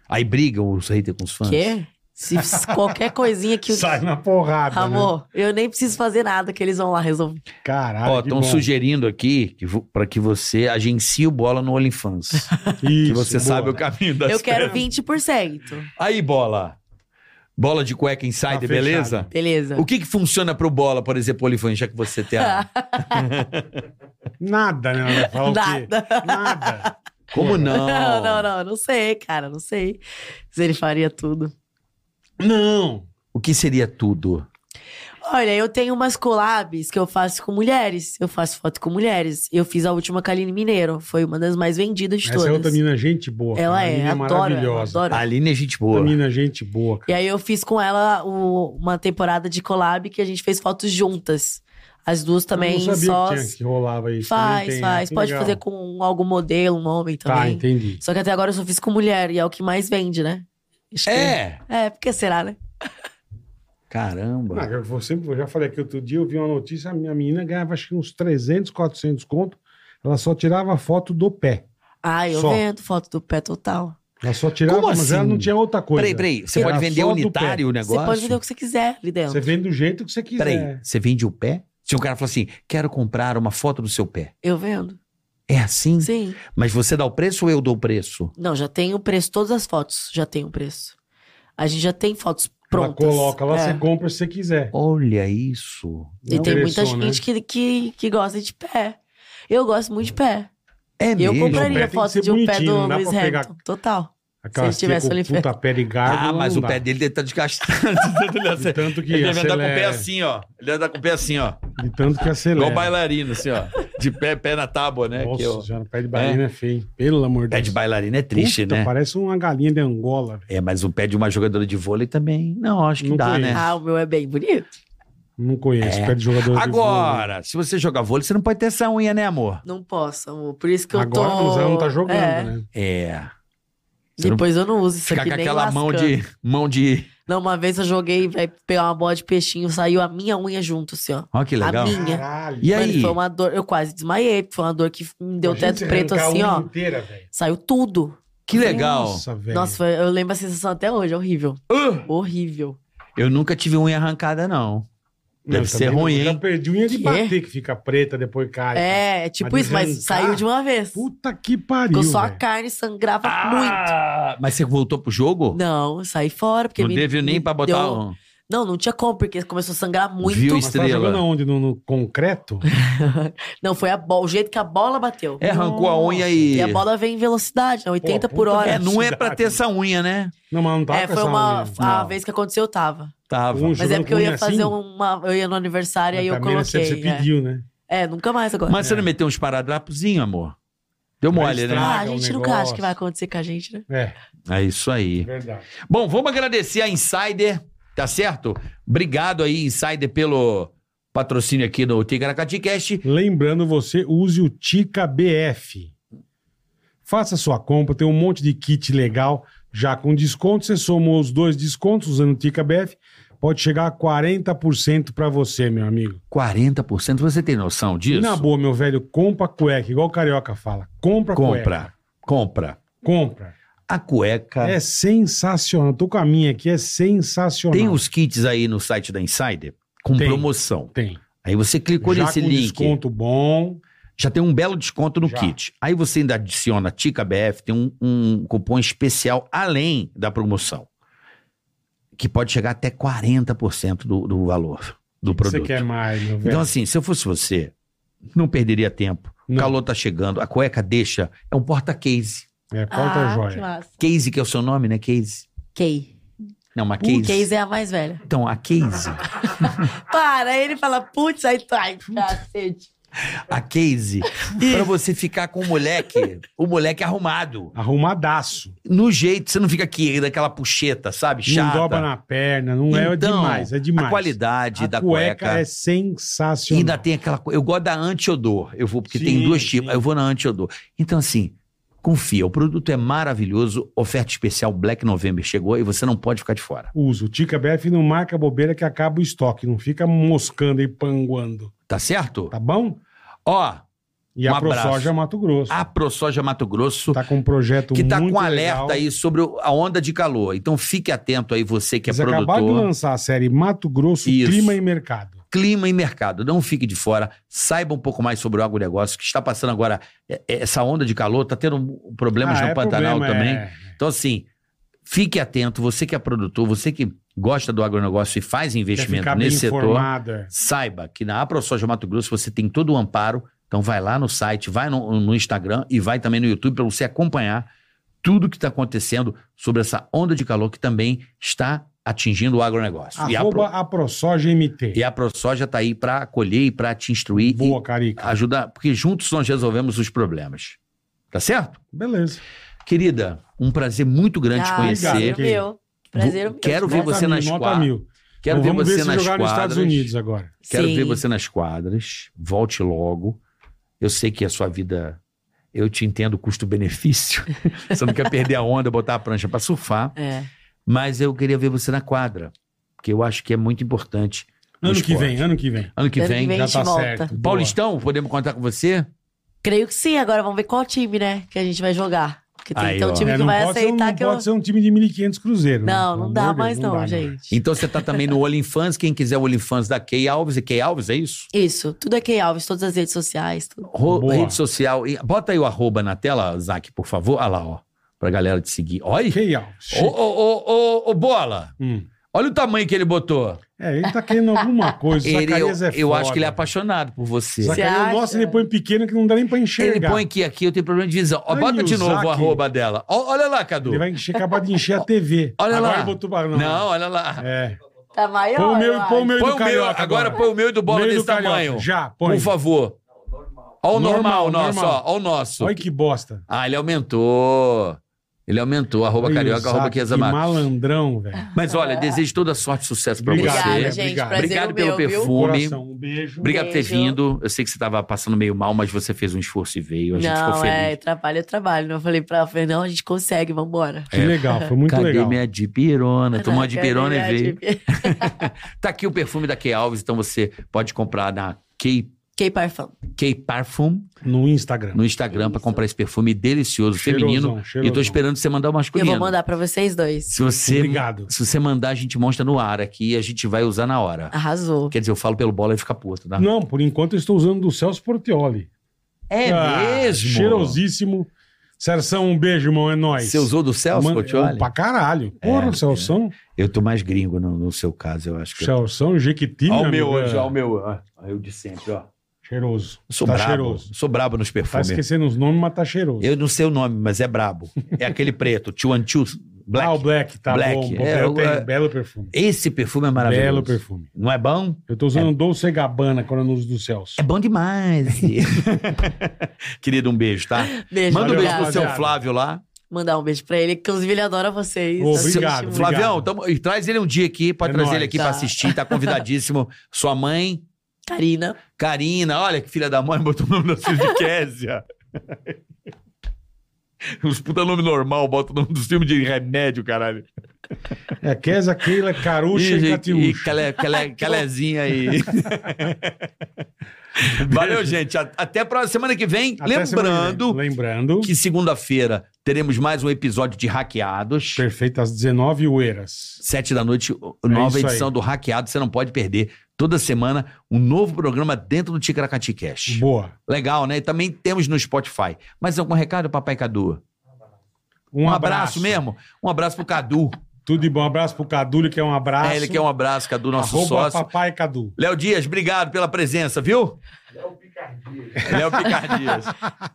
Speaker 6: Aí brigam os haters com os fãs?
Speaker 5: Quê? Se se qualquer coisinha que o.
Speaker 2: Sai na porrada. Né?
Speaker 5: Amor, eu nem preciso fazer nada que eles vão lá resolver.
Speaker 2: Caralho.
Speaker 6: Ó,
Speaker 2: que
Speaker 6: estão
Speaker 2: bom.
Speaker 6: sugerindo aqui que, vo- pra que você agencie o bola no OnlyFans. que
Speaker 2: Isso,
Speaker 6: você
Speaker 2: boa.
Speaker 6: sabe o caminho das
Speaker 5: Eu quero
Speaker 6: pedras.
Speaker 5: 20%.
Speaker 6: Aí, bola. Bola de cueca insider,
Speaker 2: Tá
Speaker 6: beleza?
Speaker 5: Beleza.
Speaker 6: O que, que funciona pro bola, por exemplo, OnlyFans, já que você tem a. é.
Speaker 2: Nada, né? Ela vai falar o quê?
Speaker 5: Nada.
Speaker 2: Nada.
Speaker 6: Como não?
Speaker 5: Não, não, não, não sei, cara, não sei se ele faria tudo.
Speaker 2: Não.
Speaker 6: O que seria tudo?
Speaker 5: Olha, eu tenho umas collabs que eu faço com mulheres. Eu faço foto com mulheres. Eu fiz a última com a Aline Mineiro. Foi uma das mais vendidas de
Speaker 2: Essa é
Speaker 5: todas.
Speaker 2: outra mina gente boa.
Speaker 5: ela
Speaker 2: cara. A
Speaker 5: é,
Speaker 2: mina
Speaker 5: adoro, ela,
Speaker 2: maravilhosa.
Speaker 5: adoro.
Speaker 6: A Aline é gente boa.
Speaker 2: Outra mina gente boa,
Speaker 5: E
Speaker 2: cara.
Speaker 5: aí eu fiz com ela o- uma temporada de collab que a gente fez fotos juntas. As duas também
Speaker 2: Eu não sabia
Speaker 5: só.
Speaker 2: que, tinha, que rolava isso.
Speaker 5: Faz,
Speaker 2: Também tem,
Speaker 5: faz.
Speaker 2: que
Speaker 5: Pode
Speaker 2: legal.
Speaker 5: fazer com algum modelo, um homem
Speaker 2: Tá,
Speaker 5: também.
Speaker 2: entendi.
Speaker 5: só que até agora eu só fiz com mulher e é o que mais vende, né? Acho que-
Speaker 6: É!
Speaker 5: É, porque será, né?
Speaker 6: Caramba.
Speaker 2: Não, Ah, eu, vou sempre, eu já falei aqui outro dia, eu vi uma notícia, a minha menina ganhava acho que uns 300, 400 conto, ela só tirava foto do pé.
Speaker 5: Ah, eu
Speaker 2: Só.
Speaker 5: vendo foto do pé total.
Speaker 2: Ela só tirava,
Speaker 6: Como
Speaker 2: mas
Speaker 6: assim?
Speaker 2: ela não tinha outra coisa.
Speaker 6: Peraí, peraí. Você
Speaker 2: Era
Speaker 6: pode vender
Speaker 2: só do
Speaker 6: unitário o negócio?
Speaker 5: Você pode vender o É. que você quiser ali dentro.
Speaker 2: É Você vem do jeito que você quiser.
Speaker 6: Peraí, você vende o pé? Se um cara falar assim, quero comprar uma foto do seu pé.
Speaker 5: Eu vendo.
Speaker 6: É assim?
Speaker 5: Sim.
Speaker 6: Mas você dá o preço ou eu dou o preço?
Speaker 5: Não, já tem o preço. Todas as fotos já tem o preço. A gente já tem fotos
Speaker 2: Ela
Speaker 5: prontas.
Speaker 2: coloca lá,
Speaker 5: É.
Speaker 2: você compra se você quiser.
Speaker 6: Olha isso.
Speaker 5: E
Speaker 2: Não
Speaker 5: tem muita
Speaker 2: interessou, né?
Speaker 5: gente que, que, que gosta de pé. Eu gosto muito de pé.
Speaker 6: É
Speaker 5: eu
Speaker 2: Não,
Speaker 6: mesmo?
Speaker 2: pé
Speaker 5: compraria
Speaker 2: tem que ser
Speaker 5: foto de um pé
Speaker 2: bonitinho,
Speaker 5: do
Speaker 2: não dá
Speaker 5: Luiz
Speaker 2: pra pegar-
Speaker 5: Hamilton. Total.
Speaker 2: Aquela
Speaker 5: Se ele tivesse
Speaker 2: com
Speaker 5: olifante.
Speaker 2: puta pé de gargo,
Speaker 6: Ah, mas
Speaker 2: não
Speaker 6: o
Speaker 2: dá.
Speaker 6: pé dele deve estar desgastando.
Speaker 2: De tanto que
Speaker 6: ele deve andar com o pé
Speaker 2: acelera,
Speaker 6: assim, ó. Ele deve andar com o pé assim, ó.
Speaker 2: de tanto que acelera.
Speaker 6: Igual bailarino, assim, ó. De pé, pé na tábua, né?
Speaker 2: Nossa
Speaker 6: Que, ó.
Speaker 2: senhora, pé de bailarina é, feio. hein? Pelo amor de
Speaker 6: Pé
Speaker 2: Deus.
Speaker 6: de bailarino é triste,
Speaker 2: Puta,
Speaker 6: né?
Speaker 2: Parece uma galinha de Angola. velho.
Speaker 6: É, mas o pé de uma jogadora de vôlei também. Não, acho que
Speaker 2: Não
Speaker 6: dá,
Speaker 2: conheço.
Speaker 6: né?
Speaker 5: Ah, o meu é bem bonito.
Speaker 2: Não conheço. Pé de jogador
Speaker 6: É. Agora, se você jogar vôlei, você não pode ter essa unha, né, amor?
Speaker 5: Não posso, amor. Por isso
Speaker 2: de
Speaker 5: que eu
Speaker 2: vôlei. Agora
Speaker 5: tô...
Speaker 2: mas ela não tá jogando,
Speaker 5: É.
Speaker 2: né?
Speaker 6: É. Você não
Speaker 5: Depois eu não uso isso
Speaker 6: ficar
Speaker 5: aqui
Speaker 6: com
Speaker 5: nem
Speaker 6: aquela mão
Speaker 5: lascando.
Speaker 6: de, mão de.
Speaker 5: Não, uma vez eu joguei, vai pegar uma bola de peixinho, saiu a minha unha junto, assim, ó.
Speaker 6: Olha que legal.
Speaker 5: A minha.
Speaker 2: Caralho.
Speaker 6: E
Speaker 5: Mano,
Speaker 6: aí?
Speaker 5: foi uma dor, eu quase desmaiei, porque foi uma dor que me deu
Speaker 2: Imagina
Speaker 5: teto
Speaker 2: você
Speaker 5: preto
Speaker 2: arrancar um
Speaker 5: assim,
Speaker 2: a
Speaker 5: ó.
Speaker 2: unha inteira, velho.
Speaker 5: Saiu tudo.
Speaker 6: Que legal.
Speaker 2: Nossa, velho.
Speaker 5: Nossa, foi- eu lembro a sensação até hoje, é horrível. Horrível.
Speaker 6: Eu nunca tive unha arrancada, não. deve
Speaker 2: eu
Speaker 6: ser
Speaker 2: também
Speaker 6: ruim,
Speaker 2: nunca
Speaker 6: hein?
Speaker 2: perdi unha de
Speaker 5: Que?
Speaker 2: bater, que fica preta, depois cai. cara.
Speaker 5: É, é tipo
Speaker 2: Mas
Speaker 5: isso, mas
Speaker 2: arrancar?
Speaker 5: saiu de uma vez.
Speaker 2: Puta que pariu,
Speaker 5: Ficou só a
Speaker 2: velho.
Speaker 5: carne, sangrava
Speaker 6: Ah, Mas você voltou pro jogo?
Speaker 5: muito. Não, eu saí fora, porque
Speaker 6: Não
Speaker 5: me-
Speaker 6: teve nem
Speaker 5: me
Speaker 6: pra botar
Speaker 5: deu-
Speaker 6: um.
Speaker 5: Não, não tinha como, porque começou a sangrar muito.
Speaker 6: Viu
Speaker 2: Mas tá
Speaker 6: estrela.
Speaker 2: jogando aonde? No, no concreto?
Speaker 5: Não, foi a bola, o jeito que a bola bateu.
Speaker 6: É, arrancou a unha
Speaker 5: E
Speaker 6: e.
Speaker 5: a bola vem em velocidade, né? 80 por
Speaker 2: puta
Speaker 5: hora.
Speaker 6: É, não é pra ter essa unha, né?
Speaker 2: Não, mas não tá
Speaker 5: É,
Speaker 2: com
Speaker 5: foi
Speaker 2: essa
Speaker 5: uma
Speaker 2: unha.
Speaker 5: a
Speaker 6: Não.
Speaker 5: vez que aconteceu, eu tava.
Speaker 6: Tava.
Speaker 2: Um
Speaker 5: Mas é
Speaker 2: jogando
Speaker 5: porque eu
Speaker 2: com
Speaker 5: ia
Speaker 2: unha
Speaker 5: fazer
Speaker 2: assim?
Speaker 5: uma, eu ia no aniversário e aí eu
Speaker 2: Também
Speaker 5: coloquei.
Speaker 2: Você
Speaker 5: é.
Speaker 2: pediu, né?
Speaker 5: É, nunca mais agora.
Speaker 6: Mas você não meteu uns paradrapozinhos, amor? Deu
Speaker 2: Mas
Speaker 6: mole, né?
Speaker 5: Ah, a
Speaker 2: Traga o
Speaker 5: gente nunca
Speaker 2: é um negócio.
Speaker 5: acha que vai acontecer com a gente, né?
Speaker 2: É,
Speaker 6: É isso aí.
Speaker 2: verdade.
Speaker 6: Bom, vamos agradecer a Insider, tá certo? Obrigado aí, Insider, pelo patrocínio aqui do Ticaracaticast.
Speaker 2: Lembrando você, use o Tica BF. Faça sua compra, tem um monte de kit legal. Já com desconto, você somou os dois descontos usando o Tica BF, pode chegar a 40% pra você, meu amigo.
Speaker 6: 40%, você tem noção
Speaker 2: E
Speaker 6: disso?
Speaker 2: na boa, meu velho, compra cueca, igual o carioca fala. Compra, cueca.
Speaker 6: compra, compra.
Speaker 2: Compra.
Speaker 6: A cueca.
Speaker 2: É sensacional. Tô com a minha aqui, é sensacional.
Speaker 6: Tem os kits aí no site da Insider com
Speaker 2: Tem.
Speaker 6: promoção.
Speaker 2: Tem.
Speaker 6: Aí você clicou
Speaker 2: Já
Speaker 6: nesse
Speaker 2: com
Speaker 6: link,
Speaker 2: desconto bom.
Speaker 6: já tem um belo desconto no
Speaker 2: Já.
Speaker 6: kit. Aí você ainda adiciona Tica BF, tem um, um cupom especial além da promoção, que pode chegar até 40% do, do valor do
Speaker 2: Você
Speaker 6: produto.
Speaker 2: quer mais, meu velho?
Speaker 6: Então assim, se eu fosse você, não perderia tempo. O
Speaker 2: Não.
Speaker 6: calor tá chegando, a cueca deixa, é um porta-case.
Speaker 2: É, porta
Speaker 5: ah,
Speaker 2: joia.
Speaker 5: que massa.
Speaker 6: Case que é o seu nome, né? Case.
Speaker 5: Kay.
Speaker 6: Não,
Speaker 2: Um
Speaker 6: uma
Speaker 5: Case.
Speaker 6: case.
Speaker 5: Case é a mais velha.
Speaker 6: Então, a case.
Speaker 5: Para, aí ele fala, putz, aí tu, ai, cacete.
Speaker 6: a case pra você ficar com o moleque, o moleque é arrumado.
Speaker 2: Arrumadaço.
Speaker 6: No jeito, você não fica aqui daquela puxeta, sabe?
Speaker 2: Não
Speaker 6: Chata.
Speaker 2: dobra na perna, não é, é
Speaker 6: Então,
Speaker 2: demais, é demais.
Speaker 6: A qualidade
Speaker 2: A
Speaker 6: da cueca.
Speaker 2: é
Speaker 6: E
Speaker 2: sensacional.
Speaker 6: ainda tem aquela co- Eu gosto da anti-odor. Eu vou, porque tem
Speaker 2: Sim,
Speaker 6: dois
Speaker 2: sim.
Speaker 6: tipos. Eu vou na anti-odor. Então, assim, confia. O produto é maravilhoso. Oferta especial Black November chegou e você não pode ficar de fora.
Speaker 2: Uso. Tica BF não marca bobeira que acaba o estoque, não fica moscando e panguando.
Speaker 6: Tá certo?
Speaker 2: Tá bom?
Speaker 6: Ó,
Speaker 2: E
Speaker 6: Um
Speaker 2: a
Speaker 6: abraço.
Speaker 2: ProSoja Mato Grosso.
Speaker 6: a ProSoja Mato Grosso.
Speaker 2: Tá com um projeto
Speaker 6: que tá
Speaker 2: muito
Speaker 6: com alerta
Speaker 2: legal.
Speaker 6: aí sobre o- a onda de calor. Então fique atento aí, você que é
Speaker 2: Eles acabaram de
Speaker 6: produtor.
Speaker 2: lançar a série Mato Grosso,
Speaker 6: Isso.
Speaker 2: Clima e Mercado.
Speaker 6: clima e mercado. Não fique de fora, saiba um pouco mais sobre o agronegócio que está passando agora. é, é, Essa onda de calor está tendo problemas
Speaker 2: Ah,
Speaker 6: no
Speaker 2: é
Speaker 6: Pantanal
Speaker 2: problema,
Speaker 6: também.
Speaker 2: é.
Speaker 6: Então, assim, fique atento, você que é produtor, você que gosta do agronegócio e faz
Speaker 2: Quer
Speaker 6: investimento
Speaker 2: ficar bem
Speaker 6: nesse setor,
Speaker 2: informado. é.
Speaker 6: saiba que na AproSoja Mato Grosso você tem todo o amparo. Então vai lá no site, vai no, no Instagram e vai também no YouTube para você acompanhar tudo que está acontecendo sobre essa onda de calor que também está atingindo o agronegócio. E a Pro-
Speaker 2: Arroba a ProSoja MT.
Speaker 6: e a ProSoja está aí para acolher e para te instruir
Speaker 2: Boa,
Speaker 6: e
Speaker 2: Carica.
Speaker 6: ajudar, porque juntos nós resolvemos os problemas. Tá certo?
Speaker 2: Beleza.
Speaker 6: Querida, um prazer muito grande te
Speaker 5: Ah,
Speaker 6: conhecer.
Speaker 5: Prazer meu. Prazer meu.
Speaker 6: Quero ver você
Speaker 2: Tá mil,
Speaker 6: nas
Speaker 2: nota
Speaker 6: quadras.
Speaker 2: mil.
Speaker 6: Quero
Speaker 2: Então
Speaker 6: ver
Speaker 2: vamos
Speaker 6: você
Speaker 2: se
Speaker 6: nas
Speaker 2: jogar nos
Speaker 6: quadras.
Speaker 2: Estados Unidos agora.
Speaker 6: Quero
Speaker 5: Sim.
Speaker 6: ver você nas quadras. Volte logo. Eu sei que a sua vida. Eu te entendo custo-benefício. você não quer perder a onda, botar a prancha para surfar.
Speaker 5: É.
Speaker 6: Mas eu queria ver você na quadra. Porque eu acho que é muito importante. no
Speaker 2: Ano que
Speaker 6: esporte.
Speaker 2: vem, ano que vem.
Speaker 6: Ano que
Speaker 5: Ano que
Speaker 6: vem.
Speaker 5: vem.
Speaker 2: Já
Speaker 5: a gente
Speaker 2: tá
Speaker 5: volta.
Speaker 2: certo. Boa.
Speaker 6: Paulistão, podemos contar com você?
Speaker 5: Creio que sim, agora vamos ver qual time, né? Que a gente vai jogar. Porque tem
Speaker 6: Aí,
Speaker 5: que ter
Speaker 6: ó.
Speaker 5: um time
Speaker 2: É,
Speaker 5: que
Speaker 2: não
Speaker 5: vai
Speaker 2: pode ser, um-
Speaker 5: aceitar
Speaker 2: não
Speaker 5: que eu.
Speaker 2: pode ser um time de 1.500 cruzeiro. né?
Speaker 5: Não,
Speaker 2: Pelo
Speaker 5: não
Speaker 2: amor
Speaker 5: dá
Speaker 2: de
Speaker 5: mais,
Speaker 2: Deus,
Speaker 5: não,
Speaker 2: dá,
Speaker 5: gente.
Speaker 6: Então você tá também no OnlyFans. Quem quiser o OnlyFans da Key Alves, é Key Alves, é isso?
Speaker 5: Isso, tudo é Key Alves, todas as redes sociais, tudo.
Speaker 6: Ro-
Speaker 2: Boa.
Speaker 6: Rede social. E- Bota aí o arroba na tela, Zac, por favor. Olha lá, ó. Pra galera te seguir. Olha. aí.
Speaker 2: Que alvo.
Speaker 6: Ô, ô, ô, ô, ô, bola.
Speaker 2: Hum.
Speaker 6: Olha o tamanho que ele botou.
Speaker 2: É, ele tá querendo alguma coisa. O
Speaker 6: Ele, eu
Speaker 2: Zacarias é foda.
Speaker 6: eu acho que ele é apaixonado por você.
Speaker 5: Você
Speaker 2: Zacarias,
Speaker 5: acha?
Speaker 2: nossa, ele põe pequeno que não dá nem pra enxergar.
Speaker 6: Ele põe aqui, aqui, eu tenho problema de visão. Ó,
Speaker 2: Ai,
Speaker 6: bota de
Speaker 2: o
Speaker 6: novo
Speaker 2: Zac.
Speaker 6: o arroba dela. Ó, olha lá, Cadu.
Speaker 2: Ele vai encher, acabar de encher a TV.
Speaker 6: Olha
Speaker 2: agora
Speaker 6: lá.
Speaker 2: ele botou pra-
Speaker 6: Não, olha lá.
Speaker 2: É.
Speaker 5: Tá maior.
Speaker 2: Põe o
Speaker 5: eu
Speaker 2: meu,
Speaker 5: acho.
Speaker 2: põe o meu e
Speaker 6: Põe
Speaker 2: É, do
Speaker 6: o meu,
Speaker 2: Carioca
Speaker 6: agora, põe o meu e do bola
Speaker 2: Meio do
Speaker 6: desse
Speaker 2: Carioca.
Speaker 6: tamanho.
Speaker 2: Já, põe.
Speaker 6: Por favor. Ó o normal,
Speaker 2: Normal,
Speaker 6: nosso,
Speaker 2: normal.
Speaker 6: ó. Ó o nosso.
Speaker 2: Olha que bosta.
Speaker 6: Ah, ele aumentou. Ele aumentou, arroba
Speaker 2: Olha o
Speaker 6: carioca, arroba
Speaker 2: Zac,
Speaker 6: Kiesa
Speaker 2: que
Speaker 6: Matos.
Speaker 2: malandrão, velho.
Speaker 6: Mas
Speaker 5: É.
Speaker 6: olha, desejo toda sorte e sucesso pra
Speaker 2: Obrigado, né?
Speaker 5: Obrigada,
Speaker 6: você.
Speaker 5: gente.
Speaker 2: obrigado.
Speaker 5: Prazer
Speaker 6: Obrigado
Speaker 5: o
Speaker 6: pelo
Speaker 5: meu, viu?
Speaker 6: perfume.
Speaker 2: Coração, um beijo.
Speaker 6: Obrigado por ter
Speaker 5: Beijo.
Speaker 6: vindo. Eu sei que você tava passando meio mal, mas você fez um esforço e veio. A gente ficou
Speaker 5: Não,
Speaker 6: feliz.
Speaker 5: é, trabalho é trabalho. Eu falei pra ela, falei, não, a gente consegue, vambora.
Speaker 2: Que legal, foi muito
Speaker 6: Cadê
Speaker 2: legal.
Speaker 6: minha dipirona? É, Tomou uma
Speaker 5: Cadê
Speaker 6: dipirona e
Speaker 5: minha
Speaker 6: veio.
Speaker 5: dip-
Speaker 6: Tá aqui o perfume da Key Alves, então você pode comprar na Key,
Speaker 5: Key Parfum.
Speaker 6: Key Parfum
Speaker 2: No Instagram.
Speaker 6: no Instagram pra
Speaker 5: Isso.
Speaker 6: comprar esse perfume delicioso, feminino. E tô esperando você mandar o
Speaker 5: Eu
Speaker 6: masculino.
Speaker 5: vou mandar pra vocês dois.
Speaker 6: Se você,
Speaker 2: Obrigado.
Speaker 6: se você mandar, a gente mostra no ar aqui e a gente vai usar na hora.
Speaker 5: Arrasou.
Speaker 6: Quer dizer, eu falo pelo bola e fica puto, tá?
Speaker 2: Não, por enquanto eu estou usando do Celso Portioli.
Speaker 6: É
Speaker 2: Ah,
Speaker 6: mesmo?
Speaker 2: Cheirosíssimo. Serção, um beijo, irmão, é nóis.
Speaker 6: Você usou do Celso,
Speaker 2: Mano,
Speaker 6: Portioli?
Speaker 2: Pra caralho. Porra,
Speaker 6: É,
Speaker 2: Celção.
Speaker 6: Eu tô mais gringo no, no seu caso, eu acho que. eu-
Speaker 2: Celção, Jequiti.
Speaker 6: Ó
Speaker 2: né,
Speaker 6: o meu
Speaker 2: amigo?
Speaker 6: hoje, ó o meu. ó. Ó, Eu de sempre, ó.
Speaker 2: Cheiroso.
Speaker 6: Eu sou
Speaker 2: tá
Speaker 6: brabo.
Speaker 2: cheiroso.
Speaker 6: Sou brabo nos
Speaker 2: Tá
Speaker 6: perfumes.
Speaker 2: esquecendo os nomes, mas tá cheiroso.
Speaker 6: eu não sei o nome, mas é brabo. É aquele preto, Tio Antiu Black.
Speaker 2: Ah, o Black, tá
Speaker 6: Black,
Speaker 2: bom.
Speaker 6: é,
Speaker 2: eu
Speaker 6: o-
Speaker 2: tenho,
Speaker 6: é-
Speaker 2: belo perfume.
Speaker 6: Esse perfume é maravilhoso.
Speaker 2: Belo perfume.
Speaker 6: Não é bom?
Speaker 2: Eu tô usando Dolce Gabbana quando eu não uso do Celso.
Speaker 6: É bom demais. Querido, um beijo, tá?
Speaker 5: Beijo,
Speaker 6: Manda um beijo pro
Speaker 5: obrigada.
Speaker 6: seu
Speaker 2: rapaziada.
Speaker 6: Flávio lá.
Speaker 5: Mandar um beijo pra ele. Inclusive, ele adora vocês.
Speaker 2: Ô,
Speaker 5: Assiste
Speaker 2: obrigado,
Speaker 5: muito.
Speaker 6: Flavião, tamo- e traz ele um dia aqui, pode
Speaker 2: É
Speaker 6: trazer
Speaker 2: nóis.
Speaker 6: ele aqui pra
Speaker 5: Tá.
Speaker 6: assistir, tá convidadíssimo. Sua mãe,
Speaker 5: Karina.
Speaker 6: Karina, olha que filha da mãe botou o nome do filho de Késia. Os puta nome normal, bota o nome dos filmes de remédio, caralho.
Speaker 2: É Kesa, Keila, Carucha e
Speaker 6: e
Speaker 2: Catiúcha.
Speaker 6: Calé- Calé- Calézinha e. Valeu, gente. A- Até pra semana que vem.
Speaker 2: Até semana que vem.
Speaker 6: Lembrando
Speaker 2: Lembrando.
Speaker 6: que segunda-feira teremos mais um episódio de Hackeados.
Speaker 2: Perfeito, às 19 horas.
Speaker 6: Sete da noite, nova
Speaker 2: isso aí.
Speaker 6: edição do Hackeado. Você não pode perder. Toda semana, um novo programa dentro do Ticaracati Cash.
Speaker 2: Boa.
Speaker 6: Legal, né? E também temos no Spotify. Mas algum recado, Papai Cadu?
Speaker 2: Um,
Speaker 6: Um, abraço. mesmo. Um abraço pro Cadu.
Speaker 2: Tudo de bom. Um abraço pro Cadu, que é um abraço.
Speaker 6: É, ele quer um abraço, Cadu, nosso
Speaker 2: Arroba
Speaker 6: sócio.
Speaker 2: papai Cadu.
Speaker 6: Léo Dias, obrigado pela presença, viu?
Speaker 4: Léo Picardia.
Speaker 6: Léo Picardias.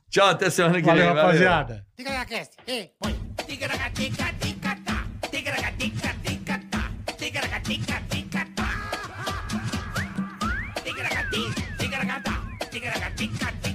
Speaker 6: Tchau, até semana que
Speaker 2: Valeu,
Speaker 6: vem. valeu.
Speaker 2: rapaziada.
Speaker 1: Ticaracast. Ei, põe. Ticaracatica, ticatá. Ticaracatica, ticatá. Ticaracatica, ticatá. Ticaracati, ticaracatá. Ticaracatica, ticatá.